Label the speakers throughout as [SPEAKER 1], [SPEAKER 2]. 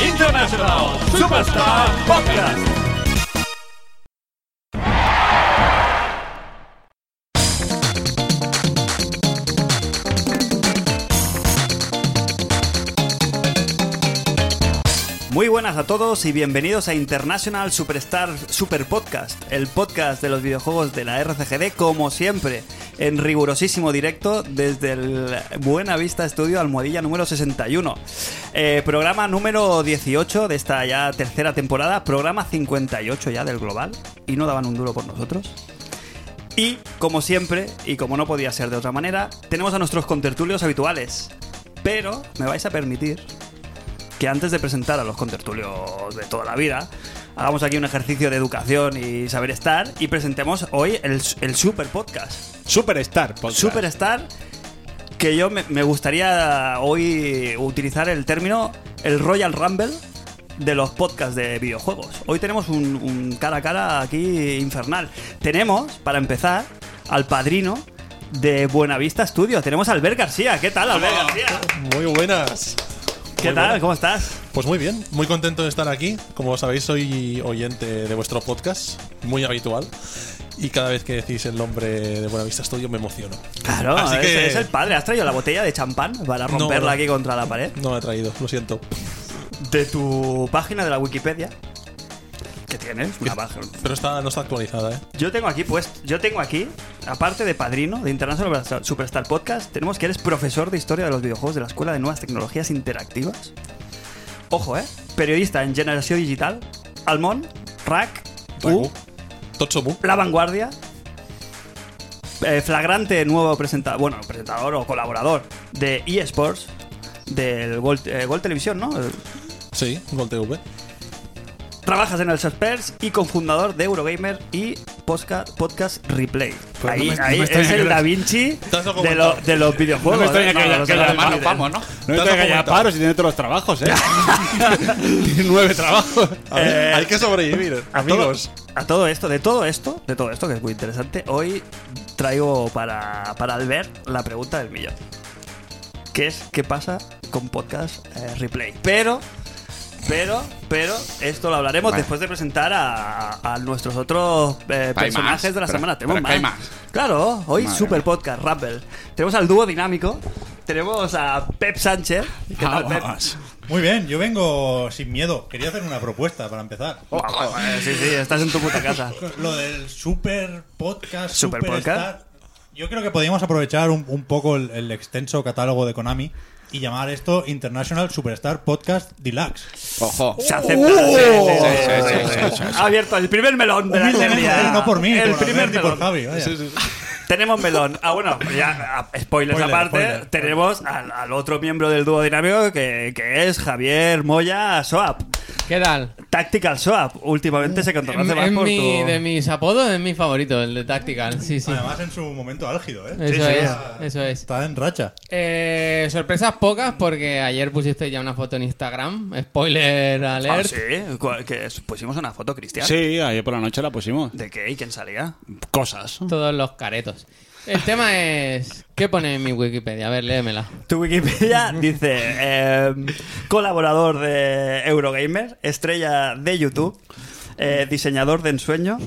[SPEAKER 1] International Superstar Podcast.
[SPEAKER 2] Muy buenas a todos y bienvenidos a International Superstar Super Podcast, el podcast de los videojuegos de la RCGD, como siempre, en rigurosísimo directo desde el Buena Vista Estudio Almohadilla número 61. Eh, programa número 18 de esta ya tercera temporada, programa 58 ya del Global, y no daban un duro por nosotros. Y, como siempre, y como no podía ser de otra manera, tenemos a nuestros contertulios habituales. Pero me vais a permitir que antes de presentar a los contertulios de toda la vida, hagamos aquí un ejercicio de educación y saber estar y presentemos hoy el, el super podcast.
[SPEAKER 3] Superstar, podcast.
[SPEAKER 2] Superstar, que yo me, me gustaría hoy utilizar el término el Royal Rumble de los podcasts de videojuegos. Hoy tenemos un, un cara a cara aquí infernal. Tenemos, para empezar, al padrino de Buenavista Studios. Tenemos a Albert García. ¿Qué tal, Albert García?
[SPEAKER 3] Muy buenas.
[SPEAKER 2] ¿Qué
[SPEAKER 3] Muy
[SPEAKER 2] tal?
[SPEAKER 3] buena.
[SPEAKER 2] ¿Cómo estás?
[SPEAKER 3] Pues muy bien, muy contento de estar aquí. Como sabéis, soy oyente de vuestro podcast, muy habitual. Y cada vez que decís el nombre de Buenavista Studio me emociono.
[SPEAKER 2] Claro,
[SPEAKER 3] Así
[SPEAKER 2] es,
[SPEAKER 3] que-
[SPEAKER 2] es el padre. ¿Has traído la botella de champán para
[SPEAKER 3] No,
[SPEAKER 2] romperla
[SPEAKER 3] no.
[SPEAKER 2] aquí contra la pared?
[SPEAKER 3] No me ha traído, lo siento.
[SPEAKER 2] De tu página de la Wikipedia. ¿Qué tienes? Una página.
[SPEAKER 3] Pero está, no está actualizada, ¿eh?
[SPEAKER 2] Yo tengo aquí, pues, yo tengo aquí, aparte de padrino de International Superstar Podcast, tenemos que eres profesor de historia de los videojuegos de la Escuela de Nuevas Tecnologías Interactivas. Ojo, ¿eh? Periodista en Generación Digital, Almón, Rack, U,
[SPEAKER 3] Ragu. Totsomu.
[SPEAKER 2] La Vanguardia. eh, flagrante nuevo presentador, bueno, presentador o colaborador de eSports, del Gol, eh, Gol Televisión, ¿no? El-
[SPEAKER 3] Sí, Gol TV.
[SPEAKER 2] Trabajas en el Spurs y cofundador de Eurogamer y Posca- Podcast Replay.
[SPEAKER 4] Pues
[SPEAKER 2] ahí
[SPEAKER 4] no me- no
[SPEAKER 2] ahí
[SPEAKER 4] me
[SPEAKER 2] es
[SPEAKER 4] extraña que
[SPEAKER 2] el
[SPEAKER 4] lo-
[SPEAKER 2] Da Vinci
[SPEAKER 3] Te has dado
[SPEAKER 2] de,
[SPEAKER 3] cuenta.
[SPEAKER 2] lo- de los videojuegos.
[SPEAKER 4] No me extraña
[SPEAKER 2] ¿eh?
[SPEAKER 4] que
[SPEAKER 2] No,
[SPEAKER 4] haya-
[SPEAKER 2] los
[SPEAKER 4] que haya
[SPEAKER 2] de la
[SPEAKER 4] llamado,
[SPEAKER 2] Vinci.
[SPEAKER 4] vamos, ¿no?
[SPEAKER 3] Te
[SPEAKER 5] No
[SPEAKER 3] has
[SPEAKER 5] te que ya
[SPEAKER 3] documentado.
[SPEAKER 5] paro si tiene todos los trabajos, ¿eh? tiene nueve trabajos.
[SPEAKER 3] A ver,
[SPEAKER 2] Eh,
[SPEAKER 3] hay que sobrevivir.
[SPEAKER 2] Amigos, a todo esto, de todo esto, de todo esto que es muy interesante, hoy traigo para, para Albert la pregunta del millón. Que es, ¿qué pasa con Podcast eh, Replay? Pero, pero, pero, esto lo hablaremos
[SPEAKER 4] Vale.
[SPEAKER 2] después de presentar a, a nuestros otros eh,
[SPEAKER 4] Hay más,
[SPEAKER 2] personajes de la
[SPEAKER 4] pero-
[SPEAKER 2] semana. Tenemos
[SPEAKER 4] pero que hay más.
[SPEAKER 2] Claro, hoy
[SPEAKER 4] Madre
[SPEAKER 2] super
[SPEAKER 4] mía.
[SPEAKER 2] podcast, Rumble. Tenemos al dúo dinámico, tenemos a Pep Sánchez. ¿Qué tal, Pep?
[SPEAKER 4] Vamos.
[SPEAKER 6] Muy bien, yo vengo sin miedo. Quería hacer una propuesta para empezar.
[SPEAKER 2] Eh, Sí, sí, estás en tu puta casa.
[SPEAKER 6] Lo del super podcast,
[SPEAKER 2] Super
[SPEAKER 6] super
[SPEAKER 2] podcast.
[SPEAKER 6] Yo creo que podríamos aprovechar un, un poco el, el extenso catálogo de Konami y llamar esto International Superstar Podcast Deluxe.
[SPEAKER 4] Ojo.
[SPEAKER 2] Se acepta.
[SPEAKER 6] Uh.
[SPEAKER 2] sí, sí, sí,
[SPEAKER 4] Sí,
[SPEAKER 2] sí,
[SPEAKER 4] sí,
[SPEAKER 2] sí,
[SPEAKER 4] sí,
[SPEAKER 2] sí. Ha abierto el primer melón de la
[SPEAKER 6] Humildemente,
[SPEAKER 2] eternidad.
[SPEAKER 6] no por mí,
[SPEAKER 2] El
[SPEAKER 6] por
[SPEAKER 2] primer
[SPEAKER 6] Alberti y por
[SPEAKER 2] melón.
[SPEAKER 6] Javi. vaya.
[SPEAKER 2] Tenemos melón. Ah, bueno, ya, ah, spoilers
[SPEAKER 6] Spoiler,
[SPEAKER 2] aparte.
[SPEAKER 6] spoiler.
[SPEAKER 2] Tenemos al, al otro miembro del dúo dinámico que, que es Javier Moya Soap.
[SPEAKER 7] ¿Qué tal?
[SPEAKER 2] Tactical Soap. Últimamente se conoce más
[SPEAKER 7] es
[SPEAKER 2] por
[SPEAKER 7] mi,
[SPEAKER 2] tu...
[SPEAKER 7] De mis apodos es mi favorito, el de Tactical. Sí, sí.
[SPEAKER 6] Además, en su momento álgido, ¿eh?
[SPEAKER 7] Eso
[SPEAKER 2] sí,
[SPEAKER 7] es,
[SPEAKER 6] Ah,
[SPEAKER 7] eso es.
[SPEAKER 6] Está en racha.
[SPEAKER 7] Eh, sorpresas pocas porque ayer pusiste ya una foto en Instagram. Spoiler
[SPEAKER 2] Ah,
[SPEAKER 7] alert.
[SPEAKER 2] sí, cu- que pusimos una foto, Cristian.
[SPEAKER 5] Sí, ayer por la noche la pusimos.
[SPEAKER 2] ¿De qué? ¿Y quién salía?
[SPEAKER 5] Cosas.
[SPEAKER 7] Todos los caretos. El tema es... ¿Qué pone en mi Wikipedia? A ver, léemela.
[SPEAKER 2] Tu Wikipedia dice eh, colaborador de Eurogamer, estrella de YouTube, eh, diseñador de ensueño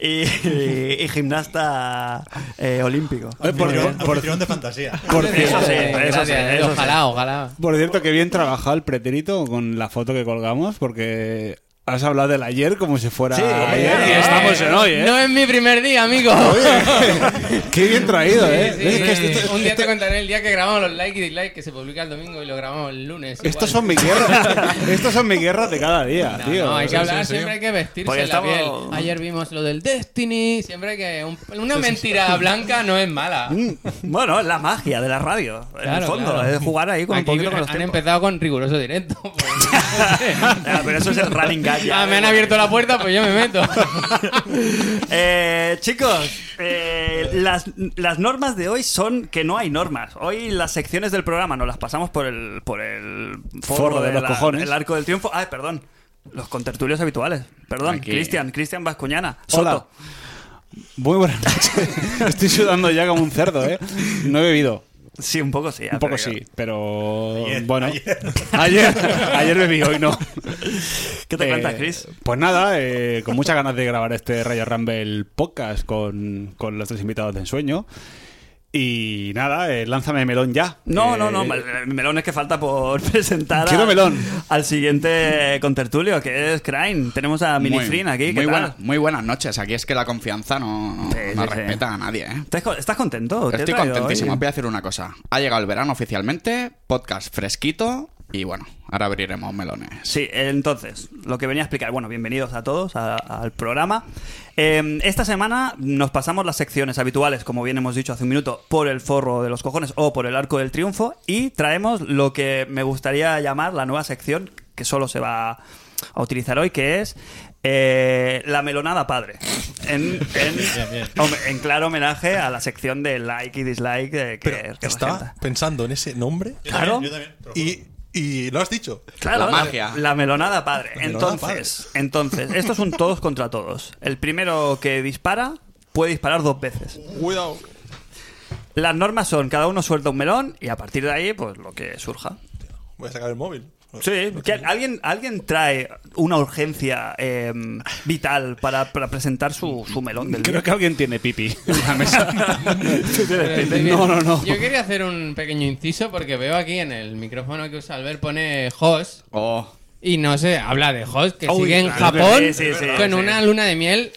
[SPEAKER 2] y, y- y gimnasta eh, olímpico.
[SPEAKER 5] Oye, por,
[SPEAKER 6] Anfitrión,
[SPEAKER 5] por-
[SPEAKER 6] anfitrión de fantasía.
[SPEAKER 5] por
[SPEAKER 2] Eso
[SPEAKER 5] cierto,
[SPEAKER 2] sí,
[SPEAKER 7] Eh,
[SPEAKER 2] eso
[SPEAKER 7] gracias,
[SPEAKER 2] sí,
[SPEAKER 7] eh,
[SPEAKER 2] eso sí.
[SPEAKER 7] ojalá, ojalá.
[SPEAKER 5] por cierto, que bien trabajado el pretérito con la foto que colgamos, porque has hablado del ayer como si fuera
[SPEAKER 2] Sí,
[SPEAKER 5] ayer y
[SPEAKER 2] eh,
[SPEAKER 5] estamos en hoy, ¿eh?
[SPEAKER 7] No es mi primer día, amigo.
[SPEAKER 5] Qué bien traído, ¿eh?
[SPEAKER 7] Sí,
[SPEAKER 5] Es que
[SPEAKER 7] sí,
[SPEAKER 5] esto-
[SPEAKER 2] este-
[SPEAKER 7] Un día
[SPEAKER 5] esto-
[SPEAKER 7] te contaré el día que grabamos los like y dislike que se publica el domingo y lo grabamos el lunes.
[SPEAKER 5] estos
[SPEAKER 7] igual.
[SPEAKER 5] son mi guerra. estos son mi guerra de cada día,
[SPEAKER 7] No,
[SPEAKER 5] tío.
[SPEAKER 7] no, hay que
[SPEAKER 5] Sí,
[SPEAKER 7] hablar,
[SPEAKER 5] sí, sí.
[SPEAKER 7] siempre hay que vestirse
[SPEAKER 2] Porque
[SPEAKER 7] la piel.
[SPEAKER 2] estamos-
[SPEAKER 7] Ayer vimos lo del Destiny, siempre hay que... un- una mentira blanca no es mala.
[SPEAKER 2] Bueno, es la magia de la radio, en el
[SPEAKER 7] Claro,
[SPEAKER 2] fondo,
[SPEAKER 7] claro.
[SPEAKER 2] es jugar ahí con un
[SPEAKER 7] Aquí
[SPEAKER 2] poquito con
[SPEAKER 7] han
[SPEAKER 2] los tiempos.
[SPEAKER 7] empezado con riguroso directo. pues.
[SPEAKER 2] Ah, Pero eso es el running gag. ya.
[SPEAKER 7] Ah, me han abierto la puerta, pues yo me meto.
[SPEAKER 2] Eh, chicos, eh, las, las normas de hoy son que no hay normas. Hoy las secciones del programa nos las pasamos por el, por el
[SPEAKER 5] Forro de los
[SPEAKER 2] la-
[SPEAKER 5] cojones.
[SPEAKER 2] El arco del triunfo. Ah, perdón. Los contertulios habituales. Perdón,
[SPEAKER 5] Aquí.
[SPEAKER 2] Cristian, Cristian Vascuñana.
[SPEAKER 5] Hola.
[SPEAKER 2] Soto.
[SPEAKER 5] Muy buenas noches. Estoy sudando ya como un cerdo, ¿eh? No he bebido.
[SPEAKER 2] Sí, un poco sí.
[SPEAKER 5] Un poco
[SPEAKER 2] pero
[SPEAKER 5] sí,
[SPEAKER 2] yo-
[SPEAKER 5] pero
[SPEAKER 6] Ayer,
[SPEAKER 5] bueno.
[SPEAKER 6] ayer.
[SPEAKER 5] Ayer, ayer bebí, hoy no.
[SPEAKER 2] ¿Qué te
[SPEAKER 5] Eh,
[SPEAKER 2] cuentas, Chris?
[SPEAKER 5] Pues nada, eh, con muchas ganas de grabar este Rayo Rumble podcast con, con los tres invitados de ensueño. Y nada, eh, lánzame melón ya.
[SPEAKER 2] No,
[SPEAKER 5] Eh,
[SPEAKER 2] no, no, mel- melón es que falta por presentar
[SPEAKER 5] Quiero
[SPEAKER 2] al-
[SPEAKER 5] melón.
[SPEAKER 2] al siguiente contertulio, que es Crane. Tenemos a
[SPEAKER 4] Muy-
[SPEAKER 2] Minifrin aquí. ¿qué
[SPEAKER 4] muy,
[SPEAKER 2] tal?
[SPEAKER 4] buena- muy buenas noches. Aquí es que la confianza no, no-
[SPEAKER 2] Sí,
[SPEAKER 4] no
[SPEAKER 2] sí, sí.
[SPEAKER 4] respeta a nadie. ¿eh?
[SPEAKER 2] ¿Estás, co- estás contento? Te he
[SPEAKER 4] Estoy
[SPEAKER 2] traído
[SPEAKER 4] contentísimo.
[SPEAKER 2] hoy.
[SPEAKER 4] Voy a decir una cosa. Ha llegado el verano oficialmente, podcast fresquito y bueno, ahora abriremos melones.
[SPEAKER 2] Sí, entonces, lo que venía a explicar, bueno, bienvenidos a todos a- al programa. Eh, esta semana nos pasamos las secciones habituales, como bien hemos dicho hace un minuto, por el forro de los cojones o por el arco del triunfo y traemos lo que me gustaría llamar la nueva sección que solo se va a utilizar hoy, que es eh, la melonada padre. En, en- hom- en claro homenaje a la sección de like y dislike eh, que,
[SPEAKER 3] Pero
[SPEAKER 2] que
[SPEAKER 3] estaba
[SPEAKER 2] regenta.
[SPEAKER 3] pensando en ese nombre
[SPEAKER 6] Yo
[SPEAKER 2] Claro.
[SPEAKER 6] también, yo también, te lo juro.
[SPEAKER 3] y, y lo has dicho.
[SPEAKER 2] Claro,
[SPEAKER 4] La magia.
[SPEAKER 2] La, melonada padre.
[SPEAKER 3] melonada
[SPEAKER 2] entonces, entonces, esto es un todos contra todos. El primero que dispara puede disparar dos veces.
[SPEAKER 3] Cuidado.
[SPEAKER 2] Las normas son, cada uno suelta un melón y a partir de ahí, pues lo que surja.
[SPEAKER 3] Voy a sacar el móvil.
[SPEAKER 2] Sí, que alguien, alguien trae una urgencia eh, vital para, para presentar su, su melón del
[SPEAKER 5] Creo
[SPEAKER 2] día.
[SPEAKER 5] que alguien tiene pipi en la mesa. no, no, no.
[SPEAKER 7] Yo quería hacer un pequeño inciso porque veo aquí en el micrófono que usa Albert pone host
[SPEAKER 4] Oh,
[SPEAKER 7] y no sé, habla de host que
[SPEAKER 2] Uy,
[SPEAKER 7] sigue en
[SPEAKER 2] claro,
[SPEAKER 7] Japón
[SPEAKER 2] sí, sí, sí,
[SPEAKER 7] con
[SPEAKER 2] sí.
[SPEAKER 7] una luna de miel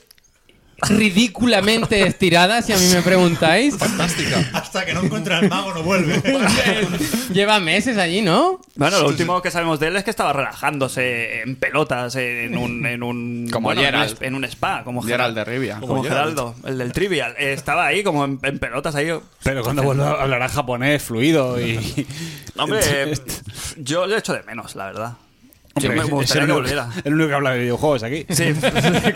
[SPEAKER 7] ridículamente estirada, si a mí me preguntáis.
[SPEAKER 6] Hasta que no encuentra el mago no vuelve.
[SPEAKER 7] Lleva meses allí, ¿no?
[SPEAKER 2] Bueno, lo último que sabemos de él es que estaba relajándose en pelotas en un... En un
[SPEAKER 4] Como
[SPEAKER 2] bueno, en un
[SPEAKER 4] Gerald.
[SPEAKER 2] sp- en un spa, como
[SPEAKER 4] Gerald
[SPEAKER 2] Gerald.
[SPEAKER 4] de Rivia.
[SPEAKER 2] Como,
[SPEAKER 3] Como
[SPEAKER 2] Geraldo, el del Trivial. Eh, estaba ahí como en, en pelotas ahí.
[SPEAKER 5] Pero cuando vuelva hablará japonés fluido y.
[SPEAKER 2] Hombre, eh, yo le echo de menos, la verdad. Yo me
[SPEAKER 5] Es
[SPEAKER 2] gustaría
[SPEAKER 5] el
[SPEAKER 2] que
[SPEAKER 5] único-
[SPEAKER 2] volviera.
[SPEAKER 5] El único que habla de videojuegos aquí.
[SPEAKER 2] Sí,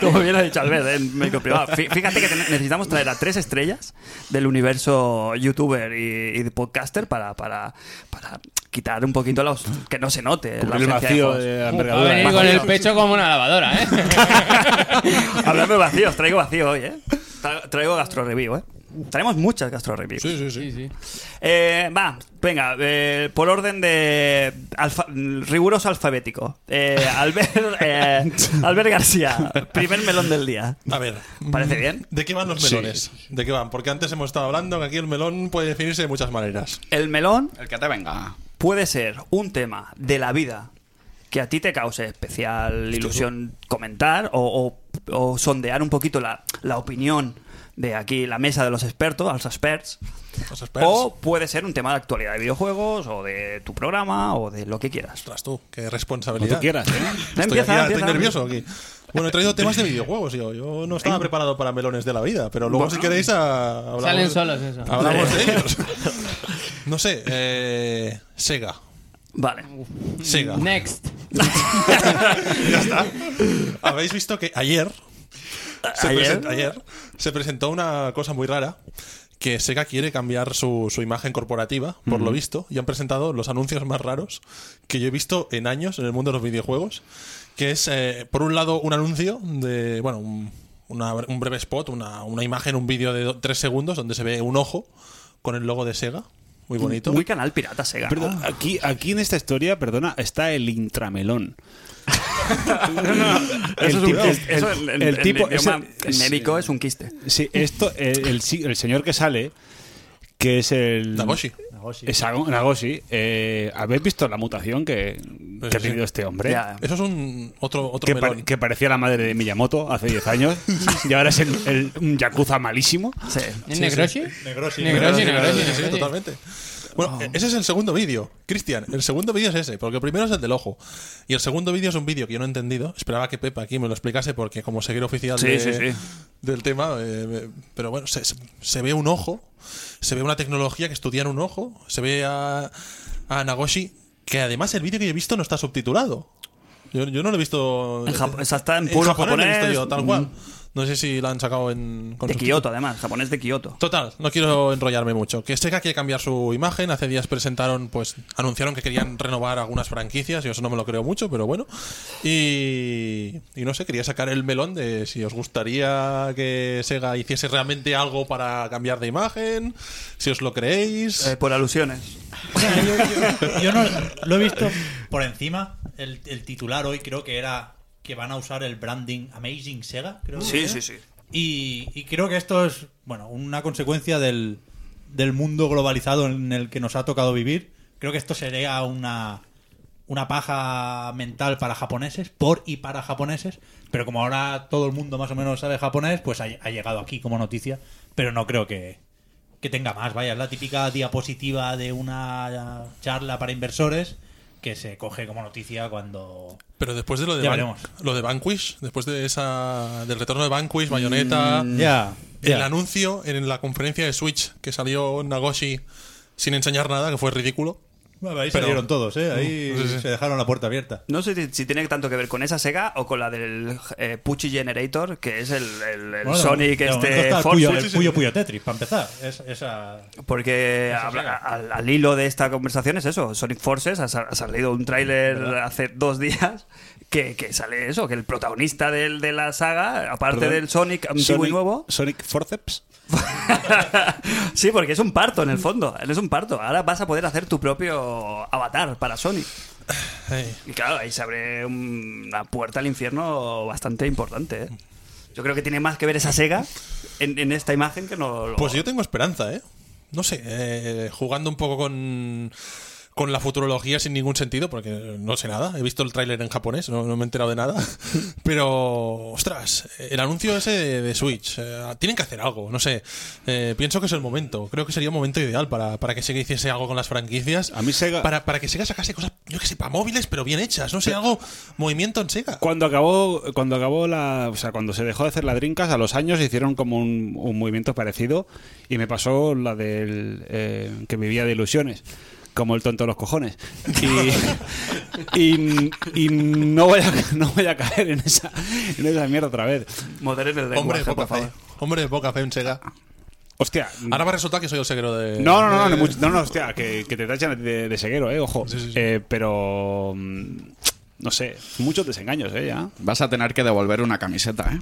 [SPEAKER 2] como bien ha dicho Albert, en médico privado. Fí- Fíjate que te- necesitamos traer a tres estrellas del universo youtuber y, y de podcaster para, para, para quitar un poquito los. que no se note. la
[SPEAKER 5] el
[SPEAKER 2] ausencia de
[SPEAKER 5] vacío
[SPEAKER 2] juegos.
[SPEAKER 5] de la
[SPEAKER 7] Va a
[SPEAKER 5] envergadura.
[SPEAKER 7] venir con el pecho como una lavadora, ¿eh?
[SPEAKER 2] Hablando de vacíos, traigo vacío hoy, ¿eh? Tra- Traigo gastro review, ¿eh? Traemos muchas gastro review.
[SPEAKER 3] Sí, sí,
[SPEAKER 7] Sí,
[SPEAKER 3] sí.
[SPEAKER 7] sí.
[SPEAKER 2] Eh, va, venga, eh, por orden de alfa- riguroso alfabético. Eh, Albert, eh, Albert García, primer melón del día.
[SPEAKER 3] A ver.
[SPEAKER 2] ¿Parece bien?
[SPEAKER 3] ¿De qué van los melones? ¿De qué van? Porque antes hemos estado hablando que aquí el melón puede definirse de muchas maneras.
[SPEAKER 2] El melón
[SPEAKER 4] El que te venga.
[SPEAKER 2] puede ser un tema de la vida que a ti te cause especial ilusión comentar o, o- o sondear un poquito la, la opinión de aquí, la mesa de los expertos, los experts.
[SPEAKER 3] Los experts.
[SPEAKER 2] O puede ser un tema de actualidad de videojuegos o de tu programa o de lo que quieras.
[SPEAKER 3] Ostras, tú, qué
[SPEAKER 5] Como
[SPEAKER 3] responsabilidad.
[SPEAKER 5] tú quieras, ¿eh?
[SPEAKER 2] Empieza,
[SPEAKER 3] Estoy, aquí,
[SPEAKER 2] empieza.
[SPEAKER 3] estoy nervioso aquí. Bueno, he traído temas de videojuegos, yo. Yo no estaba preparado para melones de la vida, pero luego si queréis a- hablamos,
[SPEAKER 7] Salen solos eso.
[SPEAKER 3] hablamos de ellos. No sé, eh, Sega.
[SPEAKER 2] Vale.
[SPEAKER 3] Sega.
[SPEAKER 7] Next.
[SPEAKER 3] Ya está. Habéis visto que ayer se,
[SPEAKER 2] ¿Ayer?
[SPEAKER 3] presen- ayer se presentó una cosa muy rara. Que Sega quiere cambiar su, su imagen corporativa, por lo visto, y han presentado los anuncios más raros que yo he visto en años en el mundo de los videojuegos. Que es, eh, por un lado, un anuncio de, bueno, un, una- un breve spot, una, una imagen, un vídeo de do- tres segundos donde se ve un ojo con el logo de Sega. Muy bonito.
[SPEAKER 2] Muy canal pirata Sega. ¿no?
[SPEAKER 5] Perdón, aquí, aquí en esta historia, perdona, está el intramelón. Ah. El
[SPEAKER 2] Eso es un
[SPEAKER 5] tipo-
[SPEAKER 2] quiste. Eso
[SPEAKER 5] el-
[SPEAKER 2] en- en-
[SPEAKER 5] el
[SPEAKER 2] en
[SPEAKER 5] tipo-
[SPEAKER 2] idioma
[SPEAKER 5] ese-
[SPEAKER 2] médico es un quiste.
[SPEAKER 5] Sí, esto, el, el si- el señor que sale, que es el.
[SPEAKER 3] Nagoshi.
[SPEAKER 5] Es Ago- Nagoshi. eh, ¿Habéis visto la mutación que, que
[SPEAKER 3] Pues sí,
[SPEAKER 5] ha tenido
[SPEAKER 3] sí.
[SPEAKER 5] este hombre?
[SPEAKER 2] Ya.
[SPEAKER 3] Eso es un otro, otro
[SPEAKER 5] Que,
[SPEAKER 3] melón.
[SPEAKER 5] par- que parecía la madre de Miyamoto hace 10 años y ahora es el, el- un yakuza malísimo.
[SPEAKER 2] Sí.
[SPEAKER 7] ¿Es Negroshi?
[SPEAKER 3] Sí,
[SPEAKER 6] Negroshi.
[SPEAKER 7] Negroshi, Negroshi,
[SPEAKER 3] sí, sí,
[SPEAKER 7] Negroshi.
[SPEAKER 3] totalmente. Bueno,
[SPEAKER 2] Ah.
[SPEAKER 3] ese es el segundo vídeo, Cristian. El segundo vídeo es ese, porque el primero es el del ojo. Y el segundo vídeo es un vídeo que yo no he entendido. Esperaba que Pepa aquí me lo explicase, porque como seguir oficial
[SPEAKER 2] Sí,
[SPEAKER 3] de-
[SPEAKER 2] sí, sí.
[SPEAKER 3] del tema. eh, me- pero bueno, se, se- se ve un ojo, se ve una tecnología que estudia en un ojo, se ve a, a Nagoshi, que además el vídeo que yo he visto no está subtitulado. Yo, yo no lo he visto.
[SPEAKER 2] En Jap- o sea, está en puro
[SPEAKER 3] lo he visto
[SPEAKER 2] japonés. mm.
[SPEAKER 3] yo, tal cual. No sé si la han sacado en. con
[SPEAKER 2] De
[SPEAKER 3] sus-
[SPEAKER 2] Kioto, además, japonés de Kioto.
[SPEAKER 3] Total, no quiero enrollarme mucho. Que Sega quiere cambiar su imagen. Hace días presentaron, pues, anunciaron que querían renovar algunas franquicias. Yo eso no me lo creo mucho, pero bueno. Y, y no sé, quería sacar el melón de si os gustaría que Sega hiciese realmente algo para cambiar de imagen, si os lo creéis.
[SPEAKER 2] Eh, por alusiones.
[SPEAKER 6] Yo no lo he visto por encima. El, el titular hoy creo que era que van a usar el branding Amazing Sega. Creo que
[SPEAKER 2] Sí,
[SPEAKER 6] era.
[SPEAKER 2] sí, sí.
[SPEAKER 6] Y, y creo que esto es, bueno, una consecuencia del, del mundo globalizado en el que nos ha tocado vivir. Creo que esto sería una, una paja mental para japoneses, por y para japoneses. Pero como ahora todo el mundo más o menos sabe japonés, pues ha, ha llegado aquí como noticia. Pero no creo que, que tenga más. Vaya, es la típica diapositiva de una charla para inversores que se coge como noticia cuando...
[SPEAKER 3] Pero después de lo de,
[SPEAKER 6] Ya
[SPEAKER 3] Ban-
[SPEAKER 6] veremos.
[SPEAKER 3] lo de Vanquish, después de esa del retorno de Vanquish, Bayonetta,
[SPEAKER 6] Mm, Ya,
[SPEAKER 3] el anuncio en la conferencia de Switch que salió Nagoshi sin enseñar nada, que fue ridículo.
[SPEAKER 6] Bueno, ahí
[SPEAKER 3] Pero-
[SPEAKER 6] salieron todos, ¿eh? Ahí
[SPEAKER 3] Sí, sí.
[SPEAKER 6] se dejaron la puerta abierta.
[SPEAKER 2] No sé si- si tiene tanto que ver con esa Sega o con la del eh, Pucci Generator, que es el, el- el
[SPEAKER 6] Bueno, de-
[SPEAKER 2] Sonic
[SPEAKER 6] de momento
[SPEAKER 2] este
[SPEAKER 6] está el
[SPEAKER 2] Force.
[SPEAKER 6] Puyo, el Puyo Puyo Tetris, para empezar. Es- esa...
[SPEAKER 2] Porque habla- al, al hilo de esta conversación es eso, Sonic Forces ha, sa- ha salido un tráiler hace dos días que, que sale eso, que el protagonista del- de la saga, aparte
[SPEAKER 5] Perdón.
[SPEAKER 2] del Sonic antiguo y
[SPEAKER 5] Sonic-
[SPEAKER 2] nuevo,
[SPEAKER 5] Sonic Forceps.
[SPEAKER 2] sí, porque es un parto en el fondo, es un parto. Ahora vas a poder hacer tu propio avatar para Sonic.
[SPEAKER 3] Ay.
[SPEAKER 2] Y claro, ahí se abre un- una puerta al infierno bastante importante. ¿eh? Yo creo que tiene más que ver esa Sega en, en esta imagen que no... lo-
[SPEAKER 3] Pues yo tengo esperanza, ¿eh? No sé, eh, jugando un poco con, con la futurología sin ningún sentido, porque no sé nada. He visto el tráiler en japonés, no, no me he enterado de nada. Pero, ostras, el anuncio ese de, de Switch, eh, tienen que hacer algo, no sé. Eh, pienso que es el momento, creo que sería un momento ideal para, para que Sega hiciese algo con las franquicias.
[SPEAKER 5] A mí Sega-
[SPEAKER 3] Para, para que Sega sacase cosas, yo que sé, para móviles, pero bien hechas, no sé, algo, movimiento en Sega.
[SPEAKER 5] Cuando acabó, cuando acabó la. O sea, cuando se dejó de hacer la Dreamcast, a los años hicieron como un, un movimiento parecido. Y me pasó la del. eh, que vivía de ilusiones. Como el tonto de los cojones. Y, y, y no, voy a, no voy a caer en esa, en esa mierda otra vez.
[SPEAKER 2] Moderen el
[SPEAKER 3] Hombre
[SPEAKER 2] lenguaje,
[SPEAKER 3] de poca
[SPEAKER 2] por
[SPEAKER 3] fe,
[SPEAKER 2] favor.
[SPEAKER 3] hombre de poca fe en Sega.
[SPEAKER 5] Hostia.
[SPEAKER 3] Ahora va a resultar que soy el seguro de...
[SPEAKER 5] Mm. No, no, no, no,
[SPEAKER 3] de-
[SPEAKER 5] mucho- no, no, hostia, que, que te tachan de, de ceguero, eh, ojo.
[SPEAKER 3] Sí, sí, sí.
[SPEAKER 5] Eh, pero. mm, No sé, muchos desengaños, eh, ya.
[SPEAKER 4] Vas a tener que devolver una camiseta, ¿eh?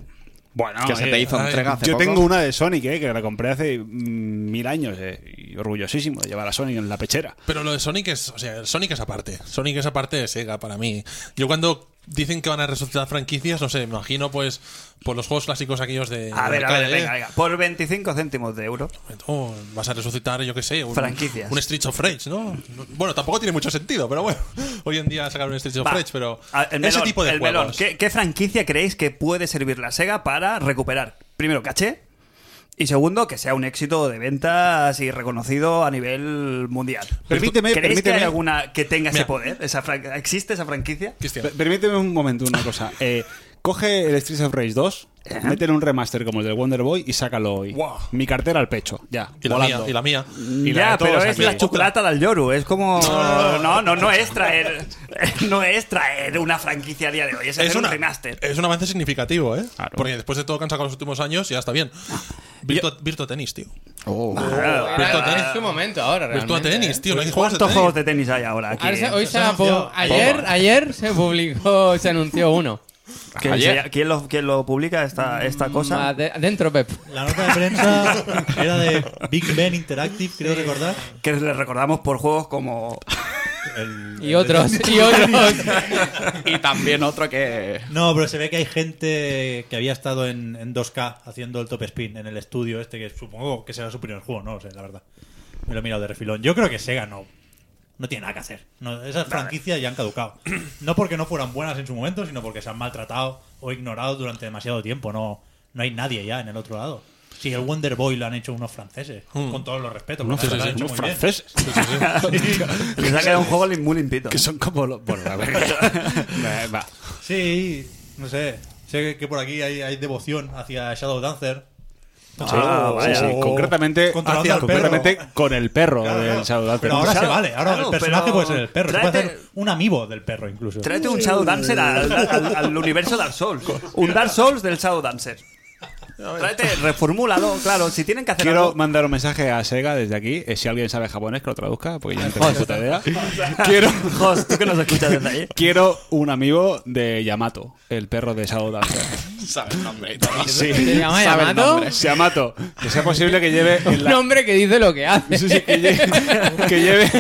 [SPEAKER 5] Bueno,
[SPEAKER 4] que se te
[SPEAKER 5] eh,
[SPEAKER 4] hizo
[SPEAKER 3] ay,
[SPEAKER 4] entrega hace
[SPEAKER 5] Yo
[SPEAKER 4] poco.
[SPEAKER 5] tengo una de Sonic, eh, que la compré hace mm, mil años, eh, y orgullosísimo de llevar a Sonic en la pechera.
[SPEAKER 3] Pero lo de Sonic es, o sea, Sonic es aparte. Sonic es aparte de Sega para mí. Yo cuando dicen que van a resucitar franquicias, no sé, me imagino pues por los juegos clásicos aquellos de
[SPEAKER 2] A
[SPEAKER 3] de
[SPEAKER 2] ver, a
[SPEAKER 3] arcade,
[SPEAKER 2] ver,
[SPEAKER 3] ¿eh?
[SPEAKER 2] venga, venga. Por 25 céntimos de euro.
[SPEAKER 3] Oh, vas a resucitar, yo qué sé, un,
[SPEAKER 2] Franquicias.
[SPEAKER 3] un Streets of Rage, ¿no? No- Bueno, tampoco tiene mucho sentido, pero bueno, hoy en día sacar un Streets of
[SPEAKER 2] Va.
[SPEAKER 3] Rage, pero
[SPEAKER 2] Ah, el
[SPEAKER 3] ese
[SPEAKER 2] melón,
[SPEAKER 3] tipo de
[SPEAKER 2] el
[SPEAKER 3] juegos.
[SPEAKER 2] melón. ¿Qué, qué franquicia creéis que puede servir la Sega para recuperar? Primero, caché. Y segundo, que sea un éxito de ventas y reconocido a nivel mundial.
[SPEAKER 5] Permíteme,
[SPEAKER 2] ¿Creéis
[SPEAKER 5] permíteme.
[SPEAKER 2] que hay alguna que tenga ese
[SPEAKER 3] Mira.
[SPEAKER 2] poder? ¿Esa fran- ¿Existe esa franquicia?
[SPEAKER 3] Cristian,
[SPEAKER 5] Per- Permíteme un momento, una cosa. Eh, coge el Streets of Rage 2, métele un remaster como el del Wonder Boy y sácalo hoy.
[SPEAKER 3] Guau.
[SPEAKER 5] Mi cartera al pecho, ya.
[SPEAKER 3] y la
[SPEAKER 5] volando.
[SPEAKER 3] mía, y la mía.
[SPEAKER 5] Y la
[SPEAKER 2] ya,
[SPEAKER 5] de todos
[SPEAKER 2] pero es
[SPEAKER 5] aquí.
[SPEAKER 2] la chocolata del Yoru. Es como. No, no, no, es traer. No es traer una franquicia a día de hoy. Es, hacer un remaster.
[SPEAKER 3] es un avance significativo, ¿eh?
[SPEAKER 5] Claro.
[SPEAKER 3] Porque después de todo que han sacado los últimos años, ya está bien.
[SPEAKER 2] Ah.
[SPEAKER 3] Virtua, Virtua Tennis, tío.
[SPEAKER 4] Oh.
[SPEAKER 2] Claro.
[SPEAKER 7] Era-
[SPEAKER 3] Virtua Tennis.
[SPEAKER 7] es su momento ahora,
[SPEAKER 3] Virtua
[SPEAKER 7] realmente.
[SPEAKER 3] Tennis,
[SPEAKER 7] ¿eh?
[SPEAKER 3] tío. no hay juegos de
[SPEAKER 2] ¿Cuántos
[SPEAKER 3] tenis.
[SPEAKER 2] juegos de tenis hay ahora aquí?
[SPEAKER 7] Ahora se-
[SPEAKER 2] eh?
[SPEAKER 7] hoy
[SPEAKER 3] Se
[SPEAKER 7] se
[SPEAKER 3] anunció.
[SPEAKER 7] apo- ayer, ayer se publicó, se anunció uno.
[SPEAKER 5] Pues
[SPEAKER 2] ¿Quién,
[SPEAKER 4] Ayer.
[SPEAKER 2] se- quién lo, quién lo publica esta, esta cosa?
[SPEAKER 7] Ade- Adentro, Pep.
[SPEAKER 6] La nota de prensa era de Big Ben Interactive, creo recordar.
[SPEAKER 2] que le recordamos por juegos como
[SPEAKER 6] El-
[SPEAKER 7] Y
[SPEAKER 6] el-
[SPEAKER 7] otros, y otros.
[SPEAKER 4] Y también otro que.
[SPEAKER 6] No, pero se ve que hay gente que había estado en, en 2K haciendo el top spin en el estudio este, que supongo que será su primer juego, no lo sé, la verdad. Me lo he mirado de refilón. Yo creo que Sega no, no tiene nada que hacer. No, esas franquicias ya han caducado. No porque no fueran buenas en su momento, sino porque se han maltratado o ignorado durante demasiado tiempo. No, no hay nadie ya en el otro lado. Sí, el Wonder Boy lo han hecho unos franceses, con todos los respetos.
[SPEAKER 5] Unos,
[SPEAKER 6] porque lo han hecho
[SPEAKER 5] unos
[SPEAKER 6] muy bien.
[SPEAKER 5] franceses.
[SPEAKER 2] les ha quedado un juego muy limpito.
[SPEAKER 5] Que son como los. Bueno, a ver. Eh, va.
[SPEAKER 6] Sí, no sé. Sé que por aquí hay, hay devoción hacia Shadow Dancer.
[SPEAKER 5] Ah,
[SPEAKER 2] Oh,
[SPEAKER 5] vaya.
[SPEAKER 2] sí.
[SPEAKER 5] Concretamente,
[SPEAKER 6] Controlando
[SPEAKER 5] hacia-
[SPEAKER 6] al perro.
[SPEAKER 5] concretamente con el perro
[SPEAKER 6] Claro,
[SPEAKER 5] del
[SPEAKER 6] claro.
[SPEAKER 5] Shadow Dancer.
[SPEAKER 6] Pero ahora
[SPEAKER 2] Shadow-
[SPEAKER 6] se vale. Ahora
[SPEAKER 2] claro,
[SPEAKER 6] el personaje
[SPEAKER 2] pero
[SPEAKER 6] puede ser el perro. Se puede
[SPEAKER 2] tráete-
[SPEAKER 6] hacer un amigo del perro incluso.
[SPEAKER 2] Tráete un Shadow Dancer al, al- al universo Dark Souls. Un Dark Souls del Shadow Dancer.
[SPEAKER 3] A ver.
[SPEAKER 2] Tráete, reformúlalo, claro. Si tienen que hacer
[SPEAKER 5] Quiero
[SPEAKER 2] algo-
[SPEAKER 5] mandar un mensaje a Sega desde aquí. eh, si alguien sabe japonés, que lo traduzca, porque yo no tengo ni puta idea. Quiero,
[SPEAKER 2] Jos, tú que nos escuchas desde ahí.
[SPEAKER 5] quiero un amigo de Yamato, el perro de Shadow Dancer.
[SPEAKER 4] Sabe el nombre y todo.
[SPEAKER 5] Sí.
[SPEAKER 7] ¿Se llama
[SPEAKER 4] Sabe el
[SPEAKER 7] Yamato?
[SPEAKER 4] nombre.
[SPEAKER 5] Yamato, que sea posible que lleve en
[SPEAKER 7] Un
[SPEAKER 5] la-
[SPEAKER 7] hombre que dice lo que hace.
[SPEAKER 5] Sí, sí, que, lleve, que lleve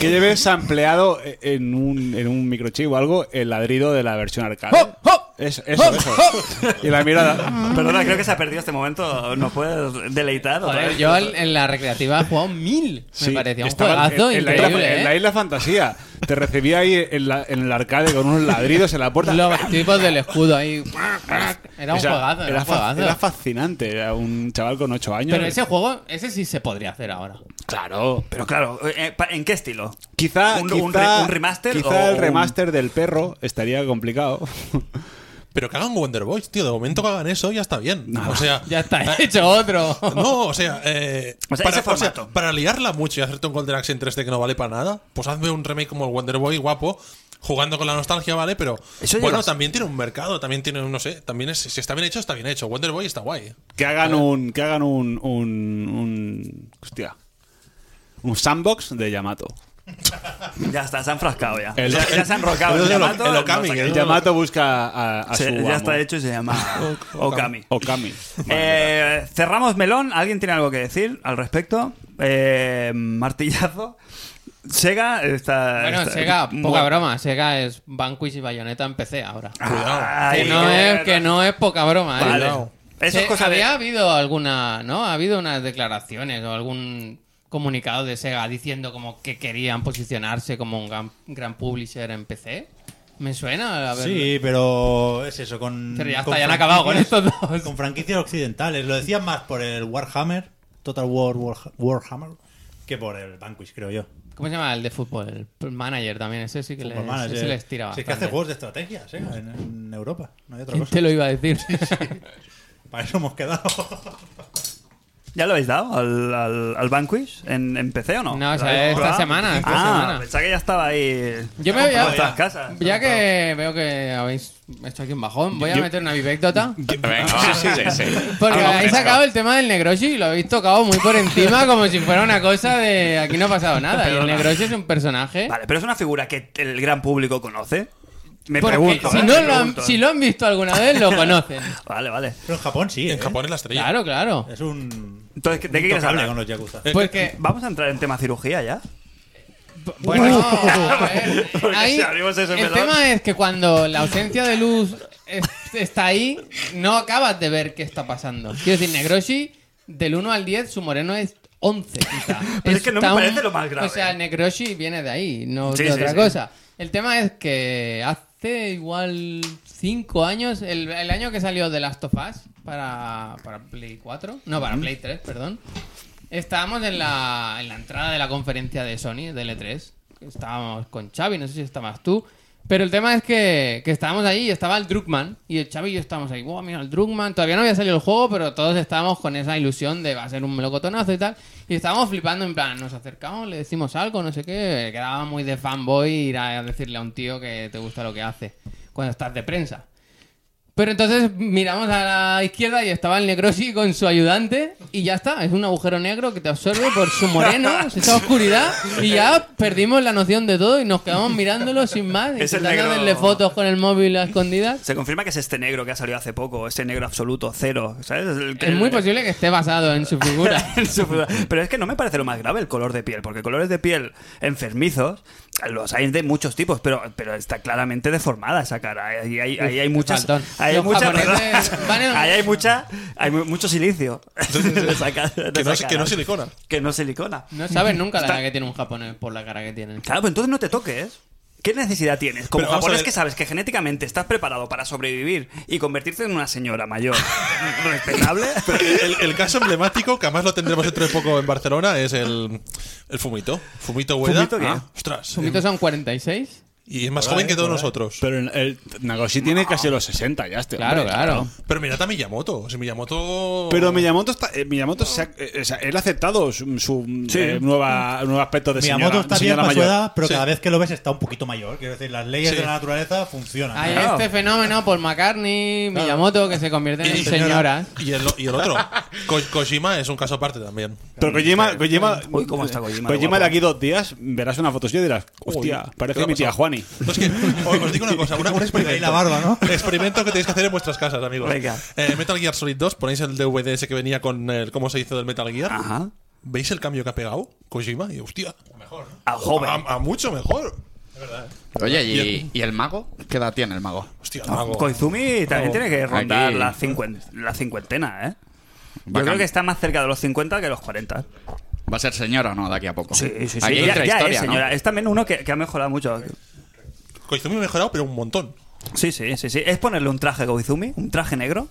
[SPEAKER 5] que lleve sampleado en un, en un microchip o algo el ladrido de la versión arcade.
[SPEAKER 7] ¡Hop, hop!
[SPEAKER 5] Eso, eso,
[SPEAKER 7] ¡Hop,
[SPEAKER 5] eso.
[SPEAKER 7] hop!
[SPEAKER 5] Y la mirada.
[SPEAKER 2] Perdona, creo que se ha perdido este momento. ¿Nos puedes deleitar? otra
[SPEAKER 7] Joder,
[SPEAKER 2] vez?
[SPEAKER 7] yo en en la recreativa he jugado mil.
[SPEAKER 5] Sí,
[SPEAKER 7] me parecía un
[SPEAKER 5] estaba
[SPEAKER 7] juegazo
[SPEAKER 5] en, en la
[SPEAKER 7] increíble,
[SPEAKER 5] isla,
[SPEAKER 7] ¿eh?
[SPEAKER 5] en la isla fantasía. Te recibía ahí en, la- en el arcade con unos ladridos en la puerta.
[SPEAKER 7] Los tipos del escudo ahí. Era un
[SPEAKER 5] O sea,
[SPEAKER 7] juegazo, era, un
[SPEAKER 5] fa-
[SPEAKER 7] juegazo.
[SPEAKER 5] era fascinante. Era un chaval con 8 años.
[SPEAKER 7] Pero ese juego, ese sí se podría hacer ahora.
[SPEAKER 5] Claro.
[SPEAKER 2] Pero claro, eh, pa- ¿en qué estilo?
[SPEAKER 5] Quizá,
[SPEAKER 2] ¿Un-
[SPEAKER 5] quizá-
[SPEAKER 2] un re- un remaster
[SPEAKER 5] quizá
[SPEAKER 2] o
[SPEAKER 5] el
[SPEAKER 2] un-
[SPEAKER 5] remaster del perro estaría complicado.
[SPEAKER 3] Pero que hagan Wonder Boys, tío. De momento que hagan eso, ya está bien. O sea.
[SPEAKER 7] Ya está hecho otro.
[SPEAKER 3] No, o sea, eh,
[SPEAKER 2] O sea,
[SPEAKER 3] para,
[SPEAKER 2] ese formato.
[SPEAKER 3] para liarla mucho y hacerte un Golden Axe en 3D que no vale para nada, pues hazme un remake como el Wonder Boy guapo, jugando con la nostalgia, ¿vale? Pero
[SPEAKER 2] Eso
[SPEAKER 3] bueno,
[SPEAKER 2] llevas-
[SPEAKER 3] también tiene un mercado, también tiene, un- no sé, también es, si está bien hecho, está bien hecho. Wonder Boy está
[SPEAKER 2] ¿Eh?
[SPEAKER 3] guay.
[SPEAKER 5] Que hagan un. Que hagan un. un, un- hostia. Un sandbox de Yamato.
[SPEAKER 2] Ya está, se han frascado ya.
[SPEAKER 5] El-
[SPEAKER 2] ya, ya se han rocado.
[SPEAKER 3] el- el-
[SPEAKER 2] Yamato,
[SPEAKER 3] el
[SPEAKER 2] no,
[SPEAKER 3] Okami,
[SPEAKER 2] saca-
[SPEAKER 3] el-
[SPEAKER 5] El Yamato busca a, a
[SPEAKER 2] se-
[SPEAKER 5] su.
[SPEAKER 2] ya
[SPEAKER 5] amo.
[SPEAKER 2] está hecho y se llama Okami.
[SPEAKER 5] Okami.
[SPEAKER 2] Eh, cerramos melón. ¿Alguien tiene algo que decir al respecto? Eh, martillazo. Sega está.
[SPEAKER 7] Bueno,
[SPEAKER 2] está-
[SPEAKER 7] Sega, poca
[SPEAKER 2] Bueno.
[SPEAKER 7] broma. Sega es Vanquish y Bayonetta en PC ahora.
[SPEAKER 2] Ah,
[SPEAKER 5] Ah,
[SPEAKER 3] Cuidado.
[SPEAKER 2] Ay,
[SPEAKER 7] que, no
[SPEAKER 2] qué
[SPEAKER 7] es,
[SPEAKER 2] bueno.
[SPEAKER 7] que no es poca broma, ¿eh?
[SPEAKER 2] Vale.
[SPEAKER 7] No.
[SPEAKER 2] Eso es
[SPEAKER 7] Se-
[SPEAKER 2] cosa de-
[SPEAKER 7] Había habido alguna, ¿no? Ha habido unas declaraciones o algún comunicado de Sega diciendo como que querían posicionarse como un gran, gran publisher en PC. Me suena a ver.
[SPEAKER 6] Sí, pero es eso, con.
[SPEAKER 7] Pero ya está,
[SPEAKER 6] con
[SPEAKER 7] ya han acabado con
[SPEAKER 6] franquicias-
[SPEAKER 7] estos dos.
[SPEAKER 6] Con franquicias occidentales. Lo decían más por el Warhammer, Total War, War- Warhammer, que por el Vanquish, creo yo.
[SPEAKER 7] ¿Cómo se llama el de fútbol? El manager también, ese sí que
[SPEAKER 6] Football
[SPEAKER 7] les,
[SPEAKER 6] Manager.
[SPEAKER 7] ese les tira
[SPEAKER 6] Si es que hace
[SPEAKER 7] bastante.
[SPEAKER 6] juegos de estrategia, ¿eh? en, en Europa. No hay otra
[SPEAKER 7] ¿Quién
[SPEAKER 6] cosa.
[SPEAKER 7] te lo iba a decir?
[SPEAKER 6] Para eso hemos quedado.
[SPEAKER 2] ¿Ya lo habéis dado al, al, al Vanquish en, en PC o no?
[SPEAKER 7] No, o
[SPEAKER 2] ¿Lo
[SPEAKER 7] sea,
[SPEAKER 2] habéis
[SPEAKER 7] esta
[SPEAKER 2] probado?
[SPEAKER 7] semana, esta
[SPEAKER 2] ah,
[SPEAKER 7] semana.
[SPEAKER 2] pensaba que ya estaba ahí.
[SPEAKER 7] Yo me voy a-
[SPEAKER 2] Vuestras casas.
[SPEAKER 7] Ya que veo que habéis hecho aquí un bajón, voy a meter una anécdota.
[SPEAKER 4] Venga, va, sí, sí.
[SPEAKER 7] Porque
[SPEAKER 4] Algo
[SPEAKER 7] habéis
[SPEAKER 4] fresco.
[SPEAKER 7] sacado el tema del Negroshi y lo habéis tocado muy por encima, como si fuera una cosa de aquí no ha pasado nada. Y el Negroshi es un personaje.
[SPEAKER 2] Vale, pero es una figura que el gran público conoce. Me
[SPEAKER 7] porque
[SPEAKER 2] pregunto.
[SPEAKER 7] si,
[SPEAKER 2] ¿eh?
[SPEAKER 7] no
[SPEAKER 2] Me
[SPEAKER 7] lo han,
[SPEAKER 2] pregunto.
[SPEAKER 7] si lo han visto alguna vez, lo conocen.
[SPEAKER 2] Vale, vale.
[SPEAKER 6] Pero en Japón sí.
[SPEAKER 3] En
[SPEAKER 6] ¿eh?
[SPEAKER 3] Japón es la estrella.
[SPEAKER 7] Claro, claro. Pues
[SPEAKER 6] Es un.
[SPEAKER 2] Entonces, ¿de qué
[SPEAKER 6] un
[SPEAKER 2] quieres
[SPEAKER 6] intocable
[SPEAKER 2] hablar?
[SPEAKER 6] con los Yakuza.
[SPEAKER 7] Porque,
[SPEAKER 2] Vamos a entrar en tema cirugía ya.
[SPEAKER 7] bueno, a ver,
[SPEAKER 2] Porque
[SPEAKER 7] ahí-
[SPEAKER 2] si abrimos ese
[SPEAKER 7] el
[SPEAKER 2] melón-
[SPEAKER 7] tema es que cuando la ausencia de luz es- está ahí, no acabas de ver qué está pasando. Quiero decir, Negroshi, del 1 al 10, su moreno es 11, quizá.
[SPEAKER 2] Pero es que no me
[SPEAKER 7] tan-
[SPEAKER 2] parece lo más grave.
[SPEAKER 7] O sea, Negroshi viene de ahí, no
[SPEAKER 2] Sí,
[SPEAKER 7] de
[SPEAKER 2] sí,
[SPEAKER 7] otra
[SPEAKER 2] sí.
[SPEAKER 7] cosa. El tema es que hace igual 5 años, el, el año que salió The Last of Us para, para Play 4, no, para Play 3, perdón. Estábamos en la, en la entrada de la conferencia de Sony, del E3. Estábamos con Xavi, no sé si estabas tú. Pero el tema es que, que estábamos ahí y estaba el Druckmann. Y el Xavi y yo estábamos ahí, wow, mira el Druckmann. Todavía no había salido el juego, pero todos estábamos con esa ilusión de va a ser un melocotonazo y tal. Y estábamos flipando en plan, nos acercamos, le decimos algo, no sé qué. Quedaba muy de fanboy ir a decirle a un tío que te gusta lo que hace cuando estás de prensa. Pero entonces miramos a la izquierda y estaba el Negrosi con su ayudante y ya está, es un agujero negro que te absorbe por su moreno, esa oscuridad y ya perdimos la noción de todo y nos quedamos mirándolo sin más,
[SPEAKER 2] Es el
[SPEAKER 7] intentando
[SPEAKER 2] negro-
[SPEAKER 7] hacerle fotos con el móvil a escondidas.
[SPEAKER 2] Se confirma que es este negro que ha salido hace poco, este negro absoluto, cero. ¿sabes? Es, el que-
[SPEAKER 7] Es muy posible que esté basado en su figura.
[SPEAKER 2] En su figura. Pero es que no me parece lo más grave el color de piel, porque colores de piel enfermizos los hay de muchos tipos, pero, pero está claramente deformada esa cara. Ahí hay, ahí hay muchas.
[SPEAKER 7] faltón.
[SPEAKER 2] Ahí hay
[SPEAKER 7] Los
[SPEAKER 2] mucha.
[SPEAKER 7] japoneses van en-
[SPEAKER 2] Ahí hay mucha. Hay mu- mucho silicio. de esa cara- de
[SPEAKER 3] Que no,
[SPEAKER 2] esa
[SPEAKER 3] es- que no
[SPEAKER 2] cara.
[SPEAKER 3] es silicona.
[SPEAKER 2] Que no es silicona.
[SPEAKER 7] No sabes nunca la
[SPEAKER 2] Está-
[SPEAKER 7] cara que tiene un japonés por la cara que tiene.
[SPEAKER 2] Claro, pero entonces no te toques. ¿Qué necesidad tienes? Como
[SPEAKER 3] Pero vamos a
[SPEAKER 2] japonés
[SPEAKER 3] ver.
[SPEAKER 2] que sabes que genéticamente estás preparado para sobrevivir y convertirte en una señora mayor respetable.
[SPEAKER 4] eh,
[SPEAKER 3] El, el caso emblemático, que además lo tendremos dentro de poco en Barcelona, es el, el Fumito. Fumito Ueda.
[SPEAKER 2] ¿Fumito qué?
[SPEAKER 3] Ah, ostras.
[SPEAKER 7] ¿Sumitos
[SPEAKER 3] em,
[SPEAKER 7] son 46?
[SPEAKER 3] Y es más joven
[SPEAKER 7] eh,
[SPEAKER 3] que todos nosotros. Pero,
[SPEAKER 5] Pero el, el Nagoshi tiene casi los 60 ya, este
[SPEAKER 7] Claro,
[SPEAKER 5] hombre.
[SPEAKER 7] claro.
[SPEAKER 3] mirad a Miyamoto. O sea, Miyamoto.
[SPEAKER 5] Pero Miyamoto, está, eh, Miyamoto se ha, eh, o sea, él ha aceptado su, su, eh, nueva, nuevo aspecto de señora,
[SPEAKER 6] Miyamoto está bien
[SPEAKER 5] señora
[SPEAKER 6] para su
[SPEAKER 5] mayor.
[SPEAKER 6] edad, pero
[SPEAKER 3] Sí.
[SPEAKER 6] cada vez que lo ves está un poquito mayor. Quiero decir, las leyes
[SPEAKER 3] Sí.
[SPEAKER 6] de la naturaleza funcionan.
[SPEAKER 7] Hay
[SPEAKER 6] ¿no?
[SPEAKER 7] este fenómeno por McCartney, Miyamoto, que se convierten en señoras.
[SPEAKER 3] Y el, y el otro. Ko- Kojima es un caso aparte también.
[SPEAKER 5] Pero Kojima, Kojima,
[SPEAKER 2] Uy, cómo está Kojima,
[SPEAKER 5] Kojima
[SPEAKER 2] guapo.
[SPEAKER 5] de aquí dos días verás una foto suya y dirás, hostia,
[SPEAKER 3] Uy, ¿qué le
[SPEAKER 5] parece
[SPEAKER 3] ha
[SPEAKER 5] mi tía
[SPEAKER 3] pasado?
[SPEAKER 5] Juani.
[SPEAKER 3] No, es que os, os digo una cosa, una- un experimento.
[SPEAKER 6] Ahí la barba, ¿no?
[SPEAKER 3] Experimento que tenéis que hacer en vuestras casas, amigos.
[SPEAKER 2] Venga.
[SPEAKER 3] Eh, Metal Gear Solid 2, ponéis el DVD ese que venía con el cómo se hizo del Metal Gear.
[SPEAKER 2] Ajá.
[SPEAKER 3] ¿Veis el cambio que ha pegado Kojima? Y hostia, mejor.
[SPEAKER 2] A joven.
[SPEAKER 3] A, a mucho mejor.
[SPEAKER 4] Oye, ¿y, y el mago? ¿Qué edad tiene el mago?
[SPEAKER 3] Hostia, el mago.
[SPEAKER 2] Koizumi también tiene que rondar
[SPEAKER 4] Aquí.
[SPEAKER 2] la, cincuen- la cincuentena, ¿eh? Yo
[SPEAKER 4] Bacán.
[SPEAKER 2] creo que está más cerca de los 50 que los 40.
[SPEAKER 4] ¿Va a ser señora o no de aquí a poco?
[SPEAKER 2] Sí, sí, sí.
[SPEAKER 4] Aquí hay
[SPEAKER 2] Ya-
[SPEAKER 4] otra
[SPEAKER 2] ya
[SPEAKER 4] historia,
[SPEAKER 2] es,
[SPEAKER 4] ¿no?
[SPEAKER 2] señora. Es también uno que, que ha mejorado mucho.
[SPEAKER 3] Koizumi ha mejorado, pero un montón.
[SPEAKER 2] Sí, sí, sí, sí. Es ponerle un traje a Koizumi, un traje negro,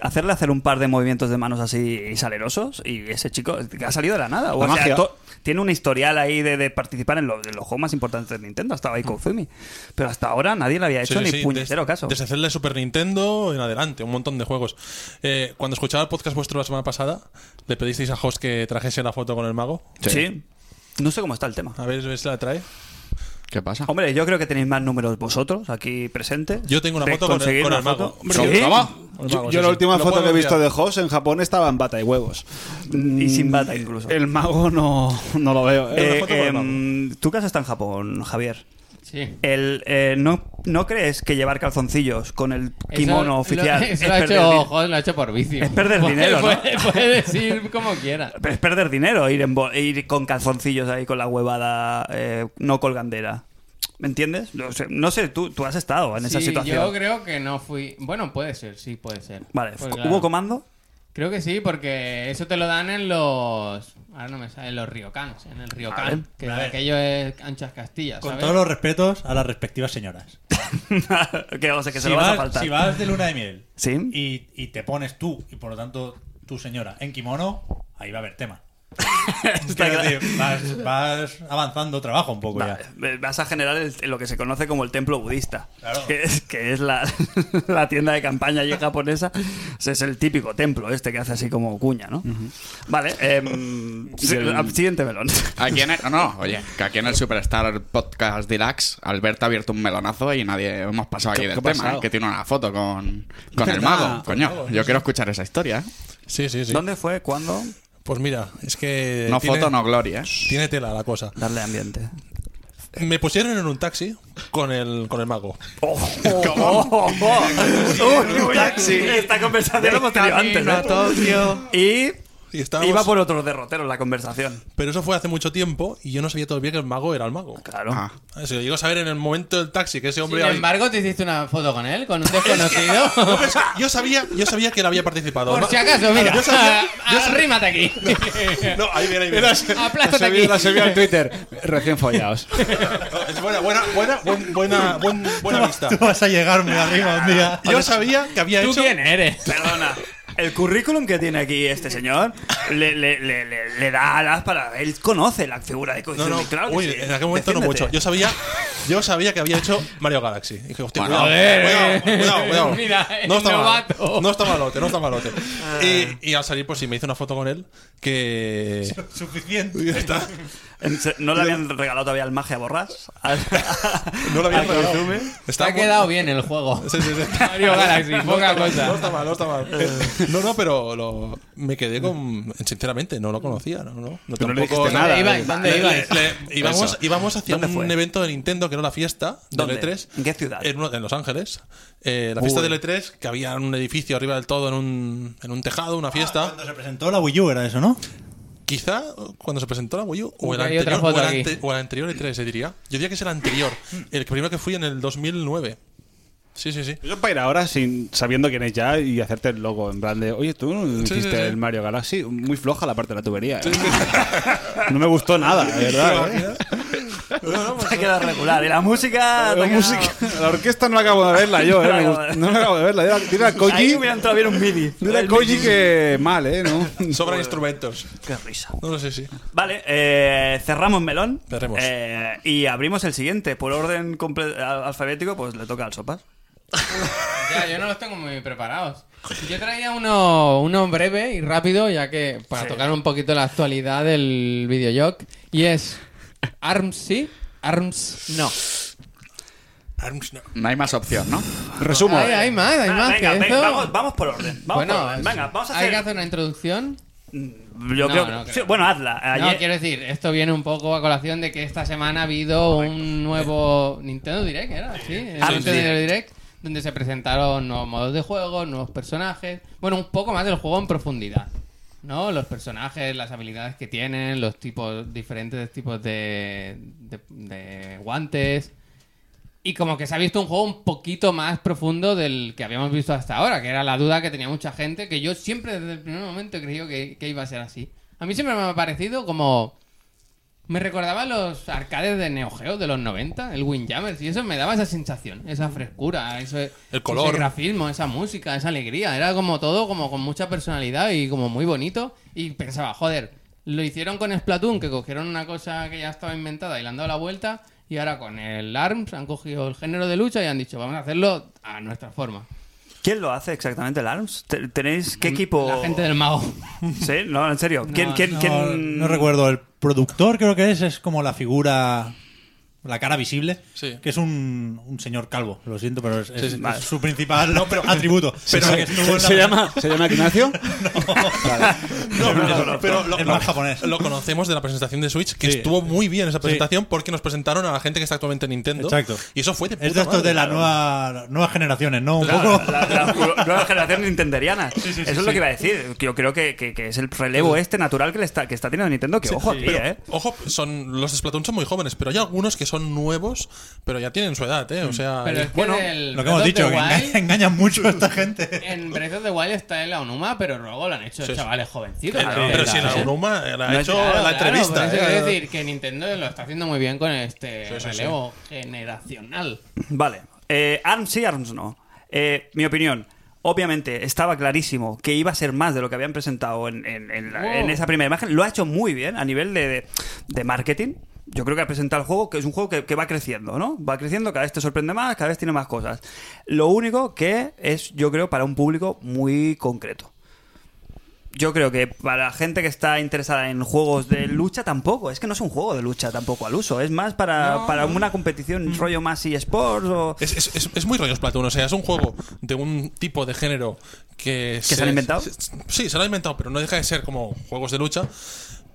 [SPEAKER 2] hacerle hacer un par de movimientos de manos así salerosos y ese chico que ha salido de la nada. O
[SPEAKER 5] La
[SPEAKER 2] sea,
[SPEAKER 5] magia.
[SPEAKER 2] to- tiene un historial ahí de, de participar en, lo- en los juegos más importantes de Nintendo. Estaba ahí Koizumi. Pero hasta ahora nadie le había hecho
[SPEAKER 3] Sí,
[SPEAKER 2] ni
[SPEAKER 3] sí,
[SPEAKER 2] puñetero
[SPEAKER 3] des-
[SPEAKER 2] caso.
[SPEAKER 3] Desde hacerle Super Nintendo en adelante, un montón de juegos. Eh, cuando escuchaba el podcast vuestro la semana pasada, le pedisteis a Host que trajese la foto con el mago.
[SPEAKER 2] Sí. No sé cómo está el tema.
[SPEAKER 3] A ver si la trae.
[SPEAKER 4] ¿Qué pasa?
[SPEAKER 2] Hombre, yo creo que tenéis más números vosotros aquí presentes.
[SPEAKER 3] Yo tengo una
[SPEAKER 2] De
[SPEAKER 3] foto con el-
[SPEAKER 2] conseguir
[SPEAKER 3] con
[SPEAKER 2] una
[SPEAKER 3] el mago.
[SPEAKER 2] foto.
[SPEAKER 3] Hombre,
[SPEAKER 2] ¿Sí?
[SPEAKER 3] ¿qué? El
[SPEAKER 5] Yo,
[SPEAKER 3] mago,
[SPEAKER 5] yo
[SPEAKER 3] sí,
[SPEAKER 5] la
[SPEAKER 3] sí.
[SPEAKER 5] última
[SPEAKER 3] Lo
[SPEAKER 5] foto
[SPEAKER 3] puedo
[SPEAKER 5] que he visto de
[SPEAKER 3] enviar.
[SPEAKER 5] Hoss en Japón estaba en bata y huevos.
[SPEAKER 2] Y sin bata incluso.
[SPEAKER 5] El mago no, no lo veo. ¿eh?
[SPEAKER 2] Eh,
[SPEAKER 3] foto con el
[SPEAKER 2] em, Tú que has estado en Japón, Javier.
[SPEAKER 7] Sí.
[SPEAKER 2] El, eh, ¿no, ¿No crees que llevar calzoncillos con el kimono
[SPEAKER 7] Eso-
[SPEAKER 2] oficial
[SPEAKER 7] Lo,
[SPEAKER 2] es,
[SPEAKER 7] eso lo ha
[SPEAKER 2] perder
[SPEAKER 7] hecho,
[SPEAKER 2] din-
[SPEAKER 7] joder, lo ha hecho por vicio.
[SPEAKER 2] Es perder
[SPEAKER 7] Puede-
[SPEAKER 2] dinero, ¿no?
[SPEAKER 7] Puede, puede decir como quiera.
[SPEAKER 2] es perder dinero ir, en bo- ir con calzoncillos ahí con la huevada eh, no colgandera? ¿Me entiendes? No sé, no sé, tú, tú has estado en esa
[SPEAKER 7] Sí,
[SPEAKER 2] situación.
[SPEAKER 7] Yo creo que no fui. Bueno, puede ser, sí, puede ser.
[SPEAKER 2] Vale,
[SPEAKER 7] Pues
[SPEAKER 2] ¿hubo
[SPEAKER 7] claro.
[SPEAKER 2] comando?
[SPEAKER 7] Creo que sí, porque eso te lo dan en los. Ahora no me sale, en los riocanos. En el riocan.
[SPEAKER 2] Vale.
[SPEAKER 7] que
[SPEAKER 6] A ver.
[SPEAKER 7] aquello es anchas castillas.
[SPEAKER 6] Con
[SPEAKER 7] ¿sabes?
[SPEAKER 6] todos los respetos a las respectivas señoras.
[SPEAKER 2] que o sea, que se
[SPEAKER 6] si,
[SPEAKER 2] lo vas a
[SPEAKER 6] vas,
[SPEAKER 2] faltar.
[SPEAKER 6] si vas de luna de miel
[SPEAKER 2] Sí.
[SPEAKER 6] y, y te pones tú, y por lo tanto tu señora, en kimono, ahí va a haber tema.
[SPEAKER 2] Está
[SPEAKER 6] Quiero
[SPEAKER 2] claro.
[SPEAKER 6] decir, vas, vas avanzando trabajo un poco
[SPEAKER 2] Va- eh,
[SPEAKER 6] Pues ya.
[SPEAKER 2] vas a generar el- lo que se conoce como el templo budista,
[SPEAKER 6] Claro.
[SPEAKER 2] que es, que es la, la tienda de campaña allí japonesa. O sea, Es el típico templo este que hace así como cuña, ¿no? Vale, em, sí,
[SPEAKER 5] el-
[SPEAKER 2] siguiente melón.
[SPEAKER 4] Aquí en el, no, no, oye, que aquí en el Superstar Podcast Deluxe, Alberto ha abierto un melonazo y nadie hemos pasado aquí
[SPEAKER 5] ¿Qué-
[SPEAKER 4] del
[SPEAKER 5] qué ha
[SPEAKER 4] tema,
[SPEAKER 5] pasado?
[SPEAKER 4] ¿eh? que tiene una foto con, con
[SPEAKER 5] ¿Verdad?
[SPEAKER 4] el mago, coño. Yo quiero escuchar esa historia, ¿eh?
[SPEAKER 3] Sí, sí, sí.
[SPEAKER 2] ¿Dónde fue? ¿Cuándo?
[SPEAKER 3] Pues mira, es que.
[SPEAKER 4] No
[SPEAKER 3] tiene-
[SPEAKER 4] foto, no gloria, ¿eh?
[SPEAKER 3] Tiene tela la cosa.
[SPEAKER 2] Darle ambiente.
[SPEAKER 3] Me pusieron en un taxi con el, con el mago.
[SPEAKER 2] Oh, Uy, uy, Esta conversación la hemos tenido antes, ¿eh? Y
[SPEAKER 3] Y estábamos-
[SPEAKER 2] iba por otros derroteros la conversación.
[SPEAKER 3] Pero eso fue hace mucho tiempo y yo no sabía todavía que el mago era el mago.
[SPEAKER 2] Claro.
[SPEAKER 4] Ah,
[SPEAKER 3] Eso, llego a saber en el momento del taxi que ese hombre.
[SPEAKER 7] Sin embargo, te hiciste una foto con él, con un desconocido.
[SPEAKER 3] No, pero es que yo sabía, yo sabía que él había participado.
[SPEAKER 7] Por
[SPEAKER 3] No-
[SPEAKER 7] si acaso, mira.
[SPEAKER 3] Yo sabía- yo sabía-
[SPEAKER 7] Arrímate aquí.
[SPEAKER 3] No, ahí viene, ahí viene.
[SPEAKER 7] Aplástate
[SPEAKER 5] La subí-
[SPEAKER 7] aquí.
[SPEAKER 5] La subí al Twitter. Recién follados.
[SPEAKER 3] Es buena, buena, buena, buen- buena, buen- buena vista.
[SPEAKER 6] Tú vas a llegar muy arriba un día.
[SPEAKER 3] Yo sabía que había
[SPEAKER 7] ¿Tú
[SPEAKER 3] hecho.
[SPEAKER 7] quién eres?
[SPEAKER 2] Perdona. El currículum que tiene aquí este señor le, le- le- le- le da alas para. Él conoce la figura de
[SPEAKER 3] No,
[SPEAKER 2] Koizumi.
[SPEAKER 3] no,
[SPEAKER 2] claro que
[SPEAKER 3] uy,
[SPEAKER 2] sí.
[SPEAKER 3] en aquel momento no
[SPEAKER 2] Defiéndete.
[SPEAKER 3] mucho. Yo sabía, yo sabía que había hecho Mario Galaxy. Dije, hostia,
[SPEAKER 4] Bueno,
[SPEAKER 3] cuidado,
[SPEAKER 7] joder,
[SPEAKER 3] cuidado, cuidado, cuidado.
[SPEAKER 7] mira,
[SPEAKER 3] no
[SPEAKER 7] el
[SPEAKER 3] está
[SPEAKER 7] novato.
[SPEAKER 3] mal. No está malote, no está malote. Y, y al salir, pues sí, me hice una foto con él que.
[SPEAKER 6] Suficiente.
[SPEAKER 3] Y ya está.
[SPEAKER 2] En se- ¿No le habían regalado todavía el magia borras?
[SPEAKER 3] No lo había
[SPEAKER 2] ¿A
[SPEAKER 3] regalado.
[SPEAKER 2] Koizumi?
[SPEAKER 7] Te
[SPEAKER 3] Está
[SPEAKER 7] ha
[SPEAKER 3] muy-
[SPEAKER 7] quedado bien el juego.
[SPEAKER 3] Sí, sí, sí.
[SPEAKER 7] Mario Galaxy, poca
[SPEAKER 3] No
[SPEAKER 7] cosa.
[SPEAKER 3] está mal, no está mal.
[SPEAKER 2] Eh.
[SPEAKER 3] No, no, pero lo- me quedé con. Sinceramente, no lo conocía. No, no, no,
[SPEAKER 5] Pero no le
[SPEAKER 3] tampoco-
[SPEAKER 5] dijiste nada.
[SPEAKER 7] ¿Dónde ibais? ¿Dónde
[SPEAKER 3] Le-
[SPEAKER 7] ibais?
[SPEAKER 3] le- íbamos,
[SPEAKER 2] eh. Eso.
[SPEAKER 3] íbamos hacia
[SPEAKER 2] ¿Dónde
[SPEAKER 3] un
[SPEAKER 2] fue?
[SPEAKER 3] evento de Nintendo que era la fiesta de
[SPEAKER 2] ¿Dónde?
[SPEAKER 3] E3.
[SPEAKER 2] ¿En qué ciudad?
[SPEAKER 3] En, uno- en Los Ángeles. Eh, la fiesta de E3, que había un edificio arriba del todo en un, en un tejado, una fiesta.
[SPEAKER 6] Cuando se presentó la Wii U era eso, ¿no?
[SPEAKER 3] Quizá cuando se presentó la Wii U o el,
[SPEAKER 7] Hay otra
[SPEAKER 3] anterior,
[SPEAKER 7] foto
[SPEAKER 3] o el
[SPEAKER 7] aquí.
[SPEAKER 3] ante- o el anterior E3, se diría. Yo diría que es el anterior. El primero que fui en el 2009. Sí, sí, sí.
[SPEAKER 5] Yo para ir ahora sin, sabiendo quién es ya y hacerte el logo. En plan de, oye, tú no hiciste
[SPEAKER 3] sí, sí.
[SPEAKER 5] el Mario Galaxy. Muy floja la parte de la tubería. ¿eh? No me gustó nada, de
[SPEAKER 3] ¿Te
[SPEAKER 5] verdad. ¿eh?
[SPEAKER 3] imaginas?
[SPEAKER 2] Se ha quedado regular. Y la música. te
[SPEAKER 5] La,
[SPEAKER 2] ha quedado-
[SPEAKER 5] música- la orquesta no acabo de verla yo, eh. me gust- No la acabo de verla. Dile a- Dile a
[SPEAKER 2] Ahí
[SPEAKER 5] Koji,
[SPEAKER 2] hubiera entrado bien un MIDI.
[SPEAKER 5] dile a
[SPEAKER 2] El
[SPEAKER 5] Koji
[SPEAKER 2] MIDI.
[SPEAKER 5] que mal, eh. ¿no?
[SPEAKER 3] Sobran instrumentos.
[SPEAKER 2] Qué risa.
[SPEAKER 3] No lo sé, sí.
[SPEAKER 2] Vale, eh, cerramos melón.
[SPEAKER 3] Cerremos.
[SPEAKER 2] Eh, y abrimos el siguiente. Por orden comple- al- alfabético, pues le toca al sopas.
[SPEAKER 7] Ya, yo no los tengo muy preparados. Yo traía uno, uno breve y rápido, ya que para tocar un poquito la actualidad del videojoc. Y es ARMS sí, ARMS no.
[SPEAKER 3] Arms no.
[SPEAKER 4] No hay más opción, ¿no?
[SPEAKER 5] Resumo.
[SPEAKER 7] Ay, hay más, hay
[SPEAKER 2] Ah,
[SPEAKER 7] más
[SPEAKER 2] venga,
[SPEAKER 7] que
[SPEAKER 2] ve-
[SPEAKER 7] eso.
[SPEAKER 2] vamos, vamos por orden. Vamos
[SPEAKER 7] bueno,
[SPEAKER 2] por orden. Venga, vamos a
[SPEAKER 7] hay que
[SPEAKER 2] hacer.
[SPEAKER 7] hacer una introducción.
[SPEAKER 2] Mm, Yo
[SPEAKER 7] No,
[SPEAKER 2] creo que-
[SPEAKER 7] no creo.
[SPEAKER 2] sí, bueno, hazla.
[SPEAKER 7] No,
[SPEAKER 2] Ayer-
[SPEAKER 7] quiero decir, esto viene un poco a colación de que esta semana ha habido un nuevo Nintendo Direct, ¿era? Sí, el
[SPEAKER 2] Ah, sí.
[SPEAKER 7] Nintendo Direct, donde se presentaron nuevos modos de juego, nuevos personajes. Bueno, un poco más del juego en profundidad, ¿no? Los personajes, las habilidades que tienen, los tipos, diferentes tipos de, de- de guantes. Y como que se ha visto un juego un poquito más profundo del que habíamos visto hasta ahora, que era la duda que tenía mucha gente, que yo siempre desde el primer momento he creído que, que iba a ser así. A mí siempre me ha parecido como... Me recordaba los arcades de Neo Geo de los 90, el Windjammers, y eso me daba esa sensación, esa frescura, eso, e,
[SPEAKER 3] El color.
[SPEAKER 7] ese grafismo, esa música, esa alegría. Era como todo como con mucha personalidad y como muy bonito. Y pensaba, joder, lo hicieron con Splatoon, que cogieron una cosa que ya estaba inventada y le han dado la vuelta. Y ahora con el ARMS han cogido el género de lucha y han dicho, vamos a hacerlo a nuestra forma.
[SPEAKER 2] ¿Quién lo hace exactamente, el ARMS? ¿Te- ¿Tenéis qué equipo?
[SPEAKER 7] Mm,
[SPEAKER 6] Oh.
[SPEAKER 7] La gente del mago.
[SPEAKER 2] Sí, no, en serio. ¿Quién, quién,
[SPEAKER 6] No,
[SPEAKER 2] quién-
[SPEAKER 6] no recuerdo. El productor creo que es, es como la figura, la cara visible,
[SPEAKER 3] Sí.
[SPEAKER 6] que es un, un señor calvo. Lo siento, pero es, es-
[SPEAKER 3] Sí, sí.
[SPEAKER 6] es
[SPEAKER 3] Vale.
[SPEAKER 6] su principal atributo. Pero que estuvo en la-
[SPEAKER 5] ¿Se llama, ¿Se llama Ignacio?
[SPEAKER 3] No,
[SPEAKER 6] no,
[SPEAKER 3] pero,
[SPEAKER 6] no,
[SPEAKER 3] pero
[SPEAKER 6] no,
[SPEAKER 3] lo,
[SPEAKER 6] es
[SPEAKER 3] lo-
[SPEAKER 6] más japonés.
[SPEAKER 3] lo conocemos de la presentación de Switch, que
[SPEAKER 6] Sí.
[SPEAKER 3] estuvo muy bien esa presentación porque nos presentaron a la gente que está actualmente en Nintendo.
[SPEAKER 6] Exacto.
[SPEAKER 3] Y eso fue de puta
[SPEAKER 6] Es de estos
[SPEAKER 3] madre,
[SPEAKER 6] de las
[SPEAKER 3] claro.
[SPEAKER 6] nueva, nuevas generaciones, ¿no? Un
[SPEAKER 2] Claro,
[SPEAKER 6] poco.
[SPEAKER 2] la, la ju- nueva generación nintenderiana. Eso es lo que iba a decir. Yo creo que, que- que es el relevo este natural que, le está, que está teniendo Nintendo. Que ojo aquí, ¿eh?
[SPEAKER 3] Ojo, son los de Splatoon son muy jóvenes, pero hay algunos que son nuevos, pero ya tienen su edad, ¿eh? O sea,
[SPEAKER 7] Pero es que
[SPEAKER 3] bueno,
[SPEAKER 7] del
[SPEAKER 6] Lo que hemos
[SPEAKER 7] Breath
[SPEAKER 6] dicho,
[SPEAKER 7] of
[SPEAKER 6] que
[SPEAKER 7] the
[SPEAKER 6] enga-
[SPEAKER 7] Wild-
[SPEAKER 6] engañan mucho a esta gente.
[SPEAKER 7] En Breath of the Wild está el Aonuma, pero luego lo han hecho
[SPEAKER 3] Sí, sí.
[SPEAKER 7] chavales jovencitos.
[SPEAKER 3] pero,
[SPEAKER 7] ¿no?
[SPEAKER 3] pero
[SPEAKER 7] Sí,
[SPEAKER 3] si en
[SPEAKER 7] sí.
[SPEAKER 3] Aonuma la ha
[SPEAKER 2] No es-
[SPEAKER 3] hecho
[SPEAKER 7] Claro,
[SPEAKER 3] la
[SPEAKER 7] claro,
[SPEAKER 3] entrevista.
[SPEAKER 7] por eso
[SPEAKER 3] ¿eh?
[SPEAKER 7] quiero decir que Nintendo lo está haciendo muy bien con este
[SPEAKER 3] Sí, sí, sí.
[SPEAKER 7] relevo generacional.
[SPEAKER 2] Vale. Eh, ARMS sí, ARMS no. Eh, mi opinión. Obviamente estaba clarísimo que iba a ser más de lo que habían presentado en, en- en la-
[SPEAKER 7] Wow.
[SPEAKER 2] en esa primera imagen. Lo ha hecho muy bien a nivel de, de- de marketing. Yo creo que ha presentado el juego, que es un juego que, que va creciendo, ¿no? Va creciendo, cada vez te sorprende más, cada vez tiene más cosas. Lo único que es, yo creo, para un público muy concreto. Yo creo que para gente que está interesada en juegos de lucha tampoco. Es que no es un juego de lucha tampoco al uso. Es más para, para una competición rollo más eSports o...
[SPEAKER 3] Es, es- es- es muy rollo Splatoon, o sea, es un juego de un tipo de género que...
[SPEAKER 2] se han inventado?
[SPEAKER 3] sí, se lo han inventado, pero no deja de ser como juegos de lucha.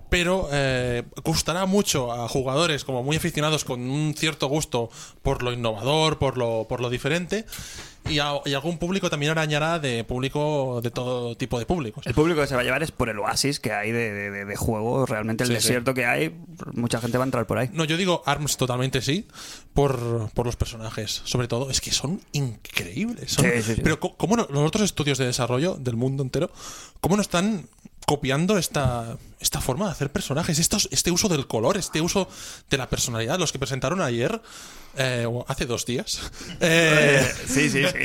[SPEAKER 3] Pero eh, gustará mucho a jugadores como muy aficionados con un cierto gusto por lo innovador, por lo, por lo diferente. Y, a- y algún público también arañará de público, de todo tipo de públicos.
[SPEAKER 2] El público que se va a llevar es por el oasis que hay de, de, de- de juego, realmente el
[SPEAKER 3] Sí, sí.
[SPEAKER 2] desierto que hay, mucha gente va a entrar por ahí.
[SPEAKER 3] No, yo digo ARMS totalmente sí, por, por los personajes, sobre todo. Es que son increíbles. son-
[SPEAKER 2] Sí, sí, sí.
[SPEAKER 3] Pero co- ¿cómo no- los otros estudios de desarrollo del mundo entero, cómo no están copiando esta, esta forma de hacer personajes? Estos, este uso del color, este uso de la personalidad, los que presentaron ayer, eh, o hace dos días, eh,
[SPEAKER 2] Sí, sí, sí.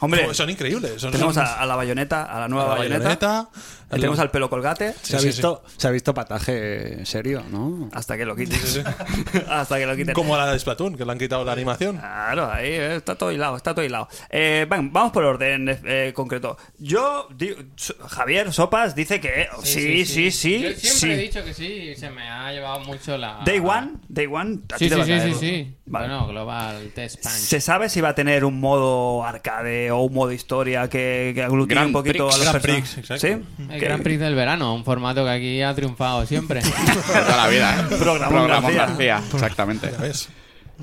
[SPEAKER 2] Hombre,
[SPEAKER 3] son increíbles. Son,
[SPEAKER 2] tenemos
[SPEAKER 3] son-
[SPEAKER 2] a, a la bayoneta, a la nueva
[SPEAKER 3] a la
[SPEAKER 2] bayoneta,
[SPEAKER 3] bayoneta, al-
[SPEAKER 2] tenemos al pelo colgate,
[SPEAKER 5] Se ha
[SPEAKER 3] sí, sí.
[SPEAKER 5] visto, se ha visto pataje serio, ¿no?
[SPEAKER 2] hasta que lo quiten. hasta que lo quiten.
[SPEAKER 3] como a la de Splatoon, que le han quitado la animación.
[SPEAKER 2] Claro, ahí eh, está todo hilado, está todo hilado. Eh, van- vamos por orden eh, concreto. Yo, di- so- Javier Sopas dice que sí, sí, Pues sí, sí.
[SPEAKER 7] Yo siempre he dicho que sí, y se me ha llevado mucho la.
[SPEAKER 2] Day One, Day One, a ti
[SPEAKER 7] Sí,
[SPEAKER 2] te
[SPEAKER 7] sí,
[SPEAKER 2] va a
[SPEAKER 7] sí,
[SPEAKER 2] caer.
[SPEAKER 7] sí, sí.
[SPEAKER 2] Vale.
[SPEAKER 7] Bueno, Global Test Punch.
[SPEAKER 2] ¿Se sabe si va a tener un modo arcade o un modo historia que, que aglutine
[SPEAKER 4] Grand
[SPEAKER 2] un poquito
[SPEAKER 4] Prix.
[SPEAKER 2] a los
[SPEAKER 6] Grand
[SPEAKER 2] personajes?
[SPEAKER 6] Prix, exacto.
[SPEAKER 2] ¿Sí?
[SPEAKER 7] El
[SPEAKER 2] Que-
[SPEAKER 7] Gran Prix del verano, un formato que aquí ha triunfado siempre.
[SPEAKER 4] De toda la vida. ¿eh?
[SPEAKER 2] Programón
[SPEAKER 4] Programón
[SPEAKER 2] García.
[SPEAKER 4] García, Exactamente.
[SPEAKER 3] Ya ves,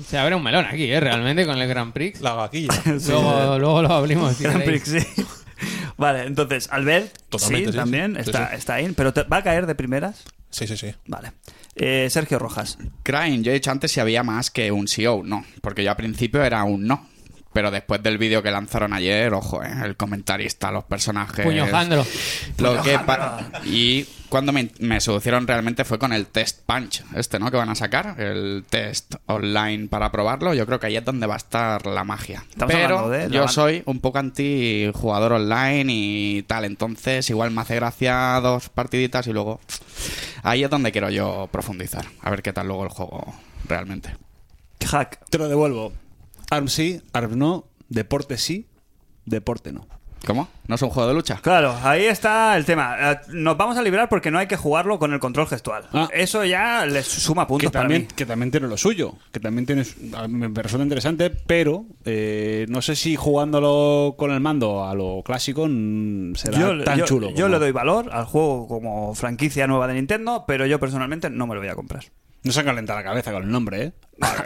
[SPEAKER 7] se abre un melón aquí, ¿eh? Realmente con el Gran Prix.
[SPEAKER 3] la vaquilla.
[SPEAKER 7] Luego, luego lo abrimos. si
[SPEAKER 2] Grand
[SPEAKER 7] queréis.
[SPEAKER 2] Prix, sí. Vale, entonces, Albert,
[SPEAKER 3] Totalmente,
[SPEAKER 2] sí,
[SPEAKER 3] sí,
[SPEAKER 2] también
[SPEAKER 3] sí.
[SPEAKER 2] está,
[SPEAKER 3] Sí, sí.
[SPEAKER 2] está ahí, pero te- ¿va a caer de primeras?
[SPEAKER 3] Sí, sí, sí.
[SPEAKER 2] Vale. Eh, Sergio Rojas.
[SPEAKER 4] Crane, yo he dicho antes si había más que un sí o un no, porque yo al principio era un no. Pero después del vídeo que lanzaron ayer, ojo, eh, el comentarista, los personajes.
[SPEAKER 7] Puñojandro.
[SPEAKER 4] Lo que pa- y cuando me, me seducieron realmente fue con el test punch, este, ¿no? Que van a sacar, el test online para probarlo. Yo creo que ahí es donde va a estar la magia.
[SPEAKER 2] Estamos
[SPEAKER 4] Pero
[SPEAKER 2] hablando de la
[SPEAKER 4] yo
[SPEAKER 2] banda.
[SPEAKER 4] soy un poco anti jugador online y tal, entonces igual me hace gracia dos partiditas y luego ahí es donde quiero yo profundizar. A ver qué tal luego el juego realmente.
[SPEAKER 2] Hack.
[SPEAKER 5] Te lo devuelvo. Arm sí, arm no, deporte sí, deporte no.
[SPEAKER 4] ¿Cómo? ¿No es un juego de lucha?
[SPEAKER 2] Claro, ahí está el tema. Eh, Nos vamos a librar porque no hay que jugarlo con el control gestual.
[SPEAKER 5] Ah.
[SPEAKER 2] Eso ya les suma puntos
[SPEAKER 5] Que también,
[SPEAKER 2] para mí.
[SPEAKER 5] que también tiene lo suyo, que también tiene, su- a- me resulta interesante, pero eh, no sé si jugándolo con el mando a lo clásico mm, será tan chulo.
[SPEAKER 2] yo
[SPEAKER 5] como-
[SPEAKER 2] le doy valor al juego como franquicia nueva de Nintendo, pero yo personalmente no me lo voy a comprar.
[SPEAKER 5] No se calienta la cabeza con el nombre, ¿eh?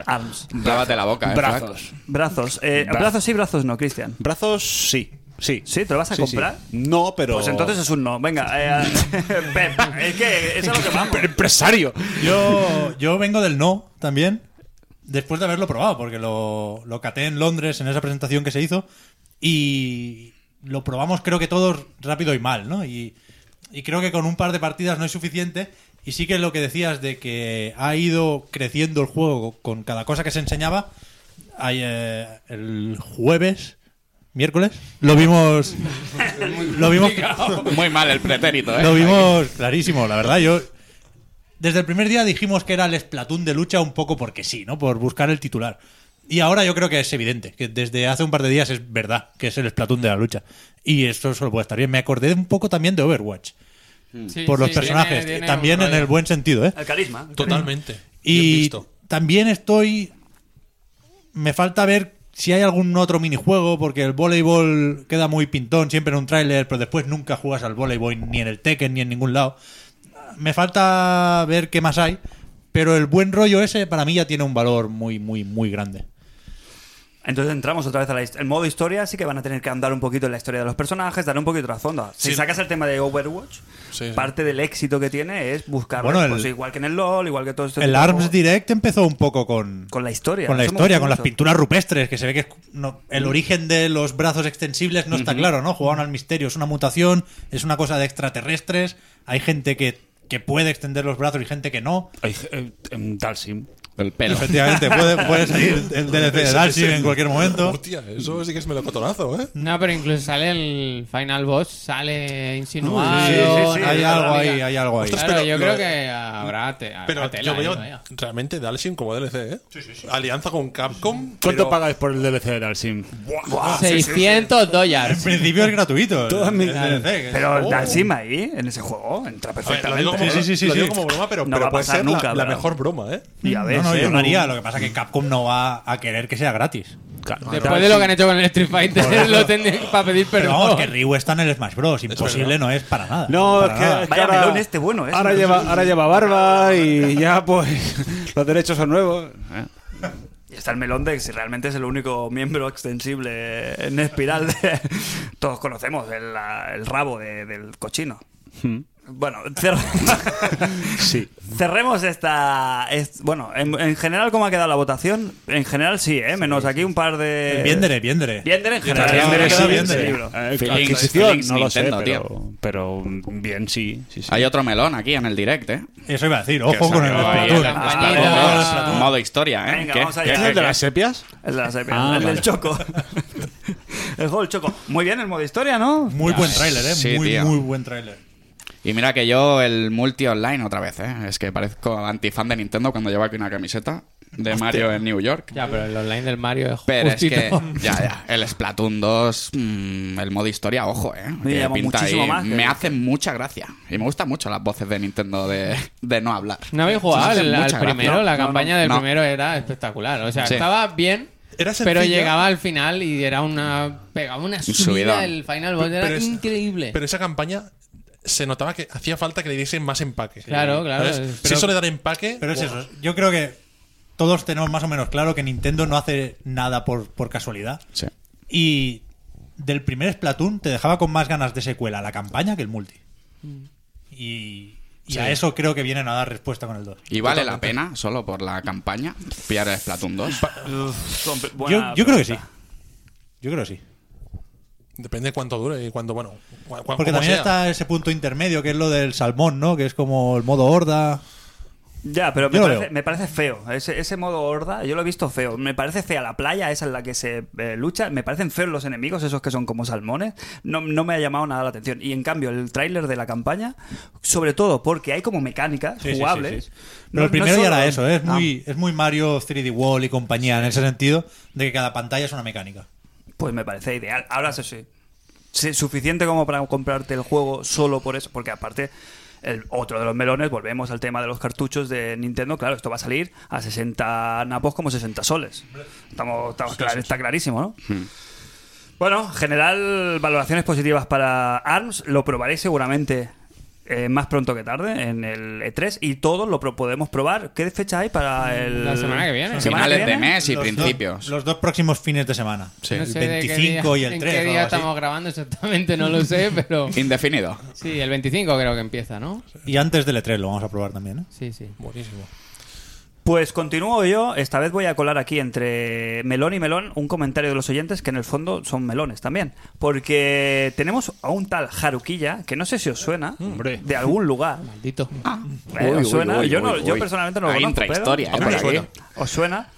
[SPEAKER 2] Arms.
[SPEAKER 4] Lávate la boca, eh, Frank.
[SPEAKER 5] Brazos.
[SPEAKER 2] Brazos. Eh,
[SPEAKER 5] Bra-
[SPEAKER 2] Brazos sí, brazos no, Cristian.
[SPEAKER 5] Brazos sí, sí.
[SPEAKER 2] ¿Sí? ¿Te lo vas a
[SPEAKER 5] Sí, sí.
[SPEAKER 2] comprar?
[SPEAKER 5] No, pero...
[SPEAKER 2] Pues entonces es un no. Venga, eh, ven, es que eso es lo que vamos.
[SPEAKER 5] Pero empresario.
[SPEAKER 6] Yo, yo vengo del no también, después de haberlo probado, porque lo, lo caté en Londres en esa presentación que se hizo y lo probamos creo que todos rápido y mal, ¿no? Y, y creo que con un par de partidas no es suficiente y sí que lo que decías de que ha ido creciendo el juego con cada cosa que se enseñaba, hay, eh, el jueves, miércoles, lo vimos... lo vimos...
[SPEAKER 4] Muy mal el pretérito, ¿eh?
[SPEAKER 6] Lo vimos clarísimo, la verdad. Yo desde el primer día dijimos que era el Splatoon de lucha un poco porque sí, ¿no? Por buscar el titular. Y ahora yo creo que es evidente, que desde hace un par de días es verdad que es el Splatoon de la lucha. Y esto solo puede estar bien. Me acordé un poco también de Overwatch,
[SPEAKER 7] Sí,
[SPEAKER 6] por los
[SPEAKER 7] sí,
[SPEAKER 6] personajes,
[SPEAKER 7] tiene- tiene
[SPEAKER 6] también
[SPEAKER 7] un
[SPEAKER 6] en el
[SPEAKER 7] rollo.
[SPEAKER 6] buen sentido, ¿eh?
[SPEAKER 2] El carisma.
[SPEAKER 3] Totalmente. Bien
[SPEAKER 6] Y
[SPEAKER 3] visto.
[SPEAKER 6] también estoy. Me falta ver si hay algún otro minijuego, porque el voleibol queda muy pintón siempre en un tráiler, pero después nunca juegas al voleibol ni en el Tekken ni en ningún lado. Me falta ver qué más hay, pero el buen rollo ese para mí ya tiene un valor muy, muy, muy grande.
[SPEAKER 2] Entonces entramos otra vez a la hist- el modo historia, así que van a tener que andar un poquito en la historia de los personajes, dar un poquito de trasfondo. Si
[SPEAKER 3] Sí.
[SPEAKER 2] sacas el tema de Overwatch,
[SPEAKER 3] Sí, sí.
[SPEAKER 2] parte del éxito que tiene es buscar,
[SPEAKER 6] Bueno, el-
[SPEAKER 2] pues, igual que en el LoL, igual que todo esto.
[SPEAKER 6] El ARMS Direct empezó un poco con.
[SPEAKER 2] Con la historia.
[SPEAKER 6] Con la
[SPEAKER 2] Eso me
[SPEAKER 6] historia,
[SPEAKER 2] gustó
[SPEAKER 6] con las
[SPEAKER 2] mucho.
[SPEAKER 6] pinturas rupestres, que se ve que es- no, el origen de los brazos extensibles no está claro, ¿no? Jugaban al misterio, es una mutación, es una cosa de extraterrestres, hay gente que, que puede extender los brazos y gente que no.
[SPEAKER 5] Ay, eh, em, tal sim.
[SPEAKER 4] El pelo.
[SPEAKER 6] Efectivamente, puede, puede salir el DLC de
[SPEAKER 3] Ese-
[SPEAKER 6] Darcy
[SPEAKER 3] ese-
[SPEAKER 6] en cualquier momento.
[SPEAKER 3] Hostia, eso sí que es melocotonazo, ¿eh?
[SPEAKER 7] No, pero incluso sale el final boss, sale insinuado.
[SPEAKER 6] Sí, sí, sí,
[SPEAKER 7] no
[SPEAKER 6] hay
[SPEAKER 7] sé,
[SPEAKER 6] algo ahí,
[SPEAKER 7] diga.
[SPEAKER 6] hay algo ahí.
[SPEAKER 3] Ostras,
[SPEAKER 7] Claro,
[SPEAKER 3] pero
[SPEAKER 7] yo
[SPEAKER 3] lo-
[SPEAKER 7] creo que habrá te, habrá
[SPEAKER 3] Pero
[SPEAKER 7] tela
[SPEAKER 3] yo
[SPEAKER 7] ahí,
[SPEAKER 3] veo
[SPEAKER 7] vaya.
[SPEAKER 3] realmente Dalsim como DLC, ¿eh? Alianza con Capcom.
[SPEAKER 5] ¿Cuánto
[SPEAKER 3] pero-
[SPEAKER 5] pagáis por el DLC de Dalsim?
[SPEAKER 3] Buah, buah, Ah, sí, sí, sí.
[SPEAKER 7] 600
[SPEAKER 6] En
[SPEAKER 7] dólares.
[SPEAKER 6] principio es gratuito. el DLC, que-
[SPEAKER 2] Pero
[SPEAKER 3] Oh.
[SPEAKER 2] Dalsim ahí, en ese juego, entra
[SPEAKER 3] A ver, lo digo
[SPEAKER 2] perfectamente.
[SPEAKER 3] como,
[SPEAKER 6] Sí, sí, sí,
[SPEAKER 3] lo digo
[SPEAKER 6] sí.
[SPEAKER 3] como broma, pero,
[SPEAKER 2] No
[SPEAKER 3] pero
[SPEAKER 2] va a
[SPEAKER 3] puede
[SPEAKER 2] pasar
[SPEAKER 3] ser
[SPEAKER 2] nunca,
[SPEAKER 3] la, la
[SPEAKER 2] ¿verdad?
[SPEAKER 3] mejor broma, ¿eh?
[SPEAKER 2] Y a ver,
[SPEAKER 6] no, no,
[SPEAKER 2] sí,
[SPEAKER 6] yo
[SPEAKER 2] no-
[SPEAKER 6] lo haría, lo que pasa es que Capcom no va a querer que sea gratis.
[SPEAKER 7] Después de lo que han hecho con el Street Fighter, lo tendré para pedir
[SPEAKER 6] Pero vamos, que
[SPEAKER 7] perdón.
[SPEAKER 6] Ryu está en el Smash Bros. Imposible no es para nada.
[SPEAKER 5] No, es
[SPEAKER 6] Para
[SPEAKER 5] que,
[SPEAKER 6] nada.
[SPEAKER 5] es que
[SPEAKER 2] Vaya
[SPEAKER 5] ahora,
[SPEAKER 2] melón este bueno, ¿eh?
[SPEAKER 5] Ahora
[SPEAKER 2] Sí,
[SPEAKER 5] lleva, ahora lleva barba y ya pues los derechos son nuevos.
[SPEAKER 2] Y está el melón de que si realmente es el único miembro extensible en espiral. de- Todos conocemos el, la- el rabo de- del cochino. Bueno, cerra-
[SPEAKER 5] Sí.
[SPEAKER 2] cerremos esta. es- bueno, en, en general, ¿cómo ha quedado la votación? En general, sí, ¿eh? Menos aquí un par
[SPEAKER 4] Eh,
[SPEAKER 2] de.
[SPEAKER 6] Viendere, viendere.
[SPEAKER 2] Viendere en general.
[SPEAKER 6] Claro,
[SPEAKER 5] Viendere
[SPEAKER 2] Me
[SPEAKER 5] Ah, sí,
[SPEAKER 2] queda
[SPEAKER 6] Viendere.
[SPEAKER 2] Viendere
[SPEAKER 5] sí.
[SPEAKER 2] libro.
[SPEAKER 5] Eh,
[SPEAKER 4] Feelings,
[SPEAKER 5] adquisición,
[SPEAKER 4] feelings
[SPEAKER 5] no lo sé,
[SPEAKER 4] Nintendo,
[SPEAKER 5] pero, pero mm, bien sí. sí, sí.
[SPEAKER 4] Hay otro melón aquí en el direct, ¿eh?
[SPEAKER 6] Eso iba a decir, ojo con el
[SPEAKER 4] salió ahí
[SPEAKER 6] Splatoon.
[SPEAKER 4] la
[SPEAKER 7] campañita.
[SPEAKER 6] Ojo con el
[SPEAKER 4] Ah,
[SPEAKER 6] Splatoon.
[SPEAKER 4] Modo historia, ¿eh?
[SPEAKER 2] Venga,
[SPEAKER 4] ¿Qué?
[SPEAKER 2] vamos allá.
[SPEAKER 4] ¿Qué?
[SPEAKER 5] ¿Es el de las sepias?
[SPEAKER 2] El de la sepia,
[SPEAKER 5] Ah,
[SPEAKER 2] el del
[SPEAKER 5] vale.
[SPEAKER 2] choco. el juego del choco. Muy bien, el modo historia, ¿no?
[SPEAKER 6] Muy buen tráiler, eh.
[SPEAKER 4] Sí,
[SPEAKER 6] muy,
[SPEAKER 4] tío.
[SPEAKER 6] muy buen tráiler.
[SPEAKER 4] Y mira que yo el multi online otra vez, ¿eh? Es que parezco antifan de Nintendo cuando llevo aquí una camiseta de Mario en New York.
[SPEAKER 7] Ya, pero el online del Mario es
[SPEAKER 4] Pero
[SPEAKER 7] justito.
[SPEAKER 4] es que, ya, ya, el Splatoon 2, mm, el modo historia, ojo, ¿eh?
[SPEAKER 2] Me
[SPEAKER 4] Que
[SPEAKER 2] llama muchísimo más que-
[SPEAKER 4] Me hace mucha gracia. Y me gustan mucho las voces de Nintendo de, de no hablar.
[SPEAKER 7] No habéis jugado
[SPEAKER 4] Sí, sí,
[SPEAKER 7] al, al
[SPEAKER 4] mucha gracia.
[SPEAKER 7] primero, la
[SPEAKER 4] No, no,
[SPEAKER 7] campaña del
[SPEAKER 4] no.
[SPEAKER 7] primero era espectacular. O sea,
[SPEAKER 4] Sí.
[SPEAKER 7] estaba bien,
[SPEAKER 3] Era
[SPEAKER 7] pero
[SPEAKER 3] sencilla.
[SPEAKER 7] llegaba al final y era una. pegaba una subida
[SPEAKER 4] subidón.
[SPEAKER 7] el final boss, era
[SPEAKER 3] Pero es-
[SPEAKER 7] increíble.
[SPEAKER 3] Pero esa campaña se notaba que hacía falta que le diesen más empaque.
[SPEAKER 7] Claro, claro.
[SPEAKER 3] ¿Sabes? si
[SPEAKER 7] Pero-
[SPEAKER 3] eso le dan empaque.
[SPEAKER 6] Pero es
[SPEAKER 3] buah.
[SPEAKER 6] eso. Yo creo que todos tenemos más o menos claro que Nintendo no hace nada por, por casualidad.
[SPEAKER 4] Sí.
[SPEAKER 6] Y del primer Splatoon te dejaba con más ganas de secuela la campaña que el multi. Y, y a eso creo que vienen a dar respuesta con el 2.
[SPEAKER 4] Y vale la pena, solo por la campaña, pillar el Splatoon 2.
[SPEAKER 2] Uf, comp-
[SPEAKER 6] Yo,
[SPEAKER 2] buena
[SPEAKER 6] yo creo que sí. Yo creo que sí.
[SPEAKER 3] Depende de cuánto dure y cuánto, bueno. cua- cua-
[SPEAKER 6] Porque
[SPEAKER 3] como
[SPEAKER 6] también
[SPEAKER 3] sea.
[SPEAKER 6] está ese punto intermedio que es lo del salmón, ¿no? Que es como el modo horda.
[SPEAKER 2] Ya, pero me
[SPEAKER 6] Yo lo
[SPEAKER 2] parece,
[SPEAKER 6] veo.
[SPEAKER 2] me parece feo. Ese, ese modo horda, yo lo he visto feo. Me parece fea la playa, esa en la que se eh, lucha. Me parecen feos los enemigos, esos que son como salmones. No, no me ha llamado nada la atención. Y en cambio, el tráiler de la campaña, sobre todo porque hay como mecánicas
[SPEAKER 6] Sí, sí,
[SPEAKER 2] jugables.
[SPEAKER 6] sí, sí.
[SPEAKER 2] No-
[SPEAKER 6] Pero el
[SPEAKER 2] no
[SPEAKER 6] primero ya
[SPEAKER 2] solo-
[SPEAKER 6] era eso, ¿eh? es,
[SPEAKER 2] Ah,
[SPEAKER 6] muy, es muy Mario 3D Wall y compañía en ese sentido de que cada pantalla es una mecánica.
[SPEAKER 2] pues me parece ideal. Ahora eso sí. sí, Suficiente como para comprarte el juego solo por eso, porque aparte. El otro de los melones, volvemos al tema de los cartuchos de Nintendo. Claro, esto va a salir a 60 napos como 60 soles. Estamos, estamos clar- está clarísimo, ¿no?
[SPEAKER 7] Hmm.
[SPEAKER 2] Bueno, general, valoraciones positivas para ARMS. Lo probaréis seguramente eh, más pronto que tarde en el E3 y todos lo pro- podemos probar. ¿Qué fecha hay para el.
[SPEAKER 7] Mm, La semana que viene.
[SPEAKER 2] ¿Semana que
[SPEAKER 4] Finales de
[SPEAKER 2] viene?
[SPEAKER 4] mes y
[SPEAKER 6] Los dos-
[SPEAKER 4] Eh, principios.
[SPEAKER 6] los dos próximos fines de semana.
[SPEAKER 4] Sí.
[SPEAKER 7] No
[SPEAKER 6] El
[SPEAKER 7] sé de qué
[SPEAKER 6] 25
[SPEAKER 7] día-
[SPEAKER 6] y el
[SPEAKER 7] en
[SPEAKER 6] 3.
[SPEAKER 7] qué
[SPEAKER 6] o
[SPEAKER 7] día
[SPEAKER 6] algo así.
[SPEAKER 7] estamos grabando exactamente, no lo sé, pero...
[SPEAKER 4] Indefinido.
[SPEAKER 7] Sí, el 25 creo que empieza, ¿no?
[SPEAKER 6] Y antes del E3 lo vamos a probar también, ¿eh?
[SPEAKER 7] Sí, sí.
[SPEAKER 3] Buenísimo.
[SPEAKER 2] Pues continúo yo. Esta vez voy a colar aquí entre melón y melón un comentario de los oyentes que en el fondo son melones también. Porque tenemos a un tal Haruquilla que no sé si os suena
[SPEAKER 5] Hombre.
[SPEAKER 2] de algún lugar.
[SPEAKER 7] Maldito.
[SPEAKER 2] Eh,
[SPEAKER 4] Uy,
[SPEAKER 2] ¿Os
[SPEAKER 4] uy,
[SPEAKER 2] suena?
[SPEAKER 4] uy,
[SPEAKER 2] yo,
[SPEAKER 4] uy,
[SPEAKER 2] no, yo
[SPEAKER 4] uy.
[SPEAKER 2] personalmente no lo
[SPEAKER 4] Hay
[SPEAKER 2] conozco. pero-
[SPEAKER 4] intrahistoria, ¿eh?
[SPEAKER 2] Hombre,
[SPEAKER 4] por aquí.
[SPEAKER 2] ¿Os suena?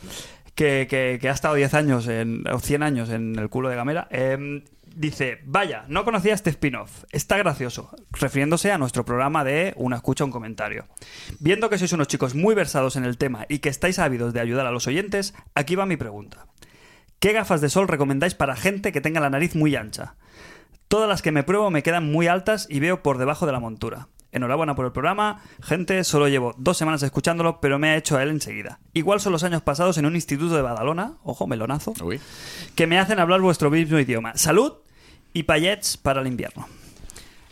[SPEAKER 2] Que, que- que ha estado 10 años en, o 100 años en el culo de Gamera. Eh, dice, vaya, no conocía este spin-off. Está gracioso. Refiriéndose a nuestro programa de Una escucha, un comentario. Viendo que sois unos chicos muy versados en el tema y que estáis ávidos de ayudar a los oyentes, aquí va mi pregunta. ¿Qué gafas de sol recomendáis para gente que tenga la nariz muy ancha? Todas las que me pruebo me quedan muy altas y veo por debajo de la montura. Enhorabuena por el programa. Gente, solo llevo dos semanas escuchándolo, pero me ha hecho a él enseguida. Igual son los años pasados en un instituto de Badalona, ojo, melonazo,
[SPEAKER 4] Uy.
[SPEAKER 2] que me hacen hablar vuestro mismo idioma. Salud y payets para el invierno.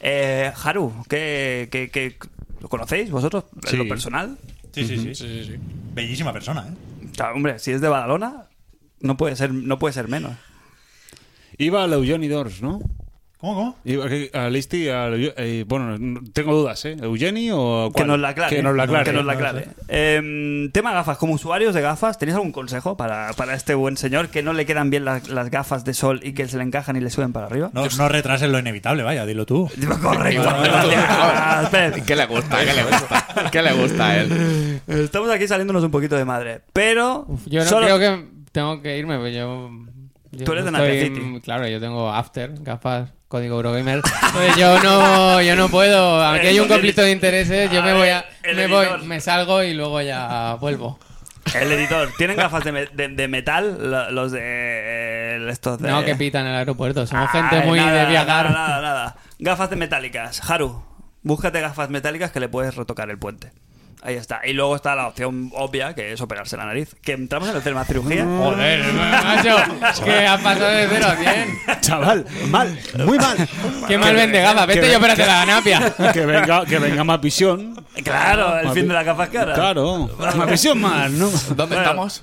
[SPEAKER 2] Eh, Haru, ¿qué, qué- qué- lo conocéis vosotros? en
[SPEAKER 3] Sí.
[SPEAKER 2] lo personal?
[SPEAKER 6] Sí, sí, sí.
[SPEAKER 3] Sí, sí, sí.
[SPEAKER 6] Bellísima persona, ¿eh?
[SPEAKER 2] Ah, hombre, si es de Badalona, no puede ser, no puede ser menos.
[SPEAKER 5] Iba a la Eugeni Dors, ¿no?
[SPEAKER 6] ¿Cómo, cómo?
[SPEAKER 5] Iba aquí a Listi, a la Eugeni- eh, bueno, no- tengo dudas, ¿eh? ¿Eugeni o
[SPEAKER 2] Que
[SPEAKER 5] cuál?
[SPEAKER 2] nos la aclare.
[SPEAKER 5] Que nos la aclare.
[SPEAKER 2] Que nos la aclare. Eh, tema gafas. Como usuarios de gafas, ¿tenéis algún consejo para, para este buen señor que no le quedan bien las, las gafas de sol y que se le encajan y le suben para arriba?
[SPEAKER 6] No, no retrases lo inevitable, vaya, dilo tú.
[SPEAKER 2] Correcto.
[SPEAKER 6] Bueno,
[SPEAKER 2] gracias, Pep.
[SPEAKER 4] ¿Qué le gusta? ¿Qué le gusta? ¿Qué le gusta a él?
[SPEAKER 2] Estamos aquí saliéndonos un poquito de madre. Pero
[SPEAKER 7] Yo no
[SPEAKER 2] solo-
[SPEAKER 7] creo que tengo que irme, pues yo... yo
[SPEAKER 2] Tú eres de
[SPEAKER 7] no estoy-
[SPEAKER 2] Narcity.
[SPEAKER 7] Claro, yo tengo After, gafas, código Eurogamer. Entonces yo no, yo no puedo. Aquí hay un conflicto de intereses. Yo me voy a,
[SPEAKER 2] El
[SPEAKER 7] me voy,
[SPEAKER 2] editor.
[SPEAKER 7] me salgo y luego ya vuelvo.
[SPEAKER 2] el editor, ¿tienen gafas de, me- de- de metal? Lo- Los de eh, estos de...
[SPEAKER 7] No, que pitan en el aeropuerto. Somos
[SPEAKER 2] Ay,
[SPEAKER 7] gente muy
[SPEAKER 2] Ah, eh, nada,
[SPEAKER 7] de viajar.
[SPEAKER 2] Nada, nada, nada. Gafas de metálicas. Haru, búscate gafas metálicas que le puedes retocar el puente. Ahí está. Y luego está la opción obvia, que es operarse la nariz. Que entramos en el tema cirugía.
[SPEAKER 7] Joder, macho, que ha pasado de 0 a 100.
[SPEAKER 5] Chaval, mal, muy mal.
[SPEAKER 7] Qué mal vende gafas.
[SPEAKER 5] que
[SPEAKER 7] Vete y
[SPEAKER 5] ven-
[SPEAKER 7] opérate la napia.
[SPEAKER 5] que, venga, que venga más visión.
[SPEAKER 2] Claro, el
[SPEAKER 5] Más
[SPEAKER 2] fin
[SPEAKER 5] vi-
[SPEAKER 2] de las gafas caras.
[SPEAKER 5] Claro, más visión más, ¿no?
[SPEAKER 4] ¿Dónde estamos?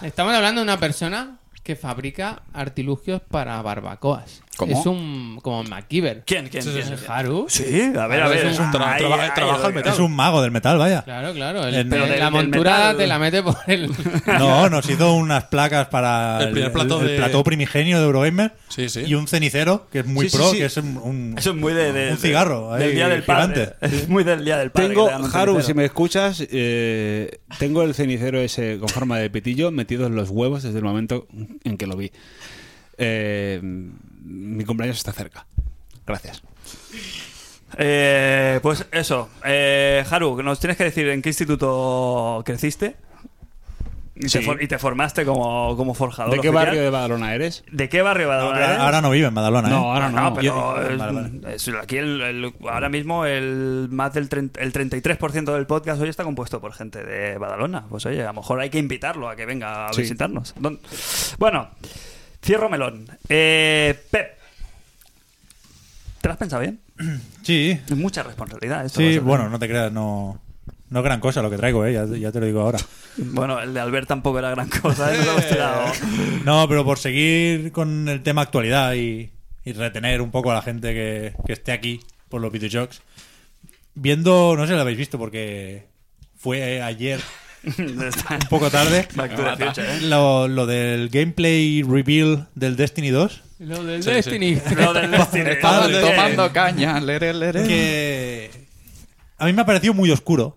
[SPEAKER 7] Estamos hablando de una persona que fabrica artilugios para barbacoas.
[SPEAKER 4] ¿Cómo?
[SPEAKER 7] Es un... como MacGyver.
[SPEAKER 2] ¿Quién? ¿Quién? quién?
[SPEAKER 7] ¿El Haru?
[SPEAKER 2] Sí, a ver, a
[SPEAKER 7] Claro,
[SPEAKER 2] ver.
[SPEAKER 7] es un
[SPEAKER 3] tra-
[SPEAKER 2] Ahí,
[SPEAKER 3] traba-
[SPEAKER 2] ahí,
[SPEAKER 3] trabaja el
[SPEAKER 2] ahí.
[SPEAKER 3] metal.
[SPEAKER 6] Es un mago del metal, vaya.
[SPEAKER 7] Claro, claro.
[SPEAKER 6] El-
[SPEAKER 7] el- el-
[SPEAKER 6] pero
[SPEAKER 2] del-
[SPEAKER 7] la
[SPEAKER 2] del
[SPEAKER 7] montura
[SPEAKER 2] metal.
[SPEAKER 7] te la mete por el...
[SPEAKER 6] No, nos hizo unas placas para
[SPEAKER 3] El primer plato
[SPEAKER 6] el
[SPEAKER 3] de-
[SPEAKER 6] plató primigenio de Eurogamer
[SPEAKER 3] Sí, sí.
[SPEAKER 6] y un cenicero que es muy
[SPEAKER 3] Sí, sí,
[SPEAKER 6] pro,
[SPEAKER 3] sí.
[SPEAKER 6] que es un, un-
[SPEAKER 2] Eso es muy de, de-
[SPEAKER 6] un cigarro
[SPEAKER 2] del
[SPEAKER 6] ahí,
[SPEAKER 2] día del padre.
[SPEAKER 6] gigante.
[SPEAKER 2] Es muy del día del padre.
[SPEAKER 5] Tengo,
[SPEAKER 2] que te dan un
[SPEAKER 5] Haru,
[SPEAKER 2] cenicero.
[SPEAKER 5] si me escuchas, eh, tengo el cenicero ese con forma de pitillo metido en los huevos desde el momento en que lo vi. Eh, mi cumpleaños está cerca. Gracias.
[SPEAKER 2] Eh, pues eso, eh, Haru, nos tienes que decir en qué instituto creciste y,
[SPEAKER 5] Sí.
[SPEAKER 2] te, for- y te formaste como, como forjador.
[SPEAKER 5] ¿De qué
[SPEAKER 2] oficial.
[SPEAKER 5] barrio de Badalona eres?
[SPEAKER 2] ¿De qué barrio de Badalona
[SPEAKER 6] Ahora,
[SPEAKER 2] eres?
[SPEAKER 6] ahora no vive en Badalona, ¿eh?
[SPEAKER 5] No, ahora no.
[SPEAKER 2] Ah, pero
[SPEAKER 5] Yo-
[SPEAKER 2] es-
[SPEAKER 6] vale, vale.
[SPEAKER 2] es aquí el- el- ahora mismo el más del 30 el 33% del podcast hoy está compuesto por gente de Badalona. Pues oye, a lo mejor hay que invitarlo a que venga a
[SPEAKER 5] Sí.
[SPEAKER 2] visitarnos. Don- Bueno, cierro melón. Eh, Pep, ¿te lo has pensado bien?
[SPEAKER 6] Sí,
[SPEAKER 2] Es mucha responsabilidad. Esto va a
[SPEAKER 6] sí,
[SPEAKER 2] ser-
[SPEAKER 6] bueno, no te creas, no, no es gran cosa lo que traigo, ¿eh? ya, ya te lo digo ahora.
[SPEAKER 2] Bueno, el de Albert tampoco era gran cosa, ¿eh? Nos hemos tirado.
[SPEAKER 6] No, pero por seguir con el tema actualidad y, y retener un poco a la gente que, que esté aquí por los videojuegos. Viendo, no sé si lo habéis visto porque fue ayer
[SPEAKER 2] Está-
[SPEAKER 6] Un poco tarde.
[SPEAKER 2] Back to the future, ¿eh?
[SPEAKER 6] Lo, lo del gameplay reveal del Destiny 2.
[SPEAKER 7] Lo del
[SPEAKER 3] Sí,
[SPEAKER 7] Destiny.
[SPEAKER 2] Lo del Destiny.
[SPEAKER 6] Estaba
[SPEAKER 2] Lo de-
[SPEAKER 4] tomando caña, lere, lere.
[SPEAKER 6] Que a mí me ha parecido muy oscuro.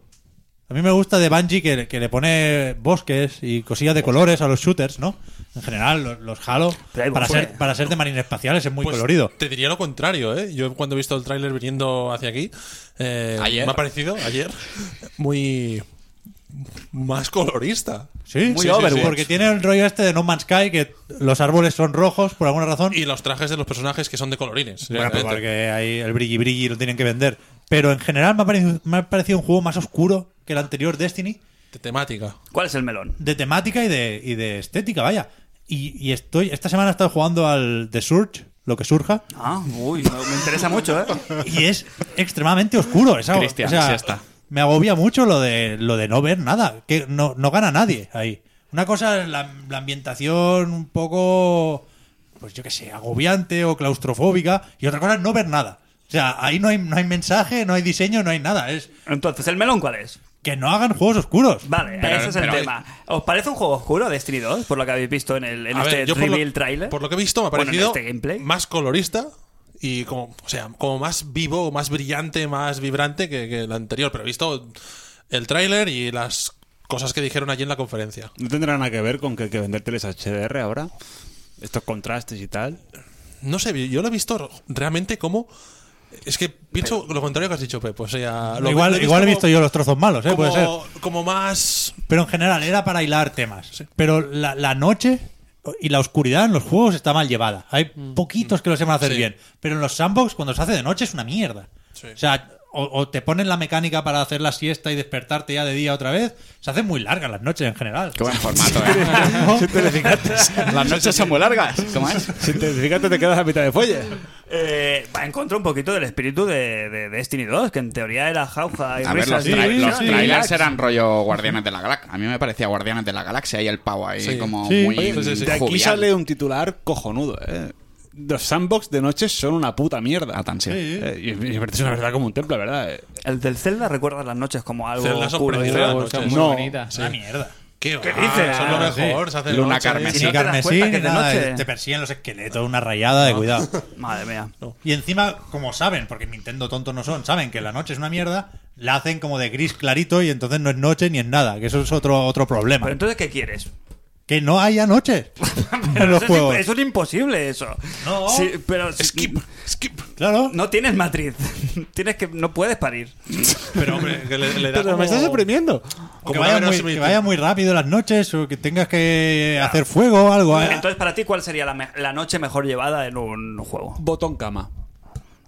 [SPEAKER 6] A mí me gusta de Bungie que, que le pone bosques y cosillas de colores a los shooters, ¿no? En general, los, los Halo,
[SPEAKER 2] Pero hay
[SPEAKER 6] para
[SPEAKER 2] bosque.
[SPEAKER 6] ser, para ser de marines espaciales es muy
[SPEAKER 3] Pues
[SPEAKER 6] colorido.
[SPEAKER 3] Te diría lo contrario, ¿eh? Yo cuando he visto el tráiler viniendo hacia aquí, eh,
[SPEAKER 4] Ayer.
[SPEAKER 3] me ha parecido ayer muy más colorista.
[SPEAKER 6] Sí,
[SPEAKER 3] Muy Sí, sí, Overwatch. sí.
[SPEAKER 6] Porque tiene el rollo este de No Man's Sky, que los árboles son rojos por alguna razón.
[SPEAKER 3] Y los trajes de los personajes que son de colorines.
[SPEAKER 6] Bueno, pues
[SPEAKER 3] directamente.
[SPEAKER 6] porque ahí el brilli brilli lo tienen que vender. Pero en general me ha, parecido, me ha parecido un juego más oscuro que el anterior Destiny,
[SPEAKER 3] De temática.
[SPEAKER 2] ¿Cuál es el melón?
[SPEAKER 6] de temática y de, y de estética, vaya. Y, y estoy esta semana he estado jugando al The Surge, lo que surja,
[SPEAKER 2] Ah, uy, me me interesa mucho, ¿eh?
[SPEAKER 6] y es extremadamente oscuro. Es algo-
[SPEAKER 4] Cristian,
[SPEAKER 6] o sea,
[SPEAKER 4] sí está.
[SPEAKER 6] Me agobia mucho lo de, lo de no ver nada, que no, no gana nadie ahí. Una cosa es la, la ambientación un poco, pues yo qué sé, agobiante o claustrofóbica, y otra cosa es no ver nada. O sea, ahí no hay, no hay mensaje, no hay diseño, no hay nada. Es
[SPEAKER 2] Entonces, ¿el melón cuál es?
[SPEAKER 6] que no hagan juegos oscuros.
[SPEAKER 2] Vale,
[SPEAKER 4] Pero-
[SPEAKER 2] ese es el
[SPEAKER 4] pero-
[SPEAKER 2] tema. ¿Os parece un juego oscuro Destiny 2? Por lo que habéis visto en, el, en
[SPEAKER 3] A
[SPEAKER 2] este
[SPEAKER 3] ver, yo por
[SPEAKER 2] reveal
[SPEAKER 3] lo,
[SPEAKER 2] trailer.
[SPEAKER 3] por lo que he visto me ha
[SPEAKER 2] Bueno, en
[SPEAKER 3] parecido
[SPEAKER 2] este gameplay.
[SPEAKER 3] más colorista y como, o sea, como más vivo, más brillante, más vibrante que, que el anterior. Pero he visto el tráiler y las cosas que dijeron allí en la conferencia.
[SPEAKER 5] ¿No tendrá nada que ver con que hay que vendérteles HDR ahora? Estos contrastes y tal.
[SPEAKER 3] No sé, yo lo he visto realmente como... Es que pienso lo contrario que has dicho, Pep. O sea, lo
[SPEAKER 6] igual
[SPEAKER 3] lo
[SPEAKER 6] igual he
[SPEAKER 3] como-
[SPEAKER 6] visto yo los trozos malos, ¿eh?
[SPEAKER 3] como,
[SPEAKER 6] Puede ser.
[SPEAKER 3] como más...
[SPEAKER 6] Pero en general era para hilar temas. Pero la, la noche y la oscuridad en los juegos está mal llevada. Hay poquitos que lo sepan hacer
[SPEAKER 3] Sí.
[SPEAKER 6] bien. Pero en los sandbox, cuando se hace de noche, es una mierda.
[SPEAKER 3] Sí.
[SPEAKER 6] O sea, o, o te ponen la mecánica para hacer la siesta y despertarte ya de día otra vez. Se hacen muy largas las noches en general.
[SPEAKER 4] Qué buen formato, ¿eh?
[SPEAKER 6] ¿No?
[SPEAKER 4] Las noches son muy largas. ¿Cómo es?
[SPEAKER 5] Si te fíjate, te quedas a mitad de folle.
[SPEAKER 2] Eh, va en contra un poquito del espíritu de, de Destiny 2, que en teoría era jauja y
[SPEAKER 4] A ver, los,
[SPEAKER 2] risas y-
[SPEAKER 4] tra- los
[SPEAKER 2] y
[SPEAKER 4] trailers
[SPEAKER 2] relax.
[SPEAKER 4] eran rollo Guardianes de la Galaxia. A mí me parecía Guardianes de la Galaxia y el pavo ahí
[SPEAKER 3] Sí.
[SPEAKER 4] como
[SPEAKER 5] Sí.
[SPEAKER 4] muy
[SPEAKER 5] Oye,
[SPEAKER 3] sí, sí.
[SPEAKER 5] De aquí
[SPEAKER 4] jovial.
[SPEAKER 5] sale un titular cojonudo, ¿eh? Los sandbox de noche son una puta mierda.
[SPEAKER 4] Ah, tan sí.
[SPEAKER 5] Eh, y, y me parece una verdad como un templo, la verdad. eh.
[SPEAKER 2] El del Zelda recuerda las noches como algo
[SPEAKER 3] Zelda
[SPEAKER 2] oscuro. y
[SPEAKER 3] sorprendida
[SPEAKER 2] raro.
[SPEAKER 3] las noches.
[SPEAKER 7] Muy
[SPEAKER 5] No.
[SPEAKER 7] bonita.
[SPEAKER 6] Una mierda.
[SPEAKER 3] ¿Qué, va?
[SPEAKER 2] dices?
[SPEAKER 3] Son lo
[SPEAKER 2] Ah,
[SPEAKER 3] mejor. Se hace
[SPEAKER 4] Luna
[SPEAKER 3] noche.
[SPEAKER 4] carmesí.
[SPEAKER 2] Si no te das
[SPEAKER 6] carmesí,
[SPEAKER 2] cuenta que
[SPEAKER 6] ni
[SPEAKER 2] es de
[SPEAKER 6] nada,
[SPEAKER 2] noche.
[SPEAKER 6] Te persiguen los esqueletos, una rayada de cuidado.
[SPEAKER 2] Madre mía.
[SPEAKER 6] Y encima, como saben, porque Nintendo tontos no son, saben que la noche es una mierda, la hacen como de gris clarito y entonces no es noche ni es nada, que eso es otro, otro problema.
[SPEAKER 2] Pero entonces, ¿qué quieres?
[SPEAKER 6] Que no haya noche
[SPEAKER 2] Pero
[SPEAKER 6] en los
[SPEAKER 2] eso, es
[SPEAKER 6] juegos.
[SPEAKER 2] imp- eso es imposible, eso.
[SPEAKER 6] No.
[SPEAKER 2] Sí, pero si-
[SPEAKER 3] Skip, skip.
[SPEAKER 6] Claro.
[SPEAKER 2] No tienes matriz. tienes que. No puedes parir.
[SPEAKER 3] Pero hombre, que le, le da
[SPEAKER 5] Pero me
[SPEAKER 3] como-
[SPEAKER 5] estás sorprendiendo.
[SPEAKER 6] O que,
[SPEAKER 3] como
[SPEAKER 6] vaya
[SPEAKER 3] una
[SPEAKER 6] muy,
[SPEAKER 3] similitud.
[SPEAKER 6] que vaya muy rápido las noches o que tengas que hacer fuego o algo. eh.
[SPEAKER 2] Entonces, para ti, ¿cuál sería la, me- la noche mejor llevada en un juego?
[SPEAKER 5] Botón cama.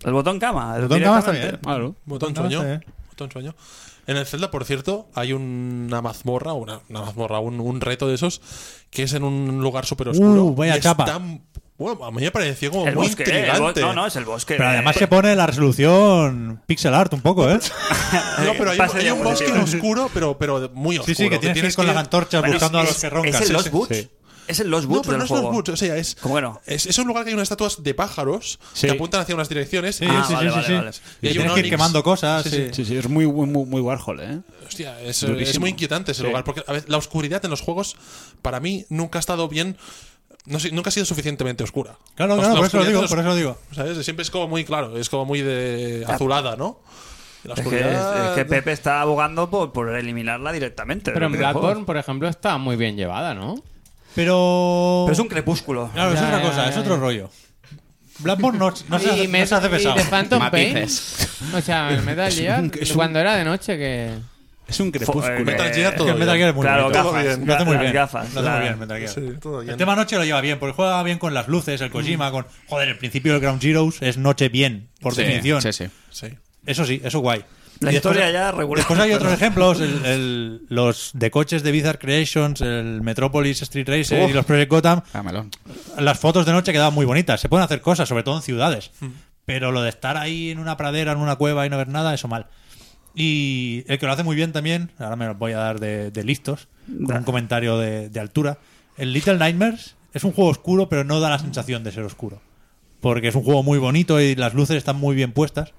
[SPEAKER 2] El botón cama.
[SPEAKER 6] Botón cama está
[SPEAKER 2] directamente.
[SPEAKER 6] bien.
[SPEAKER 5] Claro.
[SPEAKER 3] Botón
[SPEAKER 6] Pues No,
[SPEAKER 3] sueño.
[SPEAKER 6] está bien.
[SPEAKER 3] Botón sueño. En el Zelda, por cierto, hay una mazmorra, una, una mazmorra, un, un reto de esos, que es en un lugar súper oscuro.
[SPEAKER 6] Uh, vaya
[SPEAKER 3] y
[SPEAKER 6] chapa.
[SPEAKER 3] está- bueno, a mí me pareció como
[SPEAKER 2] El
[SPEAKER 3] muy
[SPEAKER 2] bosque, ¿eh? El bo-
[SPEAKER 3] intrigante.
[SPEAKER 2] No, no, es el bosque.
[SPEAKER 6] Pero
[SPEAKER 2] de-
[SPEAKER 6] además se pone la resolución pixel art un poco, ¿eh?
[SPEAKER 3] No, pero hay, un-
[SPEAKER 2] Pasa
[SPEAKER 3] hay
[SPEAKER 2] ya
[SPEAKER 3] un
[SPEAKER 2] por
[SPEAKER 3] bosque
[SPEAKER 2] encima.
[SPEAKER 3] oscuro, pero, pero muy
[SPEAKER 6] Sí,
[SPEAKER 3] oscuro.
[SPEAKER 6] sí, que tienes que ir con las antorchas
[SPEAKER 2] Bueno,
[SPEAKER 6] buscando
[SPEAKER 2] es-
[SPEAKER 6] a los que roncan.
[SPEAKER 2] Es el
[SPEAKER 6] Sí,
[SPEAKER 2] Los
[SPEAKER 6] sí,
[SPEAKER 2] Boots.
[SPEAKER 6] sí.
[SPEAKER 2] Es el Los
[SPEAKER 3] No,
[SPEAKER 2] Boots
[SPEAKER 3] pero
[SPEAKER 2] del
[SPEAKER 3] no es los
[SPEAKER 2] juego.
[SPEAKER 3] buts, o sea, es,
[SPEAKER 2] ¿Cómo que no?
[SPEAKER 3] es, es un lugar que hay unas estatuas de pájaros
[SPEAKER 5] Sí.
[SPEAKER 3] que apuntan hacia unas direcciones.
[SPEAKER 6] Sí,
[SPEAKER 3] y-
[SPEAKER 2] Ah,
[SPEAKER 6] sí,
[SPEAKER 2] vale,
[SPEAKER 6] sí,
[SPEAKER 2] vale,
[SPEAKER 6] sí.
[SPEAKER 2] vale.
[SPEAKER 6] Y
[SPEAKER 3] Y hay
[SPEAKER 6] tienes
[SPEAKER 3] un
[SPEAKER 6] que ir
[SPEAKER 3] Onix.
[SPEAKER 6] quemando cosas. sí.
[SPEAKER 5] Sí, sí, es muy, muy, muy Warhol, ¿eh?
[SPEAKER 3] Hostia, es,
[SPEAKER 5] Durísimo.
[SPEAKER 3] es muy inquietante ese
[SPEAKER 5] Sí.
[SPEAKER 3] lugar, porque a ver, la oscuridad en los juegos, para mí, nunca ha estado bien, no sé, nunca ha sido suficientemente oscura.
[SPEAKER 6] Claro,
[SPEAKER 3] La
[SPEAKER 6] claro, por eso
[SPEAKER 3] oscuridad
[SPEAKER 6] lo
[SPEAKER 3] de
[SPEAKER 6] digo,
[SPEAKER 3] los-
[SPEAKER 6] por eso Ah. lo digo.
[SPEAKER 3] ¿Sabes? Siempre es como muy claro, es como muy de azulada, ¿no? La
[SPEAKER 2] Es que,
[SPEAKER 3] oscuridad...
[SPEAKER 2] es que Pepe está abogando por, por eliminarla directamente. de
[SPEAKER 7] Pero en
[SPEAKER 2] los videojuegos.
[SPEAKER 7] Bloodborne, por ejemplo, está muy bien llevada, ¿no?
[SPEAKER 6] Pero.
[SPEAKER 2] Pero es un crepúsculo.
[SPEAKER 6] Claro,
[SPEAKER 7] Ya,
[SPEAKER 6] es otra
[SPEAKER 7] ya,
[SPEAKER 6] cosa,
[SPEAKER 7] ya,
[SPEAKER 6] es
[SPEAKER 7] ya.
[SPEAKER 6] otro rollo. Blackboard no, no se, hace,
[SPEAKER 7] y me-
[SPEAKER 6] no se hace
[SPEAKER 7] y
[SPEAKER 6] pesado.
[SPEAKER 7] de Phantom
[SPEAKER 4] Matices.
[SPEAKER 7] Pain. O sea, el Metal Gear, cuando era de noche, que.
[SPEAKER 5] Es un
[SPEAKER 2] Fo- eh,
[SPEAKER 5] crepúsculo.
[SPEAKER 3] Metal
[SPEAKER 2] eh,
[SPEAKER 3] Gear
[SPEAKER 6] Es que el Metal Gear es muy
[SPEAKER 2] Claro,
[SPEAKER 6] bonito.
[SPEAKER 2] gafas.
[SPEAKER 6] Lo hace muy
[SPEAKER 2] Las
[SPEAKER 6] bien.
[SPEAKER 2] gafas,
[SPEAKER 6] Lo hace muy
[SPEAKER 2] la-
[SPEAKER 6] bien, Metal Gear.
[SPEAKER 3] Sí, todo bien.
[SPEAKER 6] El tema noche lo lleva bien, porque juega bien con las luces, el
[SPEAKER 2] Mm.
[SPEAKER 6] Kojima, con... Joder, el principio del Ground Zeroes es noche bien, por
[SPEAKER 4] Sí,
[SPEAKER 6] definición.
[SPEAKER 4] Sí, sí.
[SPEAKER 3] Sí.
[SPEAKER 6] Eso sí, eso guay.
[SPEAKER 2] La
[SPEAKER 6] Y
[SPEAKER 2] historia
[SPEAKER 6] después,
[SPEAKER 2] ya regular.
[SPEAKER 6] Después hay otros ejemplos, el- el- los de coches de Bizarre Creations, el Metropolis Street Racer y los Project Gotham.
[SPEAKER 4] Dámelo.
[SPEAKER 6] Las fotos de noche quedaban muy bonitas. Se pueden hacer cosas, sobre todo en ciudades. Pero lo de estar ahí en una pradera, en una cueva y no ver nada, eso mal. Y el que lo hace muy bien también, ahora me lo voy a dar de, de listos, con un comentario de, de altura. El Little Nightmares es un juego oscuro, pero no da la sensación de ser oscuro. Porque es un juego muy bonito y las luces están muy bien puestas.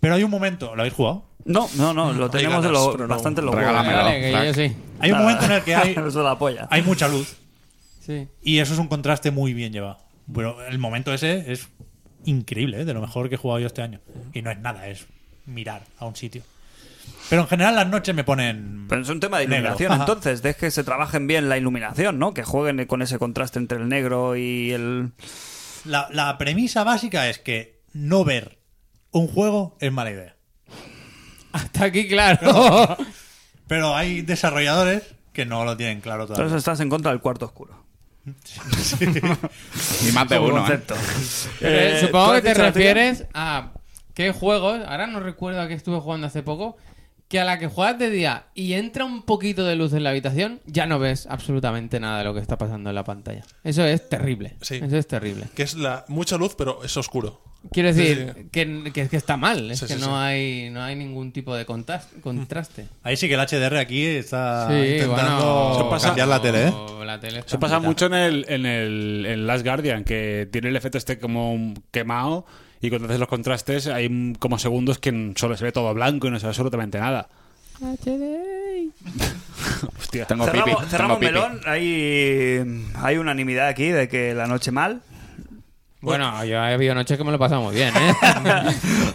[SPEAKER 6] Pero hay un momento, ¿lo habéis jugado?
[SPEAKER 2] No, no, no, lo tenemos
[SPEAKER 3] ganas,
[SPEAKER 2] lo-
[SPEAKER 3] pero no.
[SPEAKER 2] bastante lo
[SPEAKER 4] Regálamelo.
[SPEAKER 7] Vale, que
[SPEAKER 4] Frank.
[SPEAKER 7] yo sí.
[SPEAKER 6] Hay un momento en el que hay,
[SPEAKER 2] Eso la polla.
[SPEAKER 6] hay mucha luz
[SPEAKER 7] Sí.
[SPEAKER 6] y eso es un contraste muy bien llevado. Pero el momento ese es increíble, ¿eh? de lo mejor que he jugado yo este año. Y no es nada, es mirar a un sitio. Pero en general las noches me ponen...
[SPEAKER 2] Pero es un tema de
[SPEAKER 6] Negro.
[SPEAKER 2] iluminación,
[SPEAKER 6] Ajá.
[SPEAKER 2] entonces, de que se trabajen bien la iluminación, ¿no? Que jueguen con ese contraste entre el negro y el.
[SPEAKER 6] La, la premisa básica es que no ver un juego es mala idea.
[SPEAKER 7] Hasta aquí, claro.
[SPEAKER 6] Pero hay desarrolladores que no lo tienen claro
[SPEAKER 2] Entonces
[SPEAKER 6] todavía.
[SPEAKER 2] estás en contra del cuarto oscuro.
[SPEAKER 4] Y más de
[SPEAKER 2] Como
[SPEAKER 4] uno. ¿eh?
[SPEAKER 2] concepto.
[SPEAKER 7] Pero,
[SPEAKER 2] Eh, ¿tú
[SPEAKER 7] supongo
[SPEAKER 2] has
[SPEAKER 7] que te
[SPEAKER 2] dicho la tuya?
[SPEAKER 7] refieres a qué juegos, ahora no recuerdo a qué estuve jugando hace poco, que a la que juegas de día y entra un poquito de luz en la habitación, ya no ves absolutamente nada de lo que está pasando en la pantalla. Eso es terrible.
[SPEAKER 3] Sí.
[SPEAKER 7] Eso es terrible.
[SPEAKER 3] Que es la mucha luz, pero es oscuro.
[SPEAKER 7] Quiero
[SPEAKER 3] Sí,
[SPEAKER 7] decir
[SPEAKER 3] sí.
[SPEAKER 7] Que, que, que está mal, es
[SPEAKER 3] Sí,
[SPEAKER 7] que
[SPEAKER 3] sí,
[SPEAKER 7] no
[SPEAKER 3] sí.
[SPEAKER 7] hay no hay ningún tipo de contas- contraste.
[SPEAKER 6] Ahí sí que el HDR aquí está
[SPEAKER 7] Sí,
[SPEAKER 6] Ah, intentando
[SPEAKER 7] bueno,
[SPEAKER 5] pasa-
[SPEAKER 6] cambiar la tele, ¿eh?
[SPEAKER 7] O la tele está
[SPEAKER 5] Eso pasa
[SPEAKER 7] frita.
[SPEAKER 5] mucho en el, en el en Last Guardian, que tiene el efecto este como quemado y cuando haces los contrastes hay mm, como segundos que solo se ve todo blanco y no se ve absolutamente nada. Hostia.
[SPEAKER 4] Tengo pipi.
[SPEAKER 2] Cerramos, cerramos
[SPEAKER 4] tengo pipi.
[SPEAKER 2] melón. Hay, hay unanimidad aquí de que la noche mal.
[SPEAKER 7] Bueno, yo he habido noches que me lo he pasado muy bien, ¿eh?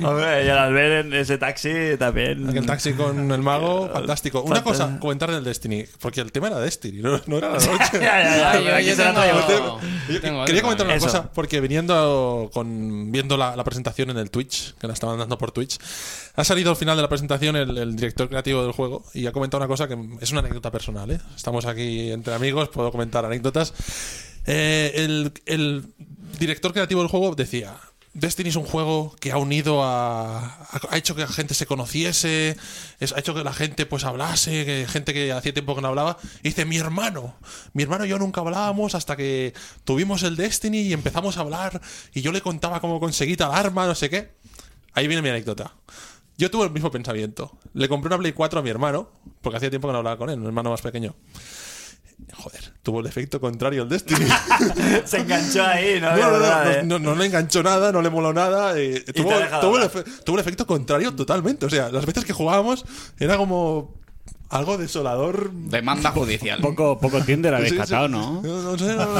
[SPEAKER 2] Hombre, y al ver en ese taxi también.
[SPEAKER 3] El taxi con el mago, fantástico. Una cosa, comentar del Destiny, porque el tema era Destiny, no, no era la
[SPEAKER 2] Ya,
[SPEAKER 3] noche.
[SPEAKER 2] ya, ya,
[SPEAKER 7] Ay,
[SPEAKER 2] pero aquí
[SPEAKER 7] yo
[SPEAKER 2] se la
[SPEAKER 7] tengo-
[SPEAKER 2] traigo.
[SPEAKER 3] Yo
[SPEAKER 7] tengo
[SPEAKER 3] quería
[SPEAKER 7] otro
[SPEAKER 3] comentar una
[SPEAKER 2] Eso.
[SPEAKER 3] cosa, porque viniendo con, viendo la, la presentación en el Twitch, que la estaban dando por Twitch, ha salido al final de la presentación el, el director creativo del juego y ha comentado una cosa que es una anécdota personal. ¿eh? Estamos aquí entre amigos, puedo comentar anécdotas. Eh, el, el director creativo del juego decía. Destiny es un juego que ha unido a, ha- ha hecho que la gente se conociese, es- ha hecho que la gente pues hablase, que gente que hacía tiempo que no hablaba. Y dice, mi hermano, mi hermano y yo nunca hablábamos hasta que tuvimos el Destiny y empezamos a hablar y yo le contaba cómo conseguí tal arma, no sé qué. Ahí viene mi anécdota. Yo tuve el mismo pensamiento. Le compré una Play 4 a mi hermano, porque hacía tiempo que no hablaba con él, un hermano más pequeño. Joder, tuvo el efecto contrario al Destiny.
[SPEAKER 2] Se enganchó ahí, ¿no?
[SPEAKER 3] No,
[SPEAKER 2] Es
[SPEAKER 3] no, no,
[SPEAKER 2] verdad,
[SPEAKER 3] no,
[SPEAKER 2] ¿eh?
[SPEAKER 3] no, no le enganchó nada, no le moló nada. eh, tuvo,
[SPEAKER 2] te ha dejado
[SPEAKER 3] tuvo el
[SPEAKER 2] hablar.
[SPEAKER 3] efe- tuvo el efecto contrario totalmente. O sea, las veces que jugábamos era como algo desolador.
[SPEAKER 4] Demanda judicial.
[SPEAKER 5] Poco, poco Tinder habéis
[SPEAKER 3] Sí, sí.
[SPEAKER 5] catado, ¿no?
[SPEAKER 3] No, no, sé, no, no, no,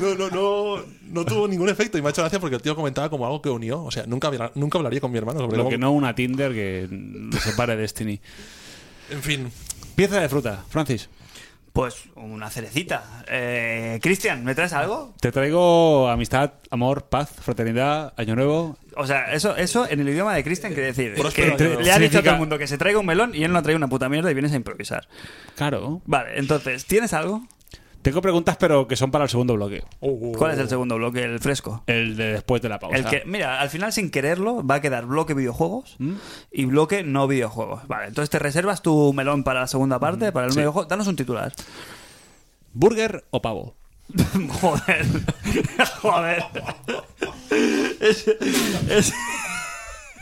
[SPEAKER 3] no, no, no, no tuvo ningún efecto. Y me ha hecho gracia porque el tío comentaba como algo que unió. O sea, nunca, hablar- nunca hablaría con mi hermano sobre
[SPEAKER 5] Lo
[SPEAKER 3] cómo-
[SPEAKER 5] que no una Tinder que separe Destiny.
[SPEAKER 3] En fin,
[SPEAKER 5] Pieza de fruta, Francis.
[SPEAKER 2] Pues una cerecita. Eh, Cristian, ¿me traes algo?
[SPEAKER 5] Te traigo amistad, amor, paz, fraternidad, año nuevo.
[SPEAKER 2] O sea, eso, eso en el idioma de Cristian quiere decir.
[SPEAKER 3] Próspero
[SPEAKER 2] que
[SPEAKER 3] año nuevo.
[SPEAKER 2] le ha dicho a todo
[SPEAKER 5] Significa-
[SPEAKER 2] el mundo que se traiga un melón y él no ha traído una puta mierda y vienes a improvisar.
[SPEAKER 5] Claro.
[SPEAKER 2] Vale, entonces, ¿tienes algo?
[SPEAKER 5] Tengo preguntas, pero que son para el segundo bloque.
[SPEAKER 2] ¿Cuál es el segundo bloque? El fresco.
[SPEAKER 5] El de después de la pausa.
[SPEAKER 2] El que, mira, al final sin quererlo va a quedar bloque videojuegos y bloque no videojuegos. Vale, entonces te reservas tu melón para la segunda parte, para el videojuego. Danos un titular.
[SPEAKER 5] ¿Burger o pavo?
[SPEAKER 2] Joder. Joder. Es, es-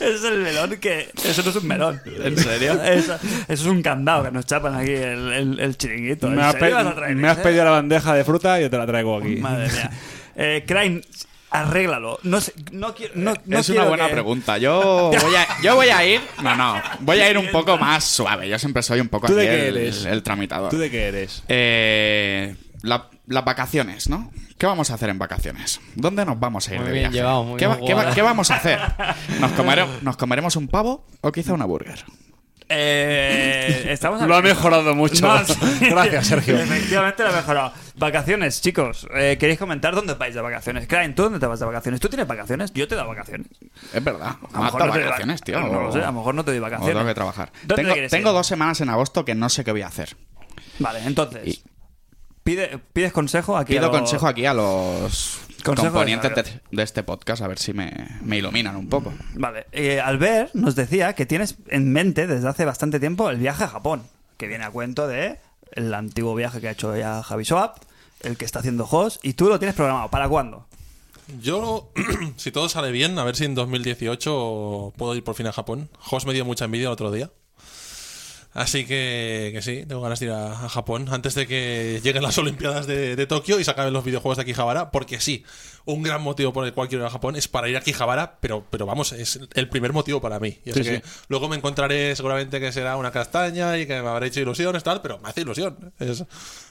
[SPEAKER 2] es el melón que. Eso no es un melón. ¿En serio? Eso, eso es un candado que nos chapan aquí el, el- el chiringuito. ¿En
[SPEAKER 5] Me has,
[SPEAKER 2] serio
[SPEAKER 5] pe-
[SPEAKER 2] vas a traer
[SPEAKER 5] me has
[SPEAKER 2] ese?
[SPEAKER 5] pedido la bandeja de fruta y yo te la traigo aquí.
[SPEAKER 2] Madre mía. Eh, Crane, arréglalo. No, sé- no quiero. No, no
[SPEAKER 4] es una
[SPEAKER 2] quiero
[SPEAKER 4] buena
[SPEAKER 2] que-
[SPEAKER 4] pregunta. Yo voy, a, yo voy a ir. No, no. Voy a ir un poco más suave. Yo siempre soy un poco
[SPEAKER 5] ¿Tú de
[SPEAKER 4] aquí
[SPEAKER 5] qué
[SPEAKER 4] el,
[SPEAKER 5] eres?
[SPEAKER 4] el tramitador.
[SPEAKER 5] ¿Tú de qué eres?
[SPEAKER 4] Eh, la- las vacaciones, ¿no? ¿Qué vamos a hacer en vacaciones? ¿Dónde nos vamos a ir
[SPEAKER 7] Muy
[SPEAKER 4] de
[SPEAKER 7] bien
[SPEAKER 4] viaje?
[SPEAKER 7] llevado, muy
[SPEAKER 4] ¿Qué,
[SPEAKER 7] bien
[SPEAKER 4] va- qué va-
[SPEAKER 7] jugado.
[SPEAKER 4] qué vamos a hacer? ¿Nos, comere- ¿Nos comeremos un pavo o quizá una burger?
[SPEAKER 2] Eh, estamos
[SPEAKER 5] Lo ha mejorado mucho.
[SPEAKER 2] No, sí.
[SPEAKER 5] Gracias, Sergio.
[SPEAKER 2] Efectivamente lo ha mejorado. Vacaciones, chicos. Eh, ¿Queréis comentar dónde vais de vacaciones? Crane, ¿tú dónde te vas de vacaciones? ¿Tú tienes vacaciones? Yo te he dado vacaciones.
[SPEAKER 4] Es verdad.
[SPEAKER 2] A lo
[SPEAKER 4] Vamos
[SPEAKER 2] mejor
[SPEAKER 4] a
[SPEAKER 2] no te doy
[SPEAKER 4] Ah, vacaciones,
[SPEAKER 2] vac-
[SPEAKER 4] tío.
[SPEAKER 2] No lo sé, a lo mejor no te doy
[SPEAKER 4] o
[SPEAKER 2] vacaciones.
[SPEAKER 4] tengo que trabajar.
[SPEAKER 2] ¿Dónde te
[SPEAKER 4] Tengo,
[SPEAKER 2] quieres
[SPEAKER 4] tengo
[SPEAKER 2] ir?
[SPEAKER 4] dos semanas en agosto que no sé qué voy a hacer.
[SPEAKER 2] Vale, entonces.
[SPEAKER 4] Y-
[SPEAKER 2] Pide, ¿Pides consejo aquí? a
[SPEAKER 4] Pido
[SPEAKER 2] los-
[SPEAKER 4] consejo aquí a los
[SPEAKER 2] Consejo
[SPEAKER 4] componentes
[SPEAKER 2] de-
[SPEAKER 4] de, de este podcast a ver si me, me iluminan un poco.
[SPEAKER 2] Vale. Eh, Albert nos decía que tienes en mente desde hace bastante tiempo el viaje a Japón, que viene a cuento de el antiguo viaje que ha hecho ya Javi Soap, el que está haciendo Host, y tú lo tienes programado. ¿Para cuándo?
[SPEAKER 3] Yo, si todo sale bien, a ver si en 2018 puedo ir por fin a Japón. Jos me dio mucha envidia el otro día. Así que, que sí, tengo ganas de ir a, a Japón antes de que lleguen las Olimpiadas de, de Tokio y se acaben los videojuegos de Akihabara, porque sí, un gran motivo por el cual quiero ir a Japón es para ir a Akihabara, pero, pero vamos, es el primer motivo para mí. Y así
[SPEAKER 5] Sí,
[SPEAKER 3] que
[SPEAKER 5] sí.
[SPEAKER 3] luego me encontraré seguramente que será una castaña y que me habrá hecho ilusiones, tal, pero me hace ilusión. Es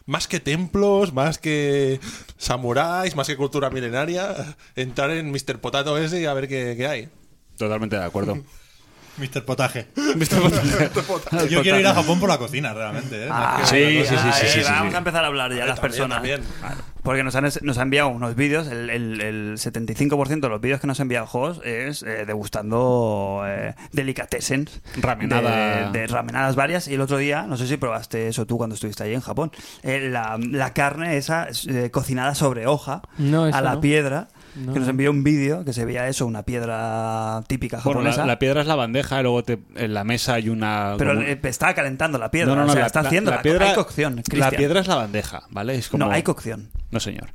[SPEAKER 3] más que templos, más que samuráis, más que cultura milenaria, entrar en Mr. Potato ese y a ver qué, qué hay.
[SPEAKER 5] Totalmente de acuerdo.
[SPEAKER 6] Mr. Potaje.
[SPEAKER 5] El
[SPEAKER 6] Yo quiero ir a
[SPEAKER 5] portal.
[SPEAKER 6] Japón por la cocina, realmente. ¿eh?
[SPEAKER 5] Ah, Sí, sí, sí, sí, sí,
[SPEAKER 2] eh,
[SPEAKER 5] sí, sí.
[SPEAKER 2] Vamos a empezar a hablar ya las
[SPEAKER 3] También,
[SPEAKER 2] personas.
[SPEAKER 3] también.
[SPEAKER 2] Porque nos han, nos ha enviado unos vídeos, el, el- el 75% de los vídeos que nos ha enviado Jos es eh, degustando eh, delicatessen.
[SPEAKER 5] Ramenada.
[SPEAKER 2] De, de ramenadas varias. Y el otro día, no sé si probaste eso tú cuando estuviste allí en Japón, eh, la, la carne esa eh, cocinada sobre hoja
[SPEAKER 7] No, eso
[SPEAKER 2] a la
[SPEAKER 7] no.
[SPEAKER 2] piedra.
[SPEAKER 7] No,
[SPEAKER 2] que nos
[SPEAKER 7] no.
[SPEAKER 2] envió un vídeo que se veía eso, una piedra típica
[SPEAKER 5] Bueno,
[SPEAKER 2] japonesa.
[SPEAKER 5] la, la piedra es la bandeja, y luego te- en la mesa hay una.
[SPEAKER 2] Pero
[SPEAKER 5] como-
[SPEAKER 2] eh, estaba calentando la piedra,
[SPEAKER 5] No, no, no,
[SPEAKER 2] o sea,
[SPEAKER 5] la-
[SPEAKER 2] está
[SPEAKER 5] la-
[SPEAKER 2] haciendo
[SPEAKER 5] la
[SPEAKER 2] la,
[SPEAKER 5] piedra-
[SPEAKER 2] hay cocción.
[SPEAKER 5] La
[SPEAKER 2] Cristian.
[SPEAKER 5] piedra es la bandeja, ¿vale? Es como-
[SPEAKER 2] No, hay cocción.
[SPEAKER 5] No, señor.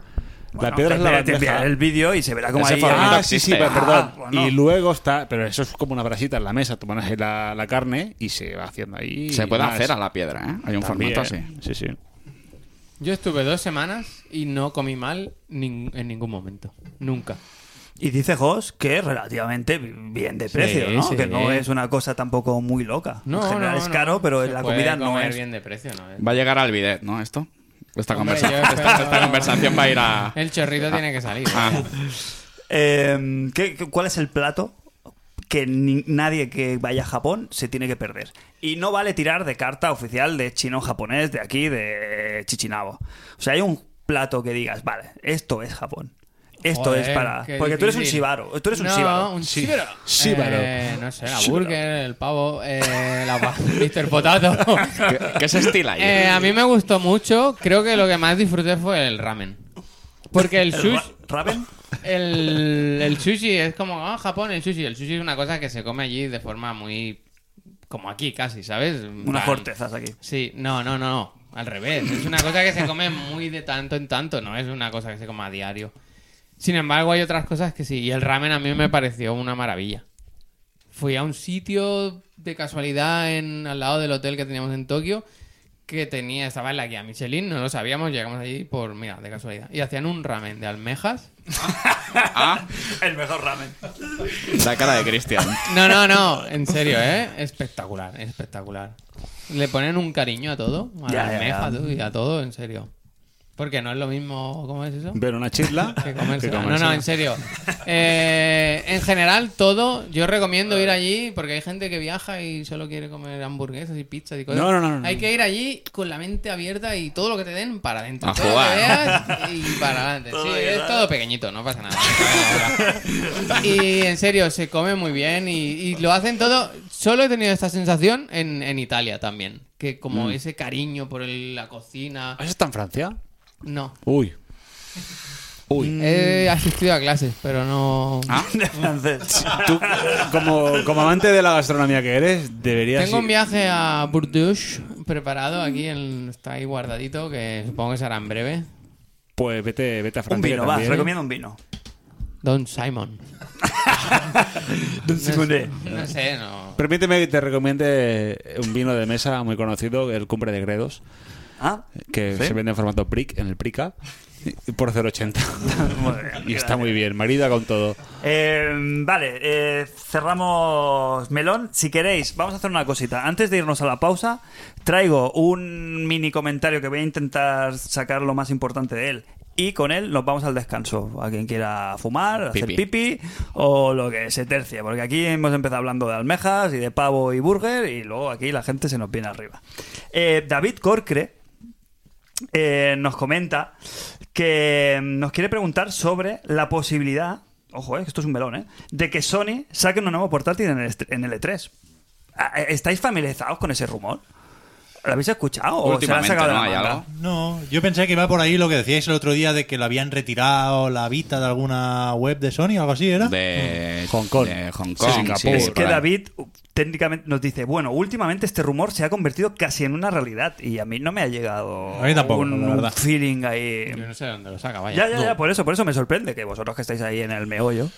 [SPEAKER 2] Bueno,
[SPEAKER 5] la piedra es la
[SPEAKER 2] te- te enviaré
[SPEAKER 5] bandeja.
[SPEAKER 2] el vídeo y se verá como
[SPEAKER 5] Ese
[SPEAKER 2] ahí.
[SPEAKER 5] formato
[SPEAKER 2] Ah,
[SPEAKER 5] existe.
[SPEAKER 2] sí, sí, perdón.
[SPEAKER 5] Ah,
[SPEAKER 2] Bueno.
[SPEAKER 5] Y luego está, pero eso es como una brasita en la mesa, tú pones ahí la, la carne y se va haciendo ahí.
[SPEAKER 4] Se puede
[SPEAKER 5] y nada,
[SPEAKER 4] hacer
[SPEAKER 5] es-
[SPEAKER 4] a la piedra, ¿eh? Hay un
[SPEAKER 5] también.
[SPEAKER 4] formato así.
[SPEAKER 5] Sí, sí.
[SPEAKER 7] Yo estuve dos semanas y no comí mal nin- en ningún momento. Nunca.
[SPEAKER 2] Y dice Jos que relativamente bien de
[SPEAKER 7] Sí,
[SPEAKER 2] precio, ¿no?
[SPEAKER 7] sí.
[SPEAKER 2] Que no es una cosa tampoco muy loca.
[SPEAKER 7] No,
[SPEAKER 2] en general
[SPEAKER 7] no,
[SPEAKER 2] es
[SPEAKER 7] no.
[SPEAKER 2] caro, pero
[SPEAKER 7] Se
[SPEAKER 2] en la
[SPEAKER 7] puede
[SPEAKER 2] comida no
[SPEAKER 7] comer
[SPEAKER 2] es.
[SPEAKER 7] bien de precio, ¿no?
[SPEAKER 4] Va a llegar al bidet, ¿no? Esto. Esta,
[SPEAKER 7] Hombre,
[SPEAKER 4] conversa-
[SPEAKER 7] yo espero-
[SPEAKER 4] esta- esta conversación va a ir
[SPEAKER 2] Ah.
[SPEAKER 4] a.
[SPEAKER 7] El chorrito tiene que salir.
[SPEAKER 4] Ah.
[SPEAKER 2] Eh, ¿qué- qué- cuál es el plato que ni- nadie que vaya a Japón se tiene que perder? Y no vale tirar de carta oficial de chino-japonés de aquí, de Chichinabo. O sea, hay un plato que digas, vale, esto es Japón. Esto
[SPEAKER 7] Joder,
[SPEAKER 2] es para...
[SPEAKER 7] qué
[SPEAKER 2] Porque tú eres un
[SPEAKER 7] difícil.
[SPEAKER 2] shibaro. Tú eres un
[SPEAKER 7] no,
[SPEAKER 2] shibaro.
[SPEAKER 7] un
[SPEAKER 5] Sí.
[SPEAKER 7] shibaro.
[SPEAKER 5] Shibaro.
[SPEAKER 7] Eh, no sé, la
[SPEAKER 5] Shibaro.
[SPEAKER 7] burger, el pavo, eh, la pa- Mr. Potato.
[SPEAKER 4] ¿Qué, qué se estila ahí?
[SPEAKER 7] Eh, a mí me gustó mucho. Creo que lo que más disfruté fue el ramen. Porque el
[SPEAKER 2] El
[SPEAKER 7] sushi,
[SPEAKER 2] ra- ramen.
[SPEAKER 7] el, el sushi es como, ah, Japón, el sushi. El sushi es una cosa que se come allí de forma muy... Como aquí casi, ¿sabes?
[SPEAKER 2] Unas
[SPEAKER 7] Tan-
[SPEAKER 2] cortezas aquí.
[SPEAKER 7] Sí, no, no, no, no. Al revés. Es una cosa que se come muy de tanto en tanto, no es una cosa que se coma a diario. Sin embargo, hay otras cosas que sí. Y el ramen a mí me pareció una maravilla. Fui a un sitio de casualidad en, al lado del hotel que teníamos en Tokio que tenía, estaba en la guía Michelin, no lo sabíamos, llegamos allí por, mira, de casualidad. Y hacían un ramen de almejas.
[SPEAKER 4] Ah,
[SPEAKER 2] El mejor ramen.
[SPEAKER 4] la cara de Cristian.
[SPEAKER 7] No, no, no, en serio, ¿eh? Espectacular, espectacular. Le ponen un cariño a todo, a
[SPEAKER 2] Ya,
[SPEAKER 7] la
[SPEAKER 2] ya,
[SPEAKER 7] almeja
[SPEAKER 2] ya.
[SPEAKER 7] tú, y a todo, en serio. Porque no es lo mismo, ¿cómo es eso?
[SPEAKER 5] Ver una chisla.
[SPEAKER 7] Que comerse.
[SPEAKER 5] que
[SPEAKER 7] No,
[SPEAKER 5] comerse.
[SPEAKER 7] no, en serio. Eh, en general, todo, yo recomiendo ir allí porque hay gente que viaja y solo quiere comer hamburguesas y pizzas y cosas.
[SPEAKER 5] No, no, no, no.
[SPEAKER 7] Hay que ir allí con la mente abierta y todo lo que te den para adentro.
[SPEAKER 4] A
[SPEAKER 7] Todo lo
[SPEAKER 4] jugar.
[SPEAKER 7] que veas y para adelante.
[SPEAKER 2] Todo
[SPEAKER 7] Sí,
[SPEAKER 2] lo que
[SPEAKER 7] es
[SPEAKER 2] veas.
[SPEAKER 7] todo pequeñito, no pasa nada. Y en serio, se come muy bien y, y lo hacen todo. Solo he tenido esta sensación en, en Italia también. Que como
[SPEAKER 5] Mm.
[SPEAKER 7] ese cariño por el- la cocina.
[SPEAKER 5] ¿Eso está en Francia?
[SPEAKER 7] No.
[SPEAKER 5] Uy.
[SPEAKER 2] Mm.
[SPEAKER 5] Mm.
[SPEAKER 7] He asistido a clases, pero no.
[SPEAKER 2] De francés.
[SPEAKER 5] Tú, como, como amante de la gastronomía que eres, deberías.
[SPEAKER 7] Tengo un
[SPEAKER 5] ir-
[SPEAKER 7] viaje a Burdeos preparado aquí, en- está ahí guardadito, que supongo que será en breve.
[SPEAKER 5] Pues vete, vete a Francia.
[SPEAKER 2] Un vino,
[SPEAKER 5] que
[SPEAKER 2] va,
[SPEAKER 5] también-
[SPEAKER 2] recomiendo un vino.
[SPEAKER 7] Don Simon.
[SPEAKER 2] Don Simone.
[SPEAKER 7] No sé, no.
[SPEAKER 5] Permíteme que te recomiende un vino de mesa muy conocido, el Cumbre de Gredos,
[SPEAKER 2] ¿Ah?
[SPEAKER 5] que
[SPEAKER 2] ¿Sí?
[SPEAKER 5] se vende en formato PRIC, en el PRICA, y- por 0,80.
[SPEAKER 2] Muy bien,
[SPEAKER 5] y está
[SPEAKER 2] gracias.
[SPEAKER 5] muy bien, marida con todo.
[SPEAKER 2] Eh, vale, eh, cerramos melón. Si queréis, vamos a hacer una cosita. Antes de irnos a la pausa, traigo un mini comentario que voy a intentar sacar lo más importante de él. Y con él nos vamos al descanso. A quien quiera fumar, hacer
[SPEAKER 4] Pipi.
[SPEAKER 2] pipi o lo que se tercie. Porque aquí hemos empezado hablando de almejas y de pavo y burger y luego aquí la gente se nos viene arriba. Eh, David Corcre eh, nos comenta que mm, nos quiere preguntar sobre la posibilidad, ojo, eh, que esto es un melón, eh, de que Sony saque una nueva portátil en el, est- en el E3. Ah, eh, ¿Estáis familiarizados con ese rumor? ¿Lo habéis escuchado? ¿O se lo han
[SPEAKER 4] Últimamente,
[SPEAKER 2] sacado de
[SPEAKER 4] ¿no?
[SPEAKER 2] la
[SPEAKER 4] ¿Hay
[SPEAKER 2] manga?
[SPEAKER 4] algo?
[SPEAKER 6] No, yo pensé que iba por ahí lo que decíais el otro día de que lo habían retirado la Vita de alguna web de Sony o algo así, ¿era?
[SPEAKER 4] De
[SPEAKER 5] Hong Kong.
[SPEAKER 4] de Hong
[SPEAKER 5] Sí,
[SPEAKER 4] Kong.
[SPEAKER 5] Singapur.
[SPEAKER 4] sí,
[SPEAKER 2] Es
[SPEAKER 4] por
[SPEAKER 2] que
[SPEAKER 4] ahí.
[SPEAKER 2] David uh, técnicamente nos dice, bueno, últimamente este rumor se ha convertido casi en una realidad y a mí no me ha llegado
[SPEAKER 6] A mí tampoco,
[SPEAKER 2] un,
[SPEAKER 6] la
[SPEAKER 2] un
[SPEAKER 6] verdad.
[SPEAKER 2] feeling ahí.
[SPEAKER 7] Yo no sé dónde lo
[SPEAKER 5] Ah,
[SPEAKER 7] saca, vaya.
[SPEAKER 2] Ya, ya, ya, por eso, por eso me sorprende que vosotros que estáis ahí en el meollo.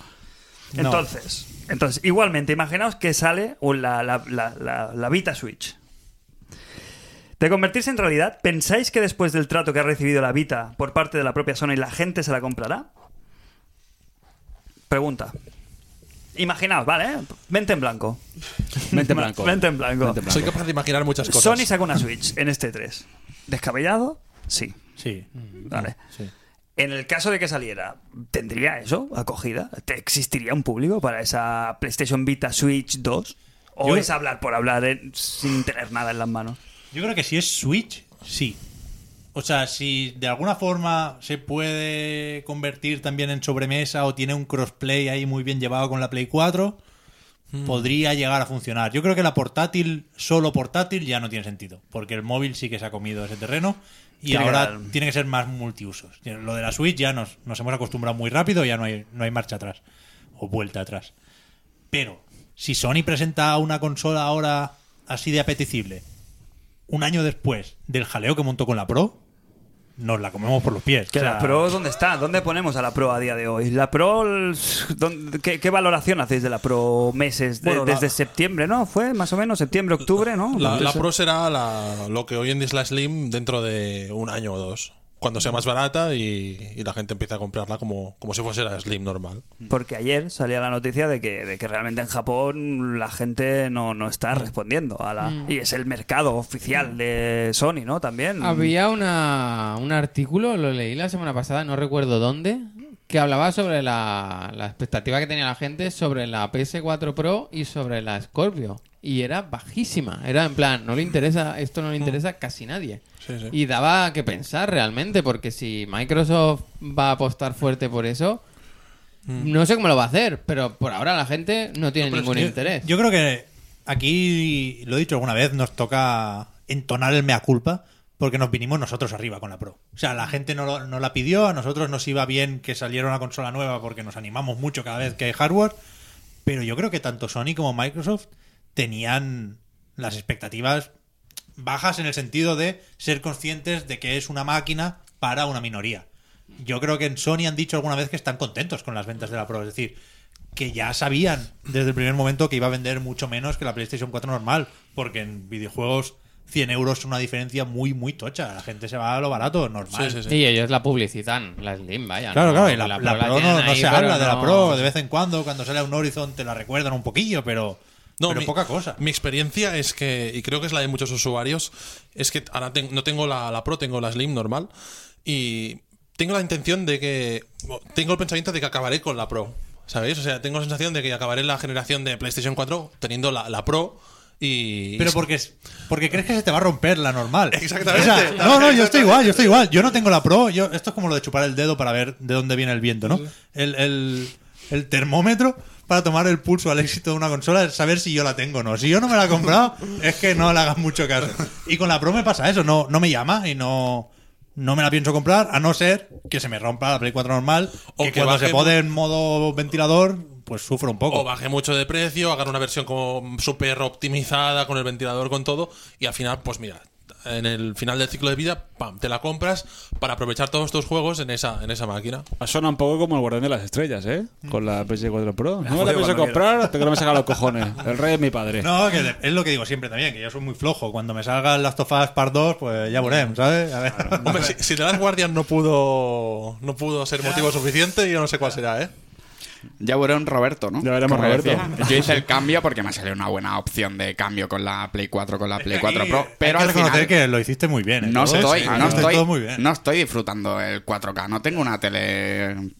[SPEAKER 6] No.
[SPEAKER 2] Entonces, entonces igualmente, imaginaos que sale un- la, la, la, la- la Vita Switch. De convertirse en realidad, ¿pensáis que después del trato que ha recibido la Vita por parte de la propia Sony, la gente se la comprará? Pregunta. Imaginaos, ¿vale? ¿eh? Mente en blanco.
[SPEAKER 5] Mente en blanco.
[SPEAKER 2] Mente en
[SPEAKER 5] Mente
[SPEAKER 2] blanco.
[SPEAKER 5] en blanco.
[SPEAKER 3] Soy capaz de imaginar muchas cosas.
[SPEAKER 2] Sony saca una Switch en este 3. ¿Descabellado? Sí. Mm,
[SPEAKER 6] Sí.
[SPEAKER 2] Vale. En el caso de que saliera, ¿tendría eso acogida? ¿Te- ¿Existiría un público para esa PlayStation Vita Switch 2? ¿O
[SPEAKER 6] Yo-
[SPEAKER 2] es hablar por hablar eh, sin tener nada en las manos?
[SPEAKER 6] Yo creo que si es Switch, sí. O sea, si de alguna forma se puede convertir también en sobremesa o tiene un crossplay ahí muy bien llevado con la Play 4,
[SPEAKER 2] Hmm.
[SPEAKER 6] podría llegar a funcionar. Yo creo que la portátil, solo portátil, ya no tiene sentido, porque el móvil sí que se ha comido ese terreno y
[SPEAKER 2] Tiene que
[SPEAKER 6] ahora
[SPEAKER 2] dar-
[SPEAKER 6] tiene que ser más multiusos. Lo de la Switch ya nos, nos hemos acostumbrado muy rápido, ya no hay, no hay marcha atrás o vuelta atrás. Pero si Sony presenta una consola ahora así de apetecible, un año después del jaleo que montó con la Pro, nos la comemos por los pies.
[SPEAKER 2] Que
[SPEAKER 6] O sea,
[SPEAKER 2] la Pro, ¿dónde está? ¿Dónde ponemos a la Pro a día de hoy? ¿La Pro, el- dónde- qué, qué valoración hacéis de la Pro meses? De-
[SPEAKER 3] Bueno, la-
[SPEAKER 2] desde septiembre, ¿no? Fue más o menos septiembre, octubre, ¿no?
[SPEAKER 3] La,
[SPEAKER 2] Entonces,
[SPEAKER 6] ¿eh?
[SPEAKER 3] la Pro será la- lo que hoy en día es la Slim dentro de un año o dos. Cuando sea más barata y, y la gente empiece a comprarla como, como si fuese la Slim normal.
[SPEAKER 2] Porque ayer salía la noticia de que, de que realmente en Japón la gente no, no está respondiendo a la... Y es el mercado oficial de Sony, ¿no? También.
[SPEAKER 7] Había una, un artículo, lo leí la semana pasada, no recuerdo dónde, que hablaba sobre la, la expectativa que tenía la gente sobre la PS4 Pro y sobre la Scorpio. Y era bajísima. Era en plan, no le interesa, esto no le
[SPEAKER 6] Mm.
[SPEAKER 7] interesa a casi nadie.
[SPEAKER 3] Sí, sí.
[SPEAKER 7] Y daba que pensar realmente, porque si Microsoft va a apostar fuerte por eso,
[SPEAKER 6] Mm.
[SPEAKER 7] no sé cómo lo va a hacer, pero por ahora la gente no tiene ningún
[SPEAKER 6] yo-
[SPEAKER 7] interés.
[SPEAKER 6] Yo creo que aquí, lo he dicho alguna vez, nos toca entonar el mea culpa porque nos vinimos nosotros arriba con la Pro. O sea, la gente no, lo- no la pidió, a nosotros nos iba bien que saliera una consola nueva porque nos animamos mucho cada vez que hay hardware, pero yo creo que tanto Sony como Microsoft tenían las expectativas bajas en el sentido de ser conscientes de que es una máquina para una minoría. Yo creo que en Sony han dicho alguna vez que están contentos con las ventas de la Pro, es decir, que ya sabían desde el primer momento que iba a vender mucho menos que la PlayStation 4 normal, porque en videojuegos 100 euros es una diferencia muy, muy tocha. La gente se va a lo barato, normal.
[SPEAKER 3] Sí, sí, sí.
[SPEAKER 7] Y ellos la publicitan, la Slim, vaya.
[SPEAKER 6] Claro,
[SPEAKER 7] ¿no?
[SPEAKER 6] claro, y la, la
[SPEAKER 7] la
[SPEAKER 6] Pro
[SPEAKER 7] tienen
[SPEAKER 6] no, no
[SPEAKER 7] ahí,
[SPEAKER 6] se
[SPEAKER 7] pero
[SPEAKER 6] habla de la
[SPEAKER 7] no-
[SPEAKER 6] Pro de vez en cuando, cuando sale a un Horizon te la recuerdan un poquillo, pero, pero
[SPEAKER 3] mi-
[SPEAKER 6] poca cosa.
[SPEAKER 3] Mi experiencia es que, y creo que es la de muchos usuarios, es que ahora ten- no tengo la, la Pro, tengo la Slim normal. Y tengo la intención de que. Tengo el pensamiento de que acabaré con la Pro. ¿Sabéis? O sea, tengo la sensación de que acabaré la generación de PlayStation 4 teniendo la, la Pro y.
[SPEAKER 6] Pero porque, es- porque crees que se te va a romper la normal.
[SPEAKER 3] Exactamente.
[SPEAKER 6] O sea, no, no, yo estoy igual, yo estoy igual. Yo no tengo la pro. Yo, esto es como lo de chupar el dedo para ver de dónde viene el viento, ¿no? El, el- el termómetro para tomar el pulso al éxito de una consola es saber si yo la tengo o no. Si yo no me la he comprado, es que no le hagas mucho caso. Y con la pro me pasa eso. No, no me llama y no. No me la pienso comprar, a no ser que se me rompa la Play 4 normal
[SPEAKER 3] O
[SPEAKER 6] o que,
[SPEAKER 3] que
[SPEAKER 6] cuando se
[SPEAKER 3] baje mu-
[SPEAKER 6] pone en modo ventilador, pues sufro un poco.
[SPEAKER 3] O baje mucho de precio, hagan una versión como súper optimizada, con el ventilador, con todo, y al final, pues mira, en el final del ciclo de vida, pam, te la compras para aprovechar todos tus juegos en esa, en esa máquina.
[SPEAKER 5] Suena un poco como el guardián de las estrellas, ¿eh? Con la PS4 Pro. No me
[SPEAKER 2] jodido
[SPEAKER 5] la pienso
[SPEAKER 2] cuando
[SPEAKER 5] comprar hasta que no me saca los cojones. El rey es mi padre.
[SPEAKER 6] No, que de- es lo que digo siempre también, que yo soy muy flojo. Cuando me salga el Last of Us Part 2, pues ya veremos, ¿sabes? A ver.
[SPEAKER 3] Hombre, si, si The Last Guardian no pudo, no pudo ser motivo suficiente, yo no sé cuál será, ¿eh?
[SPEAKER 4] Ya veré un Roberto, ¿no?
[SPEAKER 5] Ya veremos
[SPEAKER 4] Como
[SPEAKER 5] Roberto.
[SPEAKER 4] decía. Yo hice el cambio porque me salió una buena opción de cambio con la Play 4, con la Play 4 Pro. Pero
[SPEAKER 6] Hay que
[SPEAKER 4] al final
[SPEAKER 6] reconocer que lo hiciste muy bien. ¿eh?
[SPEAKER 4] no
[SPEAKER 6] Todo,
[SPEAKER 4] estoy,
[SPEAKER 6] sí,
[SPEAKER 4] no,
[SPEAKER 6] lo hiciste
[SPEAKER 4] estoy,
[SPEAKER 6] todo muy bien.
[SPEAKER 4] no estoy disfrutando el 4K. No tengo una tele.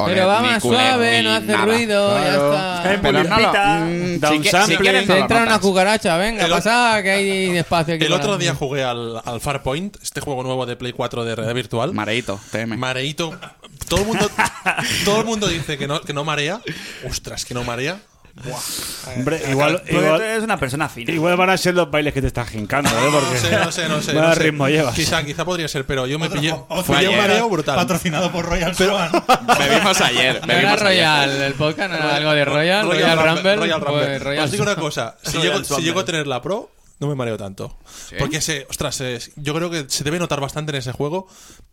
[SPEAKER 4] OLED,
[SPEAKER 7] Pero va
[SPEAKER 4] ni
[SPEAKER 7] más
[SPEAKER 4] QLED,
[SPEAKER 7] suave,
[SPEAKER 4] ni
[SPEAKER 7] no hace
[SPEAKER 4] nada.
[SPEAKER 7] ruido, ya está.
[SPEAKER 2] Eh,
[SPEAKER 4] Pero no lo,
[SPEAKER 2] Pulipita,
[SPEAKER 4] mm, si, que- si
[SPEAKER 5] downsampling.
[SPEAKER 4] quieres no
[SPEAKER 7] Se
[SPEAKER 4] lo
[SPEAKER 7] entra una
[SPEAKER 4] notas.
[SPEAKER 7] cucaracha, venga,
[SPEAKER 3] El o-
[SPEAKER 7] pasa que hay espacio aquí.
[SPEAKER 3] El
[SPEAKER 7] para-
[SPEAKER 3] otro día jugué al, al Farpoint, este juego nuevo de Play 4 de realidad virtual.
[SPEAKER 4] Mareito, TM.
[SPEAKER 3] Mareito. Todo el mundo, todo el mundo dice que no, que no marea. Ostras, que no marea.
[SPEAKER 5] Hombre, igual,
[SPEAKER 2] Porque tú
[SPEAKER 5] igual,
[SPEAKER 2] eres una persona fina.
[SPEAKER 5] igual van a ser los bailes que te estás gincando, ¿eh?
[SPEAKER 3] No
[SPEAKER 5] Porque
[SPEAKER 3] sé, no sé, no sé.
[SPEAKER 5] Más
[SPEAKER 3] no sé.
[SPEAKER 5] ritmo llevas.
[SPEAKER 3] Quizá, quizá podría ser, pero yo me
[SPEAKER 6] Otro-
[SPEAKER 3] pillé,
[SPEAKER 6] otro
[SPEAKER 3] fue
[SPEAKER 6] día
[SPEAKER 3] un mareo brutal.
[SPEAKER 6] Patrocinado por Royal Swan.
[SPEAKER 4] Bebimos ayer.
[SPEAKER 7] No era
[SPEAKER 4] Bebimos ayer.
[SPEAKER 7] Royal, el podcast no era algo de Royal, Royal,
[SPEAKER 3] Rumble,
[SPEAKER 7] Rumble.
[SPEAKER 3] Royal
[SPEAKER 7] pues,
[SPEAKER 3] Rumble.
[SPEAKER 7] Royal-
[SPEAKER 3] Os digo una cosa, si,
[SPEAKER 2] Royal
[SPEAKER 3] llego, si
[SPEAKER 2] Rumble.
[SPEAKER 3] llego a tener la Pro, no me mareo tanto. Porque se, ostras, se- yo creo que se debe notar bastante en ese juego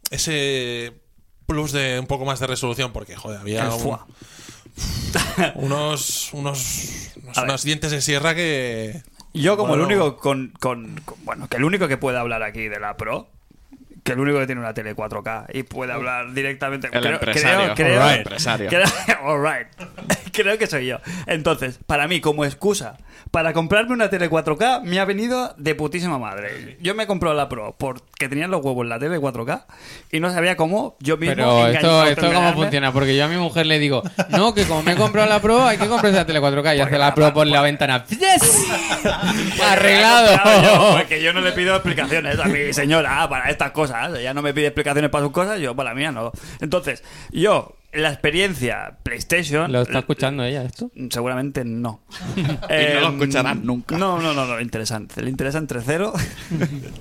[SPEAKER 3] ese plus de un poco más de resolución, porque joder, había
[SPEAKER 2] El
[SPEAKER 3] un-
[SPEAKER 2] fuá.
[SPEAKER 3] unos unos, unos,
[SPEAKER 2] A ver.
[SPEAKER 3] unos dientes de sierra que
[SPEAKER 2] Yo como el único con, con- con- Bueno, que el único que puede hablar aquí de la Pro, que el único que tiene una tele 4K y puede hablar directamente...
[SPEAKER 4] El empresario.
[SPEAKER 2] Creo,
[SPEAKER 4] All right. Empresario.
[SPEAKER 2] creo- all right. Creo que soy yo. Entonces, para mí, como excusa, para comprarme una tele 4K me ha venido de putísima madre. Yo me compré la Pro porque tenían los huevos en la tele 4K y no sabía cómo yo mismo...
[SPEAKER 7] Pero esto,
[SPEAKER 2] engañarme,
[SPEAKER 7] esto cómo
[SPEAKER 2] engañarme.
[SPEAKER 7] funciona, porque yo a mi mujer le digo, no, que como me he comprado la Pro, hay que comprarse la tele 4K y hace la Pro por la ventana. ¡Yes!
[SPEAKER 2] Pues Claro, yo,
[SPEAKER 7] Arreglado.
[SPEAKER 2] porque yo no le pido explicaciones a mi señora para estas cosas. Ella no me pide explicaciones para sus cosas, yo para la mía no. Entonces, yo, la experiencia PlayStation.
[SPEAKER 7] ¿Lo está escuchando ella esto?
[SPEAKER 2] Seguramente no. Eh,
[SPEAKER 4] no lo escucharás nunca.
[SPEAKER 2] No, no, no, no, interesante. Le interesa entre cero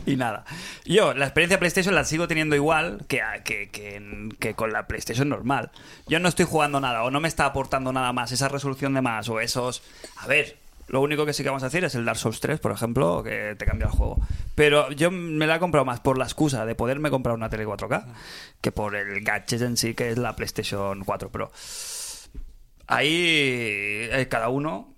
[SPEAKER 2] y nada. Yo, la experiencia PlayStation la sigo teniendo igual que, a- que, que en- que con la PlayStation normal. Yo no estoy jugando nada o no me está aportando nada más, esa resolución de más o esos... A ver, lo único que sí que vamos a hacer es el Dark Souls 3, por ejemplo, que te cambia el juego. Pero yo me la he comprado más por la excusa de poderme comprar una tele 4K que por el gadget en sí que es la PlayStation 4 Pro. Ahí eh, cada uno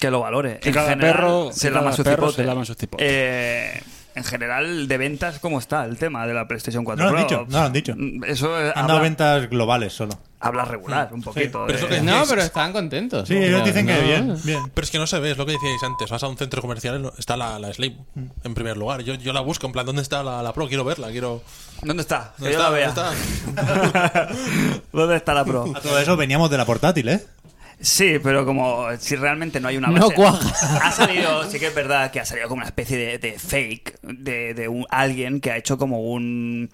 [SPEAKER 2] que lo valore.
[SPEAKER 5] Que cada perro-
[SPEAKER 2] se
[SPEAKER 5] que
[SPEAKER 2] lama
[SPEAKER 5] cada
[SPEAKER 2] su
[SPEAKER 5] perro
[SPEAKER 2] cipote.
[SPEAKER 5] se lama su cipote.
[SPEAKER 2] Eh, en general, de ventas, ¿cómo está el tema de la PlayStation 4
[SPEAKER 6] No lo
[SPEAKER 2] Pro? Mm,
[SPEAKER 6] han dicho, no lo han dicho.
[SPEAKER 2] Eso es-
[SPEAKER 6] Han dado
[SPEAKER 2] habla,
[SPEAKER 6] ventas globales solo.
[SPEAKER 2] habla regular, un poquito.
[SPEAKER 3] pero eso
[SPEAKER 2] de-
[SPEAKER 3] que-
[SPEAKER 7] No, pero están contentos.
[SPEAKER 6] Sí, ellos dicen que
[SPEAKER 7] No.
[SPEAKER 6] bien, bien.
[SPEAKER 3] Pero es que no se ve, es lo que decíais antes. Vas a un centro comercial, no- está la, la Slim en primer lugar. Yo, yo la busco, en plan, ¿dónde está la, la Pro? Quiero verla, quiero.
[SPEAKER 2] ¿Dónde está? Que
[SPEAKER 3] ¿Dónde
[SPEAKER 2] yo la
[SPEAKER 3] está?
[SPEAKER 2] vea.
[SPEAKER 3] ¿Dónde está?
[SPEAKER 2] ¿Dónde está la Pro?
[SPEAKER 6] A todo eso veníamos de la portátil, ¿eh?
[SPEAKER 2] Sí, pero como si realmente no hay una base.
[SPEAKER 7] No cuaja.
[SPEAKER 2] Ha salido, sí que es verdad que ha salido como una especie de, de fake de, de un, alguien que ha hecho como un,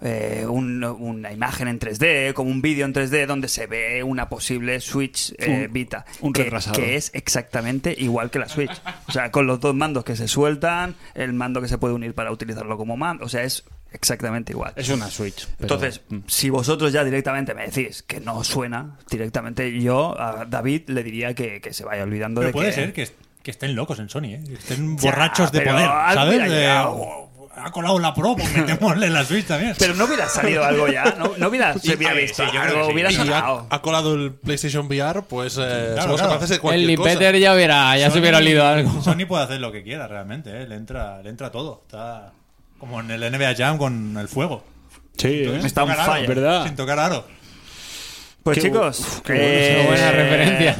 [SPEAKER 2] eh, un- una imagen en 3D, como un vídeo en 3D donde se ve una posible Switch eh, Vita.
[SPEAKER 5] un
[SPEAKER 2] que,
[SPEAKER 5] retrasado.
[SPEAKER 2] Que es exactamente igual que la Switch. O sea, con los dos mandos que se sueltan, el mando que se puede unir para utilizarlo como mando. O sea, es exactamente igual.
[SPEAKER 5] Es una Switch.
[SPEAKER 2] Entonces, si vosotros ya directamente me decís que no suena, directamente yo a David le diría que, que se vaya olvidando
[SPEAKER 6] Pero
[SPEAKER 2] de
[SPEAKER 6] puede
[SPEAKER 2] que...
[SPEAKER 6] ser que, est- que estén locos en Sony, ¿eh? Que estén
[SPEAKER 2] Ya,
[SPEAKER 6] borrachos de
[SPEAKER 2] pero
[SPEAKER 6] poder,
[SPEAKER 2] algo
[SPEAKER 6] ¿sabes?
[SPEAKER 2] hubiera
[SPEAKER 6] De,
[SPEAKER 2] llegado.
[SPEAKER 6] "Oh, ha colado la Pro, pues metémosle la Switch también.
[SPEAKER 2] Pero no hubiera salido algo ya, no, no hubiera, se hubiera
[SPEAKER 6] a ver,
[SPEAKER 2] visto
[SPEAKER 6] sí, yo creo
[SPEAKER 2] algo,
[SPEAKER 6] que sí.
[SPEAKER 2] hubiera
[SPEAKER 3] Y
[SPEAKER 2] sonado.
[SPEAKER 3] ha, ha colado el PlayStation VR, pues eh, somos
[SPEAKER 6] claro.
[SPEAKER 3] capaces de
[SPEAKER 7] El
[SPEAKER 3] cualquier cosa.
[SPEAKER 7] Lipeter ya hubiera, ya se
[SPEAKER 6] Sony-
[SPEAKER 7] hubiera olido algo.
[SPEAKER 6] Sony puede hacer lo que quiera realmente, ¿eh? le entra, le entra todo. Está como en el NBA Jam con el fuego.
[SPEAKER 5] Sí, ¿eh?
[SPEAKER 2] Está un
[SPEAKER 6] Sin tocar aro,
[SPEAKER 2] fallo.
[SPEAKER 5] ¿Verdad?
[SPEAKER 6] Sin tocar aro.
[SPEAKER 2] Pues
[SPEAKER 5] Qué bu-
[SPEAKER 2] chicos,
[SPEAKER 5] qué bueno,
[SPEAKER 2] eh,
[SPEAKER 5] qué
[SPEAKER 7] Buena referencia.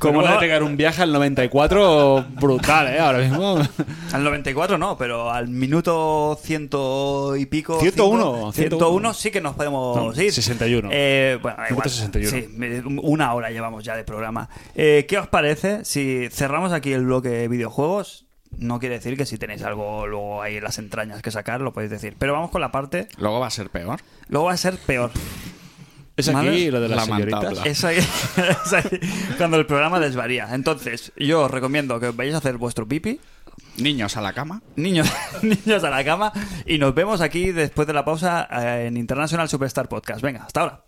[SPEAKER 5] Como
[SPEAKER 2] Como
[SPEAKER 5] no
[SPEAKER 2] no-
[SPEAKER 5] pegar un viaje al 94 brutal, ¿eh? Ahora mismo.
[SPEAKER 2] Al 94 no, pero al minuto ciento y pico.
[SPEAKER 5] 101,
[SPEAKER 2] 101,
[SPEAKER 5] 101,
[SPEAKER 2] sí que nos
[SPEAKER 5] No,
[SPEAKER 2] podemos ir.
[SPEAKER 5] 61.
[SPEAKER 2] Eh, bueno, da
[SPEAKER 5] Minuto
[SPEAKER 2] igual.
[SPEAKER 5] 61.
[SPEAKER 2] Sí, me- una hora llevamos ya de programa. Eh, ¿Qué os parece si cerramos aquí el bloque de videojuegos? No quiere decir que si tenéis algo luego ahí en las entrañas que sacar, lo podéis decir. Pero vamos con la parte.
[SPEAKER 4] Luego va a ser peor.
[SPEAKER 2] Luego va a ser peor.
[SPEAKER 5] Es aquí
[SPEAKER 2] Madre-
[SPEAKER 5] lo de las
[SPEAKER 4] Lamentable.
[SPEAKER 5] señoritas.
[SPEAKER 2] Es ahí- es ahí cuando el programa desvaría. Entonces, yo os recomiendo que os vayáis a hacer vuestro pipi.
[SPEAKER 4] Niños a la cama.
[SPEAKER 2] Niños, niños a la cama y nos vemos aquí después de la pausa eh, en International Superstar Podcast. Venga, hasta ahora.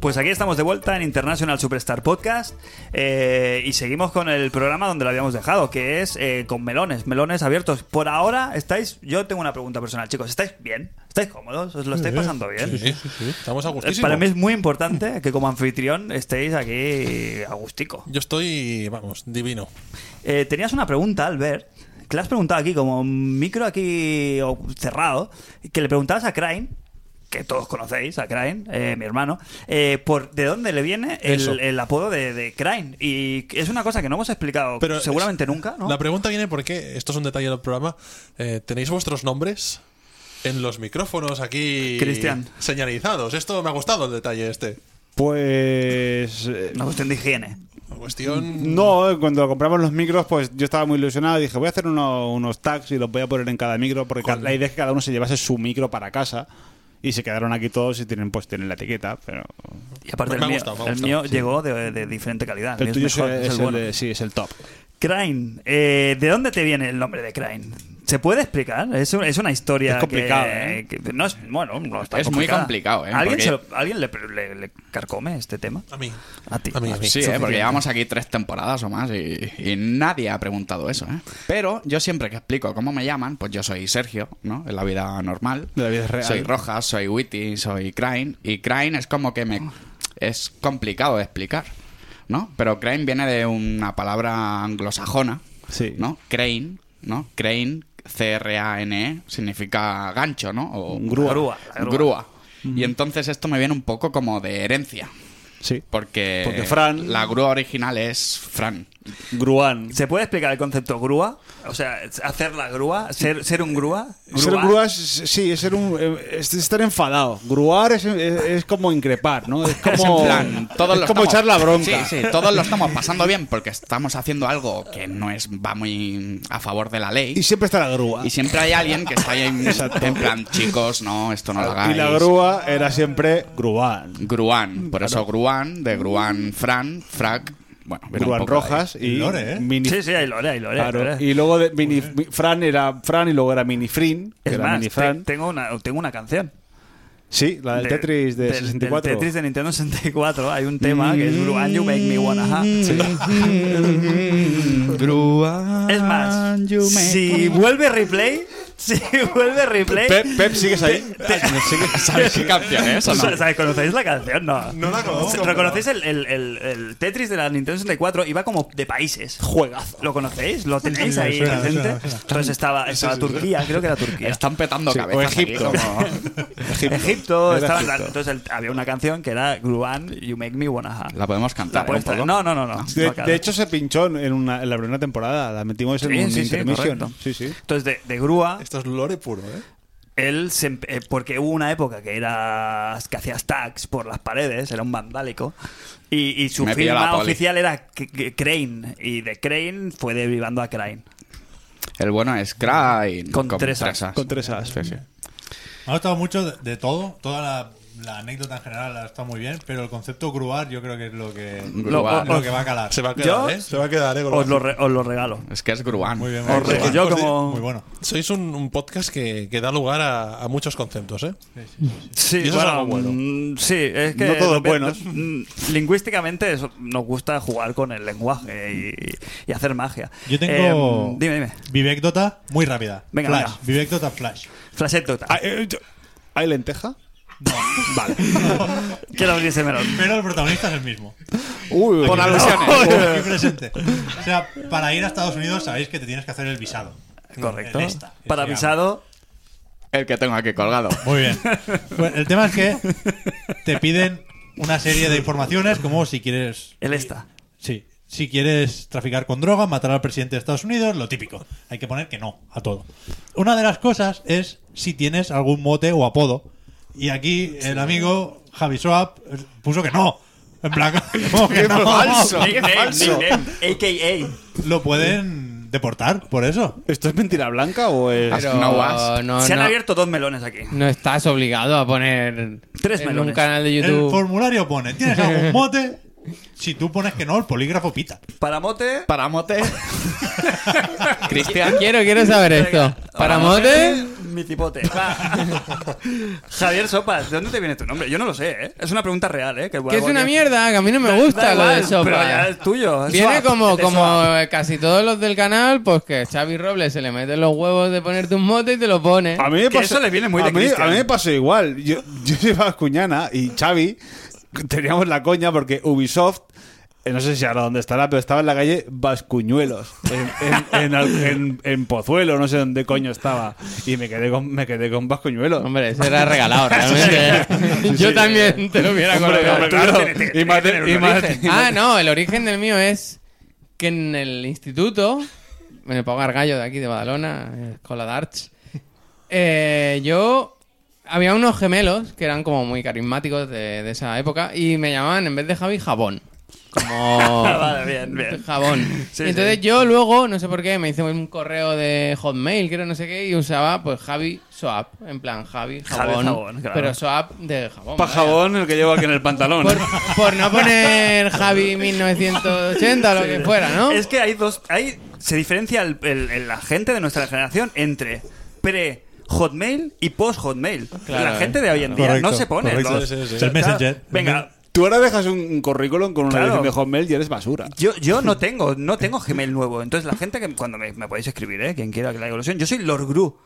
[SPEAKER 2] Pues aquí estamos de vuelta en International Superstar Podcast eh, y seguimos con el programa donde lo habíamos dejado, que es eh, con melones, melones abiertos. Por ahora estáis, yo tengo una pregunta personal, chicos, ¿estáis bien? ¿Estáis cómodos? ¿Os lo estáis pasando bien?
[SPEAKER 3] Sí, sí, sí. Estamos a
[SPEAKER 2] Eh,
[SPEAKER 3] gustísimo.
[SPEAKER 2] Para mí es muy importante que como anfitrión estéis aquí a gustico.
[SPEAKER 3] Yo estoy, vamos, divino.
[SPEAKER 2] Eh, tenías una pregunta, Albert, que le has preguntado aquí, como un micro aquí o cerrado, que le preguntabas a Crane, que todos conocéis a Crane, eh, mi hermano, eh, por de dónde le viene
[SPEAKER 3] Eso.
[SPEAKER 2] el, el apodo de, de Crane. Y es una cosa que no hemos explicado
[SPEAKER 3] Pero
[SPEAKER 2] seguramente
[SPEAKER 3] es-
[SPEAKER 2] nunca, ¿no?
[SPEAKER 3] La pregunta viene porque, esto es un detalle del programa, eh, tenéis vuestros nombres en los micrófonos aquí
[SPEAKER 2] Cristian.
[SPEAKER 3] señalizados. Esto me ha gustado el detalle este.
[SPEAKER 5] Pues. eh,
[SPEAKER 2] Una cuestión de higiene.
[SPEAKER 3] La
[SPEAKER 2] Mm.
[SPEAKER 3] cuestión...
[SPEAKER 5] No, eh, cuando compramos los micros, pues yo estaba muy ilusionado. Dije, voy a hacer uno- unos tags y los voy a poner en cada micro, porque ca- la idea es que cada uno se llevase su micro para casa. Y se quedaron aquí todos y tienen pues tienen la etiqueta, pero
[SPEAKER 2] Y aparte
[SPEAKER 3] Me
[SPEAKER 2] el
[SPEAKER 3] ha
[SPEAKER 2] mío,
[SPEAKER 3] gustado, me ha
[SPEAKER 2] el
[SPEAKER 3] gustado,
[SPEAKER 2] mío llegó de, de diferente calidad.
[SPEAKER 5] el
[SPEAKER 2] mío
[SPEAKER 5] tuyo
[SPEAKER 2] es mejor,
[SPEAKER 5] es,
[SPEAKER 2] es el
[SPEAKER 5] el
[SPEAKER 2] bueno.
[SPEAKER 5] de- sí, es el top.
[SPEAKER 2] Crane. eh, ¿De dónde te viene el nombre de Crane? ¿Se puede explicar? Es, un- es una historia.
[SPEAKER 5] Es complicado,
[SPEAKER 2] que-
[SPEAKER 5] ¿eh?
[SPEAKER 2] que no es, bueno, no está
[SPEAKER 4] Es muy
[SPEAKER 2] complicada.
[SPEAKER 4] complicado, ¿eh?
[SPEAKER 2] ¿Alguien,
[SPEAKER 4] Porque-
[SPEAKER 2] se lo- ¿alguien le, le- le carcome este tema?
[SPEAKER 3] A mí.
[SPEAKER 2] A ti.
[SPEAKER 3] A mí, a mí.
[SPEAKER 4] Sí, eh, porque llevamos aquí tres temporadas o más y, y nadie ha preguntado eso. ¿eh? Pero yo siempre que explico cómo me llaman, pues yo soy Sergio, ¿no? En la vida normal.
[SPEAKER 5] La vida es real.
[SPEAKER 4] Soy Rojas, soy Witty, soy Crane. Y Crane es como que me... Es complicado de explicar, ¿no? Pero Crane viene de una palabra anglosajona,
[SPEAKER 5] Sí.
[SPEAKER 4] ¿no? Crane, ¿no? Crane, C-R-A-N-E, E, significa gancho, ¿no? O,
[SPEAKER 2] Grúa. Grúa, la grúa.
[SPEAKER 4] grúa. Y entonces esto me viene un poco como de herencia.
[SPEAKER 5] Sí.
[SPEAKER 4] Porque,
[SPEAKER 5] Porque Fran-
[SPEAKER 4] la grúa original es Fran.
[SPEAKER 5] Gruan.
[SPEAKER 2] ¿Se puede explicar el concepto grúa? O sea, hacer la grúa, ser, ser un grúa.
[SPEAKER 5] Ser grúa es- sí, es ser un, eh, es estar enfadado. Gruar es, es- es como increpar, ¿no? Es
[SPEAKER 4] Es
[SPEAKER 5] como,
[SPEAKER 4] en plan, todos
[SPEAKER 5] Oh. es
[SPEAKER 4] lo
[SPEAKER 5] como
[SPEAKER 4] estamos-
[SPEAKER 5] echar la bronca.
[SPEAKER 4] Sí, sí, todos lo estamos pasando bien porque estamos haciendo algo que no es va muy a favor de la ley.
[SPEAKER 5] Y siempre está la grúa.
[SPEAKER 4] Y siempre hay alguien que está ahí en, en plan, chicos, no, esto no lo hagáis.
[SPEAKER 5] Y la grúa era siempre gruán.
[SPEAKER 4] Gruán, por eso Gruán, de Gruán Fran, Frac, bueno, viene un
[SPEAKER 5] Gruán
[SPEAKER 4] poco de ahí.
[SPEAKER 5] rojas y
[SPEAKER 6] Lore, ¿eh?
[SPEAKER 5] mini.
[SPEAKER 2] Sí, sí, hay lore, hay lore. hay
[SPEAKER 5] claro.
[SPEAKER 2] lore.
[SPEAKER 5] Y luego de mini, mi- Fran era Fran y luego era mini Frin. Que
[SPEAKER 2] es
[SPEAKER 5] era
[SPEAKER 2] más,
[SPEAKER 5] mini
[SPEAKER 2] te-
[SPEAKER 5] Fran.
[SPEAKER 2] tengo, una, tengo una canción.
[SPEAKER 5] sí, la del
[SPEAKER 2] De-
[SPEAKER 5] Tetris de
[SPEAKER 2] del- del
[SPEAKER 5] 64.
[SPEAKER 2] Tetris de Nintendo 64. Hay un tema que es Grúa, You Make Me Wanna Ha.
[SPEAKER 4] Gruán.
[SPEAKER 2] Es más,
[SPEAKER 4] you make-
[SPEAKER 2] si vuelve replay, si vuelve replay.
[SPEAKER 5] Pep, Pep, ¿sigues ahí?
[SPEAKER 4] ¿Sabes qué canción es o no?
[SPEAKER 2] ¿Sabes- sabes, ¿Conocéis la canción? No.
[SPEAKER 3] No la conozco, pero-
[SPEAKER 2] ¿Reconocéis el, el- el- el Tetris de la Nintendo 64? Iba como de países.
[SPEAKER 5] Juegazo.
[SPEAKER 2] ¿Lo conocéis? ¿Lo tenéis
[SPEAKER 6] Sí,
[SPEAKER 2] ahí
[SPEAKER 6] suena,
[SPEAKER 2] presente?
[SPEAKER 6] suena, suena.
[SPEAKER 2] Entonces estaba, estaba Turquía, creo que era Turquía.
[SPEAKER 4] Están petando
[SPEAKER 5] Sí, o
[SPEAKER 4] cabezas aquí,
[SPEAKER 5] Egipto.
[SPEAKER 4] como-
[SPEAKER 2] Egipto,
[SPEAKER 5] Era
[SPEAKER 2] estaba-
[SPEAKER 5] Egipto.
[SPEAKER 2] entonces el- había una canción que era Gruan, You Make Me Wanna Ha.
[SPEAKER 4] La podemos
[SPEAKER 2] La
[SPEAKER 4] cantar.
[SPEAKER 2] puedes
[SPEAKER 4] ¿eh? un
[SPEAKER 2] traer.
[SPEAKER 4] poco?
[SPEAKER 2] No, no, no, no.
[SPEAKER 5] De,
[SPEAKER 2] No, claro.
[SPEAKER 5] de hecho, se pinchó en, una- en la primera temporada. La metimos en
[SPEAKER 2] Sí,
[SPEAKER 5] un
[SPEAKER 2] sí, sí,
[SPEAKER 5] intermission.
[SPEAKER 2] correcto.
[SPEAKER 5] Sí, sí.
[SPEAKER 2] Entonces, de, de grúa,
[SPEAKER 3] Esto es lore puro, ¿eh?
[SPEAKER 2] él se empe- eh, porque hubo una época que era que hacía stacks por las paredes, era un vandálico. Y, y su
[SPEAKER 4] Me pilló la
[SPEAKER 2] firma
[SPEAKER 4] poli.
[SPEAKER 2] oficial era C- C- Crane. Y de Crane fue derivando a Crane.
[SPEAKER 4] El bueno es Cry.
[SPEAKER 2] Con tres As.
[SPEAKER 5] Con tres As.
[SPEAKER 4] Sí, sí.
[SPEAKER 6] Ha gustado mucho de, de todo, toda la, la anécdota en general ha estado muy bien, pero el concepto gruar yo creo que es lo que,
[SPEAKER 4] Gruar.
[SPEAKER 6] lo que va a calar.
[SPEAKER 3] Se va a quedar,
[SPEAKER 2] Yo-
[SPEAKER 3] ¿eh? Se va a quedar, ¿eh?
[SPEAKER 2] Os lo, re- os lo regalo.
[SPEAKER 4] Es que es Gruán.
[SPEAKER 6] Muy bien,
[SPEAKER 2] Os
[SPEAKER 6] muy
[SPEAKER 2] re-
[SPEAKER 6] bien.
[SPEAKER 2] yo
[SPEAKER 3] Os di-
[SPEAKER 2] como...
[SPEAKER 6] Muy bueno.
[SPEAKER 3] Sois un, un podcast que, que da lugar a, a muchos conceptos, ¿eh?
[SPEAKER 2] Sí,
[SPEAKER 3] Y eso es algo bueno.
[SPEAKER 2] mm, Sí, es que
[SPEAKER 5] No todo es
[SPEAKER 2] lo que-
[SPEAKER 5] bueno.
[SPEAKER 2] mm, Lingüísticamente eso, nos gusta jugar con el lenguaje y, y hacer magia.
[SPEAKER 6] Yo tengo.
[SPEAKER 2] Eh, dime, dime.
[SPEAKER 6] Vivecdota muy rápida.
[SPEAKER 2] Venga,
[SPEAKER 6] flash.
[SPEAKER 2] venga.
[SPEAKER 6] Vivecdota flash.
[SPEAKER 2] Flashectota.
[SPEAKER 5] Ah, eh, yo- ¿Hay lenteja?
[SPEAKER 2] Vale. Quiero abrir ese melón.
[SPEAKER 6] Pero el protagonista es el mismo.
[SPEAKER 5] Uy,
[SPEAKER 4] Por alusiones.
[SPEAKER 6] Aquí presente. O sea, para ir a Estados Unidos sabéis que te tienes que hacer el visado.
[SPEAKER 2] Correcto.
[SPEAKER 6] En esta, que
[SPEAKER 2] Para
[SPEAKER 6] se llama.
[SPEAKER 2] visado,
[SPEAKER 4] El que tengo aquí colgado.
[SPEAKER 6] Muy bien. Bueno, Pues, el tema es que te piden una serie de informaciones, como si quieres.
[SPEAKER 2] el esta.
[SPEAKER 6] Sí. Si quieres traficar con droga, matar al presidente de Estados Unidos, lo típico. Hay que poner que no a todo. Una de las cosas es si tienes algún mote o apodo. Y aquí el amigo Javi Swap eh, puso que no. En plan, ¿cómo que no?
[SPEAKER 2] AKA.
[SPEAKER 6] Lo pueden deportar por eso.
[SPEAKER 5] ¿Esto es mentira blanca o
[SPEAKER 2] Ah,
[SPEAKER 5] es.?
[SPEAKER 4] Pero No vas.
[SPEAKER 7] no,
[SPEAKER 2] Se han
[SPEAKER 7] no-
[SPEAKER 2] abierto dos melones aquí.
[SPEAKER 7] no estás obligado a poner
[SPEAKER 2] Tres
[SPEAKER 7] en un
[SPEAKER 2] melones.
[SPEAKER 7] canal de
[SPEAKER 6] El
[SPEAKER 7] YouTube.
[SPEAKER 6] formulario pone, ¿tienes algún mote? Si tú pones que no, el polígrafo pita.
[SPEAKER 2] Para mote.
[SPEAKER 4] Para mote. Cristian.
[SPEAKER 7] Quiero, quiero saber esto. Para mote,
[SPEAKER 2] Mi cipote. Va. Javier Sopas, ¿de dónde te viene tu nombre? Yo no lo sé, ¿eh? Es una pregunta real, ¿eh?
[SPEAKER 7] que es una mierda, que a mí no me gusta lo de
[SPEAKER 2] Pero ya
[SPEAKER 7] sopa.
[SPEAKER 2] es tuyo. es
[SPEAKER 7] Viene
[SPEAKER 2] Swap,
[SPEAKER 7] como,
[SPEAKER 2] es de Swap.
[SPEAKER 7] como casi todos los del canal, pues que Xavi Robles se le mete los huevos de ponerte un mote y te lo pone.
[SPEAKER 5] A mí me
[SPEAKER 2] Que
[SPEAKER 5] pasó,
[SPEAKER 2] eso le viene muy
[SPEAKER 5] a
[SPEAKER 2] de
[SPEAKER 5] mí,
[SPEAKER 2] Cristian.
[SPEAKER 5] a mí me pasó igual. Yo, yo llevaba Cuñana y Xavi teníamos la coña porque Ubisoft, eh, no sé si ahora dónde estará, pero estaba en la calle Vascuñuelos, en, en- en al- en- en Pozuelo, no sé dónde coño estaba. Y me quedé con, me quedé con Vascuñuelos.
[SPEAKER 7] Hombre, eso era regalado realmente. Yo también te lo hubiera
[SPEAKER 5] Hombre,
[SPEAKER 7] colocado.
[SPEAKER 5] hombre,
[SPEAKER 2] tú
[SPEAKER 5] claro.
[SPEAKER 2] tienes- tienes-
[SPEAKER 5] Y más de-
[SPEAKER 2] tienes
[SPEAKER 5] y
[SPEAKER 2] un
[SPEAKER 5] más de-
[SPEAKER 2] origen.
[SPEAKER 7] Ah, no, el origen del mío es que en el instituto, en el Pau Gargallo de aquí de Badalona, eh, Escuela de Arts, eh, yo había unos gemelos que eran como muy carismáticos de, de esa época y me llamaban en vez de Javi Jabón. como
[SPEAKER 2] Ah, vale, bien, bien.
[SPEAKER 7] jabón.
[SPEAKER 2] Sí,
[SPEAKER 7] y entonces
[SPEAKER 2] sí.
[SPEAKER 7] yo luego, no sé por qué, me hice un correo de Hotmail, creo, no sé qué, y usaba pues Javi Soap, en plan Javi
[SPEAKER 2] Javi
[SPEAKER 7] Jabón,
[SPEAKER 2] Jabón, claro.
[SPEAKER 7] pero Soap de jabón.
[SPEAKER 5] Pa'
[SPEAKER 7] vaya.
[SPEAKER 5] jabón el que llevo aquí en el pantalón.
[SPEAKER 7] Por, por no poner Javi 1980 o lo que fuera, ¿no?
[SPEAKER 2] Es que hay dos. Hay, se diferencia el- el- el- la gente de nuestra generación entre pre. Hotmail y post Hotmail.
[SPEAKER 7] Claro, eh.
[SPEAKER 2] la gente de hoy en día no
[SPEAKER 8] Correcto,
[SPEAKER 2] se pone.
[SPEAKER 3] correcto.
[SPEAKER 2] los-
[SPEAKER 3] Sí, sí, sí.
[SPEAKER 2] o sea,
[SPEAKER 3] El
[SPEAKER 8] Messenger.
[SPEAKER 2] Venga,
[SPEAKER 5] Tú ahora dejas un, un currículum con una
[SPEAKER 2] Claro.
[SPEAKER 5] edición de Hotmail y eres basura.
[SPEAKER 2] Yo, yo no tengo, no tengo Gmail nuevo. Entonces la gente que cuando me, me podéis escribir, ¿eh? quien quiera que la evolución, yo soy Lord Gru.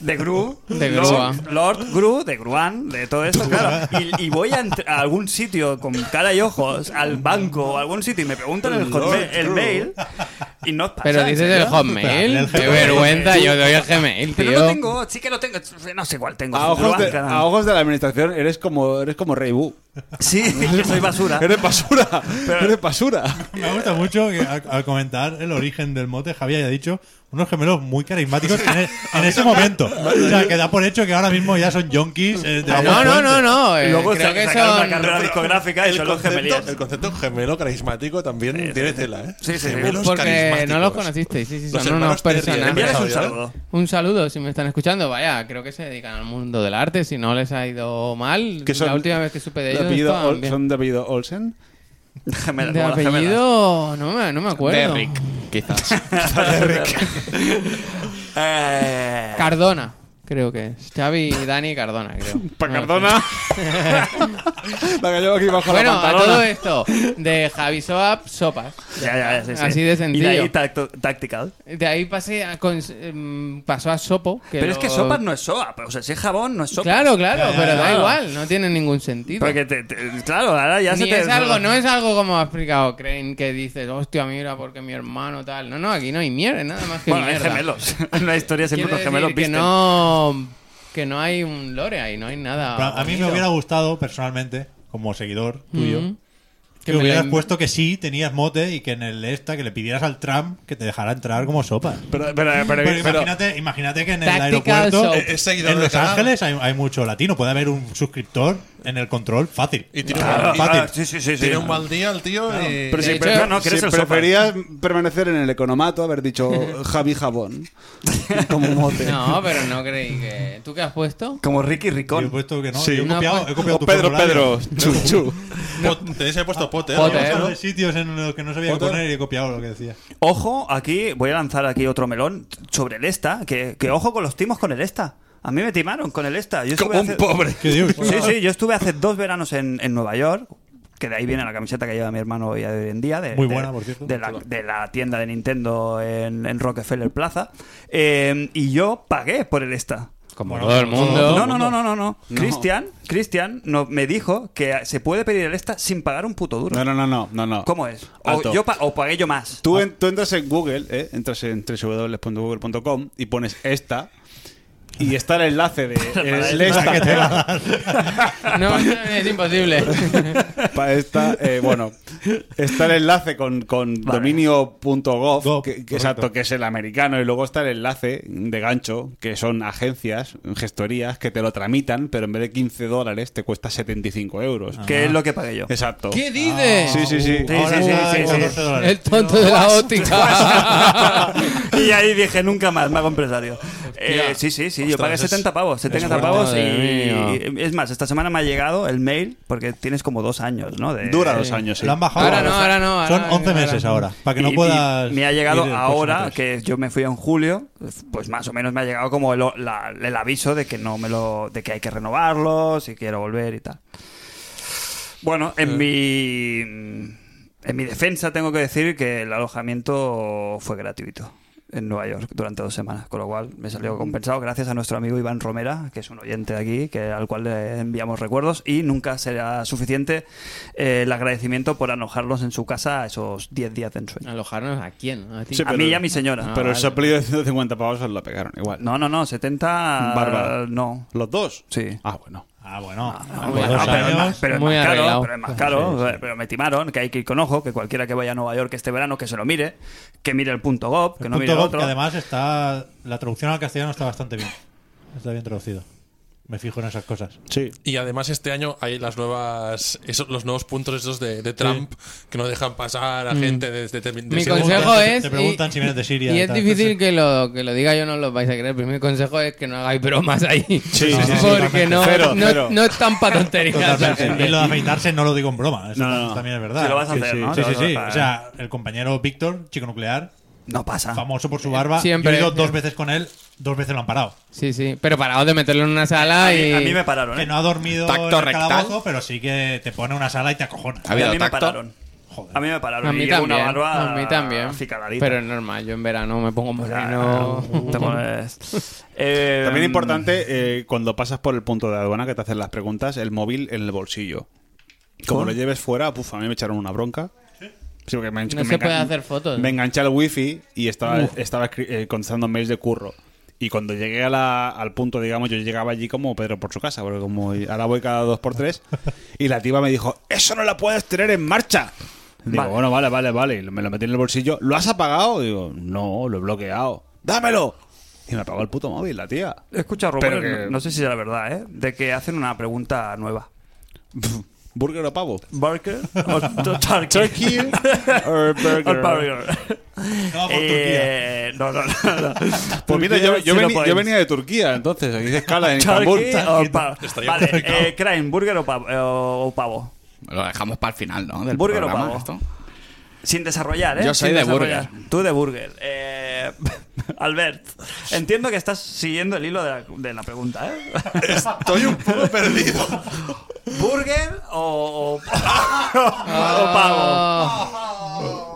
[SPEAKER 2] De Gru,
[SPEAKER 7] De
[SPEAKER 2] Lord,
[SPEAKER 7] Grua.
[SPEAKER 2] Lord Gru, de Gruan, de todo esto, claro. Y, y voy a, entr- a algún sitio con cara y ojos, al banco o algún sitio y me preguntan el, hotmail- el mail y no pasa.
[SPEAKER 7] Pero dices el
[SPEAKER 2] ¿sí?
[SPEAKER 7] Hotmail.
[SPEAKER 8] El
[SPEAKER 7] Qué
[SPEAKER 8] Hotmail.
[SPEAKER 7] vergüenza, yo doy el Gmail,
[SPEAKER 2] Pero
[SPEAKER 7] tío.
[SPEAKER 2] no tengo, sí que no tengo, no sé cuál tengo.
[SPEAKER 5] A ojos,
[SPEAKER 2] Gruan,
[SPEAKER 5] de,
[SPEAKER 2] cara.
[SPEAKER 5] a ojos de la administración eres como, eres como Rey Bu.
[SPEAKER 2] Sí, yo soy basura.
[SPEAKER 5] Eres basura. Eres basura.
[SPEAKER 8] Me
[SPEAKER 6] Me gusta mucho que al, al comentar el origen del mote, Javi haya dicho unos gemelos muy carismáticos en, e- en ese momento. O sea, que da por hecho que ahora mismo ya son yonkis. eh, de
[SPEAKER 7] No, no, no, no. eh,
[SPEAKER 2] Luego
[SPEAKER 7] creo
[SPEAKER 2] se-
[SPEAKER 7] que
[SPEAKER 2] sacaron una
[SPEAKER 7] son.
[SPEAKER 2] carrera discográfica y
[SPEAKER 3] el
[SPEAKER 2] son los gemelíes.
[SPEAKER 3] concepto, el concepto gemelo carismático también tiene tela, ¿eh?
[SPEAKER 2] Sí, sí, sí.
[SPEAKER 3] Gemelos
[SPEAKER 7] Porque no los
[SPEAKER 3] carismáticos.
[SPEAKER 7] conocisteis, sí, sí,
[SPEAKER 3] Los
[SPEAKER 7] son unos
[SPEAKER 3] hermanos Terry,
[SPEAKER 7] personajes.
[SPEAKER 2] Envíales un
[SPEAKER 3] ¿eh?
[SPEAKER 2] saludo.
[SPEAKER 7] Un saludo si me están escuchando. Vaya, creo que se dedican al mundo del arte. Si no les ha ido mal,
[SPEAKER 5] Que son-
[SPEAKER 7] la última vez que supe de
[SPEAKER 5] De
[SPEAKER 7] ellos.
[SPEAKER 5] apellido
[SPEAKER 7] estaban
[SPEAKER 5] Ol-
[SPEAKER 7] bien.
[SPEAKER 5] son de apellido Olsen.
[SPEAKER 2] Gemelas,
[SPEAKER 7] de
[SPEAKER 2] como las gemelas.
[SPEAKER 7] apellido, no me, no me acuerdo.
[SPEAKER 4] Derrick, quizás.
[SPEAKER 2] Eh,
[SPEAKER 7] Cardona, creo que es. Xavi, Dani, Cardona, creo.
[SPEAKER 5] Pa' Cardona. La que llevo aquí bajo
[SPEAKER 7] Bueno,
[SPEAKER 5] la
[SPEAKER 7] a todo
[SPEAKER 5] pantalona.
[SPEAKER 7] esto, de Javi Soap, sopas.
[SPEAKER 2] ya, ya, ya, sí, sí.
[SPEAKER 7] Así de
[SPEAKER 2] Y
[SPEAKER 7] sencillo.
[SPEAKER 2] de ahí tacto- tactical.
[SPEAKER 7] De ahí pasé a, con- em, pasó a Sopo. Que
[SPEAKER 2] Pero es
[SPEAKER 7] lo-
[SPEAKER 2] que sopas no es sopa. pues, O sea, si es jabón, no es sopa.
[SPEAKER 7] Claro, claro,
[SPEAKER 6] Ya, ya,
[SPEAKER 7] pero da
[SPEAKER 2] claro.
[SPEAKER 7] igual, no tiene ningún sentido.
[SPEAKER 2] Porque te- te- claro, ahora ya se
[SPEAKER 7] Ni
[SPEAKER 2] te.
[SPEAKER 7] es algo, no es algo como ha explicado Crane que dices, hostia, mira, porque mi hermano tal. No, no, aquí no hay mierda, nada más que
[SPEAKER 2] Bueno, hay
[SPEAKER 7] mierda.
[SPEAKER 2] gemelos. En la historia
[SPEAKER 7] Quiero
[SPEAKER 2] siempre los
[SPEAKER 7] decir
[SPEAKER 2] gemelos
[SPEAKER 7] que
[SPEAKER 2] visten.
[SPEAKER 7] no, que no hay un lore ahí, no hay nada.
[SPEAKER 6] Pero A mí me
[SPEAKER 7] bonito.
[SPEAKER 6] hubiera gustado, personalmente, como seguidor
[SPEAKER 7] Mm.
[SPEAKER 6] tuyo,
[SPEAKER 7] Que
[SPEAKER 6] que,
[SPEAKER 7] me lo
[SPEAKER 6] hubieras
[SPEAKER 7] in-
[SPEAKER 6] puesto que sí tenías mote y que en el esta, que le pidieras al Trump que te dejara entrar como sopa.
[SPEAKER 5] Pero, pero, pero,
[SPEAKER 6] Pero
[SPEAKER 5] pero-
[SPEAKER 6] imagínate, imagínate que en el
[SPEAKER 7] Tactical
[SPEAKER 6] aeropuerto,
[SPEAKER 7] soap.
[SPEAKER 3] Eh, es seguidor
[SPEAKER 6] en
[SPEAKER 3] de
[SPEAKER 6] Los
[SPEAKER 3] Trump.
[SPEAKER 6] Ángeles, hay, hay mucho latino. Puede haber un suscriptor en el control fácil.
[SPEAKER 3] Y tiene,
[SPEAKER 2] Claro,
[SPEAKER 3] un, Ah,
[SPEAKER 2] claro,
[SPEAKER 3] fácil.
[SPEAKER 2] sí, sí, sí, sí.
[SPEAKER 3] tiene un mal día el tío y...
[SPEAKER 5] pero si,
[SPEAKER 7] De
[SPEAKER 5] pre-
[SPEAKER 7] hecho,
[SPEAKER 2] no, no, que eres
[SPEAKER 5] si
[SPEAKER 2] el sopa.
[SPEAKER 5] preferías permanecer en el economato, haber dicho Javi Jabón como mote.
[SPEAKER 7] No, pero no creí que. ¿Tú qué has puesto?
[SPEAKER 2] Como Ricky
[SPEAKER 6] Yo pues, he
[SPEAKER 2] Ricón.
[SPEAKER 6] puesto que no.
[SPEAKER 5] Sí.
[SPEAKER 6] Yo he
[SPEAKER 7] No,
[SPEAKER 6] copiado,
[SPEAKER 7] pues-
[SPEAKER 6] he copiado
[SPEAKER 5] O
[SPEAKER 6] tu
[SPEAKER 5] Pedro
[SPEAKER 6] formulario.
[SPEAKER 5] Pedro, chu, chu.
[SPEAKER 3] Pot- Te he puesto pote, ¿eh?
[SPEAKER 7] Pote,
[SPEAKER 6] He
[SPEAKER 7] ¿eh?
[SPEAKER 6] buscado de sitios en los que no sabía qué
[SPEAKER 3] Otra.
[SPEAKER 6] poner y he copiado lo que decía.
[SPEAKER 2] Ojo, aquí voy a lanzar aquí otro melón sobre el esta. Que, que ojo con los timos con el esta. A mí me timaron con el esta. Yo estuve
[SPEAKER 5] Como un
[SPEAKER 2] hace-
[SPEAKER 5] pobre.
[SPEAKER 6] ¿Qué dios?
[SPEAKER 2] Sí, sí, yo estuve hace dos veranos en, en Nueva York, que de ahí viene la camiseta que lleva mi hermano hoy en día. De,
[SPEAKER 6] Muy
[SPEAKER 2] de-
[SPEAKER 6] buena, por cierto.
[SPEAKER 2] De la, de la tienda de Nintendo en, en Rockefeller Plaza. Eh, y yo pagué por el esta.
[SPEAKER 4] Como
[SPEAKER 6] Bueno,
[SPEAKER 4] todo el
[SPEAKER 6] como todo-
[SPEAKER 4] mundo.
[SPEAKER 2] No, no, no, no, no. no. Cristian, Cristian no, me dijo que se puede pedir el esta sin pagar un puto duro.
[SPEAKER 5] No, no, no, no, no, no.
[SPEAKER 2] ¿Cómo es? O,
[SPEAKER 5] Alto.
[SPEAKER 2] yo pa- o pagué yo más.
[SPEAKER 5] Tú, en- tú entras en Google, ¿eh? entras en www.google.com y pones esta y está el enlace de el esta,
[SPEAKER 7] No, es imposible.
[SPEAKER 5] para esta, eh, bueno, está el enlace con, con
[SPEAKER 2] Vale.
[SPEAKER 5] dominio.gov,
[SPEAKER 6] Gov,
[SPEAKER 5] que, que
[SPEAKER 6] correcto.
[SPEAKER 5] exacto, que es el americano, y luego está el enlace de gancho, que son agencias, gestorías, que te lo tramitan, pero en vez de 15 dólares te cuesta 75 euros.
[SPEAKER 6] Ah.
[SPEAKER 2] Que es lo que pagué yo.
[SPEAKER 5] Exacto.
[SPEAKER 7] ¿Qué dices?
[SPEAKER 5] Sí, sí, sí.
[SPEAKER 2] Sí, sí, sí, sí, sí.
[SPEAKER 7] El tonto de la óptica.
[SPEAKER 2] y ahí dije, nunca más, me hago empresario. Eh, sí, sí, sí, yo pagué 70 pavos, 70 pavos y,
[SPEAKER 7] Madre
[SPEAKER 2] y- es más, esta semana me ha llegado el mail porque tienes como dos años, ¿no? De-
[SPEAKER 5] Dura dos años, sí.
[SPEAKER 6] Lo han bajado.
[SPEAKER 7] Ahora no, ahora no. ahora
[SPEAKER 6] Son
[SPEAKER 7] no,
[SPEAKER 6] 11 meses ahora. Para que
[SPEAKER 2] Y-
[SPEAKER 6] no
[SPEAKER 2] y
[SPEAKER 6] puedas.
[SPEAKER 2] me ha llegado
[SPEAKER 6] ir el próximo
[SPEAKER 2] ahora,
[SPEAKER 6] atrás.
[SPEAKER 2] que yo me fui en julio, pues más o menos me ha llegado como el, o- la- el aviso de que no me lo, de que hay que renovarlo, si quiero volver y tal. Bueno, en mi en mi defensa tengo que decir que el alojamiento fue gratuito en Nueva York durante dos semanas, con lo cual me
[SPEAKER 5] Mm.
[SPEAKER 2] salió compensado gracias a nuestro amigo Iván Romera, que es un oyente de aquí, que, al cual le enviamos recuerdos y nunca será suficiente eh, el agradecimiento por alojarlos en su casa esos 10 días de ensueño.
[SPEAKER 7] ¿Alojarnos a quién? ¿A ti?
[SPEAKER 5] Ah, Sí,
[SPEAKER 2] a
[SPEAKER 5] pero-
[SPEAKER 2] mí y a mi señora.
[SPEAKER 5] Pero
[SPEAKER 7] Ah,
[SPEAKER 5] el
[SPEAKER 7] vale.
[SPEAKER 5] soplillo de 150 pavos os lo pegaron igual.
[SPEAKER 2] No, no, no, 70...
[SPEAKER 5] Bárbara.
[SPEAKER 2] No.
[SPEAKER 5] ¿Los dos?
[SPEAKER 2] Sí.
[SPEAKER 5] Ah, bueno.
[SPEAKER 6] Ah, bueno.
[SPEAKER 2] Ah,
[SPEAKER 6] Pues dos
[SPEAKER 2] pero, es más,
[SPEAKER 6] años.
[SPEAKER 2] pero es
[SPEAKER 7] Muy
[SPEAKER 2] más caro,
[SPEAKER 7] arreglado.
[SPEAKER 2] pero es más caro, pero me timaron, que hay que ir con ojo, que cualquiera que vaya a Nueva York este verano que se lo mire, que mire el punto gov, que
[SPEAKER 6] El
[SPEAKER 2] no
[SPEAKER 6] punto
[SPEAKER 2] mire el
[SPEAKER 6] gov,
[SPEAKER 2] otro.
[SPEAKER 6] que además está. La traducción al castellano está bastante bien. Está bien traducido. Me fijo en esas cosas.
[SPEAKER 5] Sí.
[SPEAKER 3] Y además este año hay las nuevas esos- los nuevos puntos esos de, de Trump que no dejan pasar a gente desde de, de-
[SPEAKER 7] Mm. Mi
[SPEAKER 3] según-
[SPEAKER 7] consejo
[SPEAKER 6] te- te
[SPEAKER 7] es.
[SPEAKER 6] preguntan
[SPEAKER 7] y,
[SPEAKER 6] si vienes de Siria
[SPEAKER 7] y
[SPEAKER 6] y
[SPEAKER 7] es
[SPEAKER 6] tal,
[SPEAKER 7] difícil que lo, que lo diga yo, no lo vais a creer. Pero mi consejo es que no hagáis bromas ahí.
[SPEAKER 5] sí, sí, sí.
[SPEAKER 7] Porque no,
[SPEAKER 5] Cero,
[SPEAKER 7] no,
[SPEAKER 5] cero.
[SPEAKER 7] no están para tonterías. la
[SPEAKER 6] Totalmente.
[SPEAKER 7] gente.
[SPEAKER 6] Y lo de afeitarse no lo digo en broma. Eso
[SPEAKER 5] No, no, no.
[SPEAKER 6] también es verdad.
[SPEAKER 2] Si lo vas a
[SPEAKER 5] Sí,
[SPEAKER 2] hacer,
[SPEAKER 5] sí.
[SPEAKER 2] ¿no?
[SPEAKER 6] Sí,
[SPEAKER 2] Te
[SPEAKER 6] sí,
[SPEAKER 2] vas a-
[SPEAKER 6] sí.
[SPEAKER 2] para-
[SPEAKER 6] O sea, el compañero Víctor, chico nuclear,
[SPEAKER 2] no pasa.
[SPEAKER 6] famoso por su barba.
[SPEAKER 7] Siempre.
[SPEAKER 6] Yo he ido dos veces con él, dos veces lo han parado.
[SPEAKER 7] Sí, sí. Pero paraos de meterlo en una sala
[SPEAKER 2] A mí,
[SPEAKER 7] y.
[SPEAKER 2] a mí me pararon,
[SPEAKER 6] Que
[SPEAKER 2] ¿eh?
[SPEAKER 6] no ha dormido
[SPEAKER 4] Tacto
[SPEAKER 6] en el
[SPEAKER 4] rectal.
[SPEAKER 6] calabozo, pero sí que te pone una sala y te acojona.
[SPEAKER 4] ¿Ha
[SPEAKER 2] a mí
[SPEAKER 4] habido
[SPEAKER 2] me
[SPEAKER 4] tacto?
[SPEAKER 2] pararon.
[SPEAKER 6] Joder.
[SPEAKER 2] A mí me pararon.
[SPEAKER 7] A mí
[SPEAKER 2] y llevo
[SPEAKER 7] también.
[SPEAKER 2] una barba
[SPEAKER 7] a mí también.
[SPEAKER 2] acicaladita.
[SPEAKER 7] Pero es normal, yo en verano me pongo
[SPEAKER 2] O sea,
[SPEAKER 7] moreno.
[SPEAKER 2] te pones- Eh,
[SPEAKER 5] También importante, eh, cuando pasas por el punto de aduana que te hacen las preguntas, el móvil en el bolsillo. Como lo lleves fuera, puf, a mí me echaron una bronca. Sí, porque me,
[SPEAKER 7] No
[SPEAKER 5] me
[SPEAKER 7] se
[SPEAKER 5] engan-
[SPEAKER 7] puede hacer fotos.
[SPEAKER 5] Me enganché al wifi y estaba, estaba escri- eh, contestando mails de curro. Y cuando llegué a la- al punto, digamos, yo llegaba allí como Pedro por su casa, porque como ahora voy cada dos por tres, y la tipa me dijo, eso no la puedes tener en marcha. Digo,
[SPEAKER 2] Vale.
[SPEAKER 5] bueno, vale, vale, vale. Y me lo metí en el bolsillo. ¿Lo has apagado? Digo, no, lo he bloqueado. ¡Dámelo! Y me apagó el puto móvil, la tía.
[SPEAKER 2] He escuchado
[SPEAKER 5] Pero
[SPEAKER 2] rumores,
[SPEAKER 5] que-
[SPEAKER 2] no, no sé si es la verdad, ¿eh? De que hacen una pregunta nueva.
[SPEAKER 5] ¿Burger o pavo?
[SPEAKER 2] ¿Burger o turkey?
[SPEAKER 5] Turkey or burger.
[SPEAKER 2] Or burger.
[SPEAKER 6] No, por
[SPEAKER 2] Eh, no, no, no, no.
[SPEAKER 5] Pues mira,
[SPEAKER 2] Turquía
[SPEAKER 5] yo, yo
[SPEAKER 2] sí lo
[SPEAKER 5] veni- yo
[SPEAKER 2] podéis.
[SPEAKER 5] venía de Turquía, entonces, aquí de escala en Estambul.
[SPEAKER 2] Turkey o pavo.
[SPEAKER 3] Estaría
[SPEAKER 2] Vale,
[SPEAKER 3] complicado.
[SPEAKER 2] eh, Crane, ¿burger o pavo, eh, o pavo?
[SPEAKER 4] Lo dejamos para el final, ¿no? Del
[SPEAKER 2] Burger o
[SPEAKER 4] programa,
[SPEAKER 2] pavo.
[SPEAKER 4] esto.
[SPEAKER 2] Sin desarrollar, ¿eh?
[SPEAKER 4] Yo soy
[SPEAKER 2] Sin
[SPEAKER 4] de
[SPEAKER 2] desarrollar.
[SPEAKER 4] burger.
[SPEAKER 2] Tú de burger. Eh, Albert, entiendo que estás siguiendo el hilo de la, de la pregunta, ¿eh?
[SPEAKER 3] Estoy un poco perdido.
[SPEAKER 2] ¿Burger o, o- o
[SPEAKER 5] Ah,
[SPEAKER 2] pavo?
[SPEAKER 7] Oh.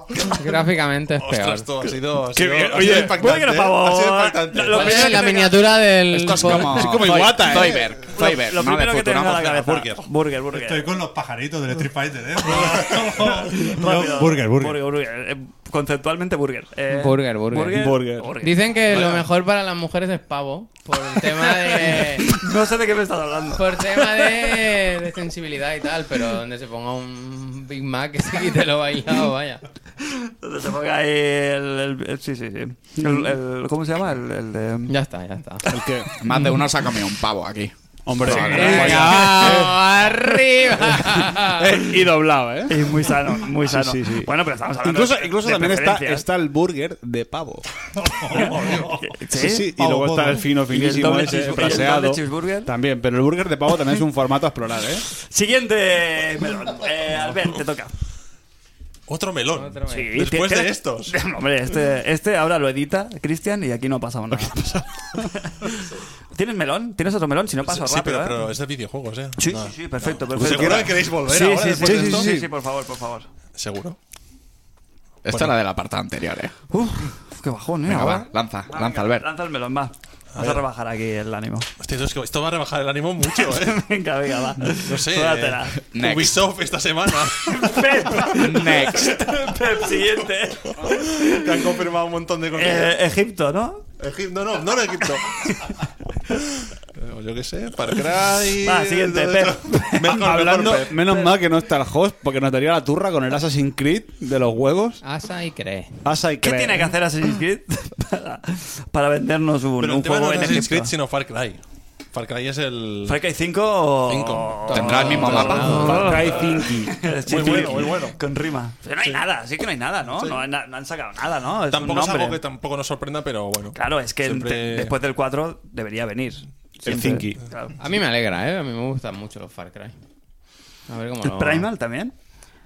[SPEAKER 7] Gráficamente es peor.
[SPEAKER 3] Ostras, todo ha sido, ha
[SPEAKER 5] Qué
[SPEAKER 3] sido,
[SPEAKER 5] bien,
[SPEAKER 3] ha
[SPEAKER 5] oye,
[SPEAKER 3] sido impactante.
[SPEAKER 2] bueno, que no, pavo.
[SPEAKER 3] ¿eh? Ha sido impactante.
[SPEAKER 2] Lo- lo-
[SPEAKER 7] ¿Cuál es
[SPEAKER 2] primero
[SPEAKER 7] la
[SPEAKER 2] que tenga-
[SPEAKER 7] miniatura del
[SPEAKER 4] Esto es
[SPEAKER 7] pod-
[SPEAKER 4] como.
[SPEAKER 5] Es como
[SPEAKER 4] Zoe-
[SPEAKER 5] Iguata, ¿eh?
[SPEAKER 4] Zoiber, Zoiber,
[SPEAKER 2] Lo
[SPEAKER 4] no de
[SPEAKER 2] primero que tenga en la
[SPEAKER 4] Futurama.
[SPEAKER 2] cabeza.
[SPEAKER 3] Burger.
[SPEAKER 2] Burger, burger.
[SPEAKER 6] Estoy con los pajaritos del Street Fighter, ¿eh?
[SPEAKER 2] Rápido.
[SPEAKER 6] Yo, burger, burger.
[SPEAKER 2] burger. Eh, conceptualmente burger. Eh,
[SPEAKER 7] Burger, burger.
[SPEAKER 5] Burger.
[SPEAKER 7] Dicen que lo mejor para las mujeres es pavo. Por el tema de.
[SPEAKER 2] No sé de qué me estás hablando.
[SPEAKER 7] Por tema de, de sensibilidad y tal, pero donde se ponga un Big Mac que se quite lo bailado, vaya.
[SPEAKER 2] Donde se ponga ahí el, el- Sí, sí, sí. El- el- ¿Cómo se llama? El, el de...
[SPEAKER 7] Ya está, ya está.
[SPEAKER 5] El que-
[SPEAKER 4] Más de uno se ha comido un pavo aquí.
[SPEAKER 5] Hombre,
[SPEAKER 7] Venga,
[SPEAKER 5] vaya.
[SPEAKER 7] vamos, arriba.
[SPEAKER 5] Eh, y doblado, ¿eh?
[SPEAKER 2] Es muy sano, muy sano.
[SPEAKER 5] sí, sí.
[SPEAKER 2] Bueno, pero estamos hablando
[SPEAKER 5] Incluso,
[SPEAKER 2] de-
[SPEAKER 5] incluso
[SPEAKER 2] de
[SPEAKER 5] también está,
[SPEAKER 2] preferencias.
[SPEAKER 5] está el burger de pavo.
[SPEAKER 2] Sí,
[SPEAKER 5] Y
[SPEAKER 6] Pavo,
[SPEAKER 5] luego está
[SPEAKER 6] pavo.
[SPEAKER 5] el fino,
[SPEAKER 2] el
[SPEAKER 5] finísimo,
[SPEAKER 2] doble
[SPEAKER 5] ese,
[SPEAKER 2] cheese- y el
[SPEAKER 5] braseado.
[SPEAKER 2] doble cheeseburger.
[SPEAKER 5] También, pero el burger de pavo también es un formato a explorar, ¿eh?
[SPEAKER 2] Siguiente melón. Eh, Albert, te toca.
[SPEAKER 3] Otro melón.
[SPEAKER 7] Otro melón.
[SPEAKER 2] Sí,
[SPEAKER 3] Después
[SPEAKER 2] tienes-
[SPEAKER 3] de estos.
[SPEAKER 2] Hombre, este, este ahora lo edita Cristian y aquí no ha pasado nada. ¿Tienes melón? ¿Tienes otro melón? Si no paso
[SPEAKER 3] Sí,
[SPEAKER 2] rápido,
[SPEAKER 3] pero,
[SPEAKER 2] ¿eh?
[SPEAKER 3] pero es de videojuegos, ¿eh?
[SPEAKER 2] Sí,
[SPEAKER 3] Nada.
[SPEAKER 2] sí, sí, perfecto, perfecto.
[SPEAKER 3] ¿Seguro que queréis volver
[SPEAKER 2] Sí,
[SPEAKER 3] ahora
[SPEAKER 2] sí, sí,
[SPEAKER 3] después de
[SPEAKER 2] sí,
[SPEAKER 3] esto?
[SPEAKER 2] sí, sí, por favor, por favor.
[SPEAKER 3] ¿Seguro?
[SPEAKER 4] Esta
[SPEAKER 3] Bueno.
[SPEAKER 4] era del apartado anterior, ¿eh?
[SPEAKER 2] Uf, qué bajón, ¿eh?
[SPEAKER 4] Venga,
[SPEAKER 2] Ahora.
[SPEAKER 4] va, lanza,
[SPEAKER 2] Va,
[SPEAKER 4] lanza,
[SPEAKER 2] venga,
[SPEAKER 4] Albert.
[SPEAKER 2] Lanza el melón, va. Vamos a,
[SPEAKER 3] ver.
[SPEAKER 2] rebajar aquí el ánimo.
[SPEAKER 3] Hostia, esto es que- esto va a rebajar el ánimo mucho, ¿eh?
[SPEAKER 2] venga, venga, va.
[SPEAKER 3] No sé.
[SPEAKER 2] Júdatela.
[SPEAKER 3] eh,
[SPEAKER 4] Next.
[SPEAKER 3] Ubisoft esta semana.
[SPEAKER 2] Pep.
[SPEAKER 4] Next.
[SPEAKER 2] Pep, siguiente.
[SPEAKER 3] Te han confirmado un montón de cosas.
[SPEAKER 2] Eh, Egipto, ¿no?
[SPEAKER 3] Egipto, no, no era Egipto. Eh, Yo qué sé, Far Cry.
[SPEAKER 2] Va, siguiente, Pep.
[SPEAKER 3] Mejor,
[SPEAKER 5] Hablando,
[SPEAKER 3] mejor, Pep.
[SPEAKER 5] menos mal que no está el host, porque nos daría la turra con el Assassin's Creed de los huevos.
[SPEAKER 7] Asa y cree.
[SPEAKER 5] Asa y
[SPEAKER 2] ¿Qué
[SPEAKER 5] Creed.
[SPEAKER 2] tiene que hacer Assassin's Creed para, para vendernos un,
[SPEAKER 3] Pero
[SPEAKER 2] un
[SPEAKER 3] el tema no
[SPEAKER 2] juego
[SPEAKER 3] es
[SPEAKER 2] en
[SPEAKER 3] Assassin's Creed,
[SPEAKER 2] Egipto?
[SPEAKER 3] sino Far Cry. Far Cry es el.
[SPEAKER 2] Far Cry 5 o...
[SPEAKER 3] Cinco.
[SPEAKER 4] Tendrá el mismo mapa.
[SPEAKER 5] Far Cry Thinking.
[SPEAKER 2] Sí,
[SPEAKER 3] Muy bueno,
[SPEAKER 2] sí,
[SPEAKER 3] muy bueno.
[SPEAKER 2] Con rima. Pero no hay nada, sí que no hay nada, ¿no? No, hay na- no han sacado nada, ¿no? Es un
[SPEAKER 3] Tampoco es
[SPEAKER 2] nombre.
[SPEAKER 3] algo que tampoco nos sorprenda, pero bueno.
[SPEAKER 2] Claro, es que
[SPEAKER 3] Siempre-
[SPEAKER 2] te- después del 4 debería venir. Siempre.
[SPEAKER 5] Zinky.
[SPEAKER 2] Claro.
[SPEAKER 7] A mí me alegra, ¿eh? A mí me gustan mucho los Far Cry. A ver cómo
[SPEAKER 2] ¿El
[SPEAKER 7] lo-
[SPEAKER 2] Primal Ah. también?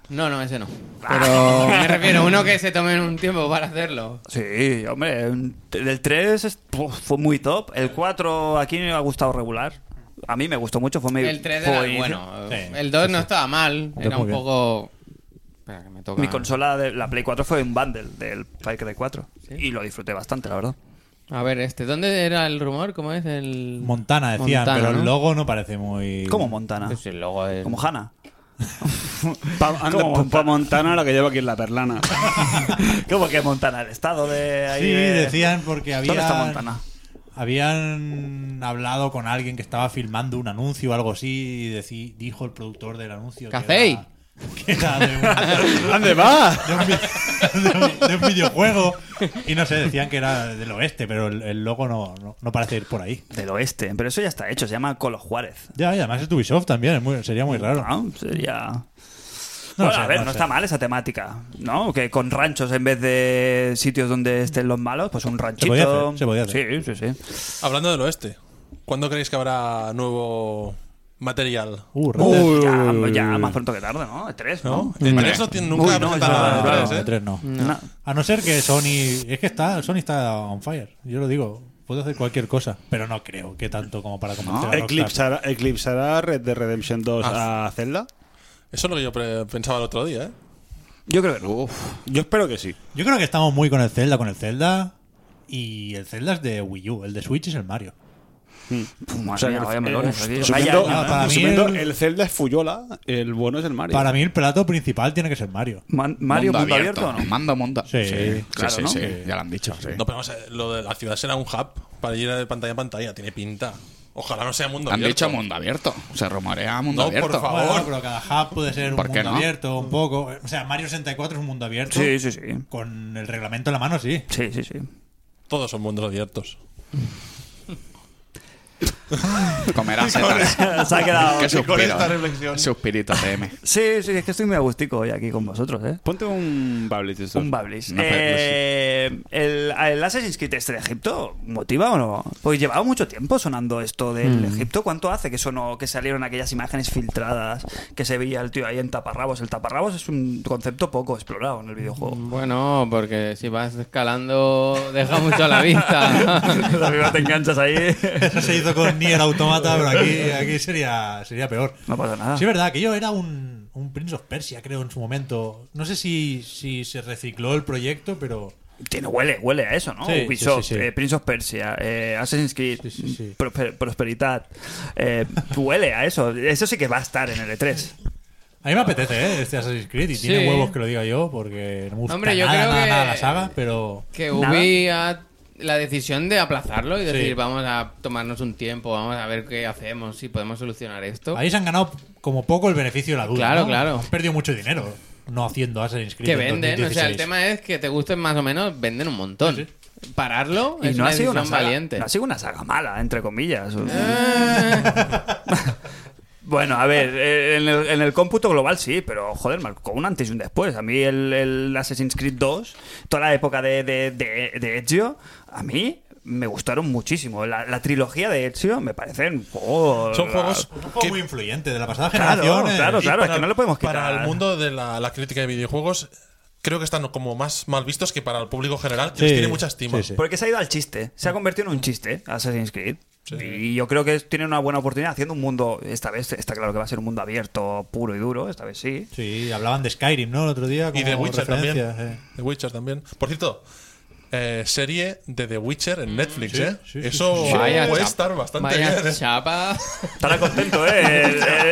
[SPEAKER 7] No, no, ese no. Pero me refiero a uno que se tome un tiempo para hacerlo.
[SPEAKER 2] Sí, hombre. un- El 3 es- puf, fue muy top. El 4 aquí me ha gustado regular. A mí me gustó mucho. Fue mi
[SPEAKER 7] El 3
[SPEAKER 2] juego
[SPEAKER 7] era
[SPEAKER 2] de inicio.
[SPEAKER 7] bueno.
[SPEAKER 6] Sí,
[SPEAKER 7] El 2 no estaba mal. Era
[SPEAKER 6] muy
[SPEAKER 7] un
[SPEAKER 6] bien.
[SPEAKER 7] poco. Espera, que me toca.
[SPEAKER 2] Mi consola, de, la Play 4, fue un bundle del Far Cry 4. Y lo disfruté bastante, la verdad.
[SPEAKER 7] A ver, este. ¿Dónde era el rumor? ¿Cómo es? El.
[SPEAKER 6] Montana decían,
[SPEAKER 7] Montana,
[SPEAKER 6] pero el
[SPEAKER 7] ¿no?
[SPEAKER 6] logo no parece muy.
[SPEAKER 2] Como Montana.
[SPEAKER 7] Pues el logo es.
[SPEAKER 2] Ah. Como Hannah.
[SPEAKER 5] Pa, anda,
[SPEAKER 2] Como
[SPEAKER 5] pa- pa Montana, la que lleva aquí en la perlana.
[SPEAKER 2] ¿Cómo que Montana? El estado de ahí.
[SPEAKER 6] Sí,
[SPEAKER 2] de-
[SPEAKER 6] decían porque había.
[SPEAKER 2] ¿Dónde está Montana?
[SPEAKER 6] Habían hablado con alguien que estaba filmando un anuncio o algo así y decí- dijo el productor del anuncio.
[SPEAKER 7] ¿Qué
[SPEAKER 6] que
[SPEAKER 7] hacéis?
[SPEAKER 6] era- que era de un,
[SPEAKER 5] ¿Dónde va?
[SPEAKER 6] de un vi- de un- de un videojuego. Y no sé, decían que era del oeste, pero el, el logo no, no, no parece ir por ahí.
[SPEAKER 2] Del oeste. Pero eso ya está hecho, se llama Colo Juárez.
[SPEAKER 6] Ya, y además es de Ubisoft también, es muy- sería muy raro.
[SPEAKER 2] Ah, sería.
[SPEAKER 6] No
[SPEAKER 2] Bueno,
[SPEAKER 6] sé,
[SPEAKER 2] a ver,
[SPEAKER 6] no
[SPEAKER 2] no,
[SPEAKER 6] sé.
[SPEAKER 2] está mal esa temática, ¿no? Que con ranchos en vez de sitios donde estén los malos, pues un ranchito.
[SPEAKER 6] podía hacer, se podía
[SPEAKER 2] Sí, sí, sí.
[SPEAKER 3] Hablando del oeste, ¿cuándo creéis que habrá nuevo material?
[SPEAKER 6] Uh, raro.
[SPEAKER 5] Uy.
[SPEAKER 2] Ya, ya más pronto que tarde, ¿no? E Tres, ¿no?
[SPEAKER 3] ¿No? En
[SPEAKER 4] Hombre.
[SPEAKER 3] tres no tiene- nunca
[SPEAKER 2] Uy,
[SPEAKER 3] ha
[SPEAKER 2] no,
[SPEAKER 3] presentado
[SPEAKER 2] eso-
[SPEAKER 3] nada en
[SPEAKER 2] claro,
[SPEAKER 3] tres, ¿eh?
[SPEAKER 6] de tres no.
[SPEAKER 2] No.
[SPEAKER 6] A no ser que Sony. Es que está, Sony está on fire. Yo lo digo. Puedo hacer cualquier cosa. Pero no creo que tanto como para convencer a Rockstar.
[SPEAKER 5] ¿Eclipsará, ¿Eclipsará Red de Redemption 2
[SPEAKER 6] Ah.
[SPEAKER 5] a Zelda?
[SPEAKER 3] Eso es lo que yo pre- pensaba el otro día, ¿eh?
[SPEAKER 5] Yo creo que no. Yo espero que sí.
[SPEAKER 6] Yo creo que estamos muy con el Zelda, con el Zelda. Y el Zelda es de Wii U. El de Switch es el Mario.
[SPEAKER 2] Puf, madre
[SPEAKER 5] sea,
[SPEAKER 2] mía,
[SPEAKER 5] que-
[SPEAKER 2] vaya
[SPEAKER 5] eh,
[SPEAKER 2] melones aquí.
[SPEAKER 5] Resumiendo,
[SPEAKER 2] Vaya-
[SPEAKER 6] Ah, para mí
[SPEAKER 5] resumiendo,
[SPEAKER 6] el-
[SPEAKER 5] el... Zelda es Fuyola, el bueno es el Mario.
[SPEAKER 6] Para mí, el plato principal tiene que ser Mario.
[SPEAKER 2] Man- Mario mundo abierto, o no?
[SPEAKER 4] Mando mundo.
[SPEAKER 6] Sí,
[SPEAKER 2] claro,
[SPEAKER 4] sí,
[SPEAKER 2] ¿no?
[SPEAKER 4] sí, ya lo han dicho. sí.
[SPEAKER 3] No, pero vamos a ver, lo de la ciudad será un hub para ir de pantalla a pantalla, tiene pinta. Ojalá no sea mundo
[SPEAKER 4] han
[SPEAKER 3] abierto.
[SPEAKER 4] dicho mundo abierto. Se rumorea mundo
[SPEAKER 3] No, por
[SPEAKER 4] abierto.
[SPEAKER 3] favor.
[SPEAKER 6] Bueno, pero cada hub puede ser un
[SPEAKER 4] ¿Por
[SPEAKER 6] mundo
[SPEAKER 4] qué no?
[SPEAKER 6] abierto, un poco. O sea, Mario 64 es un mundo abierto.
[SPEAKER 2] Sí, sí, sí.
[SPEAKER 6] Con el reglamento en la mano, sí.
[SPEAKER 2] Sí, sí, sí.
[SPEAKER 3] Todos son mundos abiertos.
[SPEAKER 4] Comerá setas.
[SPEAKER 2] Se ha quedado.
[SPEAKER 4] Qué suspiro.
[SPEAKER 3] esta
[SPEAKER 4] eh.
[SPEAKER 3] reflexión.
[SPEAKER 4] Suspirito TM.
[SPEAKER 2] Sí, sí, es que estoy muy a gustico hoy aquí con vosotros, ¿eh?
[SPEAKER 5] Ponte un Bablis esto.
[SPEAKER 2] Un Bablis.
[SPEAKER 4] Una
[SPEAKER 2] Eh, el, el Assassin's Creed este de Egipto, ¿motiva o no? Pues llevaba mucho tiempo sonando esto del Egipto. ¿Cuánto hace que sonó, que salieron aquellas imágenes filtradas, que se veía el tío ahí en taparrabos? El taparrabos es un concepto poco explorado en el videojuego.
[SPEAKER 7] Bueno, porque si vas escalando, deja mucho a la vista.
[SPEAKER 2] Arriba te enganchas ahí.
[SPEAKER 6] Eso se hizo con Nier Automata, pero aquí, aquí sería, sería peor.
[SPEAKER 2] No pasa nada.
[SPEAKER 6] Sí, es verdad, que yo era un, un Prince of Persia, creo, en su momento. No sé si, si se recicló el proyecto, pero.
[SPEAKER 2] Tiene, huele, huele a eso, ¿no?
[SPEAKER 6] Sí,
[SPEAKER 2] Ubisoft,
[SPEAKER 6] sí, sí, sí.
[SPEAKER 2] eh, Prince of Persia, eh, Assassin's Creed,
[SPEAKER 6] Sí, sí, sí.
[SPEAKER 2] Prosper- Prosperidad. eh, huele a eso. Eso sí que va a estar en el E E3.
[SPEAKER 6] A mí me apetece, ¿eh? Este Assassin's Creed, y
[SPEAKER 7] Sí.
[SPEAKER 6] tiene huevos que lo diga yo, porque no me gusta
[SPEAKER 7] Hombre, yo
[SPEAKER 6] nada,
[SPEAKER 7] creo
[SPEAKER 6] nada,
[SPEAKER 7] que-
[SPEAKER 6] nada la saga, pero.
[SPEAKER 7] que
[SPEAKER 2] Nada.
[SPEAKER 7] Ubi ha- la decisión de aplazarlo y decir,
[SPEAKER 6] Sí.
[SPEAKER 7] vamos a tomarnos un tiempo, vamos a ver qué hacemos, si podemos solucionar esto.
[SPEAKER 6] Ahí se han ganado como poco el beneficio de la duda.
[SPEAKER 7] Claro,
[SPEAKER 6] ¿no?
[SPEAKER 7] claro.
[SPEAKER 6] Han perdido mucho dinero no haciendo Assassin's Creed.
[SPEAKER 7] que
[SPEAKER 6] en
[SPEAKER 7] venden, o sea,
[SPEAKER 6] 2016.
[SPEAKER 7] el tema es que te gusten más o menos, venden un montón. Pararlo
[SPEAKER 2] Y
[SPEAKER 7] es
[SPEAKER 2] no
[SPEAKER 7] una
[SPEAKER 2] ha, sido una
[SPEAKER 7] decisión
[SPEAKER 2] saga,
[SPEAKER 7] valiente. Eh.
[SPEAKER 2] no ha sido una saga mala, entre comillas. bueno, a ver, eh, en el, en el cómputo global sí, pero joder, marcó un antes y un después. A mí el, el Assassin's Creed 2, toda la época de, de, de- de Ezio, a mí me gustaron muchísimo. La, la trilogía de Ezio me parecen... oh,
[SPEAKER 3] Son
[SPEAKER 2] la-
[SPEAKER 3] juegos
[SPEAKER 6] Un juego
[SPEAKER 3] que-
[SPEAKER 6] muy influyente de la pasada
[SPEAKER 2] Claro,
[SPEAKER 6] generación. ¿eh?
[SPEAKER 2] claro,
[SPEAKER 3] y
[SPEAKER 2] claro, es que no lo podemos quitar.
[SPEAKER 3] Para el mundo de la, la crítica de videojuegos, creo que están como más mal vistos que para el público general, que les
[SPEAKER 6] Sí,
[SPEAKER 3] tiene mucha estima.
[SPEAKER 6] sí, sí.
[SPEAKER 2] Porque se ha ido al chiste, se ha convertido en un chiste Assassin's Creed. Y yo creo que tiene una buena oportunidad haciendo un mundo, esta vez está claro que va a ser un mundo abierto, puro y duro, esta vez sí.
[SPEAKER 6] Sí, hablaban de Skyrim, ¿no? El otro día. Como
[SPEAKER 3] Y The Witcher
[SPEAKER 6] referencia,
[SPEAKER 3] también.
[SPEAKER 6] eh.
[SPEAKER 3] The Witcher también. Por cierto, eh, serie de The Witcher en Netflix,
[SPEAKER 6] Sí,
[SPEAKER 3] ¿eh?
[SPEAKER 6] sí, sí,
[SPEAKER 3] Eso
[SPEAKER 6] sí.
[SPEAKER 3] puede
[SPEAKER 7] chap-
[SPEAKER 3] estar bastante
[SPEAKER 7] Mm, vaya
[SPEAKER 3] bien. ¿eh?
[SPEAKER 7] chapa.
[SPEAKER 2] Estará contento, ¿eh?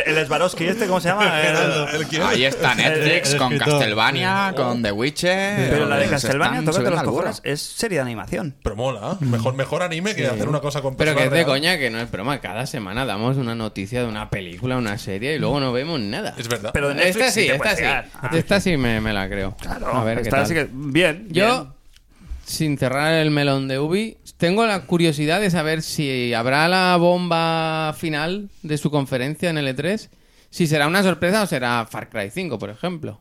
[SPEAKER 2] El, el, el Swarovski este, ¿cómo se llama? El-
[SPEAKER 3] El que-
[SPEAKER 4] Ahí está Netflix
[SPEAKER 6] El- el
[SPEAKER 4] con
[SPEAKER 6] escritor.
[SPEAKER 4] Castlevania, con The Witcher.
[SPEAKER 2] Pero la de
[SPEAKER 4] Se están
[SPEAKER 2] Castlevania, tócate
[SPEAKER 4] subiendo
[SPEAKER 2] los
[SPEAKER 4] al burro.
[SPEAKER 2] cojones, es serie de animación.
[SPEAKER 3] Pero mola, ¿eh?
[SPEAKER 6] Mm.
[SPEAKER 3] mejor, mejor anime que hacer una cosa con
[SPEAKER 7] Pero que es
[SPEAKER 3] personas
[SPEAKER 7] de
[SPEAKER 3] reales.
[SPEAKER 7] coña, que no es broma. Cada semana damos una noticia de una película, una serie y luego no vemos nada.
[SPEAKER 3] Es verdad.
[SPEAKER 2] Pero de Netflix
[SPEAKER 7] esta sí,
[SPEAKER 2] te
[SPEAKER 7] esta
[SPEAKER 2] puedes
[SPEAKER 7] sí.
[SPEAKER 2] llegar. Ah,
[SPEAKER 7] Esta sí me, me la creo.
[SPEAKER 2] Claro,
[SPEAKER 7] A ver qué
[SPEAKER 2] está
[SPEAKER 7] tal.
[SPEAKER 2] así que bien.
[SPEAKER 7] Yo,
[SPEAKER 2] bien.
[SPEAKER 7] sin cerrar el melón de Ubi, tengo la curiosidad de saber si habrá la bomba final de su conferencia en el E3. Si será una sorpresa o será Far Cry 5, por ejemplo.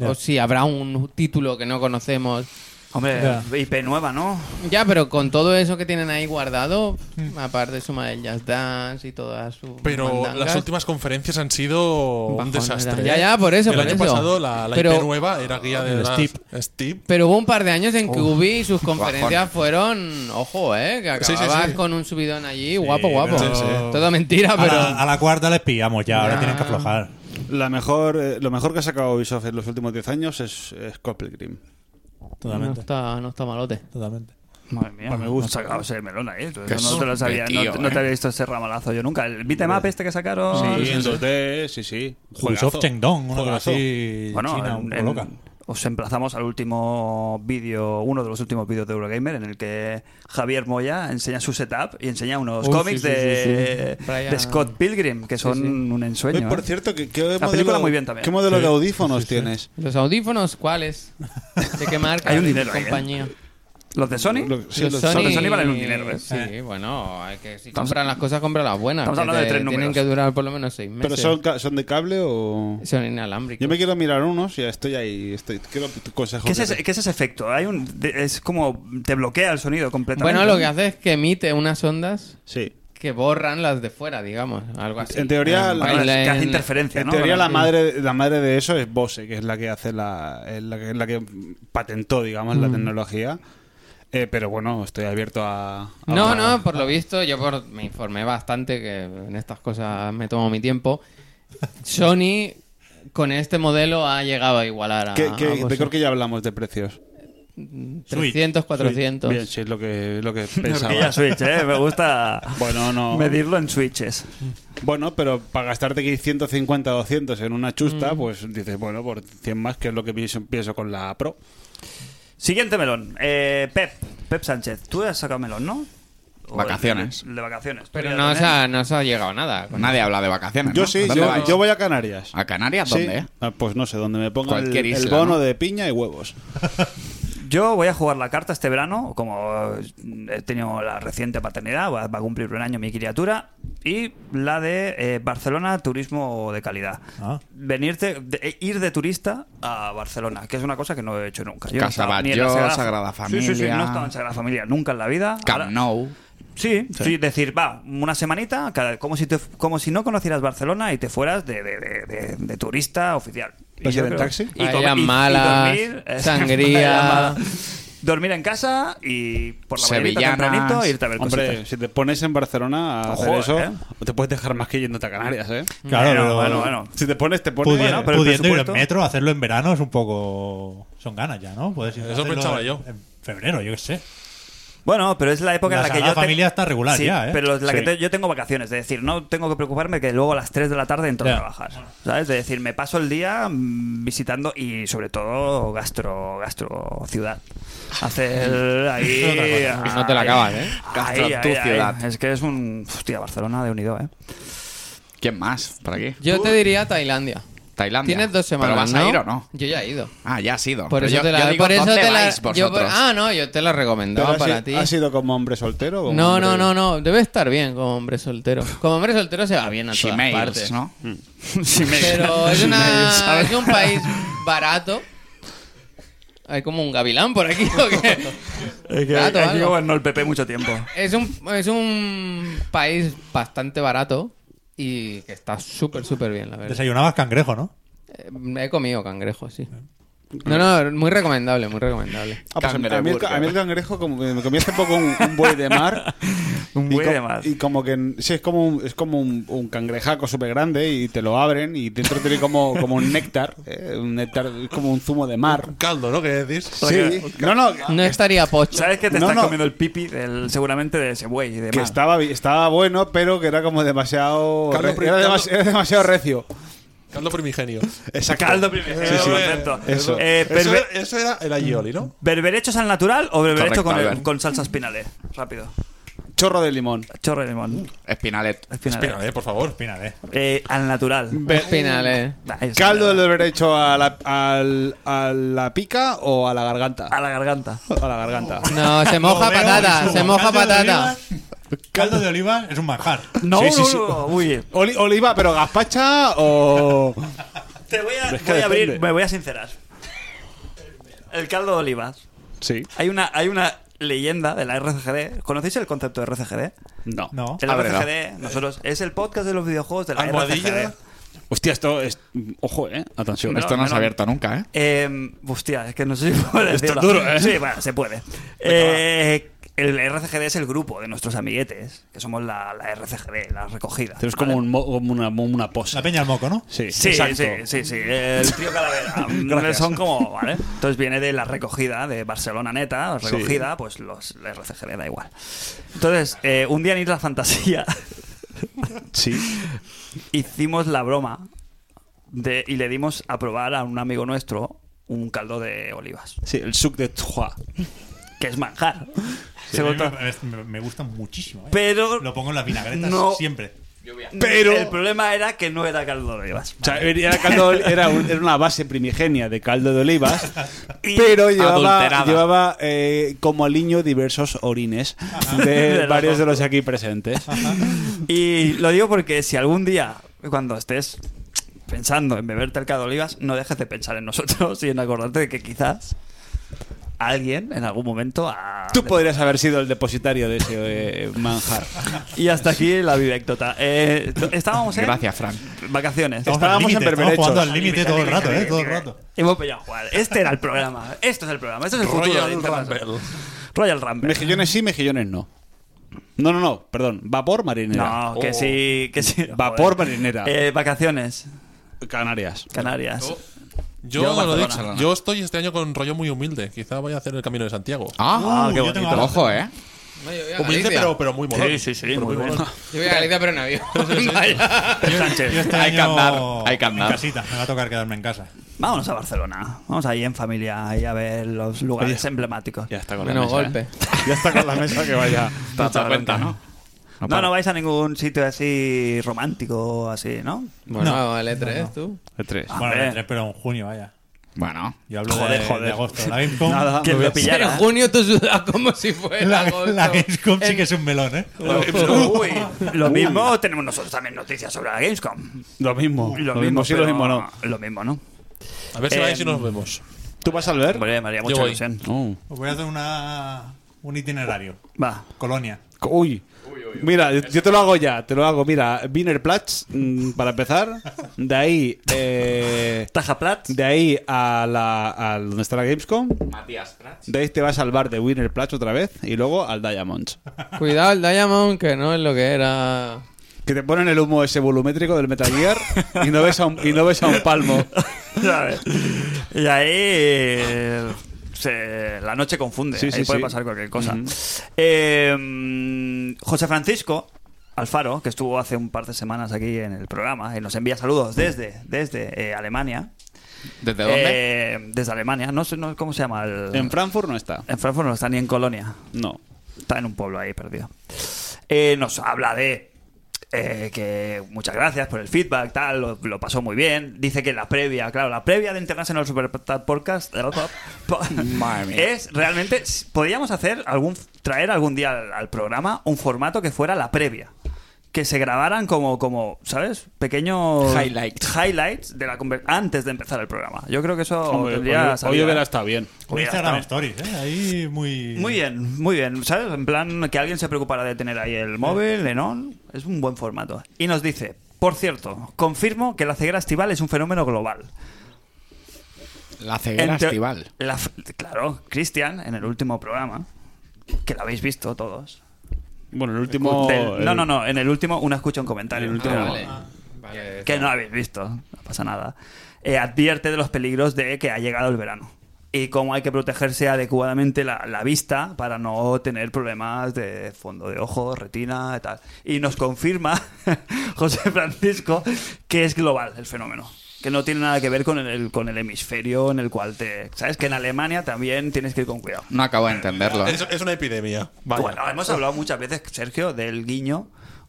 [SPEAKER 7] O si habrá un título que no conocemos.
[SPEAKER 2] Hombre, IP nueva, ¿no?
[SPEAKER 7] Ya, pero con todo eso que tienen ahí guardado, aparte suma del Just Dance y todas sus.
[SPEAKER 3] Pero
[SPEAKER 7] mandangas,
[SPEAKER 3] las últimas conferencias han sido un
[SPEAKER 7] Bajón,
[SPEAKER 3] desastre. ¿eh?
[SPEAKER 7] ya, ya, por eso,
[SPEAKER 3] El
[SPEAKER 7] por
[SPEAKER 3] año
[SPEAKER 7] eso.
[SPEAKER 3] pasado la, la
[SPEAKER 7] Pero-
[SPEAKER 3] IP nueva era guía de
[SPEAKER 6] El
[SPEAKER 3] las-
[SPEAKER 6] Steve.
[SPEAKER 3] Steve.
[SPEAKER 7] Pero hubo un par de años en que Ubi sus conferencias fueron, ojo, eh, que
[SPEAKER 3] Sí, sí,
[SPEAKER 7] acababas
[SPEAKER 3] sí.
[SPEAKER 7] con un subidón allí, guapo,
[SPEAKER 6] Sí,
[SPEAKER 7] guapo.
[SPEAKER 6] pero-
[SPEAKER 3] Sí, sí.
[SPEAKER 7] Todo
[SPEAKER 2] Ah,
[SPEAKER 7] mentira,
[SPEAKER 6] A,
[SPEAKER 7] pero
[SPEAKER 6] la, a la cuarta les pillamos ya, ahora tienen que aflojar.
[SPEAKER 5] La mejor, eh, lo mejor que ha sacado Ubisoft en los últimos 10 años es, es Scott Green.
[SPEAKER 7] no
[SPEAKER 6] Totalmente.
[SPEAKER 7] está, no está malote.
[SPEAKER 6] Totalmente.
[SPEAKER 2] Madre mía,
[SPEAKER 5] Pues me gusta.
[SPEAKER 2] han sacado ese melón ahí. Eso
[SPEAKER 4] Qué
[SPEAKER 2] no te lo sabía, no,
[SPEAKER 4] sorpretido,
[SPEAKER 2] no te
[SPEAKER 4] eh.
[SPEAKER 2] había visto ese ramalazo yo nunca. El beat'em up este que sacaron.
[SPEAKER 5] Sí, en 2D, sí, sí.
[SPEAKER 6] Ubisoft Chengdong, una cosa
[SPEAKER 3] Juegazo.
[SPEAKER 6] así.
[SPEAKER 2] Bueno,
[SPEAKER 6] China,
[SPEAKER 2] en-
[SPEAKER 6] un poco
[SPEAKER 2] en-
[SPEAKER 6] loca.
[SPEAKER 2] os emplazamos al último vídeo, uno de los últimos vídeos de Eurogamer, en el que Javier Moya enseña su setup y enseña unos
[SPEAKER 7] Uy, sí,
[SPEAKER 2] cómics
[SPEAKER 7] sí,
[SPEAKER 2] de,
[SPEAKER 7] sí, sí. Brian-
[SPEAKER 2] de Scott Pilgrim, que son
[SPEAKER 7] sí.
[SPEAKER 2] un ensueño.
[SPEAKER 5] Oye, por
[SPEAKER 2] ¿eh?
[SPEAKER 5] cierto, ¿qué, qué
[SPEAKER 2] La
[SPEAKER 5] modelo,
[SPEAKER 2] película muy bien también.
[SPEAKER 5] ¿qué modelo
[SPEAKER 3] Sí.
[SPEAKER 5] de audífonos tienes?
[SPEAKER 7] ¿Los audífonos cuáles? ¿De qué marca?
[SPEAKER 2] Hay un
[SPEAKER 7] ¿De
[SPEAKER 2] dinero
[SPEAKER 7] qué
[SPEAKER 2] ahí, ¿eh?
[SPEAKER 7] compañía?
[SPEAKER 2] ¿Los de Sony?
[SPEAKER 5] Lo- sí,
[SPEAKER 7] Los
[SPEAKER 5] lo-
[SPEAKER 2] Sony- los de valen un dinero, ¿eh?
[SPEAKER 7] Sí, bueno, hay que, si
[SPEAKER 2] Estamos-
[SPEAKER 7] compran las cosas, compran las buenas.
[SPEAKER 2] Estamos
[SPEAKER 7] que
[SPEAKER 2] hablando de
[SPEAKER 7] te-
[SPEAKER 2] tres números.
[SPEAKER 7] Tienen que durar por lo menos seis meses.
[SPEAKER 5] ¿Pero son, ca- son de cable o...?
[SPEAKER 7] Son inalámbricos.
[SPEAKER 5] Yo me quiero mirar unos y ya estoy ahí. Estoy, quiero tu consejo.
[SPEAKER 2] ¿Qué es, ese, qué es ese efecto? Hay un, de- es como te bloquea el sonido completamente.
[SPEAKER 7] Bueno, lo que hace es que emite unas ondas
[SPEAKER 5] Sí.
[SPEAKER 7] que borran las de fuera, digamos, algo así.
[SPEAKER 5] En teoría,
[SPEAKER 7] Ah,
[SPEAKER 5] la-
[SPEAKER 2] Bueno, es
[SPEAKER 7] en-
[SPEAKER 2] que hace interferencia,
[SPEAKER 5] En
[SPEAKER 2] ¿no?
[SPEAKER 5] teoría,
[SPEAKER 2] Bueno,
[SPEAKER 5] la madre, la madre de eso es Bose, que es la que hace la, es la, que, es la que patentó, digamos, la tecnología. Eh, pero bueno, estoy abierto a. a-
[SPEAKER 7] No,
[SPEAKER 5] a-
[SPEAKER 7] no, por lo visto, yo por- me informé bastante, que en estas cosas me tomo mi tiempo. Sony con este modelo ha llegado a igualar a,
[SPEAKER 5] Que, que-
[SPEAKER 7] a
[SPEAKER 5] de-
[SPEAKER 7] Bose.
[SPEAKER 5] creo que ya hablamos de precios.
[SPEAKER 7] 300, 400.
[SPEAKER 5] Bien, sí, es lo que, lo que
[SPEAKER 2] Horquilla
[SPEAKER 5] pensaba.
[SPEAKER 2] Switch, ¿eh? Me gusta
[SPEAKER 5] Bueno, no.
[SPEAKER 2] medirlo en switches.
[SPEAKER 5] Bueno, pero para gastarte aquí 150 o 200 en una chusta,
[SPEAKER 7] Mm.
[SPEAKER 5] pues dices, bueno, por 100 más, que es lo que pienso, pienso con la Pro.
[SPEAKER 2] Siguiente melón. Eh, Pep, Pep Sánchez. Tú has sacado melón, ¿no? O
[SPEAKER 4] Vacaciones.
[SPEAKER 2] De, de vacaciones.
[SPEAKER 7] Pero
[SPEAKER 2] Tú
[SPEAKER 7] no
[SPEAKER 2] ya
[SPEAKER 7] se, ha, no se ha llegado nada. con-
[SPEAKER 4] Nadie habla de vacaciones.
[SPEAKER 5] Yo
[SPEAKER 4] ¿no?
[SPEAKER 5] sí,
[SPEAKER 4] ¿Dónde
[SPEAKER 5] yo,
[SPEAKER 4] vais?
[SPEAKER 5] yo voy a Canarias.
[SPEAKER 4] ¿A Canarias?
[SPEAKER 5] Sí.
[SPEAKER 4] ¿Dónde? eh?
[SPEAKER 5] Ah, pues no sé, donde me ponga el,
[SPEAKER 4] Cualquier
[SPEAKER 5] el
[SPEAKER 4] isla,
[SPEAKER 5] bono
[SPEAKER 4] ¿no?
[SPEAKER 5] de piña y huevos.
[SPEAKER 2] Yo voy a jugar la carta este verano, como eh, he tenido la reciente paternidad, va va a cumplir un año mi criatura, y la de eh, Barcelona Turismo de Calidad.
[SPEAKER 6] Ah.
[SPEAKER 2] Venirte, de- eh, ir de turista a Barcelona, que es una cosa que no he hecho nunca. no he
[SPEAKER 4] Casa
[SPEAKER 2] estado ni en
[SPEAKER 4] Batlló,
[SPEAKER 2] la
[SPEAKER 4] Sagrada
[SPEAKER 2] Sí, sí, sí, no he
[SPEAKER 4] Familia.
[SPEAKER 2] estado en Sagrada Familia nunca en la vida.
[SPEAKER 4] Camp
[SPEAKER 2] Ahora-
[SPEAKER 4] Nou.
[SPEAKER 2] Sí, sí, decir, va, una semanita, cada- como si, te- como si no conocieras Barcelona y te fueras de, de- de- de- de turista oficial. Y
[SPEAKER 5] ¿Vas a ir
[SPEAKER 2] yo
[SPEAKER 5] en
[SPEAKER 2] creo-
[SPEAKER 5] taxi?
[SPEAKER 2] Y,
[SPEAKER 7] Paella
[SPEAKER 2] comer- y- y
[SPEAKER 7] mala,
[SPEAKER 2] dormir, eh,
[SPEAKER 7] sangría.
[SPEAKER 2] paella mala. dormir en casa y por la mañanita
[SPEAKER 4] Sevillanas.
[SPEAKER 2] tempranito e irte a ver
[SPEAKER 5] Hombre,
[SPEAKER 2] cositas.
[SPEAKER 5] si te pones en Barcelona a
[SPEAKER 2] Ojo,
[SPEAKER 5] hacer eso,
[SPEAKER 2] ¿eh? Mm.
[SPEAKER 5] te puedes dejar más que yéndote a Canarias, ¿eh?
[SPEAKER 6] Claro,
[SPEAKER 2] bueno,
[SPEAKER 6] pero-
[SPEAKER 2] bueno, bueno.
[SPEAKER 5] Si te pones, te pones.
[SPEAKER 6] Pudi-
[SPEAKER 2] Bueno, pero el
[SPEAKER 6] pudiendo ir
[SPEAKER 2] presupuesto-
[SPEAKER 6] en metro, hacerlo en verano es un poco. Son ganas ya, ¿no? Puedes ir a
[SPEAKER 3] Eso
[SPEAKER 6] hacerlo
[SPEAKER 3] pensaba
[SPEAKER 6] en-
[SPEAKER 3] yo.
[SPEAKER 6] En febrero, yo qué sé.
[SPEAKER 2] Bueno, pero es la época en
[SPEAKER 6] La
[SPEAKER 2] la que
[SPEAKER 6] Sagrada
[SPEAKER 2] yo. te-
[SPEAKER 6] Familia está regular
[SPEAKER 2] Sí,
[SPEAKER 6] ya, ¿eh?
[SPEAKER 2] Pero es la que
[SPEAKER 5] Sí.
[SPEAKER 2] te- yo tengo vacaciones, es decir, no tengo que preocuparme que luego a las 3 de la tarde entro
[SPEAKER 6] Ya.
[SPEAKER 2] a trabajar. ¿Sabes? Es decir, me paso el día mm, visitando y sobre todo gastro, gastro ciudad. Hacer ahí.
[SPEAKER 7] otra cosa. No te la acabas, ¿eh?
[SPEAKER 2] Ahí,
[SPEAKER 4] Gastro
[SPEAKER 2] ahí,
[SPEAKER 4] tu
[SPEAKER 2] ahí.
[SPEAKER 4] ciudad.
[SPEAKER 2] Es que es un. Hostia, Barcelona de unido, ¿eh?
[SPEAKER 4] ¿Quién más? ¿Por aquí?
[SPEAKER 7] Yo te diría Tailandia.
[SPEAKER 4] Tailandia.
[SPEAKER 7] Tienes dos semanas.
[SPEAKER 4] ¿Pero vas
[SPEAKER 7] ¿no?
[SPEAKER 4] a ir o no?
[SPEAKER 7] Yo ya he ido.
[SPEAKER 4] Ah, ya has ido.
[SPEAKER 7] Por
[SPEAKER 4] Pero
[SPEAKER 7] eso
[SPEAKER 4] yo,
[SPEAKER 7] te la,
[SPEAKER 4] yo digo,
[SPEAKER 7] por eso
[SPEAKER 4] ¿dónde
[SPEAKER 7] te la-
[SPEAKER 4] vais
[SPEAKER 7] yo por-
[SPEAKER 4] vosotros?
[SPEAKER 7] ah, no, yo te la recomendaba
[SPEAKER 5] Pero has
[SPEAKER 7] para
[SPEAKER 5] i-
[SPEAKER 7] ti.
[SPEAKER 5] ¿Has ido como hombre soltero? o como
[SPEAKER 7] No,
[SPEAKER 5] hombre-
[SPEAKER 7] no, no, no. Debe estar bien como hombre soltero. Como hombre soltero se va bien a todas
[SPEAKER 4] Shemales,
[SPEAKER 7] partes.
[SPEAKER 4] ¿no?
[SPEAKER 2] Sí, me-
[SPEAKER 7] Pero es,
[SPEAKER 2] sí, me-
[SPEAKER 7] una,
[SPEAKER 2] ¿sabes?
[SPEAKER 7] es un país barato. Hay como un gavilán por aquí. ¿o qué?
[SPEAKER 2] Es que
[SPEAKER 7] Gato,
[SPEAKER 2] aquí
[SPEAKER 7] algo.
[SPEAKER 2] gobernó el PP mucho tiempo.
[SPEAKER 7] Es, un, es un país bastante barato y que está súper, súper bien, la verdad.
[SPEAKER 6] Desayunabas cangrejo, ¿no?
[SPEAKER 7] Eh, He comido cangrejo, sí. No, no, muy recomendable, muy recomendable.
[SPEAKER 5] Ah, pues a, mí, a mí el, ca- a mí el
[SPEAKER 4] Cangreburger.
[SPEAKER 5] cangrejo como, me comí hace poco un, un buey de mar.
[SPEAKER 2] Un
[SPEAKER 5] y
[SPEAKER 2] buey
[SPEAKER 5] co-
[SPEAKER 2] de mar.
[SPEAKER 5] Y como que. en- Sí, es como un, es como un, un cangrejaco súper grande y te lo abren y dentro tiene como, como un néctar. ¿eh? Un néctar, es como un zumo de mar.
[SPEAKER 3] Un caldo, ¿no? ¿Qué decís?
[SPEAKER 5] Sí. No, no.
[SPEAKER 7] No estaría pocho.
[SPEAKER 2] ¿Sabes que te
[SPEAKER 5] No,
[SPEAKER 2] estás
[SPEAKER 5] no.
[SPEAKER 2] comiendo el pipi del, seguramente de ese buey? y Ah, de
[SPEAKER 5] Que
[SPEAKER 2] mar?
[SPEAKER 5] estaba, bi- estaba bueno, pero que era como demasiado.
[SPEAKER 3] Caldo
[SPEAKER 5] re-
[SPEAKER 3] pri-
[SPEAKER 5] era, demas-
[SPEAKER 3] caldo-
[SPEAKER 5] era demasiado recio.
[SPEAKER 3] Caldo primigenio.
[SPEAKER 5] Exacto.
[SPEAKER 2] Caldo primero.
[SPEAKER 5] Sí, sí.
[SPEAKER 2] Perfecto.
[SPEAKER 5] Eso.
[SPEAKER 2] Eh,
[SPEAKER 3] Eso
[SPEAKER 2] perve-
[SPEAKER 3] era, eso era el aioli, ¿no?
[SPEAKER 2] ¿Berberechos al natural o berberecho
[SPEAKER 4] Correcto,
[SPEAKER 2] con, el-
[SPEAKER 4] Albert.
[SPEAKER 2] con salsa espinales? Rápido.
[SPEAKER 5] Chorro de limón.
[SPEAKER 2] Chorro de limón.
[SPEAKER 4] Espinalet.
[SPEAKER 2] Espinales.
[SPEAKER 3] Espérame, por favor.
[SPEAKER 6] Mira, eh.
[SPEAKER 2] Eh, al natural.
[SPEAKER 7] Al final, eh.
[SPEAKER 2] Ahí está.
[SPEAKER 5] ¿Caldo del derecho a la, al- a la pica o a la garganta?
[SPEAKER 2] A la garganta.
[SPEAKER 5] A la garganta.
[SPEAKER 7] No, se moja
[SPEAKER 6] Lo veo
[SPEAKER 7] patata,
[SPEAKER 6] como
[SPEAKER 7] se moja
[SPEAKER 6] caldo de
[SPEAKER 7] patata.
[SPEAKER 6] olivas- Caldo de oliva es un manjar.
[SPEAKER 2] No,
[SPEAKER 5] Sí, sí,
[SPEAKER 2] no,
[SPEAKER 5] sí.
[SPEAKER 2] no, uy.
[SPEAKER 5] Oli- oliva, pero gazpacha o.
[SPEAKER 2] Te voy a,
[SPEAKER 5] Es que
[SPEAKER 2] voy a abrir,
[SPEAKER 5] depende.
[SPEAKER 2] me voy a sincerar. El caldo de olivas.
[SPEAKER 5] Sí.
[SPEAKER 2] Hay una, hay una leyenda de la RCGD. ¿Conocéis el concepto de RCGD?
[SPEAKER 5] No. Ah,
[SPEAKER 6] No.
[SPEAKER 2] El
[SPEAKER 4] A ver,
[SPEAKER 2] RCGD, nosotros, es el podcast de los videojuegos de la
[SPEAKER 3] Almohadilla.
[SPEAKER 2] RCGD.
[SPEAKER 5] Hostia, esto es. Ojo, eh. Atención.
[SPEAKER 2] No,
[SPEAKER 4] Esto no, se
[SPEAKER 2] no.
[SPEAKER 4] ha abierto nunca, ¿eh?
[SPEAKER 2] Eh, hostia, es que no sé si puedo
[SPEAKER 5] Esto es
[SPEAKER 2] decirlo.
[SPEAKER 5] duro, ¿eh?
[SPEAKER 2] Sí, bueno, se puede. Eh, el RCGD es el grupo de nuestros amiguetes, que somos la, la RCGD, la recogida.
[SPEAKER 5] Tenemos como,
[SPEAKER 2] ¿vale?
[SPEAKER 5] un mo- como una, como una
[SPEAKER 6] La
[SPEAKER 5] posa.
[SPEAKER 6] peña al moco, ¿no?
[SPEAKER 5] Sí,
[SPEAKER 2] Sí,
[SPEAKER 5] exacto.
[SPEAKER 2] sí, sí, sí, el trío calavera. Mm,
[SPEAKER 5] Gracias.
[SPEAKER 2] Son como, ¿vale? Entonces viene de la recogida de Barcelona neta, recogida, pues los la RCGD da igual. Entonces, eh, un día en Isla Fantasía
[SPEAKER 5] Sí.
[SPEAKER 2] hicimos la broma de- y le dimos a probar a un amigo nuestro un caldo de olivas,
[SPEAKER 5] Sí, el suc de Trois.
[SPEAKER 2] que es manjar. Se
[SPEAKER 6] A mí
[SPEAKER 2] vota-
[SPEAKER 6] me, me- me gusta muchísimo. ¿eh?
[SPEAKER 2] Pero,
[SPEAKER 6] Lo pongo en las vinagretas
[SPEAKER 2] No.
[SPEAKER 6] siempre.
[SPEAKER 2] pero el problema era que no era caldo de olivas.
[SPEAKER 5] O sea, era, caldo- era un- era una base primigenia de caldo de olivas,
[SPEAKER 2] Y-
[SPEAKER 5] pero llevaba,
[SPEAKER 4] Adulterada.
[SPEAKER 5] llevaba eh, como aliño diversos orines de
[SPEAKER 2] De los
[SPEAKER 5] varios de los aquí presentes.
[SPEAKER 2] Y lo digo porque si algún día, cuando estés pensando en beberte el caldo de olivas, no dejes de pensar en nosotros y en acordarte de que quizás alguien en algún momento ha-
[SPEAKER 5] Tú podrías haber sido el depositario de ese eh, manjar.
[SPEAKER 2] Y hasta aquí la vivectota. Eh, estábamos en
[SPEAKER 4] Gracias, Fran.
[SPEAKER 2] vacaciones.
[SPEAKER 6] Estamos al
[SPEAKER 5] Estábamos en
[SPEAKER 6] límite, estamos
[SPEAKER 5] berberechos.
[SPEAKER 6] jugando al límite todo el rato, ¿eh? Todo el rato.
[SPEAKER 2] Hemos pillado a jugar. Este era el programa. Esto es el programa. Esto es el futuro de
[SPEAKER 3] Royal
[SPEAKER 2] Internet.
[SPEAKER 3] Rumble.
[SPEAKER 2] Royal Rumble.
[SPEAKER 5] Mejillones sí, mejillones no. No, no, no, perdón. Vapor marinera.
[SPEAKER 2] No, que sí, que sí.
[SPEAKER 5] Oh. Vapor
[SPEAKER 2] Joder.
[SPEAKER 5] marinera.
[SPEAKER 2] Eh, vacaciones,
[SPEAKER 5] Oh, Canarias.
[SPEAKER 2] Canarias.
[SPEAKER 3] Yo,
[SPEAKER 2] Yo
[SPEAKER 3] no lo he
[SPEAKER 2] Barcelona.
[SPEAKER 3] dicho. Yo estoy este año con rollo muy humilde. Quizá vaya a hacer el camino de Santiago.
[SPEAKER 4] Ah,
[SPEAKER 6] Uh,
[SPEAKER 2] qué
[SPEAKER 6] yo tengo
[SPEAKER 2] bonito.
[SPEAKER 6] ganas.
[SPEAKER 4] ojo, eh.
[SPEAKER 7] No, yo voy a
[SPEAKER 3] Humilde,
[SPEAKER 7] Galicia.
[SPEAKER 3] pero, pero muy molón.
[SPEAKER 2] Sí, sí, sí,
[SPEAKER 3] Pero
[SPEAKER 2] muy bien.
[SPEAKER 7] Yo voy a Galicia, pero en avión. Vaya.
[SPEAKER 2] Sánchez.
[SPEAKER 6] Yo este
[SPEAKER 4] Hay que
[SPEAKER 6] año
[SPEAKER 4] andar, hay que andar.
[SPEAKER 6] En casita, me va a tocar quedarme en casa.
[SPEAKER 2] Vámonos a Barcelona. Vamos ahí en familia y a ver los lugares emblemáticos.
[SPEAKER 5] Ya está con
[SPEAKER 7] Menos
[SPEAKER 5] la mesa.
[SPEAKER 7] golpe.
[SPEAKER 5] ¿eh? Ya está con la mesa que vaya.
[SPEAKER 4] Mucha cuenta, ¿no?
[SPEAKER 2] No, no vais a ningún sitio así romántico, así, ¿no?
[SPEAKER 7] Bueno, el E3, tú.
[SPEAKER 5] El tres.
[SPEAKER 2] Ah,
[SPEAKER 6] Bueno,
[SPEAKER 2] hombre.
[SPEAKER 6] el E3, pero en junio, vaya.
[SPEAKER 4] Bueno.
[SPEAKER 6] Yo hablo
[SPEAKER 2] Joder,
[SPEAKER 6] de,
[SPEAKER 2] joder.
[SPEAKER 6] de agosto. La Gamescom,
[SPEAKER 5] Nada.
[SPEAKER 2] ¿Quién lo
[SPEAKER 7] Pero en
[SPEAKER 2] pillara?
[SPEAKER 7] junio tú sudas como si fuera
[SPEAKER 6] la,
[SPEAKER 7] agosto.
[SPEAKER 6] la Gamescom sí
[SPEAKER 7] En-
[SPEAKER 6] que es un melón, ¿eh?
[SPEAKER 2] Uy, lo mismo tenemos nosotros también noticias sobre la Gamescom.
[SPEAKER 5] Lo mismo. Lo, mismo sí, lo
[SPEAKER 2] pero-
[SPEAKER 5] mismo no.
[SPEAKER 2] Lo mismo no.
[SPEAKER 3] A ver si
[SPEAKER 2] Eh,
[SPEAKER 3] vais y nos vemos.
[SPEAKER 5] ¿Tú vas al ver? Oh.
[SPEAKER 2] Hombre, Pues me haría mucha
[SPEAKER 3] voy.
[SPEAKER 2] ilusión.
[SPEAKER 5] No.
[SPEAKER 6] Os voy a hacer una, un itinerario.
[SPEAKER 2] Va.
[SPEAKER 6] Colonia.
[SPEAKER 5] Uy. Mira, yo te lo hago ya, te lo hago. Mira, Wienerplatz, mm, para empezar. De ahí, eh,
[SPEAKER 2] Taja Plat.
[SPEAKER 5] de ahí a la, a donde está la Gamescom.
[SPEAKER 4] Matías Prats.
[SPEAKER 5] De ahí te vas al bar de Wienerplatz otra vez y luego al Diamonds.
[SPEAKER 7] Cuidado el Diamond, que no es lo que era.
[SPEAKER 5] Que te ponen el humo ese volumétrico del Metal Gear y no ves a un, y no ves a un palmo.
[SPEAKER 2] ¿sabes? y ahí eh, se- la noche confunde.
[SPEAKER 5] Sí,
[SPEAKER 2] ahí
[SPEAKER 5] sí,
[SPEAKER 2] puede
[SPEAKER 5] sí.
[SPEAKER 2] pasar cualquier cosa. Eh, mm, José Francisco Alfaro, que estuvo hace un par de semanas aquí en el programa, y nos envía saludos desde, desde eh, Alemania.
[SPEAKER 4] ¿Desde dónde?
[SPEAKER 2] Eh, desde Alemania. No sé no, cómo se llama. el-
[SPEAKER 5] En Frankfurt no está.
[SPEAKER 2] en Frankfurt no está ni en Colonia.
[SPEAKER 5] No.
[SPEAKER 2] Está en un pueblo ahí perdido. Eh, nos habla de eh, que muchas gracias por el feedback, tal, lo, lo pasó muy bien. Dice que la previa, claro, la previa de International Super Podcast eh, po- po-
[SPEAKER 4] Madre mía.
[SPEAKER 2] es realmente. Podríamos hacer algún traer algún día al, al programa un formato que fuera la previa. Que se grabaran como, como ¿sabes? Pequeños
[SPEAKER 4] Highlights.
[SPEAKER 2] highlights de la conver- antes de empezar el programa. Yo creo que eso
[SPEAKER 5] Hombre,
[SPEAKER 2] Oh, tendría
[SPEAKER 5] hoy, hoy
[SPEAKER 2] salida. ¿eh?
[SPEAKER 5] hubiera estado bien.
[SPEAKER 2] Hubiera
[SPEAKER 6] Instagram
[SPEAKER 2] estado-
[SPEAKER 6] Stories, ¿eh? Ahí muy...
[SPEAKER 2] muy bien, muy bien. ¿Sabes? En plan, que alguien se preocupara de tener ahí el móvil, en on. Es un buen formato. Y nos dice, por cierto, confirmo que la ceguera estival es un fenómeno global.
[SPEAKER 4] La ceguera
[SPEAKER 2] Entre-
[SPEAKER 4] estival.
[SPEAKER 2] la f- claro, Cristian, en el último programa, que lo habéis visto todos.
[SPEAKER 5] Bueno, el último.
[SPEAKER 2] del- no,
[SPEAKER 5] el-
[SPEAKER 2] no, no. En el último, una escucha un comentario.
[SPEAKER 5] El
[SPEAKER 7] Ah,
[SPEAKER 5] último.
[SPEAKER 7] vale. Vale,
[SPEAKER 2] que no habéis visto, no pasa nada, eh, advierte de los peligros de que ha llegado el verano y cómo hay que protegerse adecuadamente la, la vista para no tener problemas de fondo de ojo, retina y tal. Y nos confirma José Francisco que es global el fenómeno. Que no tiene nada que ver con el, con el hemisferio en el cual te. ¿Sabes? Que en Alemania también tienes que ir con cuidado.
[SPEAKER 4] No acabo de entenderlo.
[SPEAKER 3] Es, es una epidemia. Vaya.
[SPEAKER 2] Bueno, hemos hablado muchas veces, Sergio, del guiño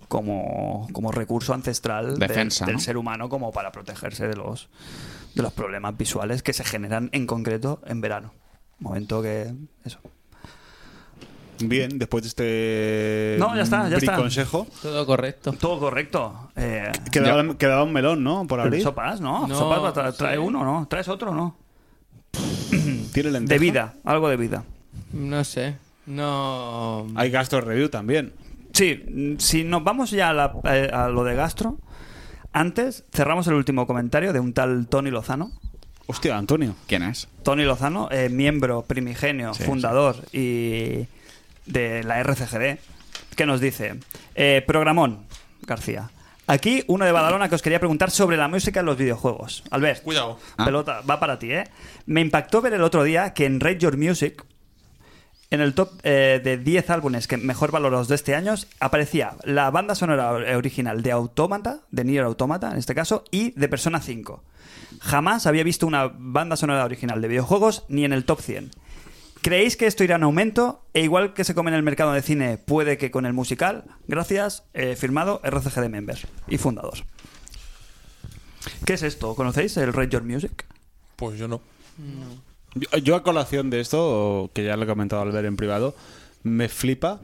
[SPEAKER 2] como, como recurso ancestral del-
[SPEAKER 4] Defensa,
[SPEAKER 2] del,
[SPEAKER 4] ¿no?
[SPEAKER 2] ser humano como para protegerse de los, de los problemas visuales que se generan en concreto en verano. Momento que... Eso.
[SPEAKER 5] Bien, después de este.
[SPEAKER 2] No, ya está, ya está.
[SPEAKER 5] consejo.
[SPEAKER 7] Todo correcto.
[SPEAKER 2] Todo correcto. Eh,
[SPEAKER 5] Quedaba, quedaba un melón, ¿no? Por abrir.
[SPEAKER 2] sopas, ¿no?
[SPEAKER 7] No,
[SPEAKER 2] sopas va a tra-
[SPEAKER 7] sí.
[SPEAKER 2] trae uno, ¿no? Traes otro, ¿no?
[SPEAKER 5] Tiene lenteja.
[SPEAKER 2] De vida, algo de vida.
[SPEAKER 7] No sé. No.
[SPEAKER 5] Hay gastro review también.
[SPEAKER 2] Sí, mm, si nos vamos ya a, la- eh, a lo de gastro, antes cerramos el último comentario de un tal Tony Lozano.
[SPEAKER 5] Hostia, Antonio.
[SPEAKER 4] ¿Quién es?
[SPEAKER 2] Tony Lozano, eh, miembro primigenio, fundador y de la RCGD, que nos dice, eh, Programón García, aquí uno de Badalona que os quería preguntar sobre la música en los videojuegos. Albert,
[SPEAKER 3] Cuidado.
[SPEAKER 4] Ah.
[SPEAKER 2] pelota, va para ti, ¿eh? Me impactó ver el otro día que en Rate Your Music En el top eh, de 10 álbumes que mejor valorados de este año aparecía la banda sonora original de Autómata, de Nier Automata en este caso, y de Persona 5. Jamás había visto una banda sonora original de videojuegos ni en el top 100. ¿Creéis que esto irá en aumento? E igual que se come en el mercado de cine, puede que con el musical. Gracias, eh, firmado RCG de Member y fundador. ¿Qué es esto? ¿Conocéis el Red Your Music?
[SPEAKER 3] Pues yo no.
[SPEAKER 8] Yo, yo a colación de esto, que ya lo he comentado al ver en privado, me flipa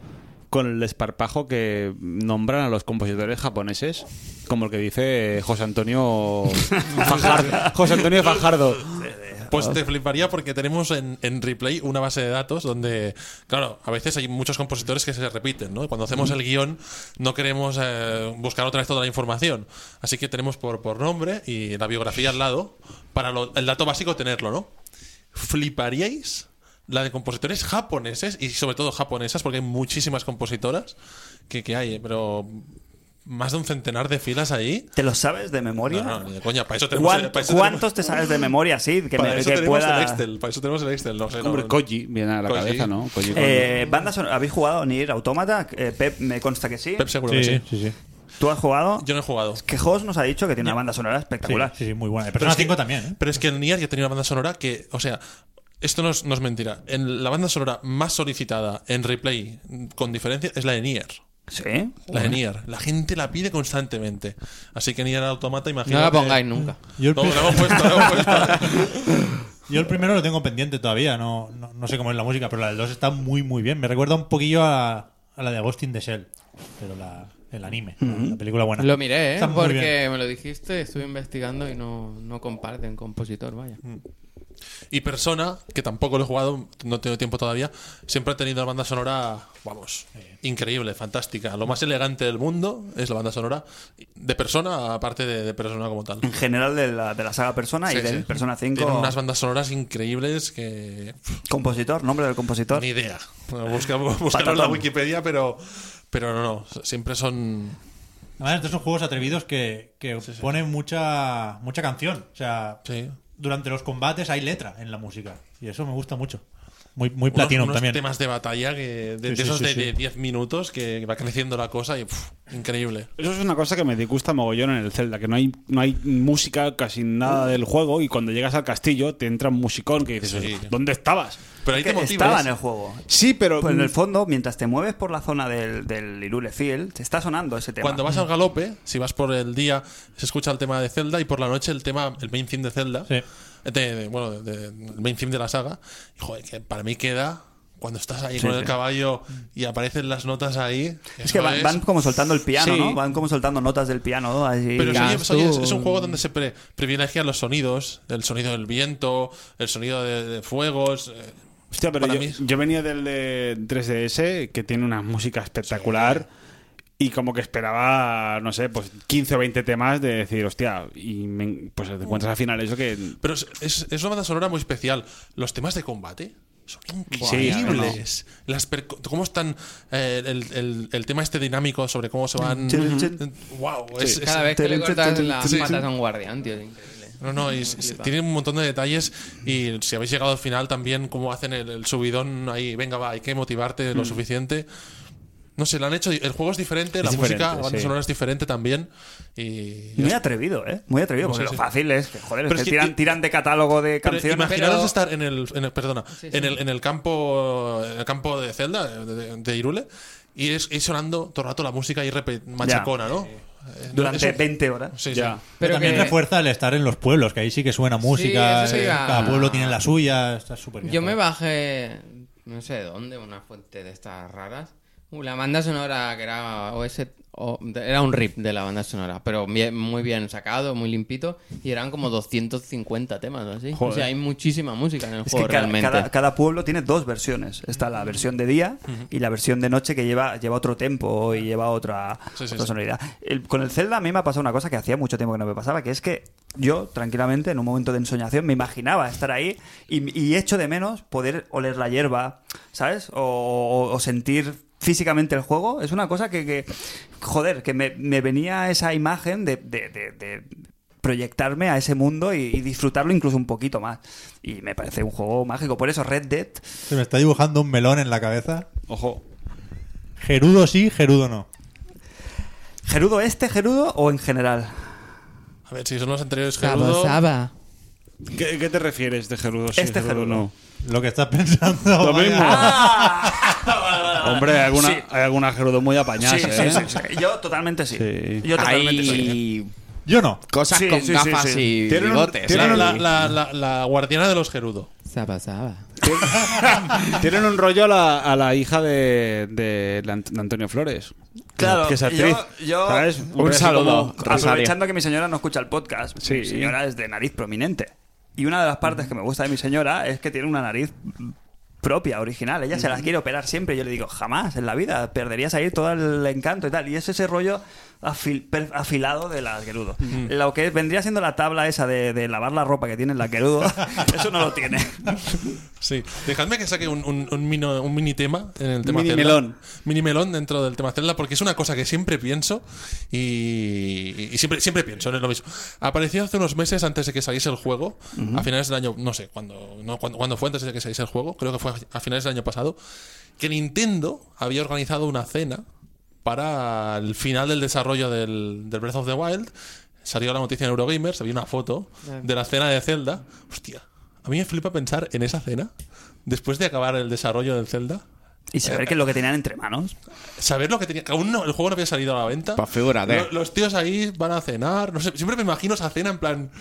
[SPEAKER 8] con el desparpajo que nombran a los compositores japoneses, como el que dice José Antonio Fajardo. José Antonio Fajardo.
[SPEAKER 3] Pues te fliparía porque tenemos en, en replay una base de datos donde, claro, a veces hay muchos compositores que se repiten, ¿no? Cuando hacemos el guión no queremos eh, buscar otra vez toda la información. Así que tenemos por, por nombre y la biografía al lado para lo- el dato básico tenerlo, ¿no? Fliparíais la de compositores japoneses y sobre todo japonesas porque hay muchísimas compositoras que, que hay, eh, pero más de un centenar de filas ahí.
[SPEAKER 2] ¿Te lo sabes de memoria?
[SPEAKER 3] No, no, ni de coña, para eso tenemos, eh,
[SPEAKER 2] ¿Cuán-
[SPEAKER 3] para eso tenemos-
[SPEAKER 2] ¿Cuántos te sabes de memoria, Sid? Que,
[SPEAKER 3] para
[SPEAKER 2] me-
[SPEAKER 3] eso
[SPEAKER 2] que
[SPEAKER 3] tenemos
[SPEAKER 2] pueda...
[SPEAKER 3] el Excel, para eso tenemos el Excel, no sé, no-
[SPEAKER 8] Hombre, Koji viene a la
[SPEAKER 3] Koji.
[SPEAKER 8] cabeza, ¿no? Koji Kondo.
[SPEAKER 2] Eh, banda sonora- ¿Habéis jugado a Nier Automata? Eh, Pep, me consta que sí.
[SPEAKER 3] Pep seguro
[SPEAKER 6] Sí,
[SPEAKER 3] que sí.
[SPEAKER 6] sí, sí.
[SPEAKER 2] ¿Tú has jugado?
[SPEAKER 3] Yo no he jugado.
[SPEAKER 2] Que Jos nos ha dicho que tiene una banda sonora espectacular.
[SPEAKER 6] Sí, sí, muy buena. El Persona
[SPEAKER 3] es que-
[SPEAKER 6] 5 también, ¿eh?
[SPEAKER 3] Pero es que el Nier ya tenía una banda sonora que, o sea, esto no es, no es mentira. En la banda sonora más solicitada en replay, con diferencia, es la de Nier.
[SPEAKER 2] ¿Sí?
[SPEAKER 3] La de Nier. La gente la pide constantemente. Así que Nier Automata, imagino.
[SPEAKER 7] No la
[SPEAKER 3] que-
[SPEAKER 7] pongáis nunca.
[SPEAKER 6] Yo el,
[SPEAKER 3] No,
[SPEAKER 6] pri-
[SPEAKER 3] la hemos puesto, la hemos puesto.
[SPEAKER 6] yo el primero lo tengo pendiente todavía, no, no, no sé cómo es la música, pero la del 2 está muy, muy bien. Me recuerda un poquillo a, a la de Agustin de Shell, pero la, el anime, la película buena.
[SPEAKER 7] Lo miré, ¿eh?
[SPEAKER 6] Está muy
[SPEAKER 7] Porque
[SPEAKER 6] bien.
[SPEAKER 7] me lo dijiste, estuve investigando y no, no comparten compositor, vaya.
[SPEAKER 6] Mm.
[SPEAKER 3] Y Persona, que tampoco lo he jugado, no tengo tiempo todavía, siempre ha tenido la banda sonora, vamos, increíble, fantástica. Lo más elegante del mundo es la banda sonora de Persona, aparte de, de Persona como tal.
[SPEAKER 2] En general de la, de la saga Persona y
[SPEAKER 3] Sí,
[SPEAKER 2] del
[SPEAKER 3] sí.
[SPEAKER 2] Persona 5.
[SPEAKER 3] Tienen unas bandas sonoras increíbles que. pff,
[SPEAKER 2] Compositor, nombre del compositor.
[SPEAKER 3] Ni idea. Bueno, busca- buscarlo en la
[SPEAKER 2] Patatán.
[SPEAKER 3] Wikipedia, pero. Pero no, no. Siempre son.
[SPEAKER 6] Además, estos son juegos atrevidos que, que ponen mucha, mucha canción. O sea,
[SPEAKER 3] Sí.
[SPEAKER 6] durante los combates hay letra en la música. Y eso me gusta mucho. Muy, muy
[SPEAKER 3] Unos,
[SPEAKER 6] platino
[SPEAKER 3] unos
[SPEAKER 6] también.
[SPEAKER 3] temas de batalla que. De, de
[SPEAKER 6] Sí, sí,
[SPEAKER 3] esos
[SPEAKER 6] sí,
[SPEAKER 3] de-
[SPEAKER 6] sí.
[SPEAKER 3] de 10 minutos que va creciendo la cosa y. pff, increíble.
[SPEAKER 8] Eso es una cosa que me disgusta mogollón en el Zelda, que no hay, no hay música casi nada del juego y cuando llegas al castillo te entra un musicón que dices,
[SPEAKER 3] Sí.
[SPEAKER 8] ¿dónde estabas?
[SPEAKER 3] Pero ahí
[SPEAKER 2] Que
[SPEAKER 3] te motivas.
[SPEAKER 2] estaba en el juego.
[SPEAKER 8] Sí, pero...
[SPEAKER 2] Pues en el fondo, mientras te mueves por la zona del, del Irule Field, te está sonando ese tema. Mm.
[SPEAKER 3] Cuando vas al galope, si vas por el día, se escucha el tema de Zelda y por la noche el tema, el main theme de Zelda.
[SPEAKER 6] Sí.
[SPEAKER 3] De- de- bueno, de- de- el main theme de la saga. Y, joder, que para mí queda cuando estás ahí con el
[SPEAKER 2] sí. Mm.
[SPEAKER 3] caballo y aparecen las notas ahí.
[SPEAKER 2] Es que
[SPEAKER 3] eso
[SPEAKER 2] van,
[SPEAKER 3] es-
[SPEAKER 2] van como soltando el piano,
[SPEAKER 8] Sí.
[SPEAKER 2] ¿no? Van como soltando notas del piano. ¿no? Así.
[SPEAKER 3] Pero se oye- se oye- es,
[SPEAKER 7] tú.
[SPEAKER 3] es un juego donde se pre- privilegian los sonidos, el sonido del viento, el sonido de, de fuegos. eh,
[SPEAKER 8] Hostia, pero
[SPEAKER 3] para
[SPEAKER 8] yo,
[SPEAKER 3] mí es-
[SPEAKER 8] yo venía del de 3DS, que tiene una música espectacular, y como que esperaba, no sé, pues 15 o 20 temas de decir, hostia, y me- pues te encuentras al final eso que...
[SPEAKER 3] Pero es, es- es una banda sonora muy especial. Los temas de combate son
[SPEAKER 8] Sí,
[SPEAKER 3] increíbles. Las perco- ¿Cómo están eh, el, el- el tema este dinámico sobre cómo se van?
[SPEAKER 2] Chin, chin.
[SPEAKER 3] Wow, es, es-
[SPEAKER 7] Cada vez que le cortas las
[SPEAKER 3] sí.
[SPEAKER 7] patas a un guardián, tío, es increíble.
[SPEAKER 3] No, no, y s- tiene un montón de detalles y si habéis llegado al final también cómo hacen el, el subidón ahí, venga va, hay que motivarte lo suficiente. No sé, lo han hecho, el juego es diferente, la
[SPEAKER 8] diferente,
[SPEAKER 3] música, la banda
[SPEAKER 8] sí.
[SPEAKER 3] sonora es diferente también y...
[SPEAKER 2] Muy atrevido, ¿eh? Muy atrevido.
[SPEAKER 3] No
[SPEAKER 2] Porque
[SPEAKER 3] sé,
[SPEAKER 2] lo
[SPEAKER 3] sí.
[SPEAKER 2] fácil es que, joder, es
[SPEAKER 3] Pero
[SPEAKER 2] que
[SPEAKER 3] es que-
[SPEAKER 2] tiran, tiran de catálogo de
[SPEAKER 3] Pero
[SPEAKER 2] canciones.
[SPEAKER 3] imaginaros
[SPEAKER 7] Pero-
[SPEAKER 3] estar en el, en el- perdona, en el, en el campo en el campo de Zelda, de, de- de Irule, y es y sonando todo el rato la música y repe- machacona, ¿no? Eh,
[SPEAKER 2] durante
[SPEAKER 3] eso-
[SPEAKER 2] 20 horas.
[SPEAKER 3] sí, sí.
[SPEAKER 8] Ya.
[SPEAKER 6] Pero
[SPEAKER 7] Pero
[SPEAKER 6] también
[SPEAKER 7] que-
[SPEAKER 6] refuerza el estar en los pueblos, que ahí sí que suena música.
[SPEAKER 7] eso te
[SPEAKER 6] eh,
[SPEAKER 7] iba-
[SPEAKER 6] Cada pueblo tiene la suya. Está súper bien.
[SPEAKER 7] Yo me bajé, no sé de dónde, una fuente de estas raras. Uh, La banda sonora que era OS, o- era un rip de la banda sonora, pero bien- muy bien sacado, muy limpito, y eran como 250 temas, ¿no? así. O sea, hay muchísima música en el
[SPEAKER 2] Es que
[SPEAKER 3] Pues
[SPEAKER 7] juego
[SPEAKER 2] ca-
[SPEAKER 7] realmente.
[SPEAKER 2] cada, cada pueblo tiene dos versiones. Está la versión de día y la versión de noche que lleva, lleva otro tempo y lleva otra,
[SPEAKER 3] Sí, sí,
[SPEAKER 2] otra
[SPEAKER 3] sí.
[SPEAKER 2] sonoridad. El- con el Zelda a mí me ha pasado una cosa que hacía mucho tiempo que no me pasaba, que es que yo tranquilamente en un momento de ensoñación me imaginaba estar ahí y, y echo de menos poder oler la hierba, ¿sabes? O, o- o sentir físicamente el juego. Es una cosa que, que, joder, que me, me venía esa imagen de... de- de- de proyectarme a ese mundo y, y disfrutarlo incluso un poquito más. Y me parece un juego mágico. Por eso Red Dead,
[SPEAKER 6] Se me está dibujando un melón en la cabeza.
[SPEAKER 8] Ojo.
[SPEAKER 6] Gerudo sí, Gerudo no.
[SPEAKER 2] ¿Gerudo este, Gerudo o en general?
[SPEAKER 3] A ver, si son los anteriores
[SPEAKER 7] Saba,
[SPEAKER 3] Gerudo.
[SPEAKER 7] Saba.
[SPEAKER 8] ¿Qué, qué te refieres de Gerudo? sí,
[SPEAKER 2] Este
[SPEAKER 8] Gerudo
[SPEAKER 2] Gerudo.
[SPEAKER 8] no.
[SPEAKER 6] Lo que estás pensando.
[SPEAKER 8] Lo
[SPEAKER 6] vaya.
[SPEAKER 8] mismo. Hombre, hay alguna,
[SPEAKER 2] Sí.
[SPEAKER 8] hay alguna Gerudo muy apañada.
[SPEAKER 2] Sí, sí,
[SPEAKER 8] ¿eh?
[SPEAKER 2] sí, sí. Yo totalmente sí.
[SPEAKER 8] Sí.
[SPEAKER 2] Yo totalmente sí.
[SPEAKER 4] Hay
[SPEAKER 6] Yo no.
[SPEAKER 4] cosas
[SPEAKER 2] Sí,
[SPEAKER 4] con
[SPEAKER 2] sí, sí,
[SPEAKER 4] gafas
[SPEAKER 2] sí.
[SPEAKER 4] y
[SPEAKER 8] Tienen un-
[SPEAKER 4] bigotes.
[SPEAKER 8] tienen
[SPEAKER 4] ¿eh?
[SPEAKER 3] La, la- la- la guardiana de los Gerudo.
[SPEAKER 7] Saba, Saba.
[SPEAKER 8] Tienen un rollo a la, a la hija de, de la Ant- de Antonio Flores.
[SPEAKER 2] Claro,
[SPEAKER 8] Que es actriz.
[SPEAKER 2] yo, yo-
[SPEAKER 8] ¿Sabes?
[SPEAKER 4] Un
[SPEAKER 8] así
[SPEAKER 4] saludo,
[SPEAKER 8] como-
[SPEAKER 2] Aprovechando que mi señora no escucha el podcast,
[SPEAKER 8] Sí.
[SPEAKER 2] mi señora es de nariz prominente. Y una de las partes que me gusta de mi señora es que tiene una nariz propia, original. Ella se las quiere operar siempre. Yo le digo, jamás en la vida, perderías ahí todo el encanto y tal. Y es ese rollo afil- per- afilado de las Gerudo. Lo que vendría siendo la tabla esa de, de lavar la ropa que tiene la Gerudo, eso no lo tiene.
[SPEAKER 3] Sí. Dejadme que saque un, un- un mino- un mini tema en el tema
[SPEAKER 8] Mini
[SPEAKER 3] Zelda.
[SPEAKER 8] melón.
[SPEAKER 3] Mini melón dentro del tema Zelda, porque es una cosa que siempre pienso y, y siempre, siempre pienso, no es lo mismo. Apareció hace unos meses antes de que saliese el juego, a finales del año, no sé, cuando, no, cuando, cuando fue antes de que saliese el juego, creo que fue a finales del año pasado, que Nintendo había organizado una cena para el final del desarrollo del, del Breath of the Wild. Salió la noticia en Eurogamer, se vio una foto de la cena de Zelda. Hostia, a mí me flipa pensar en esa cena, después de acabar el desarrollo del Zelda,
[SPEAKER 2] Y saber que lo que tenían entre manos.
[SPEAKER 3] saber lo que tenía. Que aún no, el juego no había salido a la venta.
[SPEAKER 4] Pues figúrate.
[SPEAKER 3] Lo- los tíos ahí van a cenar. No sé, siempre me imagino esa cena en plan.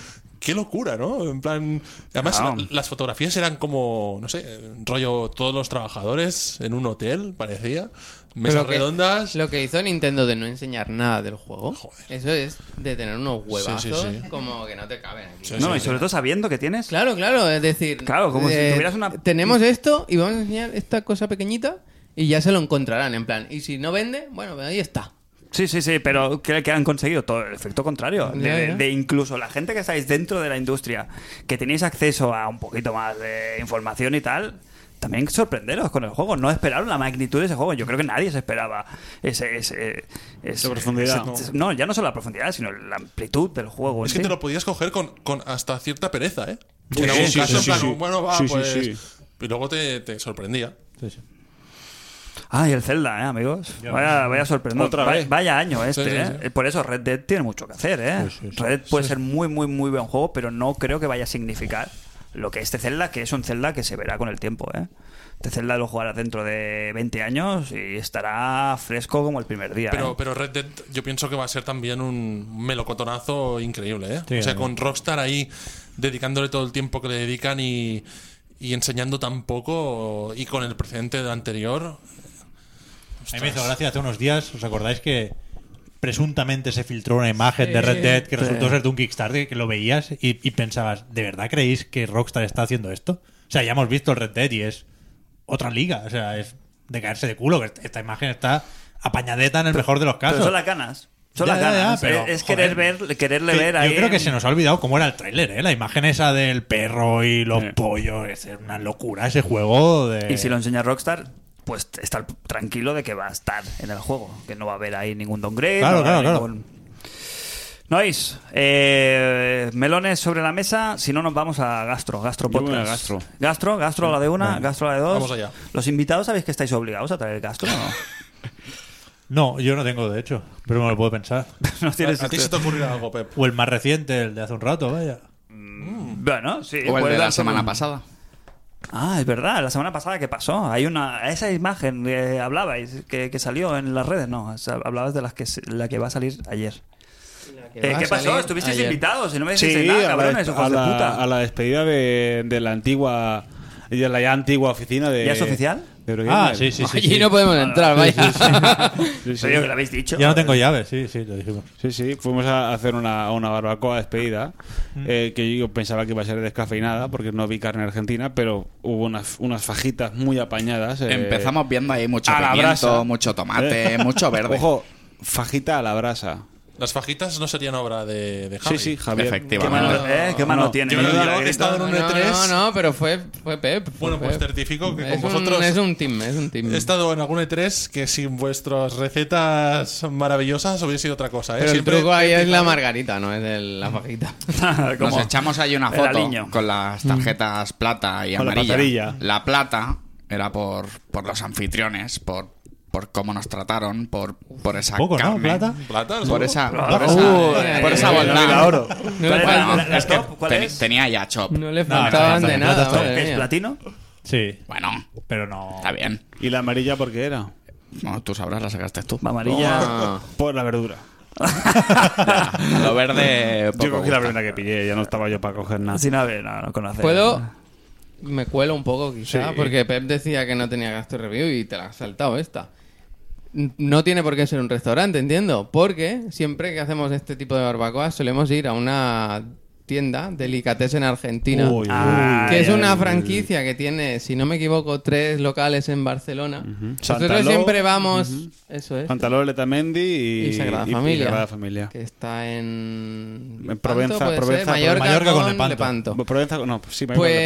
[SPEAKER 3] Qué locura, ¿no? En plan. Además,
[SPEAKER 2] Claro.
[SPEAKER 3] la- las fotografías eran como. No sé, rollo todos los trabajadores en un hotel, parecía. Mesas
[SPEAKER 7] Pero que-
[SPEAKER 3] redondas.
[SPEAKER 7] Lo que hizo Nintendo de no enseñar nada del juego,
[SPEAKER 3] Joder.
[SPEAKER 7] eso es de tener unos huevazos
[SPEAKER 3] sí, sí.
[SPEAKER 7] como que no te caben aquí.
[SPEAKER 3] Sí, sí,
[SPEAKER 2] No, y
[SPEAKER 3] sí.
[SPEAKER 2] sobre todo sabiendo que tienes.
[SPEAKER 7] Claro, claro, es decir, eh,
[SPEAKER 2] Claro, como si tuvieras una-
[SPEAKER 7] Tenemos esto y vamos a enseñar esta cosa pequeñita y ya se lo encontrarán, en plan. Y si no vende, bueno, pues ahí está.
[SPEAKER 2] Sí, sí, sí, pero que, que han conseguido todo el efecto contrario. De,
[SPEAKER 7] Ya, ya.
[SPEAKER 2] de incluso la gente que estáis dentro de la industria, que tenéis acceso a un poquito más de información y tal, también sorprenderos con el juego. No esperaron la magnitud de ese juego. Yo creo que nadie se esperaba ese. ese, ese-
[SPEAKER 8] profundidad.
[SPEAKER 2] ese- no, ya no solo la profundidad, sino la amplitud del juego.
[SPEAKER 3] Es
[SPEAKER 2] en
[SPEAKER 3] que
[SPEAKER 2] sí.
[SPEAKER 3] te lo podías coger con, con hasta cierta pereza, ¿eh?
[SPEAKER 8] Pues Sí,
[SPEAKER 3] en algún
[SPEAKER 8] sí,
[SPEAKER 3] caso,
[SPEAKER 8] sí,
[SPEAKER 3] en plan,
[SPEAKER 8] sí, sí.
[SPEAKER 3] bueno, va,
[SPEAKER 8] Sí, sí,
[SPEAKER 3] pues.
[SPEAKER 8] sí.
[SPEAKER 3] Y luego te, te sorprendía.
[SPEAKER 2] Ah, y el Zelda, ¿eh, amigos? Vaya, vaya sorprendente.
[SPEAKER 8] Otra
[SPEAKER 2] Va-
[SPEAKER 8] vez.
[SPEAKER 2] Vaya año este,
[SPEAKER 3] Sí, sí,
[SPEAKER 2] ¿eh? Por eso Red Dead tiene mucho que hacer, ¿eh? Red Dead puede ser muy, muy, muy buen juego, pero no creo que vaya a significar lo que este Zelda, que es un Zelda que se verá con el tiempo, ¿eh? Este Zelda lo jugarás dentro de 20 años y estará fresco como el primer día.
[SPEAKER 3] Pero,
[SPEAKER 2] ¿eh?
[SPEAKER 3] pero Red Dead yo pienso que va a ser también un melocotonazo increíble, ¿eh? o sea, con Rockstar ahí dedicándole todo el tiempo que le dedican y, y enseñando tan poco y con el precedente del anterior.
[SPEAKER 6] A mí me hizo gracia hace unos días, ¿os acordáis que presuntamente se filtró una imagen de Red Dead que resultó ser de un Kickstarter que lo veías y, y pensabas, ¿de verdad creéis que Rockstar está haciendo esto? O sea, ya hemos visto el Red Dead y es otra liga, o sea, es de caerse de culo, que est- esta imagen está apañadeta en el mejor de los
[SPEAKER 2] Pero
[SPEAKER 6] casos.
[SPEAKER 2] son las ganas. Son
[SPEAKER 6] Ya,
[SPEAKER 2] las
[SPEAKER 6] ya, ya,
[SPEAKER 2] ganas.
[SPEAKER 6] pero,
[SPEAKER 2] es es
[SPEAKER 6] joder.
[SPEAKER 2] querer ver, quererle
[SPEAKER 6] Que
[SPEAKER 2] ver
[SPEAKER 6] yo
[SPEAKER 2] ahí.
[SPEAKER 6] creo que
[SPEAKER 2] en-
[SPEAKER 6] se nos ha olvidado cómo era el tráiler, ¿eh? La imagen esa del perro y los pollos, es una locura ese juego de...
[SPEAKER 2] Y si lo enseña Rockstar, pues estar tranquilo de que va a estar en el juego, que no va a haber ahí ningún downgrade.
[SPEAKER 6] Claro,
[SPEAKER 2] no va a haber
[SPEAKER 6] claro, claro.
[SPEAKER 2] ningún- Nois, eh, melones sobre la mesa, si no nos vamos a gastro, gastro
[SPEAKER 8] Yo me voy a
[SPEAKER 2] podcast.
[SPEAKER 8] gastro.
[SPEAKER 2] gastro, gastro a la de una, gastro a la de dos.
[SPEAKER 3] Vamos allá.
[SPEAKER 2] Los invitados sabéis que estáis obligados a traer gastro, ¿no?
[SPEAKER 6] No, yo no tengo, de hecho, pero me lo puedo pensar.
[SPEAKER 2] no tienes
[SPEAKER 3] ¿A, a ti se te ocurrirá algo, Pep?
[SPEAKER 6] O el más reciente, el de hace un rato, vaya.
[SPEAKER 2] Bueno, sí.
[SPEAKER 4] o el
[SPEAKER 2] puedes
[SPEAKER 4] de la
[SPEAKER 2] dar
[SPEAKER 4] semana
[SPEAKER 2] como-
[SPEAKER 4] pasada.
[SPEAKER 2] Ah, es verdad, la semana pasada que pasó. Hay una esa imagen que hablabais que, que salió en las redes, no, o sea, hablabas de las que se- la que va a salir ayer. Eh,
[SPEAKER 7] va
[SPEAKER 2] ¿Qué
[SPEAKER 7] a
[SPEAKER 2] pasó?
[SPEAKER 7] salir
[SPEAKER 2] ¿Estuvisteis
[SPEAKER 7] ayer.
[SPEAKER 2] invitados y no me
[SPEAKER 8] Sí,
[SPEAKER 2] dijisteis nada,
[SPEAKER 8] a, la,
[SPEAKER 2] cabrones, hijos
[SPEAKER 8] a
[SPEAKER 2] de
[SPEAKER 8] la-
[SPEAKER 2] puta?
[SPEAKER 8] a la despedida de, de la antigua. De la ya antigua oficina de.
[SPEAKER 2] ¿Ya es oficial?
[SPEAKER 8] de Eurogamer.
[SPEAKER 6] Ah, sí, sí, sí.
[SPEAKER 7] Allí
[SPEAKER 6] sí.
[SPEAKER 7] no podemos entrar, vaya.
[SPEAKER 8] Sí, sí.
[SPEAKER 2] Oye, ¿lo habéis dicho?
[SPEAKER 6] Ya no tengo llaves, sí, sí, lo dijimos.
[SPEAKER 8] Sí, sí, fuimos a hacer una, a una barbacoa despedida, eh, que yo pensaba que iba a ser descafeinada, porque no vi carne argentina, pero hubo unas, unas fajitas muy apañadas. eh,
[SPEAKER 4] Empezamos viendo ahí mucho
[SPEAKER 8] a la brasa.
[SPEAKER 4] pimiento, mucho tomate,
[SPEAKER 8] Eh.
[SPEAKER 4] mucho verde.
[SPEAKER 8] Ojo, fajita a la brasa.
[SPEAKER 3] Las fajitas no serían obra de, de Javi.
[SPEAKER 8] Sí, sí, Javier.
[SPEAKER 2] ¿Qué
[SPEAKER 4] Efectivamente.
[SPEAKER 2] mano, eh, ¿Qué mano
[SPEAKER 8] No.
[SPEAKER 2] tiene?
[SPEAKER 3] Yo creo que
[SPEAKER 2] Mira,
[SPEAKER 3] algo que
[SPEAKER 2] eh,
[SPEAKER 3] está-
[SPEAKER 7] No,
[SPEAKER 3] en un
[SPEAKER 7] no,
[SPEAKER 3] E3.
[SPEAKER 7] no, no, pero fue, fue Pep. fue
[SPEAKER 3] Bueno, pues
[SPEAKER 7] Pep.
[SPEAKER 3] certifico que
[SPEAKER 7] es
[SPEAKER 3] con
[SPEAKER 7] un-
[SPEAKER 3] vosotros
[SPEAKER 7] es un team, es un team.
[SPEAKER 3] He estado en algún E3 que sin vuestras recetas maravillosas hubiera sido otra cosa. ¿eh?
[SPEAKER 7] Pero el
[SPEAKER 3] Siempre
[SPEAKER 7] truco
[SPEAKER 3] he
[SPEAKER 7] ahí es la
[SPEAKER 3] utilizado-
[SPEAKER 7] margarita, no es el- la fajita.
[SPEAKER 2] como-
[SPEAKER 4] Nos echamos ahí una
[SPEAKER 2] El aliño. Mm.
[SPEAKER 4] foto con las tarjetas plata y
[SPEAKER 8] Con la
[SPEAKER 4] amarilla.
[SPEAKER 8] patarilla.
[SPEAKER 4] La plata era por, por los anfitriones, por, por cómo nos trataron, por, por
[SPEAKER 7] Ah,
[SPEAKER 4] esa
[SPEAKER 6] Poco, ¿no?
[SPEAKER 4] carne,
[SPEAKER 6] Plata.
[SPEAKER 3] ¿Plata?
[SPEAKER 4] Por esa, por
[SPEAKER 2] Uh,
[SPEAKER 4] esa, por esa
[SPEAKER 7] eh,
[SPEAKER 4] bondad.
[SPEAKER 7] No le,
[SPEAKER 2] ¿Cuál
[SPEAKER 7] fal-
[SPEAKER 2] era?
[SPEAKER 4] Bueno,
[SPEAKER 2] ¿La- la
[SPEAKER 4] es que
[SPEAKER 2] top? ¿Cuál
[SPEAKER 4] teni-
[SPEAKER 2] es?
[SPEAKER 4] tenía ya chop.
[SPEAKER 7] no le faltaban
[SPEAKER 6] no,
[SPEAKER 7] de
[SPEAKER 6] no,
[SPEAKER 7] nada.
[SPEAKER 6] no,
[SPEAKER 7] madre
[SPEAKER 2] ¿Qué es
[SPEAKER 7] mía.
[SPEAKER 2] platino?
[SPEAKER 6] Sí,
[SPEAKER 4] Bueno,
[SPEAKER 6] pero no.
[SPEAKER 4] está bien.
[SPEAKER 8] ¿Y la amarilla por qué era?
[SPEAKER 4] Bueno, tú sabrás, la sacaste tú.
[SPEAKER 2] Amarilla.
[SPEAKER 8] Por la verdura.
[SPEAKER 4] Lo verde. poco
[SPEAKER 8] Yo cogí la
[SPEAKER 4] gusta.
[SPEAKER 8] primera que pillé, ya no estaba yo para coger nada.
[SPEAKER 2] Así no, no, no conoce.
[SPEAKER 7] ¿Puedo? Me cuelo un poco, quizá, porque Pep decía que no tenía gasto review y te la has saltado esta. N- No tiene por qué ser un restaurante, entiendo, porque siempre que hacemos este tipo de barbacoas solemos ir a una tienda, Delicatessen Argentina,
[SPEAKER 8] Uy,
[SPEAKER 2] Ah,
[SPEAKER 7] que es
[SPEAKER 2] ya,
[SPEAKER 7] una franquicia que tiene, si no me equivoco, tres locales en Barcelona. Nosotros
[SPEAKER 8] Santaló,
[SPEAKER 7] siempre vamos, eso es,
[SPEAKER 8] Santa Lola, Letamendi y,
[SPEAKER 7] Este. y Sagrada
[SPEAKER 8] y- y
[SPEAKER 7] Familia,
[SPEAKER 8] Sagrada Familia.
[SPEAKER 7] que está en,
[SPEAKER 8] En Provenza,
[SPEAKER 7] puede ser,
[SPEAKER 8] Provenza,
[SPEAKER 7] Mallorca,
[SPEAKER 6] Mallorca con
[SPEAKER 7] con
[SPEAKER 6] Lepanto.
[SPEAKER 7] Lepanto.
[SPEAKER 8] Provenza, no, sí, me acuerdo de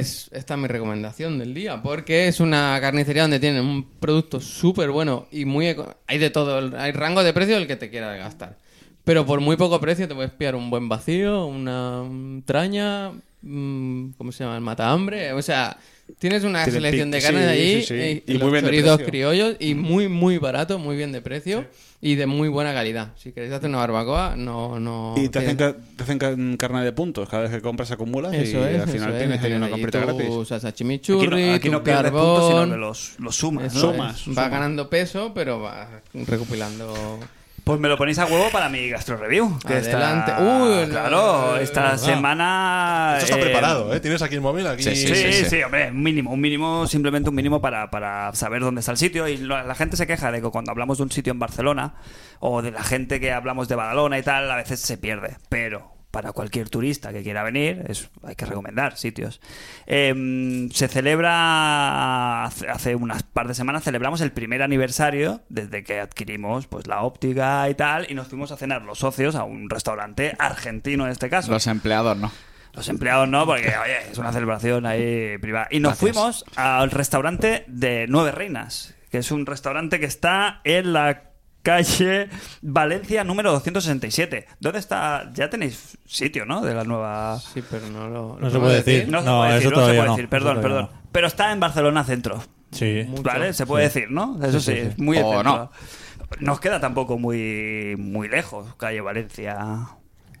[SPEAKER 7] Pues esta es mi recomendación del día, porque es una carnicería donde tienen un producto súper bueno y muy... eco- Hay de todo, hay rango de precio del que te quieras gastar. Pero por muy poco precio te puedes pillar un buen vacío, una mm, traña, mm, ¿cómo se llama? El matahambre. O sea, tienes una
[SPEAKER 8] Tienen
[SPEAKER 7] selección
[SPEAKER 8] pic-
[SPEAKER 7] de carnes
[SPEAKER 8] sí,
[SPEAKER 7] allí,
[SPEAKER 8] sí, sí.
[SPEAKER 7] y,
[SPEAKER 8] Y
[SPEAKER 7] los
[SPEAKER 8] muy bien de
[SPEAKER 7] chorizos
[SPEAKER 8] precio.
[SPEAKER 7] criollos y muy, muy barato, muy bien de precio y de muy buena calidad. Si queréis hacer una barbacoa, no... no
[SPEAKER 8] Y te hacen,
[SPEAKER 7] tienes-
[SPEAKER 8] ca- te hacen ca- mm, carne de puntos. Cada vez que compras acumulas
[SPEAKER 7] eso
[SPEAKER 8] y
[SPEAKER 7] es,
[SPEAKER 8] al final
[SPEAKER 7] eso es,
[SPEAKER 8] tienes ahí una
[SPEAKER 7] ahí
[SPEAKER 8] comprita
[SPEAKER 7] tu
[SPEAKER 8] gratis.
[SPEAKER 7] salsa
[SPEAKER 2] Aquí
[SPEAKER 7] chimichurri,
[SPEAKER 2] no, aquí
[SPEAKER 7] tu
[SPEAKER 2] no pierdes
[SPEAKER 7] carbón...
[SPEAKER 2] puntos, sino que los, los sumas. ¿no?
[SPEAKER 7] eso es.
[SPEAKER 8] sumas,
[SPEAKER 7] Va
[SPEAKER 8] sumas.
[SPEAKER 7] ganando peso, pero va recopilando...
[SPEAKER 2] Pues me lo ponéis a huevo para mi gastro review. Que
[SPEAKER 7] Adelante.
[SPEAKER 2] Está,
[SPEAKER 7] Uy, no,
[SPEAKER 2] claro, esta
[SPEAKER 7] ah.
[SPEAKER 2] semana.
[SPEAKER 3] Esto está
[SPEAKER 2] eh,
[SPEAKER 3] preparado, ¿eh? Tienes aquí el móvil, aquí...
[SPEAKER 2] Sí, sí, hombre, un mínimo, un mínimo, simplemente un mínimo para, para saber dónde está el sitio. Y la, la gente se queja de que cuando hablamos de un sitio en Barcelona o de la gente que hablamos de Badalona y tal, a veces se pierde. Pero para cualquier turista que quiera venir, es, hay que recomendar sitios. Eh, se celebra, hace, hace unas par de semanas, celebramos el primer aniversario desde que adquirimos pues la óptica y tal, y nos fuimos a cenar los socios a un restaurante argentino en este caso.
[SPEAKER 4] Los empleados, ¿no?
[SPEAKER 2] Los empleados no, porque oye, es una celebración ahí privada. Y nos
[SPEAKER 4] Gracias.
[SPEAKER 2] fuimos al restaurante de Nueve Reinas, que es un restaurante que está en la calle Valencia número 267. ¿Dónde está? Ya tenéis sitio, ¿no? De la nueva...
[SPEAKER 7] Sí, pero no lo...
[SPEAKER 6] No
[SPEAKER 7] lo
[SPEAKER 6] se
[SPEAKER 7] puedo
[SPEAKER 6] puede decir.
[SPEAKER 2] No, se
[SPEAKER 6] No,
[SPEAKER 2] puede decir,
[SPEAKER 6] eso
[SPEAKER 2] no se
[SPEAKER 6] todavía
[SPEAKER 2] puede
[SPEAKER 6] no,
[SPEAKER 2] decir,
[SPEAKER 6] eso
[SPEAKER 2] perdón,
[SPEAKER 6] todavía
[SPEAKER 2] perdón. Pero está en Barcelona Centro.
[SPEAKER 6] Sí.
[SPEAKER 7] Mucho.
[SPEAKER 2] ¿Vale? Se puede decir, ¿no? Eso sí,
[SPEAKER 6] Sí, sí,
[SPEAKER 2] es muy
[SPEAKER 4] O
[SPEAKER 2] centro.
[SPEAKER 4] no.
[SPEAKER 2] Nos queda tampoco muy, muy lejos, calle Valencia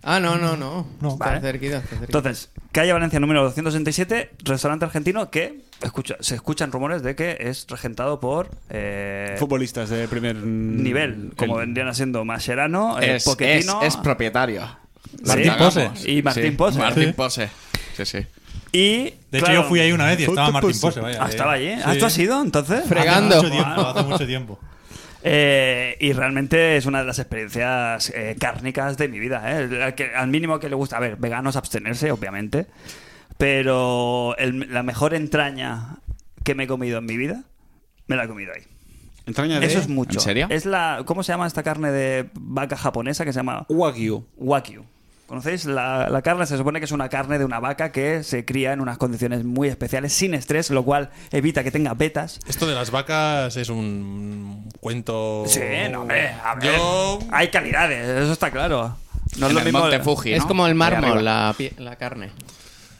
[SPEAKER 7] Ah, no, no, no. Está
[SPEAKER 2] Vale.
[SPEAKER 7] cerquita, está cerquita.
[SPEAKER 2] Entonces, calle Valencia número 267, restaurante argentino que escucha, se escuchan rumores de que es regentado por eh,
[SPEAKER 8] Futbolistas de primer mm,
[SPEAKER 2] nivel, como
[SPEAKER 8] el-
[SPEAKER 2] vendrían siendo Mascherano, eh,
[SPEAKER 4] es, es,
[SPEAKER 2] Pochettino
[SPEAKER 4] es propietario.
[SPEAKER 2] Martín
[SPEAKER 4] Pagamos.
[SPEAKER 2] Pose. Y Martín
[SPEAKER 4] Sí,
[SPEAKER 2] Pose.
[SPEAKER 4] Martín Pose. Sí, sí.
[SPEAKER 2] y...
[SPEAKER 6] De hecho, yo fui ahí una vez y estaba Martín Pose. Vaya,
[SPEAKER 2] Ah, estaba allí.
[SPEAKER 6] eh.
[SPEAKER 2] ¿Ah,
[SPEAKER 6] Sí.
[SPEAKER 2] tú has ido entonces?
[SPEAKER 7] Fre- Fregando.
[SPEAKER 6] Hace mucho tiempo,
[SPEAKER 2] Ah.
[SPEAKER 6] hace mucho tiempo.
[SPEAKER 2] Eh, y realmente es una de las experiencias eh, cárnicas de mi vida. ¿eh? El- al que- al mínimo que le gusta, a ver, veganos abstenerse, obviamente. Pero el- la mejor entraña que me he comido en mi vida, me la he comido ahí.
[SPEAKER 8] Entraña de
[SPEAKER 2] Eso es mucho.
[SPEAKER 4] ¿En serio?
[SPEAKER 2] Es la, ¿Cómo se llama esta carne de vaca japonesa que se llama
[SPEAKER 8] Wagyu.
[SPEAKER 2] wagyu? ¿Conocéis? La, la carne se supone que es una carne de una vaca que se cría en unas condiciones muy especiales, sin estrés, lo cual evita que tenga betas.
[SPEAKER 3] Esto de las vacas es un cuento...
[SPEAKER 2] Sí, no, hombre, a ver,
[SPEAKER 3] Yo...
[SPEAKER 2] Hay calidades, eso está claro. No es
[SPEAKER 4] En
[SPEAKER 2] lo
[SPEAKER 4] el
[SPEAKER 2] mismo.
[SPEAKER 4] Monte Fuji,
[SPEAKER 7] es
[SPEAKER 4] ¿no?
[SPEAKER 7] como el
[SPEAKER 4] Ahí
[SPEAKER 7] mármol,
[SPEAKER 4] arriba.
[SPEAKER 7] la, pie- la carne.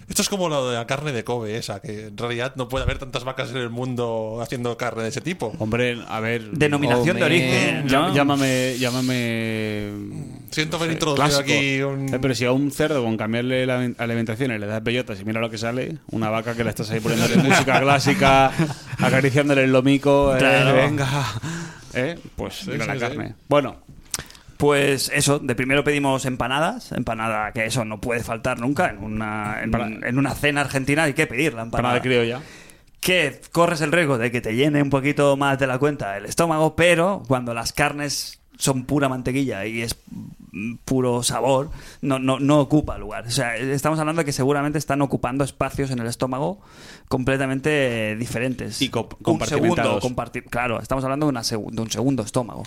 [SPEAKER 3] Esto es como lo de la carne de Kobe esa, que en realidad no puede haber tantas vacas en el mundo haciendo carne de ese tipo.
[SPEAKER 8] Hombre, a ver.
[SPEAKER 2] Denominación de
[SPEAKER 7] Oh, man.
[SPEAKER 2] origen.
[SPEAKER 8] Llá-
[SPEAKER 2] ¿no?
[SPEAKER 8] Llámame. Llámame.
[SPEAKER 3] Siento haber
[SPEAKER 8] Sí,
[SPEAKER 3] introducido
[SPEAKER 8] clásico.
[SPEAKER 3] aquí un...
[SPEAKER 8] Eh, Pero si a un cerdo con cambiarle la alim- alimentación y le das bellotas y mira lo que sale, una vaca que la estás ahí poniéndole música clásica, acariciándole el lomico, eh,
[SPEAKER 2] Claro.
[SPEAKER 8] venga. Eh, Pues mira
[SPEAKER 3] sí,
[SPEAKER 8] la
[SPEAKER 3] sí.
[SPEAKER 8] carne. Bueno,
[SPEAKER 2] Pues eso, de primero pedimos empanadas, empanada que eso no puede faltar nunca en una, en,
[SPEAKER 8] Empanada.
[SPEAKER 2] en una cena argentina hay que pedir
[SPEAKER 8] para
[SPEAKER 2] la empanada.
[SPEAKER 8] nada criolla.
[SPEAKER 2] que corres el riesgo de que te llene un poquito más de la cuenta el estómago, pero cuando las carnes son pura mantequilla y es mm, puro sabor, no, no, no ocupa lugar. O sea, estamos hablando de que seguramente están ocupando espacios en el estómago completamente diferentes.
[SPEAKER 8] Y co-
[SPEAKER 2] un segundo
[SPEAKER 8] compartimentados.
[SPEAKER 2] comparti- Claro, estamos hablando de, una segu- de un segundo estómago.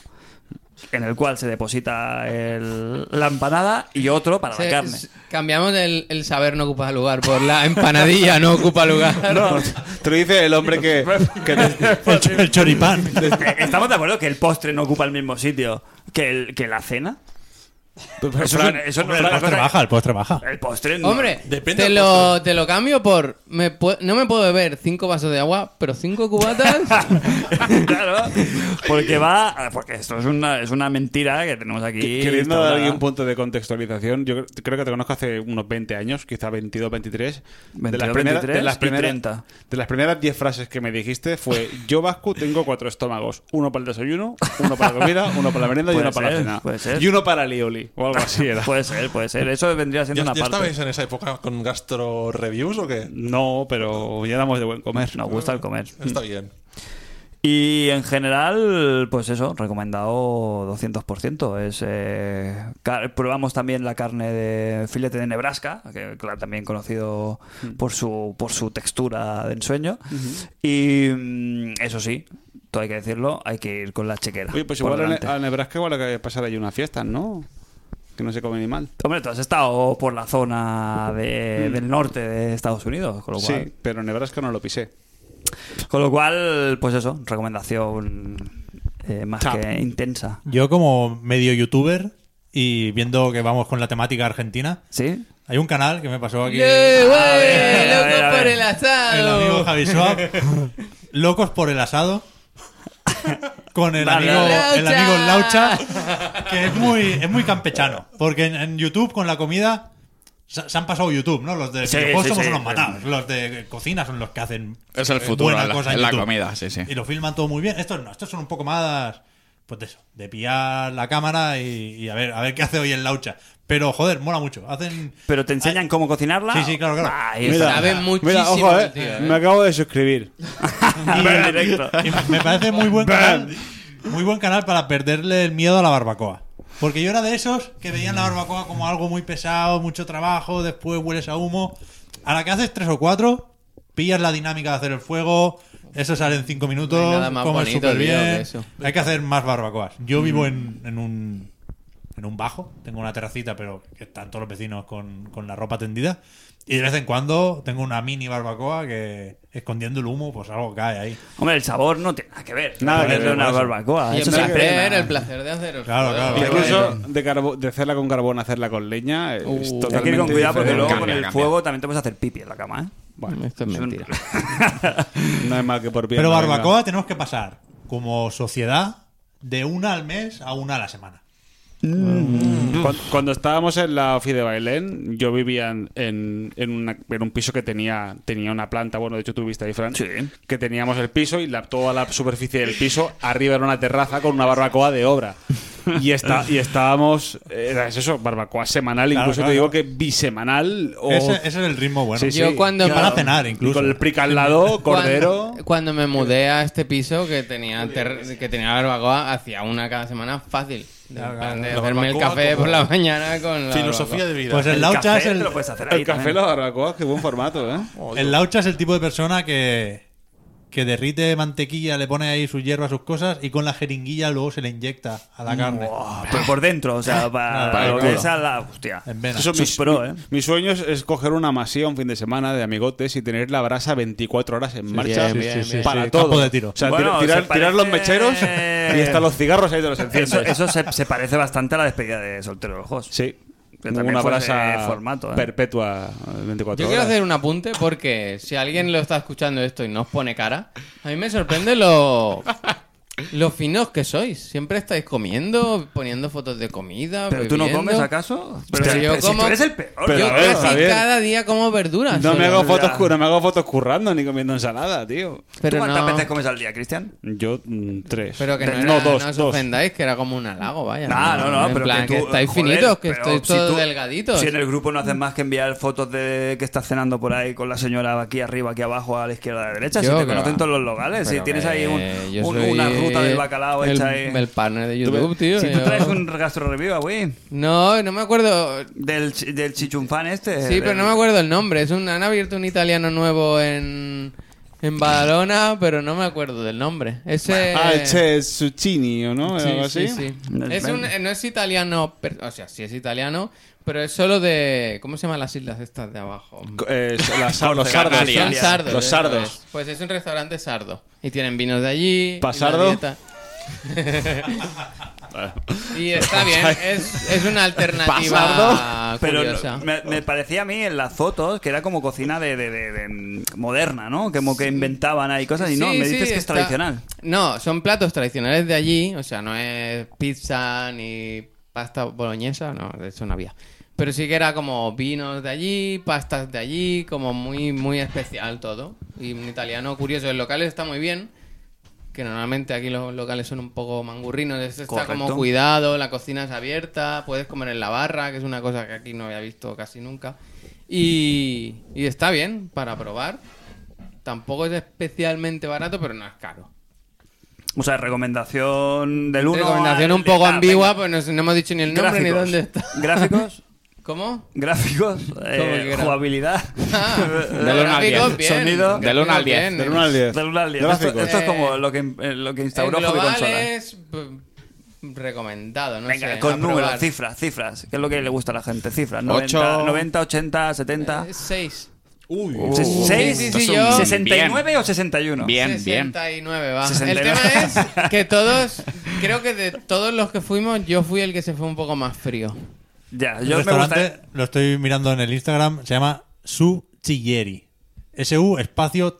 [SPEAKER 2] en el cual se deposita el- la empanada y otro para
[SPEAKER 7] Se-
[SPEAKER 2] la carne.
[SPEAKER 7] s- Cambiamos el, el saber no ocupa lugar por la empanadilla no ocupa lugar.
[SPEAKER 5] Te lo dice el hombre que, que te-
[SPEAKER 6] El, cho- el choripán.
[SPEAKER 2] Eh, Estamos de acuerdo que el postre no ocupa el mismo sitio que, el- que la cena. Eso no- eso no
[SPEAKER 6] Hombre,
[SPEAKER 2] es
[SPEAKER 6] el
[SPEAKER 2] una
[SPEAKER 6] postre
[SPEAKER 2] cosa-
[SPEAKER 6] baja, el postre baja.
[SPEAKER 2] El postre no.
[SPEAKER 7] Hombre,
[SPEAKER 3] Depende
[SPEAKER 7] te,
[SPEAKER 3] del
[SPEAKER 7] lo, te lo cambio por... me pue- no me puedo beber cinco vasos de agua, pero cinco cubatas...
[SPEAKER 2] claro, porque va. Porque esto es una, es una mentira que tenemos aquí.
[SPEAKER 5] queriendo
[SPEAKER 2] instaurada.
[SPEAKER 5] dar aquí un punto de contextualización, yo cre- creo que te conozco hace unos 20 años, quizá 22, 23.
[SPEAKER 2] 22, 23 y 30.
[SPEAKER 5] de las primeras 10 frases que me dijiste fue: Yo vasco tengo cuatro estómagos. Uno para el desayuno, uno para la comida, uno para la merienda y
[SPEAKER 2] Puede
[SPEAKER 5] uno para la
[SPEAKER 2] ser,
[SPEAKER 5] cena.
[SPEAKER 2] puede ser.
[SPEAKER 5] Y uno para lioli, o algo así era.
[SPEAKER 2] Puede ser, puede ser. Eso vendría siendo
[SPEAKER 3] ¿Ya,
[SPEAKER 2] una
[SPEAKER 3] ya
[SPEAKER 2] parte.
[SPEAKER 3] estabais en esa época con gastro reviews o qué?
[SPEAKER 5] No, pero ya damos de buen comer.
[SPEAKER 2] Nos gusta el comer.
[SPEAKER 3] Está bien.
[SPEAKER 2] Y en general, pues eso, recomendado 200%. Es, eh, car- probamos también la carne de filete de Nebraska, que claro, también conocido
[SPEAKER 5] Mm.
[SPEAKER 2] por su por su textura de ensueño. Y mm, eso sí, todo hay que decirlo, hay que ir con la chequera.
[SPEAKER 5] Oye, pues
[SPEAKER 2] por
[SPEAKER 5] igual a Ne-
[SPEAKER 2] delante.
[SPEAKER 5] a Nebraska igual hay que pasar ahí unas fiestas, ¿no? Que no se come ni mal.
[SPEAKER 2] Hombre, tú has estado por la zona de- del norte de Estados Unidos, con lo cual...
[SPEAKER 5] Mm. Sí, pero Nebraska no lo pisé.
[SPEAKER 2] Con lo cual, pues eso, recomendación eh, más que intensa.
[SPEAKER 6] Yo como medio youtuber y viendo que vamos con la temática argentina,
[SPEAKER 2] ¿Sí?
[SPEAKER 6] hay un canal que me pasó aquí.
[SPEAKER 7] ¡Yeah, güey!
[SPEAKER 2] ver, a ver, a
[SPEAKER 7] ¡Loco por
[SPEAKER 2] ver.
[SPEAKER 7] el
[SPEAKER 6] el
[SPEAKER 7] asado!
[SPEAKER 6] amigo Javi Schwab. Locos por el asado. Con el
[SPEAKER 2] Vale.
[SPEAKER 6] amigo el
[SPEAKER 7] Laucha.
[SPEAKER 6] amigo Laucha, que es muy, es muy campechano. Porque en, en YouTube con la comida se, se han pasado YouTube, ¿no? Los de
[SPEAKER 2] Sí,
[SPEAKER 6] videojuegos
[SPEAKER 2] sí,
[SPEAKER 6] somos
[SPEAKER 2] sí.
[SPEAKER 6] unos matados. Los de cocina son los que hacen.
[SPEAKER 4] Es el
[SPEAKER 6] eh,
[SPEAKER 4] futuro,
[SPEAKER 6] buena
[SPEAKER 4] en la-
[SPEAKER 6] cosa
[SPEAKER 4] en la
[SPEAKER 6] YouTube.
[SPEAKER 4] comida, sí, sí.
[SPEAKER 6] Y lo filman todo muy bien. Estos no, estos son un poco más. Pues de eso, de pillar la cámara y, y a ver a ver qué hace hoy el Laucha. Pero joder, mola mucho. Hacen.
[SPEAKER 2] ¿Pero te enseñan cómo cocinarla? Ah,
[SPEAKER 6] Sí, sí, claro, claro.
[SPEAKER 2] Ahí
[SPEAKER 7] Mira.
[SPEAKER 2] está.
[SPEAKER 7] Sabe muchísimo
[SPEAKER 5] Ah, Mira, ojo,
[SPEAKER 7] el
[SPEAKER 5] eh,
[SPEAKER 7] tío, eh.
[SPEAKER 5] Me acabo de suscribir.
[SPEAKER 2] Pero en directo.
[SPEAKER 6] Y me- me parece muy buen canal. Muy buen canal para perderle el miedo a la barbacoa. Porque yo era de esos que veían la barbacoa como algo muy pesado, mucho trabajo, después hueles a humo. A la que haces tres o cuatro, pillas la dinámica de hacer el fuego, eso sale en cinco minutos,
[SPEAKER 7] No hay nada más
[SPEAKER 6] comes
[SPEAKER 7] bonito,
[SPEAKER 6] súper
[SPEAKER 7] tío, que
[SPEAKER 6] bien.
[SPEAKER 7] eso. Mm.
[SPEAKER 6] Hay que hacer más barbacoas. Yo vivo en, en un en un bajo, tengo una terracita, pero que están todos los vecinos con, con la ropa tendida. Y de vez en cuando tengo una mini barbacoa que escondiendo el humo, pues algo cae ahí.
[SPEAKER 2] Hombre, el sabor no tiene nada que ver.
[SPEAKER 5] Nada que
[SPEAKER 2] Es de
[SPEAKER 5] ver,
[SPEAKER 2] una
[SPEAKER 5] por eso.
[SPEAKER 2] barbacoa.
[SPEAKER 7] Y el
[SPEAKER 2] Eso se
[SPEAKER 7] placer,
[SPEAKER 2] aprende.
[SPEAKER 7] el placer de hacer el
[SPEAKER 6] Claro, claro.
[SPEAKER 7] joder.
[SPEAKER 5] Incluso de, carbo- de hacerla con carbón, hacerla con leña. eh, Es
[SPEAKER 7] Uh.
[SPEAKER 5] totalmente
[SPEAKER 2] Hay que ir con cuidado porque
[SPEAKER 5] diferente.
[SPEAKER 2] luego con
[SPEAKER 4] Cambia,
[SPEAKER 2] el
[SPEAKER 4] cambia.
[SPEAKER 2] fuego también te puedes hacer pipi en la cama, ¿eh?
[SPEAKER 7] Esto es mentira.
[SPEAKER 5] No es mal que por bien.
[SPEAKER 6] Pero
[SPEAKER 5] no venga.
[SPEAKER 6] barbacoa tenemos que pasar como sociedad de una al mes a una a la semana.
[SPEAKER 5] Cuando, cuando estábamos en la ofi de Bailén, yo vivía en, en- en una- en un piso que tenía, tenía una planta. Bueno, de hecho, tú viste ahí, Fran.
[SPEAKER 2] Sí.
[SPEAKER 5] Que teníamos el piso y la- toda la superficie del piso arriba era una terraza con una barbacoa de obra. Y, está, y estábamos. Era es eso, barbacoa semanal,
[SPEAKER 6] Claro,
[SPEAKER 5] incluso
[SPEAKER 6] claro.
[SPEAKER 5] te digo que bisemanal. O
[SPEAKER 6] Ese, ese es el ritmo bueno.
[SPEAKER 5] Sí, sí.
[SPEAKER 7] Yo cuando...
[SPEAKER 6] Y para cenar incluso.
[SPEAKER 5] con el pric al lado, cordero.
[SPEAKER 7] Cuando, cuando me mudé a este piso que tenía ter- que tenía barbacoa, hacía una cada semana fácil. De,
[SPEAKER 6] Claro,
[SPEAKER 7] plan de
[SPEAKER 3] claro.
[SPEAKER 7] hacerme
[SPEAKER 3] La
[SPEAKER 7] el
[SPEAKER 3] barbacoa
[SPEAKER 7] café por
[SPEAKER 3] como
[SPEAKER 7] la mañana con la
[SPEAKER 3] Filosofía
[SPEAKER 7] barbacoa.
[SPEAKER 3] de vida.
[SPEAKER 6] Pues el, laucha
[SPEAKER 2] café
[SPEAKER 6] es el,
[SPEAKER 2] te lo puedes hacer ahí
[SPEAKER 5] El café,
[SPEAKER 2] también.
[SPEAKER 5] la barbacoa, qué buen formato, ¿eh?
[SPEAKER 7] Oh.
[SPEAKER 6] el laucha es el tipo de persona que que derrite mantequilla, le pone ahí sus hierbas, sus cosas y con la jeringuilla luego se le inyecta a la carne.
[SPEAKER 2] Buah, pero por dentro, o sea, para,
[SPEAKER 6] Para el
[SPEAKER 2] lo
[SPEAKER 6] culo.
[SPEAKER 2] que es a la... Hostia.
[SPEAKER 6] En vena.
[SPEAKER 5] Eso
[SPEAKER 2] Eso
[SPEAKER 5] mis-
[SPEAKER 2] es pro, ¿eh?
[SPEAKER 5] Mi sueño es, es coger una masía un fin de semana de amigotes y tener la brasa 24 horas en marcha
[SPEAKER 7] bien, bien, bien.
[SPEAKER 5] para
[SPEAKER 6] Sí,
[SPEAKER 5] todo.
[SPEAKER 6] campo de tiro.
[SPEAKER 5] O sea, tira-
[SPEAKER 2] Bueno,
[SPEAKER 5] tirar,
[SPEAKER 2] se
[SPEAKER 5] tirar los
[SPEAKER 2] parece-
[SPEAKER 5] mecheros y hasta los cigarros ahí te los enciendes.
[SPEAKER 2] Eso, eso se, se parece bastante a la despedida de Soltero de los Ojos.
[SPEAKER 5] Sí.
[SPEAKER 2] Que
[SPEAKER 5] Como
[SPEAKER 2] también
[SPEAKER 5] una
[SPEAKER 2] fue
[SPEAKER 5] brasa
[SPEAKER 2] ese formato, ¿eh?
[SPEAKER 5] perpetua eh, 24
[SPEAKER 7] Yo quiero
[SPEAKER 5] horas.
[SPEAKER 7] hacer un apunte porque si alguien lo está escuchando esto y no os pone cara, a mí me sorprende lo, lo finos que sois. Siempre estáis comiendo, poniendo fotos de comida.
[SPEAKER 2] ¿Pero tú no
[SPEAKER 7] bebiendo.
[SPEAKER 2] comes, acaso?
[SPEAKER 7] Pero
[SPEAKER 2] si-
[SPEAKER 7] yo
[SPEAKER 2] si
[SPEAKER 7] como-
[SPEAKER 2] tú eres el peor.
[SPEAKER 5] Pero
[SPEAKER 7] Yo
[SPEAKER 5] a ver,
[SPEAKER 7] casi
[SPEAKER 5] Javier.
[SPEAKER 7] cada día como verduras.
[SPEAKER 5] No me,
[SPEAKER 7] solo.
[SPEAKER 5] hago fotos,
[SPEAKER 2] Ya.
[SPEAKER 5] cu- no me hago fotos currando ni comiendo ensalada, tío.
[SPEAKER 2] ¿Tú
[SPEAKER 7] Pero
[SPEAKER 2] cuántas
[SPEAKER 7] no,
[SPEAKER 2] veces comes al día, Cristian?
[SPEAKER 5] Yo, mm, tres.
[SPEAKER 7] pero que no,
[SPEAKER 5] no,
[SPEAKER 7] era-
[SPEAKER 5] dos,
[SPEAKER 7] no os
[SPEAKER 5] dos.
[SPEAKER 7] ofendáis, que era como un halago, vaya.
[SPEAKER 2] No, no, no,
[SPEAKER 7] en
[SPEAKER 2] pero
[SPEAKER 7] plan,
[SPEAKER 2] que,
[SPEAKER 7] que,
[SPEAKER 2] tú,
[SPEAKER 7] estáis
[SPEAKER 2] joder,
[SPEAKER 7] finitos, que
[SPEAKER 2] pero
[SPEAKER 7] estáis
[SPEAKER 2] si
[SPEAKER 7] todos
[SPEAKER 2] tú-
[SPEAKER 7] delgaditos.
[SPEAKER 2] Si en el grupo no haces más que enviar fotos de que estás cenando por ahí con la señora aquí arriba, aquí abajo, a la izquierda, a la derecha,
[SPEAKER 7] Yo
[SPEAKER 2] si te
[SPEAKER 7] que
[SPEAKER 2] conocen
[SPEAKER 7] va.
[SPEAKER 2] todos los locales, si
[SPEAKER 7] Pero
[SPEAKER 2] tienes
[SPEAKER 7] que
[SPEAKER 2] ahí un-
[SPEAKER 7] yo
[SPEAKER 2] un-
[SPEAKER 7] soy
[SPEAKER 2] una ruta del bacalao
[SPEAKER 7] el,
[SPEAKER 2] hecha ahí.
[SPEAKER 7] El partner de YouTube, tío.
[SPEAKER 2] si tú
[SPEAKER 7] yo-
[SPEAKER 2] traes un Eh, gastro review, güey,
[SPEAKER 7] No, no me acuerdo.
[SPEAKER 2] del, chi- del chichunfán este.
[SPEAKER 7] Sí, pero no me acuerdo el nombre. Es un, han abierto un italiano nuevo en, en Badalona, pero no me acuerdo del nombre. Ese...
[SPEAKER 8] Ah, che, Zucchini, ¿o no?
[SPEAKER 7] Sí,
[SPEAKER 8] Algo
[SPEAKER 7] sí,
[SPEAKER 8] así.
[SPEAKER 7] sí. Es un- no es italiano, per- o sea, sí es italiano, pero es solo de... ¿Cómo se llaman las islas estas de abajo?
[SPEAKER 8] Co- eh, las- los sardos.
[SPEAKER 2] Canarias.
[SPEAKER 7] Son sardos.
[SPEAKER 8] Los
[SPEAKER 7] eso
[SPEAKER 8] sardos.
[SPEAKER 7] es. Pues es un restaurante sardo. Y tienen vinos de allí. y la
[SPEAKER 8] ¿Pasardo?
[SPEAKER 7] dieta. y está bien, es, es una alternativa
[SPEAKER 2] Pero
[SPEAKER 7] curiosa.
[SPEAKER 2] me, me parecía a mí en las fotos que era como cocina de, de- de- de moderna, ¿no? Como que inventaban ahí cosas y no,
[SPEAKER 7] Sí,
[SPEAKER 2] me
[SPEAKER 7] sí,
[SPEAKER 2] dices que es
[SPEAKER 7] está-
[SPEAKER 2] tradicional.
[SPEAKER 7] No, son platos tradicionales de allí, o sea, no es pizza ni pasta boloñesa, no, de eso no había. Pero sí que era como vinos de allí, pastas de allí, como muy, muy especial todo. Y un italiano curioso, el local está muy bien, que normalmente aquí los locales son un poco mangurrinos, este está como
[SPEAKER 2] Correcto.
[SPEAKER 7] cuidado, la cocina es abierta, puedes comer en la barra, que es una cosa que aquí no había visto casi nunca. Y, y está bien para probar. Tampoco es especialmente barato, pero no es caro.
[SPEAKER 2] O sea, recomendación del 1
[SPEAKER 7] Recomendación un poco ambigua, pues no, sé, no hemos dicho ni el nombre ni dónde está.
[SPEAKER 2] Gráficos,
[SPEAKER 7] ¿cómo?
[SPEAKER 2] gráficos, eh,
[SPEAKER 7] que gra-
[SPEAKER 2] jugabilidad,
[SPEAKER 7] Ah,
[SPEAKER 4] Eh, Del uno al
[SPEAKER 7] gráficos,
[SPEAKER 4] diez.
[SPEAKER 7] bien,
[SPEAKER 2] Sonido.
[SPEAKER 4] Del uno al diez.
[SPEAKER 7] bien.
[SPEAKER 8] Del 1 al 10.
[SPEAKER 2] del 1 al 10. Esto,
[SPEAKER 8] Gráficos.
[SPEAKER 2] esto es como
[SPEAKER 7] Eh,
[SPEAKER 2] lo que, eh, lo que
[SPEAKER 7] El
[SPEAKER 2] instauró Hobby
[SPEAKER 7] global
[SPEAKER 2] Consola.
[SPEAKER 7] es
[SPEAKER 4] eh.
[SPEAKER 7] p- pues, recomendado, no
[SPEAKER 2] Venga,
[SPEAKER 7] sé, a
[SPEAKER 2] con números,
[SPEAKER 7] probar.
[SPEAKER 2] cifras, cifras, que es lo que le gusta a la gente, cifras.
[SPEAKER 4] Ocho.
[SPEAKER 2] 90, 90 80, 70.
[SPEAKER 7] Eh, Seis.
[SPEAKER 3] Uy,
[SPEAKER 2] ¿Seis?
[SPEAKER 7] Sí, sí, sí, yo-
[SPEAKER 2] 69 o 61.
[SPEAKER 4] Bien, bien.
[SPEAKER 7] 69 va.
[SPEAKER 2] 69.
[SPEAKER 7] El tema es que todos, creo que de todos los que fuimos, yo fui el que se fue un poco más frío.
[SPEAKER 2] Ya,
[SPEAKER 6] El
[SPEAKER 2] yo me
[SPEAKER 6] restaurante
[SPEAKER 2] gusta.
[SPEAKER 6] lo estoy mirando en el Instagram, se llama Su Chilleri. S-U espacio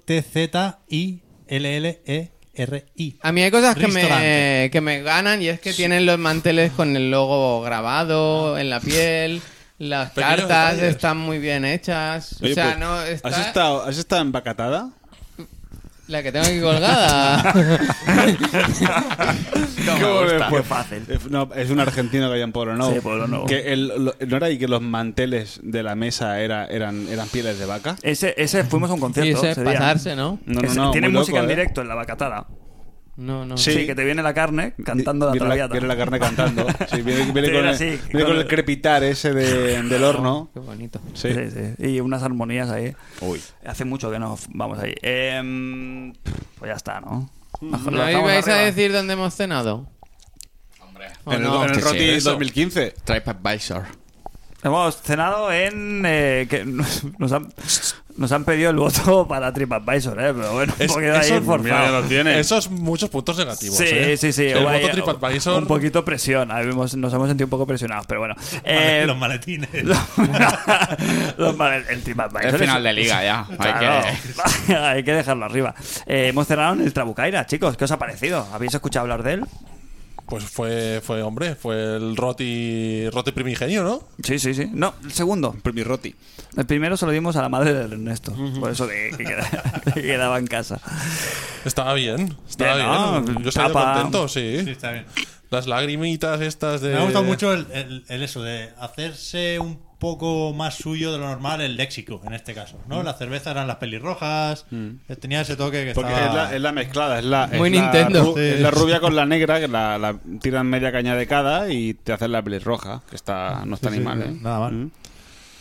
[SPEAKER 6] E T-Z-I-L-L-E-R-I.
[SPEAKER 7] A mí hay cosas que me,
[SPEAKER 6] Restaurante.
[SPEAKER 7] que me ganan y es que tienen los manteles con el logo grabado en la piel, las
[SPEAKER 3] Pequeños
[SPEAKER 7] cartas
[SPEAKER 3] detalles.
[SPEAKER 7] están muy bien hechas.
[SPEAKER 8] Oye,
[SPEAKER 7] o sea,
[SPEAKER 8] pues,
[SPEAKER 7] no
[SPEAKER 8] ¿has,
[SPEAKER 7] está
[SPEAKER 8] estado, ¿Has estado en Bacatada?
[SPEAKER 7] la que tengo aquí colgada.
[SPEAKER 8] ¿Cómo me fue?
[SPEAKER 2] Qué fácil.
[SPEAKER 8] Eh, no, es un argentino que había en Pueblo Nuevo.
[SPEAKER 2] Sí, Pueblo Nuevo.
[SPEAKER 8] Que el- lo- ¿No era ahí que los manteles de la mesa era, eran, eran pieles de vaca?
[SPEAKER 2] Ese, ese fuimos a un concierto.
[SPEAKER 7] y eso es
[SPEAKER 2] ese día.
[SPEAKER 7] pasarse, ¿no?
[SPEAKER 8] No,
[SPEAKER 2] Ese-
[SPEAKER 8] no, no.
[SPEAKER 2] tiene
[SPEAKER 8] muy
[SPEAKER 2] música
[SPEAKER 8] loco,
[SPEAKER 2] en
[SPEAKER 8] ¿eh?
[SPEAKER 2] directo en la bacatada.
[SPEAKER 7] No, no.
[SPEAKER 2] Sí. que te viene la carne cantando la
[SPEAKER 8] viene la,
[SPEAKER 2] traviata.
[SPEAKER 8] viene la carne cantando. Sí, viene, viene con,
[SPEAKER 2] Te viene
[SPEAKER 8] el,
[SPEAKER 2] así,
[SPEAKER 8] viene
[SPEAKER 2] con
[SPEAKER 8] con
[SPEAKER 2] el-
[SPEAKER 8] el crepitar ese de- del horno.
[SPEAKER 7] Qué bonito.
[SPEAKER 8] Sí.
[SPEAKER 2] Sí. sí. Y unas armonías ahí.
[SPEAKER 8] Uy.
[SPEAKER 2] Hace mucho que no vamos ahí. Em, pues ya está, ¿no? Mejor lo
[SPEAKER 7] ¿No
[SPEAKER 2] dejamos
[SPEAKER 7] ibais Mm, a
[SPEAKER 2] arriba.
[SPEAKER 7] decir dónde hemos cenado? Hombre.
[SPEAKER 8] En el, en el
[SPEAKER 4] Sí, sí,
[SPEAKER 8] Roti
[SPEAKER 4] eso.
[SPEAKER 8] 2015.
[SPEAKER 4] TripAdvisor.
[SPEAKER 2] Hemos cenado en. eh, que nos nos han, nos han pedido el voto para TripAdvisor, ¿eh? Pero bueno, un
[SPEAKER 3] Es-
[SPEAKER 2] poquito ahí
[SPEAKER 3] eso-
[SPEAKER 2] forzado.
[SPEAKER 3] Esos muchos puntos negativos.
[SPEAKER 2] Sí,
[SPEAKER 3] ¿eh?
[SPEAKER 2] sí, sí.
[SPEAKER 3] El
[SPEAKER 2] Guay,
[SPEAKER 3] voto TripAdvisor.
[SPEAKER 2] Un poquito presión. Habíamos- nos hemos sentido un poco presionados, pero bueno. Eh,
[SPEAKER 6] Los maletines.
[SPEAKER 2] los male- el TripAdvisor.
[SPEAKER 4] Es
[SPEAKER 2] es-
[SPEAKER 4] final de liga ya. Hay
[SPEAKER 2] Claro.
[SPEAKER 4] que-
[SPEAKER 2] Hay que dejarlo arriba. Eh, hemos cerrado en el Trabucaira, chicos. ¿Qué os ha parecido? ¿Habéis escuchado hablar de él?
[SPEAKER 3] Pues fue, fue, hombre, fue el Roti, roti primigenio, ¿no?
[SPEAKER 2] Sí, sí, sí. No, el segundo.
[SPEAKER 8] Primi Roti.
[SPEAKER 2] El primero se lo dimos a la madre de Ernesto. Por eso que, que queda- que quedaba en casa.
[SPEAKER 3] Estaba bien. Estaba
[SPEAKER 2] Bien, ¿no?
[SPEAKER 3] bien. Yo salí
[SPEAKER 2] Tapa.
[SPEAKER 3] contento,
[SPEAKER 6] Sí,
[SPEAKER 3] sí.
[SPEAKER 6] está bien.
[SPEAKER 3] Las lagrimitas estas de.
[SPEAKER 6] Me ha gustado mucho el, el- el eso de hacerse un poco más suyo de lo normal el léxico en este caso, ¿no? La cerveza eran las pelirrojas, eh, tenía ese toque que
[SPEAKER 8] Porque
[SPEAKER 6] estaba...
[SPEAKER 8] es, la, es la mezclada, es la, es
[SPEAKER 7] Muy
[SPEAKER 8] la
[SPEAKER 7] Nintendo.
[SPEAKER 8] ru-
[SPEAKER 6] Sí.
[SPEAKER 8] es la rubia con la negra, que la, la tiran media caña de cada y te hacen la pelirroja, que está, no está
[SPEAKER 6] Sí,
[SPEAKER 8] ni
[SPEAKER 6] sí,
[SPEAKER 8] mal, ¿eh?
[SPEAKER 6] Nada mal.
[SPEAKER 8] Mm.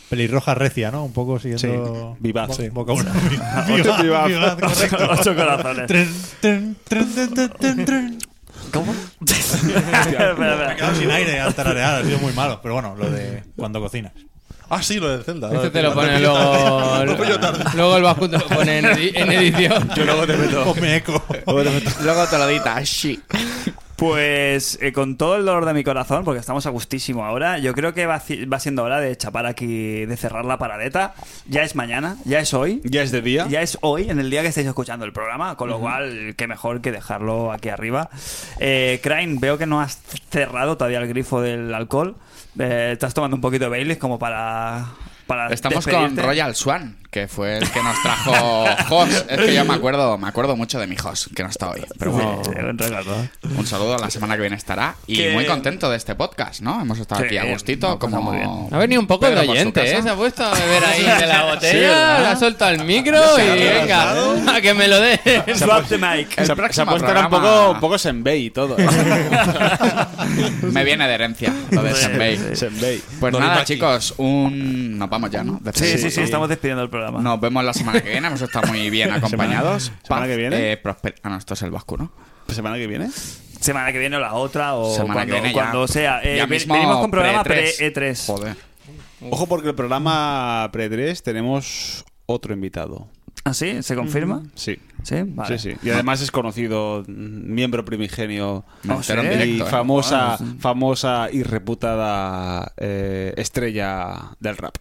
[SPEAKER 6] Pelirroja recia, ¿no? Un poco siguiendo...
[SPEAKER 8] Sí. Vivaz,
[SPEAKER 6] vo-
[SPEAKER 8] sí.
[SPEAKER 6] vocabulario.
[SPEAKER 8] Ocho vivaz.
[SPEAKER 6] vivaz, correcto.
[SPEAKER 2] Ocho corazones.
[SPEAKER 6] Tren, tren, tren, tren, tren, tren, tren.
[SPEAKER 2] ¿Cómo? Espera,
[SPEAKER 6] Me he
[SPEAKER 2] espera.
[SPEAKER 6] quedado sin aire al tararear, ha sido muy malo. Pero bueno, lo de cuando cocinas.
[SPEAKER 3] Ah, sí, lo del Zelda.
[SPEAKER 7] Este
[SPEAKER 3] Lo
[SPEAKER 7] te
[SPEAKER 3] del
[SPEAKER 7] lo pone
[SPEAKER 3] Zelda.
[SPEAKER 7] luego.
[SPEAKER 3] Lo pillo tarde.
[SPEAKER 7] Luego el Bascu te lo pone en, edi- en edición.
[SPEAKER 6] luego te meto. Ponme eco.
[SPEAKER 4] Luego te lo edita. Sí.
[SPEAKER 2] Pues eh, con todo el dolor de mi corazón, porque estamos a gustísimo ahora, yo creo que va, ci- va siendo hora de chapar aquí, de cerrar la paradeta. Ya es mañana, ya es hoy.
[SPEAKER 8] Ya es de día.
[SPEAKER 2] Ya es hoy, en el día que estáis escuchando el programa, con lo cual, qué mejor que dejarlo aquí arriba. Eh, Crane, veo que no has cerrado todavía el grifo del alcohol. Eh, estás tomando un poquito de Baileys como para. para
[SPEAKER 4] Estamos con
[SPEAKER 2] despedirte.
[SPEAKER 4] Royal Swan, que fue el que nos trajo Jos. Es que yo me acuerdo, me acuerdo mucho de mi Jos, que no está hoy. Pero bueno,
[SPEAKER 2] Sí, buen regalo.
[SPEAKER 4] un saludo, la semana que viene estará. Y
[SPEAKER 2] Que-
[SPEAKER 4] muy contento de este podcast, ¿no? Hemos estado
[SPEAKER 2] Sí,
[SPEAKER 4] aquí a
[SPEAKER 2] lo
[SPEAKER 4] gustito,
[SPEAKER 2] pasamos muy
[SPEAKER 4] como...
[SPEAKER 2] bien.
[SPEAKER 7] Ha venido un poco
[SPEAKER 4] Pedro
[SPEAKER 7] de
[SPEAKER 4] por su
[SPEAKER 7] oyente,
[SPEAKER 4] casa.
[SPEAKER 7] ¿eh? Se ha puesto a beber ahí de la botella,
[SPEAKER 4] Sí, ¿verdad?
[SPEAKER 7] la ha soltado al micro y venga, a que me lo dé.
[SPEAKER 2] Swap the mic.
[SPEAKER 4] El
[SPEAKER 8] Se, ha- se ha
[SPEAKER 4] próximo
[SPEAKER 8] puesto ahora un
[SPEAKER 4] programa-
[SPEAKER 8] poco, un poco senbei y todo. ¿eh?
[SPEAKER 4] ¿eh? Me viene de herencia, lo de Senbei.
[SPEAKER 8] senbei.
[SPEAKER 4] Pues
[SPEAKER 3] Dorimaki.
[SPEAKER 4] nada, chicos, un... nos vamos vamos ya, ¿no?
[SPEAKER 2] Sí, sí,
[SPEAKER 4] Después-
[SPEAKER 2] sí, estamos despidiendo el programa.
[SPEAKER 4] Nos vemos la semana que viene, hemos estado muy bien acompañados.
[SPEAKER 5] ¿Semana- semana que viene?
[SPEAKER 4] eh, prosper- ah, no, esto es el vasco, ¿no?
[SPEAKER 8] Pues
[SPEAKER 5] ¿Semana que viene?
[SPEAKER 2] Semana que viene o la otra o
[SPEAKER 4] Semana
[SPEAKER 2] cuando,
[SPEAKER 4] que viene ya.
[SPEAKER 2] cuando sea. Eh,
[SPEAKER 4] Ya
[SPEAKER 2] ven-
[SPEAKER 4] mismo
[SPEAKER 2] venimos con programa E
[SPEAKER 4] pre-E3.
[SPEAKER 2] pre-E3.
[SPEAKER 4] Joder.
[SPEAKER 5] Ojo, porque el programa pre-3 tenemos otro invitado.
[SPEAKER 2] ¿Ah, sí? ¿Se confirma?
[SPEAKER 5] Sí.
[SPEAKER 2] Sí, vale.
[SPEAKER 5] Sí, sí. Y además es conocido mm, miembro primigenio
[SPEAKER 4] Me
[SPEAKER 2] No
[SPEAKER 4] entero en
[SPEAKER 2] sé.
[SPEAKER 5] y
[SPEAKER 4] directo. ¿eh?
[SPEAKER 5] famosa, famosa y reputada eh, estrella del rap.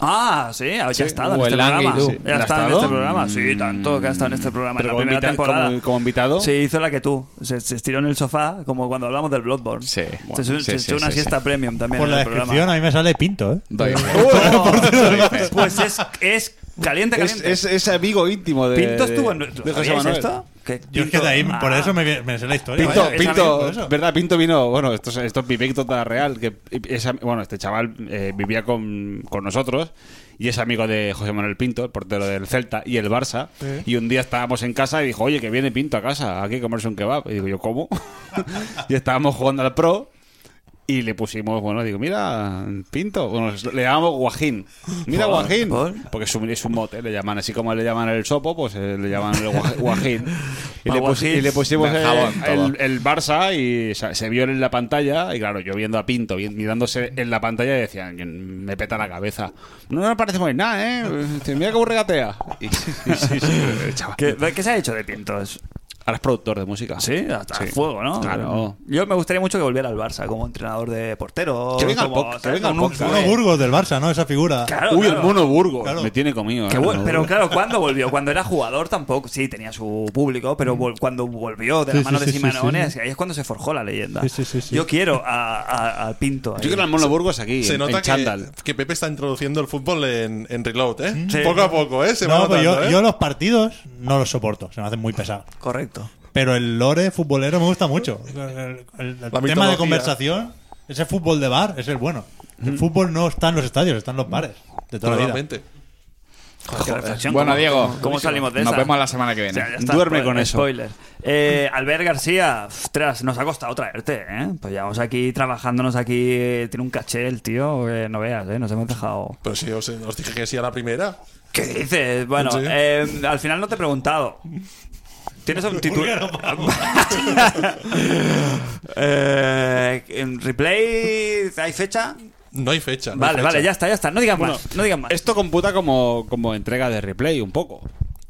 [SPEAKER 2] Ah, sí, ya ha estado en
[SPEAKER 9] o
[SPEAKER 2] este
[SPEAKER 9] el Angry
[SPEAKER 2] programa.
[SPEAKER 9] Lou.
[SPEAKER 2] Sí. Ya ha
[SPEAKER 5] ¿Ha
[SPEAKER 2] estado en
[SPEAKER 5] estado? Mm.
[SPEAKER 2] este programa. Sí, tanto que ha estado en este programa. en
[SPEAKER 5] Pero
[SPEAKER 2] la
[SPEAKER 5] como,
[SPEAKER 2] primera
[SPEAKER 5] invita-
[SPEAKER 2] temporada.
[SPEAKER 5] como- como invitado.
[SPEAKER 2] Sí, hizo la que tú. Se, se estiró en el sofá, como cuando hablamos del Bloodborne.
[SPEAKER 4] Sí,
[SPEAKER 2] se
[SPEAKER 4] bueno,
[SPEAKER 2] se
[SPEAKER 4] sí,
[SPEAKER 2] echó
[SPEAKER 4] sí,
[SPEAKER 2] una
[SPEAKER 4] sí,
[SPEAKER 2] siesta premium también
[SPEAKER 6] Por
[SPEAKER 2] en
[SPEAKER 6] la
[SPEAKER 2] el programa.
[SPEAKER 6] descripción a mí me sale pinto, ¿eh?
[SPEAKER 4] Doy fe.
[SPEAKER 2] Oh, pues es, es caliente,
[SPEAKER 5] Es,
[SPEAKER 2] caliente.
[SPEAKER 5] es- es amigo íntimo de.
[SPEAKER 2] Pinto estuvo en.
[SPEAKER 5] de
[SPEAKER 2] ¿lo
[SPEAKER 5] José
[SPEAKER 2] sabíais
[SPEAKER 5] Manuel.
[SPEAKER 2] esto? Que
[SPEAKER 6] Yo es que de
[SPEAKER 2] Pinto-
[SPEAKER 6] ahí, por
[SPEAKER 2] Ah.
[SPEAKER 6] eso me, vi- me sé la historia.
[SPEAKER 5] Pinto,
[SPEAKER 6] vaya.
[SPEAKER 2] es amigo, por
[SPEAKER 5] Pinto,
[SPEAKER 6] eso.
[SPEAKER 5] ¿verdad? Pinto vino, bueno, esto es, esto es mi anécdota real, que es am- bueno, este chaval eh, vivía con, con nosotros y es amigo de José Manuel Pinto, el portero del Celta y el Barça, y un día estábamos en casa y dijo, oye, que viene Pinto a casa, aquí a comerse un kebab. Y digo, yo, ¿cómo? y estábamos jugando al Pro y le pusimos, bueno, digo, mira, Pinto, bueno, le llamamos Guajín. Mira, Guajín.
[SPEAKER 2] por.
[SPEAKER 5] Porque es un, es un mote, le llaman así como le llaman el sopo, pues eh, le llaman el guaj- Guajín. Y
[SPEAKER 2] Ah,
[SPEAKER 5] le, pusi-
[SPEAKER 2] Guajín.
[SPEAKER 5] y le pusimos
[SPEAKER 4] De
[SPEAKER 5] el-
[SPEAKER 4] jabón, todo.
[SPEAKER 5] pues, eh, el, el Barça y o sea, se vio en la pantalla y claro, yo viendo a Pinto vi- mirándose en la pantalla y decían, me peta la cabeza. No nos parecemos en nada, ¿eh? Este, Mira cómo regatea. Y, y sí, sí, el chaval.
[SPEAKER 2] ¿Qué, ¿Qué se ha hecho de Pinto? Es-
[SPEAKER 5] Ahora es productor de música.
[SPEAKER 2] Sí, hasta
[SPEAKER 5] Sí. Ah,
[SPEAKER 2] el fuego, ¿no?
[SPEAKER 5] Claro.
[SPEAKER 2] Yo me gustaría mucho que volviera al Barça como entrenador de portero.
[SPEAKER 5] Que venga al
[SPEAKER 2] como,
[SPEAKER 5] poc- que
[SPEAKER 2] ¿sabes?
[SPEAKER 5] venga al
[SPEAKER 2] Como un-
[SPEAKER 5] podcast.
[SPEAKER 6] Uno Burgos del Barça, ¿no? Esa figura.
[SPEAKER 2] eh. Claro,
[SPEAKER 5] Uy,
[SPEAKER 2] claro.
[SPEAKER 5] el mono Burgos.
[SPEAKER 6] Claro.
[SPEAKER 5] Me tiene
[SPEAKER 6] Ah,
[SPEAKER 5] comido.
[SPEAKER 2] Qué
[SPEAKER 5] eh,
[SPEAKER 2] bueno,
[SPEAKER 5] el mono
[SPEAKER 2] pero
[SPEAKER 5] Burgos.
[SPEAKER 2] claro, ¿cuándo volvió? Cuando era jugador tampoco, sí, tenía su público, pero vol- cuando volvió de la
[SPEAKER 6] Mm. Sí, sí,
[SPEAKER 2] mano de
[SPEAKER 6] sí, sí,
[SPEAKER 2] Simeone,
[SPEAKER 6] sí.
[SPEAKER 2] ahí es cuando se forjó la leyenda.
[SPEAKER 6] Sí, sí, sí, sí.
[SPEAKER 2] Yo quiero a, a- a Pinto. ahí.
[SPEAKER 5] Yo quiero el mono Burgos aquí,
[SPEAKER 3] Se
[SPEAKER 5] en,
[SPEAKER 3] nota
[SPEAKER 5] en chándal.
[SPEAKER 3] que, que Pepe está introduciendo el fútbol en, en Reload, ¿eh?
[SPEAKER 2] Sí.
[SPEAKER 3] Poco a poco, ¿eh? Se va
[SPEAKER 6] No, pues yo,
[SPEAKER 3] notando, ¿eh?
[SPEAKER 6] yo los partidos no los soporto, se me hacen muy pesados.
[SPEAKER 2] Correcto.
[SPEAKER 6] Pero el lore futbolero me gusta mucho. El, el- el tema
[SPEAKER 3] mitología.
[SPEAKER 6] de conversación, ese fútbol de bar, es el bueno. El fútbol no está en los estadios, está en los bares. De toda la vida.
[SPEAKER 3] Totalmente.
[SPEAKER 2] Qué reflexión,
[SPEAKER 4] Bueno,
[SPEAKER 2] ¿cómo-
[SPEAKER 4] Diego,
[SPEAKER 2] ¿Cómo, cómo salimos de
[SPEAKER 4] Nos
[SPEAKER 2] esa?
[SPEAKER 4] vemos la semana que
[SPEAKER 2] O
[SPEAKER 4] viene.
[SPEAKER 2] sea, ya está,
[SPEAKER 5] Duerme
[SPEAKER 2] spoiler,
[SPEAKER 5] con eso.
[SPEAKER 2] Spoiler. Eh, Albert García, ostras, nos ha costado traerte, ¿eh? Pues llevamos aquí trabajándonos aquí. eh, Tiene un caché el tío, que no veas, ¿eh? Nos hemos dejado.
[SPEAKER 3] Pero si os, os dije que sí a la primera.
[SPEAKER 2] ¿Qué dices? Bueno,
[SPEAKER 3] Sí.
[SPEAKER 2] eh, al final no te he preguntado. ¿Tienes un título? eh, ¿en ¿Replay? ¿Hay fecha?
[SPEAKER 3] No hay fecha. no hay
[SPEAKER 2] vale, vale,
[SPEAKER 3] fecha.
[SPEAKER 2] ya está, ya está. No digas
[SPEAKER 5] Bueno,
[SPEAKER 2] más, no digas más.
[SPEAKER 5] Esto computa como, como entrega de replay, un poco.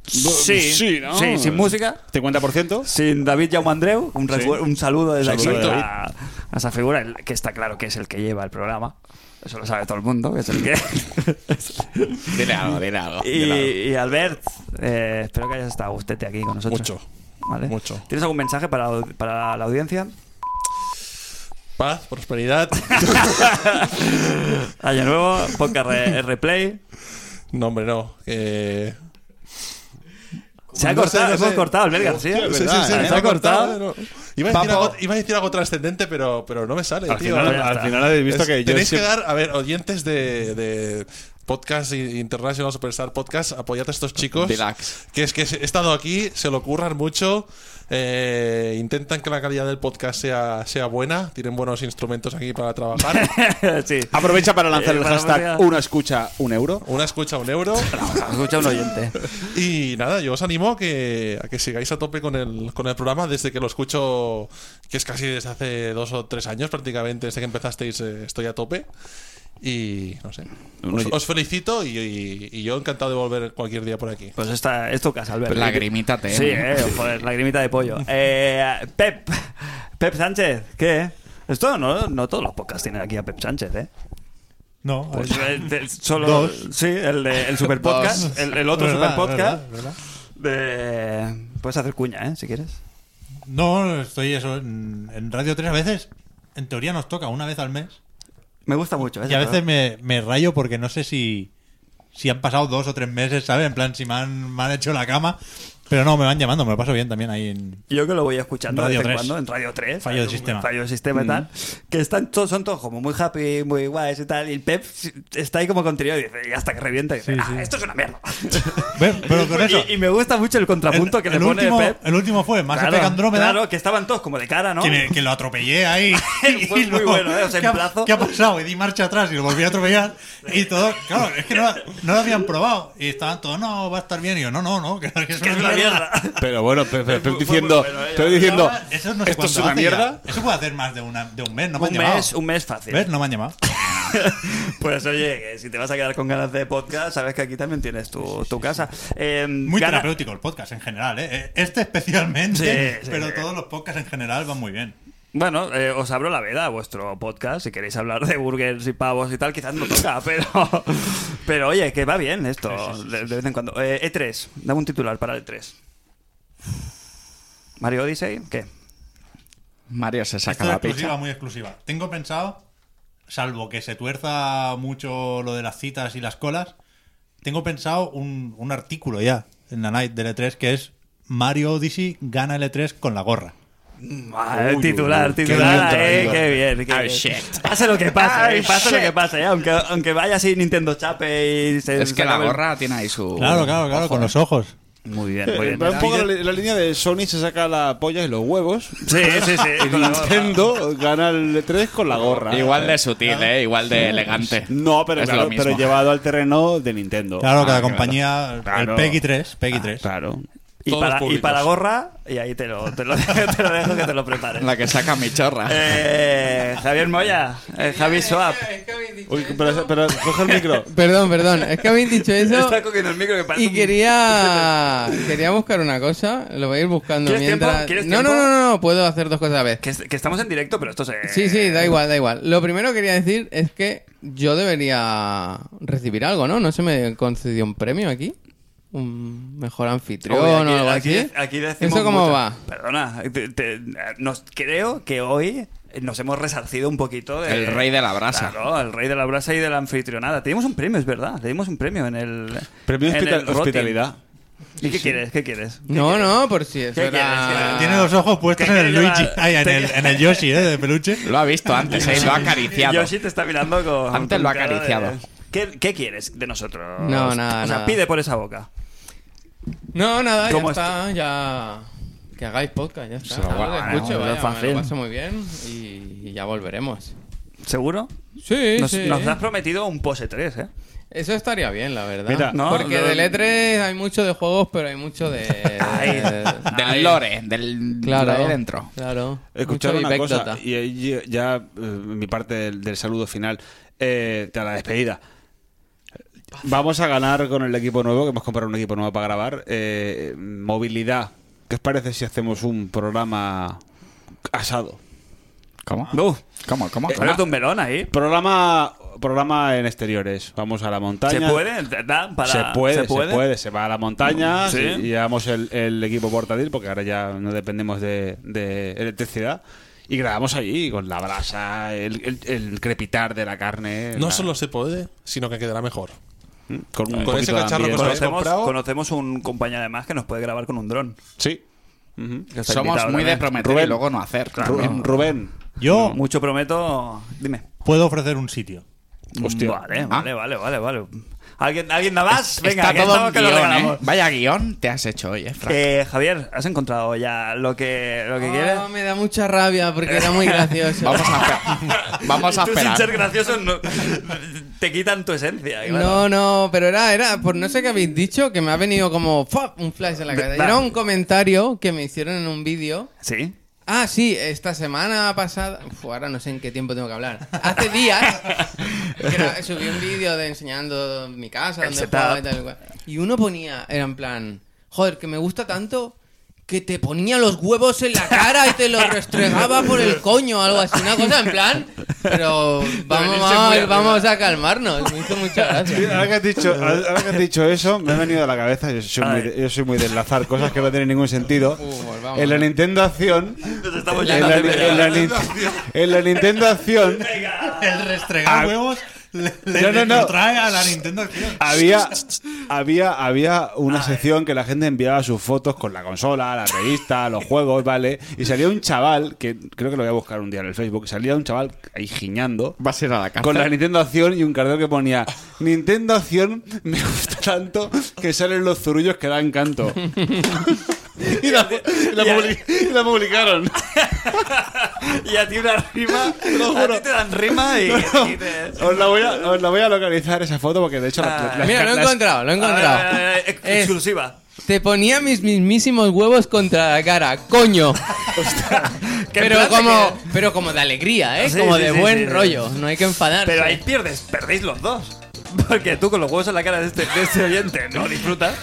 [SPEAKER 2] Sí,
[SPEAKER 5] sí, ¿no?
[SPEAKER 2] sí, sin música.
[SPEAKER 5] 50%.
[SPEAKER 2] Sin David Jaume Andreu, un, recu- un saludo desde aquí
[SPEAKER 3] Exacto.
[SPEAKER 2] a, a esa figura, el- que está claro que es el que lleva el programa. Eso lo sabe todo el mundo, que es el que.
[SPEAKER 4] Dile algo, dile algo.
[SPEAKER 2] y, y Albert, eh, espero que hayas estado usted aquí con nosotros.
[SPEAKER 3] Mucho.
[SPEAKER 2] ¿Vale?
[SPEAKER 3] mucho.
[SPEAKER 2] ¿Tienes algún mensaje para, la- para la audiencia?
[SPEAKER 3] Paz, prosperidad.
[SPEAKER 2] Año nuevo, podcast re- replay.
[SPEAKER 3] no, hombre, no. Eh,
[SPEAKER 2] Se ha
[SPEAKER 3] No sé,
[SPEAKER 2] cortado,
[SPEAKER 3] no sé.
[SPEAKER 2] hemos cortado, Albert García.
[SPEAKER 3] Sí, sí,
[SPEAKER 5] verdad,
[SPEAKER 3] sí,
[SPEAKER 2] ¿eh?
[SPEAKER 3] me
[SPEAKER 2] ¿Se ha cortado?
[SPEAKER 3] no. Iba, a decir
[SPEAKER 5] Papo.
[SPEAKER 3] algo, iba a decir algo trascendente, pero, pero no me sale.
[SPEAKER 5] Al
[SPEAKER 3] tío.
[SPEAKER 5] final,
[SPEAKER 2] ya
[SPEAKER 5] al
[SPEAKER 2] está.
[SPEAKER 5] final habéis visto
[SPEAKER 3] Es-
[SPEAKER 5] que yo
[SPEAKER 3] tenéis
[SPEAKER 5] siempre-
[SPEAKER 3] que dar, a ver, oyentes de, de Podcast i- International Superstar Podcast, apoyad a estos chicos.
[SPEAKER 4] Relax.
[SPEAKER 3] Que es que he estado aquí, se lo curran mucho, eh, intentan que la calidad del podcast sea, sea buena, tienen buenos instrumentos aquí para trabajar.
[SPEAKER 2] sí.
[SPEAKER 5] Aprovecha para lanzar
[SPEAKER 2] Eh,
[SPEAKER 5] el
[SPEAKER 2] para
[SPEAKER 5] hashtag
[SPEAKER 2] anunciar.
[SPEAKER 5] una escucha un euro.
[SPEAKER 3] Una escucha, un euro.
[SPEAKER 2] Escucha un oyente.
[SPEAKER 3] Y nada, yo os animo a que, a que sigáis a tope con el, con el programa desde que lo escucho, que es casi desde hace dos o tres años prácticamente, desde que empezasteis eh, estoy a tope. Y no sé. Os, os felicito y, y- y yo encantado de volver cualquier día por aquí.
[SPEAKER 2] Pues esta, es tu casa, Albert.
[SPEAKER 4] Pues Lagrimita te.
[SPEAKER 2] Sí, eh, joder, lagrimita de pollo. Eh, Pep, Pep Sánchez, ¿qué? Esto no, no todos los podcasts tienen aquí a Pep Sánchez, ¿eh?
[SPEAKER 6] No,
[SPEAKER 2] Pues,
[SPEAKER 6] es-
[SPEAKER 2] eh, te- solo,
[SPEAKER 6] Dos.
[SPEAKER 2] Sí, el, de- el super podcast, el, el otro
[SPEAKER 6] verdad,
[SPEAKER 2] super podcast.
[SPEAKER 6] verdad, verdad.
[SPEAKER 2] de- Puedes hacer cuña, ¿eh? Si quieres.
[SPEAKER 6] No, estoy eso. En, en Radio 3 a veces, en teoría nos toca una vez al mes.
[SPEAKER 2] Me gusta mucho. ¿eh?
[SPEAKER 6] Y a veces me, me rayo porque no sé si, si han pasado dos o tres meses, ¿sabes? En plan, si me han, me han hecho la cama. Pero no, me van llamando, me lo paso bien también ahí en...
[SPEAKER 2] Yo que lo voy escuchando
[SPEAKER 6] Radio
[SPEAKER 2] de vez en
[SPEAKER 6] 3.
[SPEAKER 2] cuando en Radio 3.
[SPEAKER 6] Fallo del
[SPEAKER 2] un
[SPEAKER 6] sistema. Mm.
[SPEAKER 2] Fallo del sistema y tal. Que están todos, son todos como muy happy, muy guays y tal. Y el Pep está ahí como contenido y dice, y hasta que revienta y dice, "Ah, esto es una mierda.
[SPEAKER 6] Ve, Pero con eso...
[SPEAKER 2] y, y me gusta mucho el contrapunto
[SPEAKER 6] el,
[SPEAKER 2] que
[SPEAKER 6] el
[SPEAKER 2] le pone
[SPEAKER 6] último,
[SPEAKER 2] Pep.
[SPEAKER 6] el último fue Más Effect Andrómeda,
[SPEAKER 2] claro, que estaban todos como de cara, ¿no?
[SPEAKER 6] que, me- que lo atropellé ahí.
[SPEAKER 2] Fue muy bueno, ¿eh? O sea, en
[SPEAKER 6] ¿qué, ha-
[SPEAKER 2] plazo.
[SPEAKER 6] qué ha pasado? Y di marcha atrás y lo volví a atropellar. Y todo, claro, es que no, no lo habían probado. Y estaban todos, no, va a estar bien. Y yo, no, no, no, que, que
[SPEAKER 2] Que es una mierda.
[SPEAKER 5] Pero bueno, pero, pero- pero
[SPEAKER 2] muy- fue muy
[SPEAKER 5] diciendo,
[SPEAKER 2] bueno, ¿eh?
[SPEAKER 5] pero diciendo,
[SPEAKER 6] Ahora, "Ah, eso no sé
[SPEAKER 5] esto es
[SPEAKER 6] cuánto
[SPEAKER 5] una
[SPEAKER 6] hace
[SPEAKER 5] mierda.
[SPEAKER 6] ya. Eso puede hacer más de, una, de un mes, no me
[SPEAKER 2] un,
[SPEAKER 6] han llamado.
[SPEAKER 2] mes, un mes fácil.
[SPEAKER 6] ¿Ves? No me han llamado.
[SPEAKER 2] Pues oye, que si te vas a quedar con ganas de podcast, sabes que aquí también tienes tu, tu casa. Eh,
[SPEAKER 6] Muy
[SPEAKER 2] gana-
[SPEAKER 6] terapéutico el podcast en general, ¿eh? Este especialmente,
[SPEAKER 2] Sí, sí,
[SPEAKER 6] pero
[SPEAKER 2] sí.
[SPEAKER 6] todos los podcasts en general van muy bien.
[SPEAKER 2] Bueno, eh, os abro la veda a vuestro podcast. Si queréis hablar de burgers y pavos y tal, quizás no toca, pero, pero oye, que va bien esto de, de vez en cuando. Eh, E3, dame un titular para el E3. Mario Odyssey, ¿qué?
[SPEAKER 4] Mario se saca
[SPEAKER 6] Esto es
[SPEAKER 4] la
[SPEAKER 6] exclusiva,
[SPEAKER 4] pizza.
[SPEAKER 6] muy exclusiva. Tengo pensado, salvo que se tuerza mucho lo de las citas y las colas, tengo pensado un, un artículo ya en la Night de E3 que es Mario Odyssey gana el E3 con la gorra.
[SPEAKER 2] Ah, titular,
[SPEAKER 5] uy, qué
[SPEAKER 2] titular,
[SPEAKER 5] bien
[SPEAKER 2] eh,
[SPEAKER 5] traído.
[SPEAKER 2] qué bien. qué
[SPEAKER 4] Ah,
[SPEAKER 2] bien.
[SPEAKER 4] shit.
[SPEAKER 2] Pase lo que pase,
[SPEAKER 4] Ah,
[SPEAKER 2] eh, pase lo que
[SPEAKER 4] shit.
[SPEAKER 2] pase, eh, aunque, aunque vaya así Nintendo Chape y se.
[SPEAKER 4] Es que la
[SPEAKER 2] acabe el-
[SPEAKER 4] gorra tiene ahí su.
[SPEAKER 6] Claro, claro, claro, con los ojos.
[SPEAKER 2] Muy bien,
[SPEAKER 4] Eh,
[SPEAKER 2] muy bien.
[SPEAKER 5] Va un poco la, la línea de Sony se saca la polla y los huevos.
[SPEAKER 2] Sí, sí, sí. con la gorra.
[SPEAKER 5] Nintendo gana el E3 con la gorra.
[SPEAKER 4] Igual de sutil, ¿eh? Igual de elegante.
[SPEAKER 5] No, pero,
[SPEAKER 4] Es
[SPEAKER 5] claro,
[SPEAKER 4] lo mismo.
[SPEAKER 5] pero llevado al terreno de Nintendo.
[SPEAKER 6] Claro, cada
[SPEAKER 4] claro.
[SPEAKER 6] compañía,
[SPEAKER 5] Oh, Claro.
[SPEAKER 6] el PEGI 3, PEGI 3.
[SPEAKER 5] Claro.
[SPEAKER 2] Y
[SPEAKER 3] Todos
[SPEAKER 2] para, y
[SPEAKER 3] públicos.
[SPEAKER 2] para gorra, y ahí te lo, te lo, te lo dejo que te lo prepares.
[SPEAKER 4] La que saca mi chorra.
[SPEAKER 2] Eh, Javier Moya, eh, Javi Soap.
[SPEAKER 7] Es que habéis dicho
[SPEAKER 5] Uy,
[SPEAKER 7] eso.
[SPEAKER 5] pero, pero coge el micro.
[SPEAKER 7] Perdón, perdón. Es que habéis dicho eso.
[SPEAKER 2] Está cogiendo el micro que parece
[SPEAKER 7] Y
[SPEAKER 2] un-
[SPEAKER 7] quería quería buscar una cosa, lo voy a ir buscando
[SPEAKER 2] ¿Quieres tiempo?
[SPEAKER 7] mientras.
[SPEAKER 2] ¿Quieres
[SPEAKER 7] no, no,
[SPEAKER 2] tiempo?
[SPEAKER 7] no, no, no, puedo hacer dos cosas a la vez.
[SPEAKER 2] Que, es- que estamos en directo, pero esto se.
[SPEAKER 7] Sí, sí, da igual, da igual. Lo primero que quería decir es que yo debería recibir algo, ¿no? ¿No se me concedió un premio aquí? ¿Un mejor anfitrión
[SPEAKER 2] Oye,
[SPEAKER 7] o algo
[SPEAKER 2] aquí,
[SPEAKER 7] así?
[SPEAKER 2] aquí- aquí decimos
[SPEAKER 7] ¿Eso cómo
[SPEAKER 2] mucho-
[SPEAKER 7] va?
[SPEAKER 2] Perdona, te- te- nos, creo que hoy nos hemos resarcido un poquito de-
[SPEAKER 4] El rey de la brasa.
[SPEAKER 2] Claro, el rey de la brasa y de la anfitrionada. Te dimos un premio, es verdad. Te dimos un premio en el.
[SPEAKER 5] Premio
[SPEAKER 2] en el
[SPEAKER 5] hospital-
[SPEAKER 2] Rotin.
[SPEAKER 5] hospitalidad.
[SPEAKER 2] ¿Y qué quieres? ¿Qué quieres?
[SPEAKER 7] No, no, por si eso
[SPEAKER 2] ¿Qué quieres?
[SPEAKER 7] era...
[SPEAKER 6] Tiene los ojos puestos
[SPEAKER 2] ¿Qué
[SPEAKER 6] en el
[SPEAKER 2] quiere llevar?
[SPEAKER 6] Luigi, ay, en,
[SPEAKER 2] ¿Te
[SPEAKER 6] el,
[SPEAKER 2] quiere-
[SPEAKER 6] en el Yoshi, ¿eh? De peluche.
[SPEAKER 4] Lo ha visto antes, ¿eh? Lo ha acariciado.
[SPEAKER 2] Yoshi te está mirando con.
[SPEAKER 4] Antes
[SPEAKER 2] con
[SPEAKER 4] lo ha
[SPEAKER 2] cara de-
[SPEAKER 4] acariciado.
[SPEAKER 2] ¿Qué, qué quieres de nosotros?
[SPEAKER 7] No, nada,
[SPEAKER 2] O sea,
[SPEAKER 7] nada.
[SPEAKER 2] pide por esa boca.
[SPEAKER 7] No, nada, ya
[SPEAKER 2] ¿Cómo
[SPEAKER 7] está, ya... Que hagáis podcast, ya está.
[SPEAKER 4] Sí,
[SPEAKER 7] Yo
[SPEAKER 4] bueno,
[SPEAKER 7] lo escucho,
[SPEAKER 2] lo
[SPEAKER 7] vaya,
[SPEAKER 2] fácil.
[SPEAKER 7] me lo paso muy bien y, y ya volveremos.
[SPEAKER 2] ¿Seguro?
[SPEAKER 7] Sí,
[SPEAKER 2] Nos,
[SPEAKER 7] sí. ¿eh?
[SPEAKER 2] nos has prometido un pose 3, ¿eh?
[SPEAKER 7] Eso estaría bien, la verdad.
[SPEAKER 5] Mira,
[SPEAKER 2] no,
[SPEAKER 7] Porque
[SPEAKER 2] no-
[SPEAKER 7] del E3 hay mucho de juegos, pero hay mucho de...
[SPEAKER 2] Ay.
[SPEAKER 4] Del lore, del
[SPEAKER 7] Claro.
[SPEAKER 4] de ahí dentro.
[SPEAKER 7] Claro.
[SPEAKER 5] Escuchar
[SPEAKER 7] Mucho
[SPEAKER 5] una cosa,
[SPEAKER 7] bipécdota.
[SPEAKER 5] y ahí ya eh, mi parte del, del saludo final, eh, de la despedida. Vamos a ganar con el equipo nuevo, que hemos comprado un equipo nuevo para grabar. eh, movilidad. ¿Qué os parece si hacemos un programa asado?
[SPEAKER 4] ¿Cómo?
[SPEAKER 2] No.
[SPEAKER 4] ¿Cómo? ¿Cómo?
[SPEAKER 2] Te
[SPEAKER 4] ¿Cómo?
[SPEAKER 2] abierto Eh, un melón ahí.
[SPEAKER 5] Programa, programa en exteriores. Vamos a la montaña.
[SPEAKER 2] ¿Se puede? Da para-
[SPEAKER 5] se puede, se puede, se va a la montaña
[SPEAKER 2] Sí.
[SPEAKER 5] y llevamos el, el equipo portátil porque ahora ya no dependemos de, de electricidad y grabamos allí con la brasa, el, el- el crepitar de la carne,
[SPEAKER 3] No
[SPEAKER 5] la- ¿Mm?
[SPEAKER 3] solo se puede, sino que quedará mejor.
[SPEAKER 5] con un
[SPEAKER 3] con
[SPEAKER 5] poquito
[SPEAKER 3] ese
[SPEAKER 5] de
[SPEAKER 3] cacharro que
[SPEAKER 5] ambiente.
[SPEAKER 3] os habéis
[SPEAKER 2] Conocemos,
[SPEAKER 3] comprado?
[SPEAKER 2] conocemos un compañero además que nos puede grabar con un dron.
[SPEAKER 5] Sí.
[SPEAKER 2] que está
[SPEAKER 4] Somos
[SPEAKER 2] invitado
[SPEAKER 4] muy de
[SPEAKER 2] también.
[SPEAKER 4] prometer
[SPEAKER 5] Rubén.
[SPEAKER 4] y luego no hacer.
[SPEAKER 5] Ru-
[SPEAKER 4] No.
[SPEAKER 5] Rubén,
[SPEAKER 6] Yo
[SPEAKER 2] Mucho prometo. Dime.
[SPEAKER 6] puedo ofrecer un sitio.
[SPEAKER 5] Hostia.
[SPEAKER 2] Vale,
[SPEAKER 4] Ah.
[SPEAKER 2] vale, vale, vale, vale. ¿Alguien, ¿alguien nada más? Venga,
[SPEAKER 4] Está
[SPEAKER 2] que
[SPEAKER 4] todo
[SPEAKER 2] estamos
[SPEAKER 4] en
[SPEAKER 2] que lo
[SPEAKER 4] guión,
[SPEAKER 2] regalamos.
[SPEAKER 4] ¿eh? Vaya guión te has hecho hoy, eh, Fran.
[SPEAKER 2] Eh, Javier, ¿has encontrado ya lo que, lo que
[SPEAKER 7] Ah,
[SPEAKER 2] quieres?
[SPEAKER 7] me da mucha rabia porque era muy gracioso.
[SPEAKER 4] Vamos a esperar. Vamos a
[SPEAKER 2] Tú sin ser
[SPEAKER 4] esperar.
[SPEAKER 2] gracioso no- te quitan tu esencia. claro.
[SPEAKER 7] No, no, pero era, era, por no sé qué habéis dicho, que me ha venido como ¡fua! un flash en la cabeza. Y
[SPEAKER 2] Va.
[SPEAKER 7] Era un comentario que me hicieron en un vídeo.
[SPEAKER 2] Sí.
[SPEAKER 7] Ah, sí, esta semana pasada. Uf, ahora no sé en qué tiempo tengo que hablar. Hace días que era- subí un vídeo de enseñando mi casa,
[SPEAKER 2] El
[SPEAKER 7] donde
[SPEAKER 2] setup.
[SPEAKER 7] jugaba y tal y cual. Y uno ponía, era en plan, joder, que me gusta tanto que te ponía los huevos en la cara y te los restregaba por el coño o algo así. Una cosa en plan, pero vamos,
[SPEAKER 2] venirse muy arriba.
[SPEAKER 7] vamos, vamos a calmarnos. Me hizo mucha
[SPEAKER 5] Sí,
[SPEAKER 7] gracia.
[SPEAKER 5] Ahora que, has dicho, ahora que has dicho eso, me ha venido a la cabeza. Yo soy, muy de, yo soy muy de enlazar cosas que no tienen ningún sentido.
[SPEAKER 7] Fútbol, vamos.
[SPEAKER 5] en la Nintendo Acción.
[SPEAKER 2] Nos estamos
[SPEAKER 5] En
[SPEAKER 2] llenando
[SPEAKER 5] la,
[SPEAKER 2] de
[SPEAKER 5] en la- en la Nintendo Acción.
[SPEAKER 6] El restregar
[SPEAKER 5] Ah.
[SPEAKER 6] huevos le, le-
[SPEAKER 5] No, no, no.
[SPEAKER 6] lo trae a la Nintendo tío.
[SPEAKER 5] Había, había, había una sección que la gente enviaba sus fotos con la consola, la revista, los juegos, ¿vale? Y salía un chaval, que creo que lo voy a buscar un día en el Facebook, salía un chaval ahí giñando.
[SPEAKER 4] Vas a ir a la
[SPEAKER 5] Con la
[SPEAKER 4] cárcel.
[SPEAKER 5] Nintendo Acción y un cartel que ponía Nintendo Acción me gusta tanto que salen los zurullos que dan canto. y, la, y la publi- y la publicaron.
[SPEAKER 2] Y a ti una rima. a ti te dan rima y, y te-
[SPEAKER 5] Os la, voy a, os la voy a localizar esa foto porque de hecho la-
[SPEAKER 2] Ah.
[SPEAKER 5] las-
[SPEAKER 7] Mira, lo he
[SPEAKER 5] las-
[SPEAKER 7] encontrado, lo he
[SPEAKER 2] A ver, a ver, a
[SPEAKER 7] encontrado.
[SPEAKER 2] ver, ex-
[SPEAKER 7] Es-
[SPEAKER 2] exclusiva.
[SPEAKER 7] Te ponía mis mismísimos huevos contra la cara, coño.
[SPEAKER 2] Qué
[SPEAKER 7] pero
[SPEAKER 2] plan de
[SPEAKER 7] como,
[SPEAKER 2] que- Ah,
[SPEAKER 7] pero como de alegría, ¿eh?
[SPEAKER 2] Sí,
[SPEAKER 7] como
[SPEAKER 2] sí,
[SPEAKER 7] de
[SPEAKER 2] sí,
[SPEAKER 7] buen
[SPEAKER 2] sí.
[SPEAKER 7] rollo. No hay que enfadarse.
[SPEAKER 2] Pero ahí pierdes, perdéis los dos. Porque tú con los huevos en la cara de este, de este oyente no disfrutas.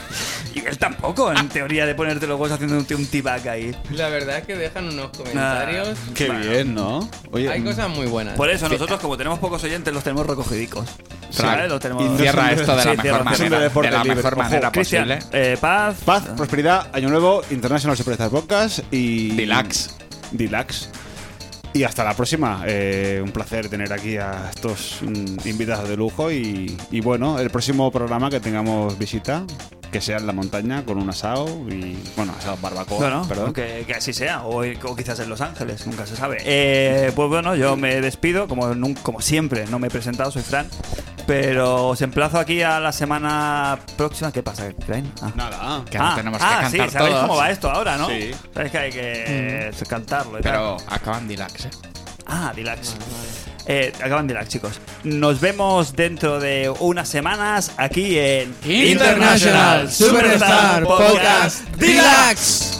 [SPEAKER 2] Y él tampoco, en teoría, de ponerte los huevos haciendo un, un t-back ahí.
[SPEAKER 7] La verdad es que dejan unos comentarios.
[SPEAKER 5] Qué bien, ¿no? Oye,
[SPEAKER 7] Hay cosas muy buenas.
[SPEAKER 2] Por eso, nosotros, como tenemos pocos oyentes, los tenemos recogidicos. ¿Sabes? Los tenemos.
[SPEAKER 5] Y
[SPEAKER 4] Cierra esto de la
[SPEAKER 2] Sí,
[SPEAKER 4] mejor
[SPEAKER 2] cierra, cierra.
[SPEAKER 4] manera,
[SPEAKER 5] deporte
[SPEAKER 4] de la
[SPEAKER 5] libre.
[SPEAKER 4] mejor
[SPEAKER 5] Ojo,
[SPEAKER 4] manera
[SPEAKER 2] Cristian,
[SPEAKER 4] posible.
[SPEAKER 2] eh, paz.
[SPEAKER 5] Paz, prosperidad, año nuevo, International Superstar Podcast y.
[SPEAKER 4] Deluxe.
[SPEAKER 5] Deluxe. Y hasta la próxima. Eh, un placer tener aquí a estos mm, invitados de lujo. Y, y bueno, el próximo programa que tengamos visita, que sea en la montaña con un asado y. Bueno, asado barbacoa,
[SPEAKER 2] Bueno,
[SPEAKER 5] perdón.
[SPEAKER 2] Que, que así sea, o, o quizás en Los Ángeles, nunca se sabe. Eh, pues bueno, yo me despido, como, nun- como siempre, no me he presentado, soy Fran, pero os emplazo aquí a la semana próxima. ¿Qué pasa, Klein? Ah.
[SPEAKER 5] Nada.
[SPEAKER 4] Que ahora tenemos que
[SPEAKER 2] ah,
[SPEAKER 4] cantar
[SPEAKER 2] sí, sabéis
[SPEAKER 4] todos.
[SPEAKER 2] cómo va esto ahora, ¿no?
[SPEAKER 5] Sí.
[SPEAKER 2] Sabéis que hay que cantarlo y tal.
[SPEAKER 4] Pero acaban Dilax, ¿eh?
[SPEAKER 2] Ah, Dilax. Eh, acaban Dilax, chicos. Nos vemos dentro de unas semanas aquí en
[SPEAKER 7] International Superstar Podcast Deluxe.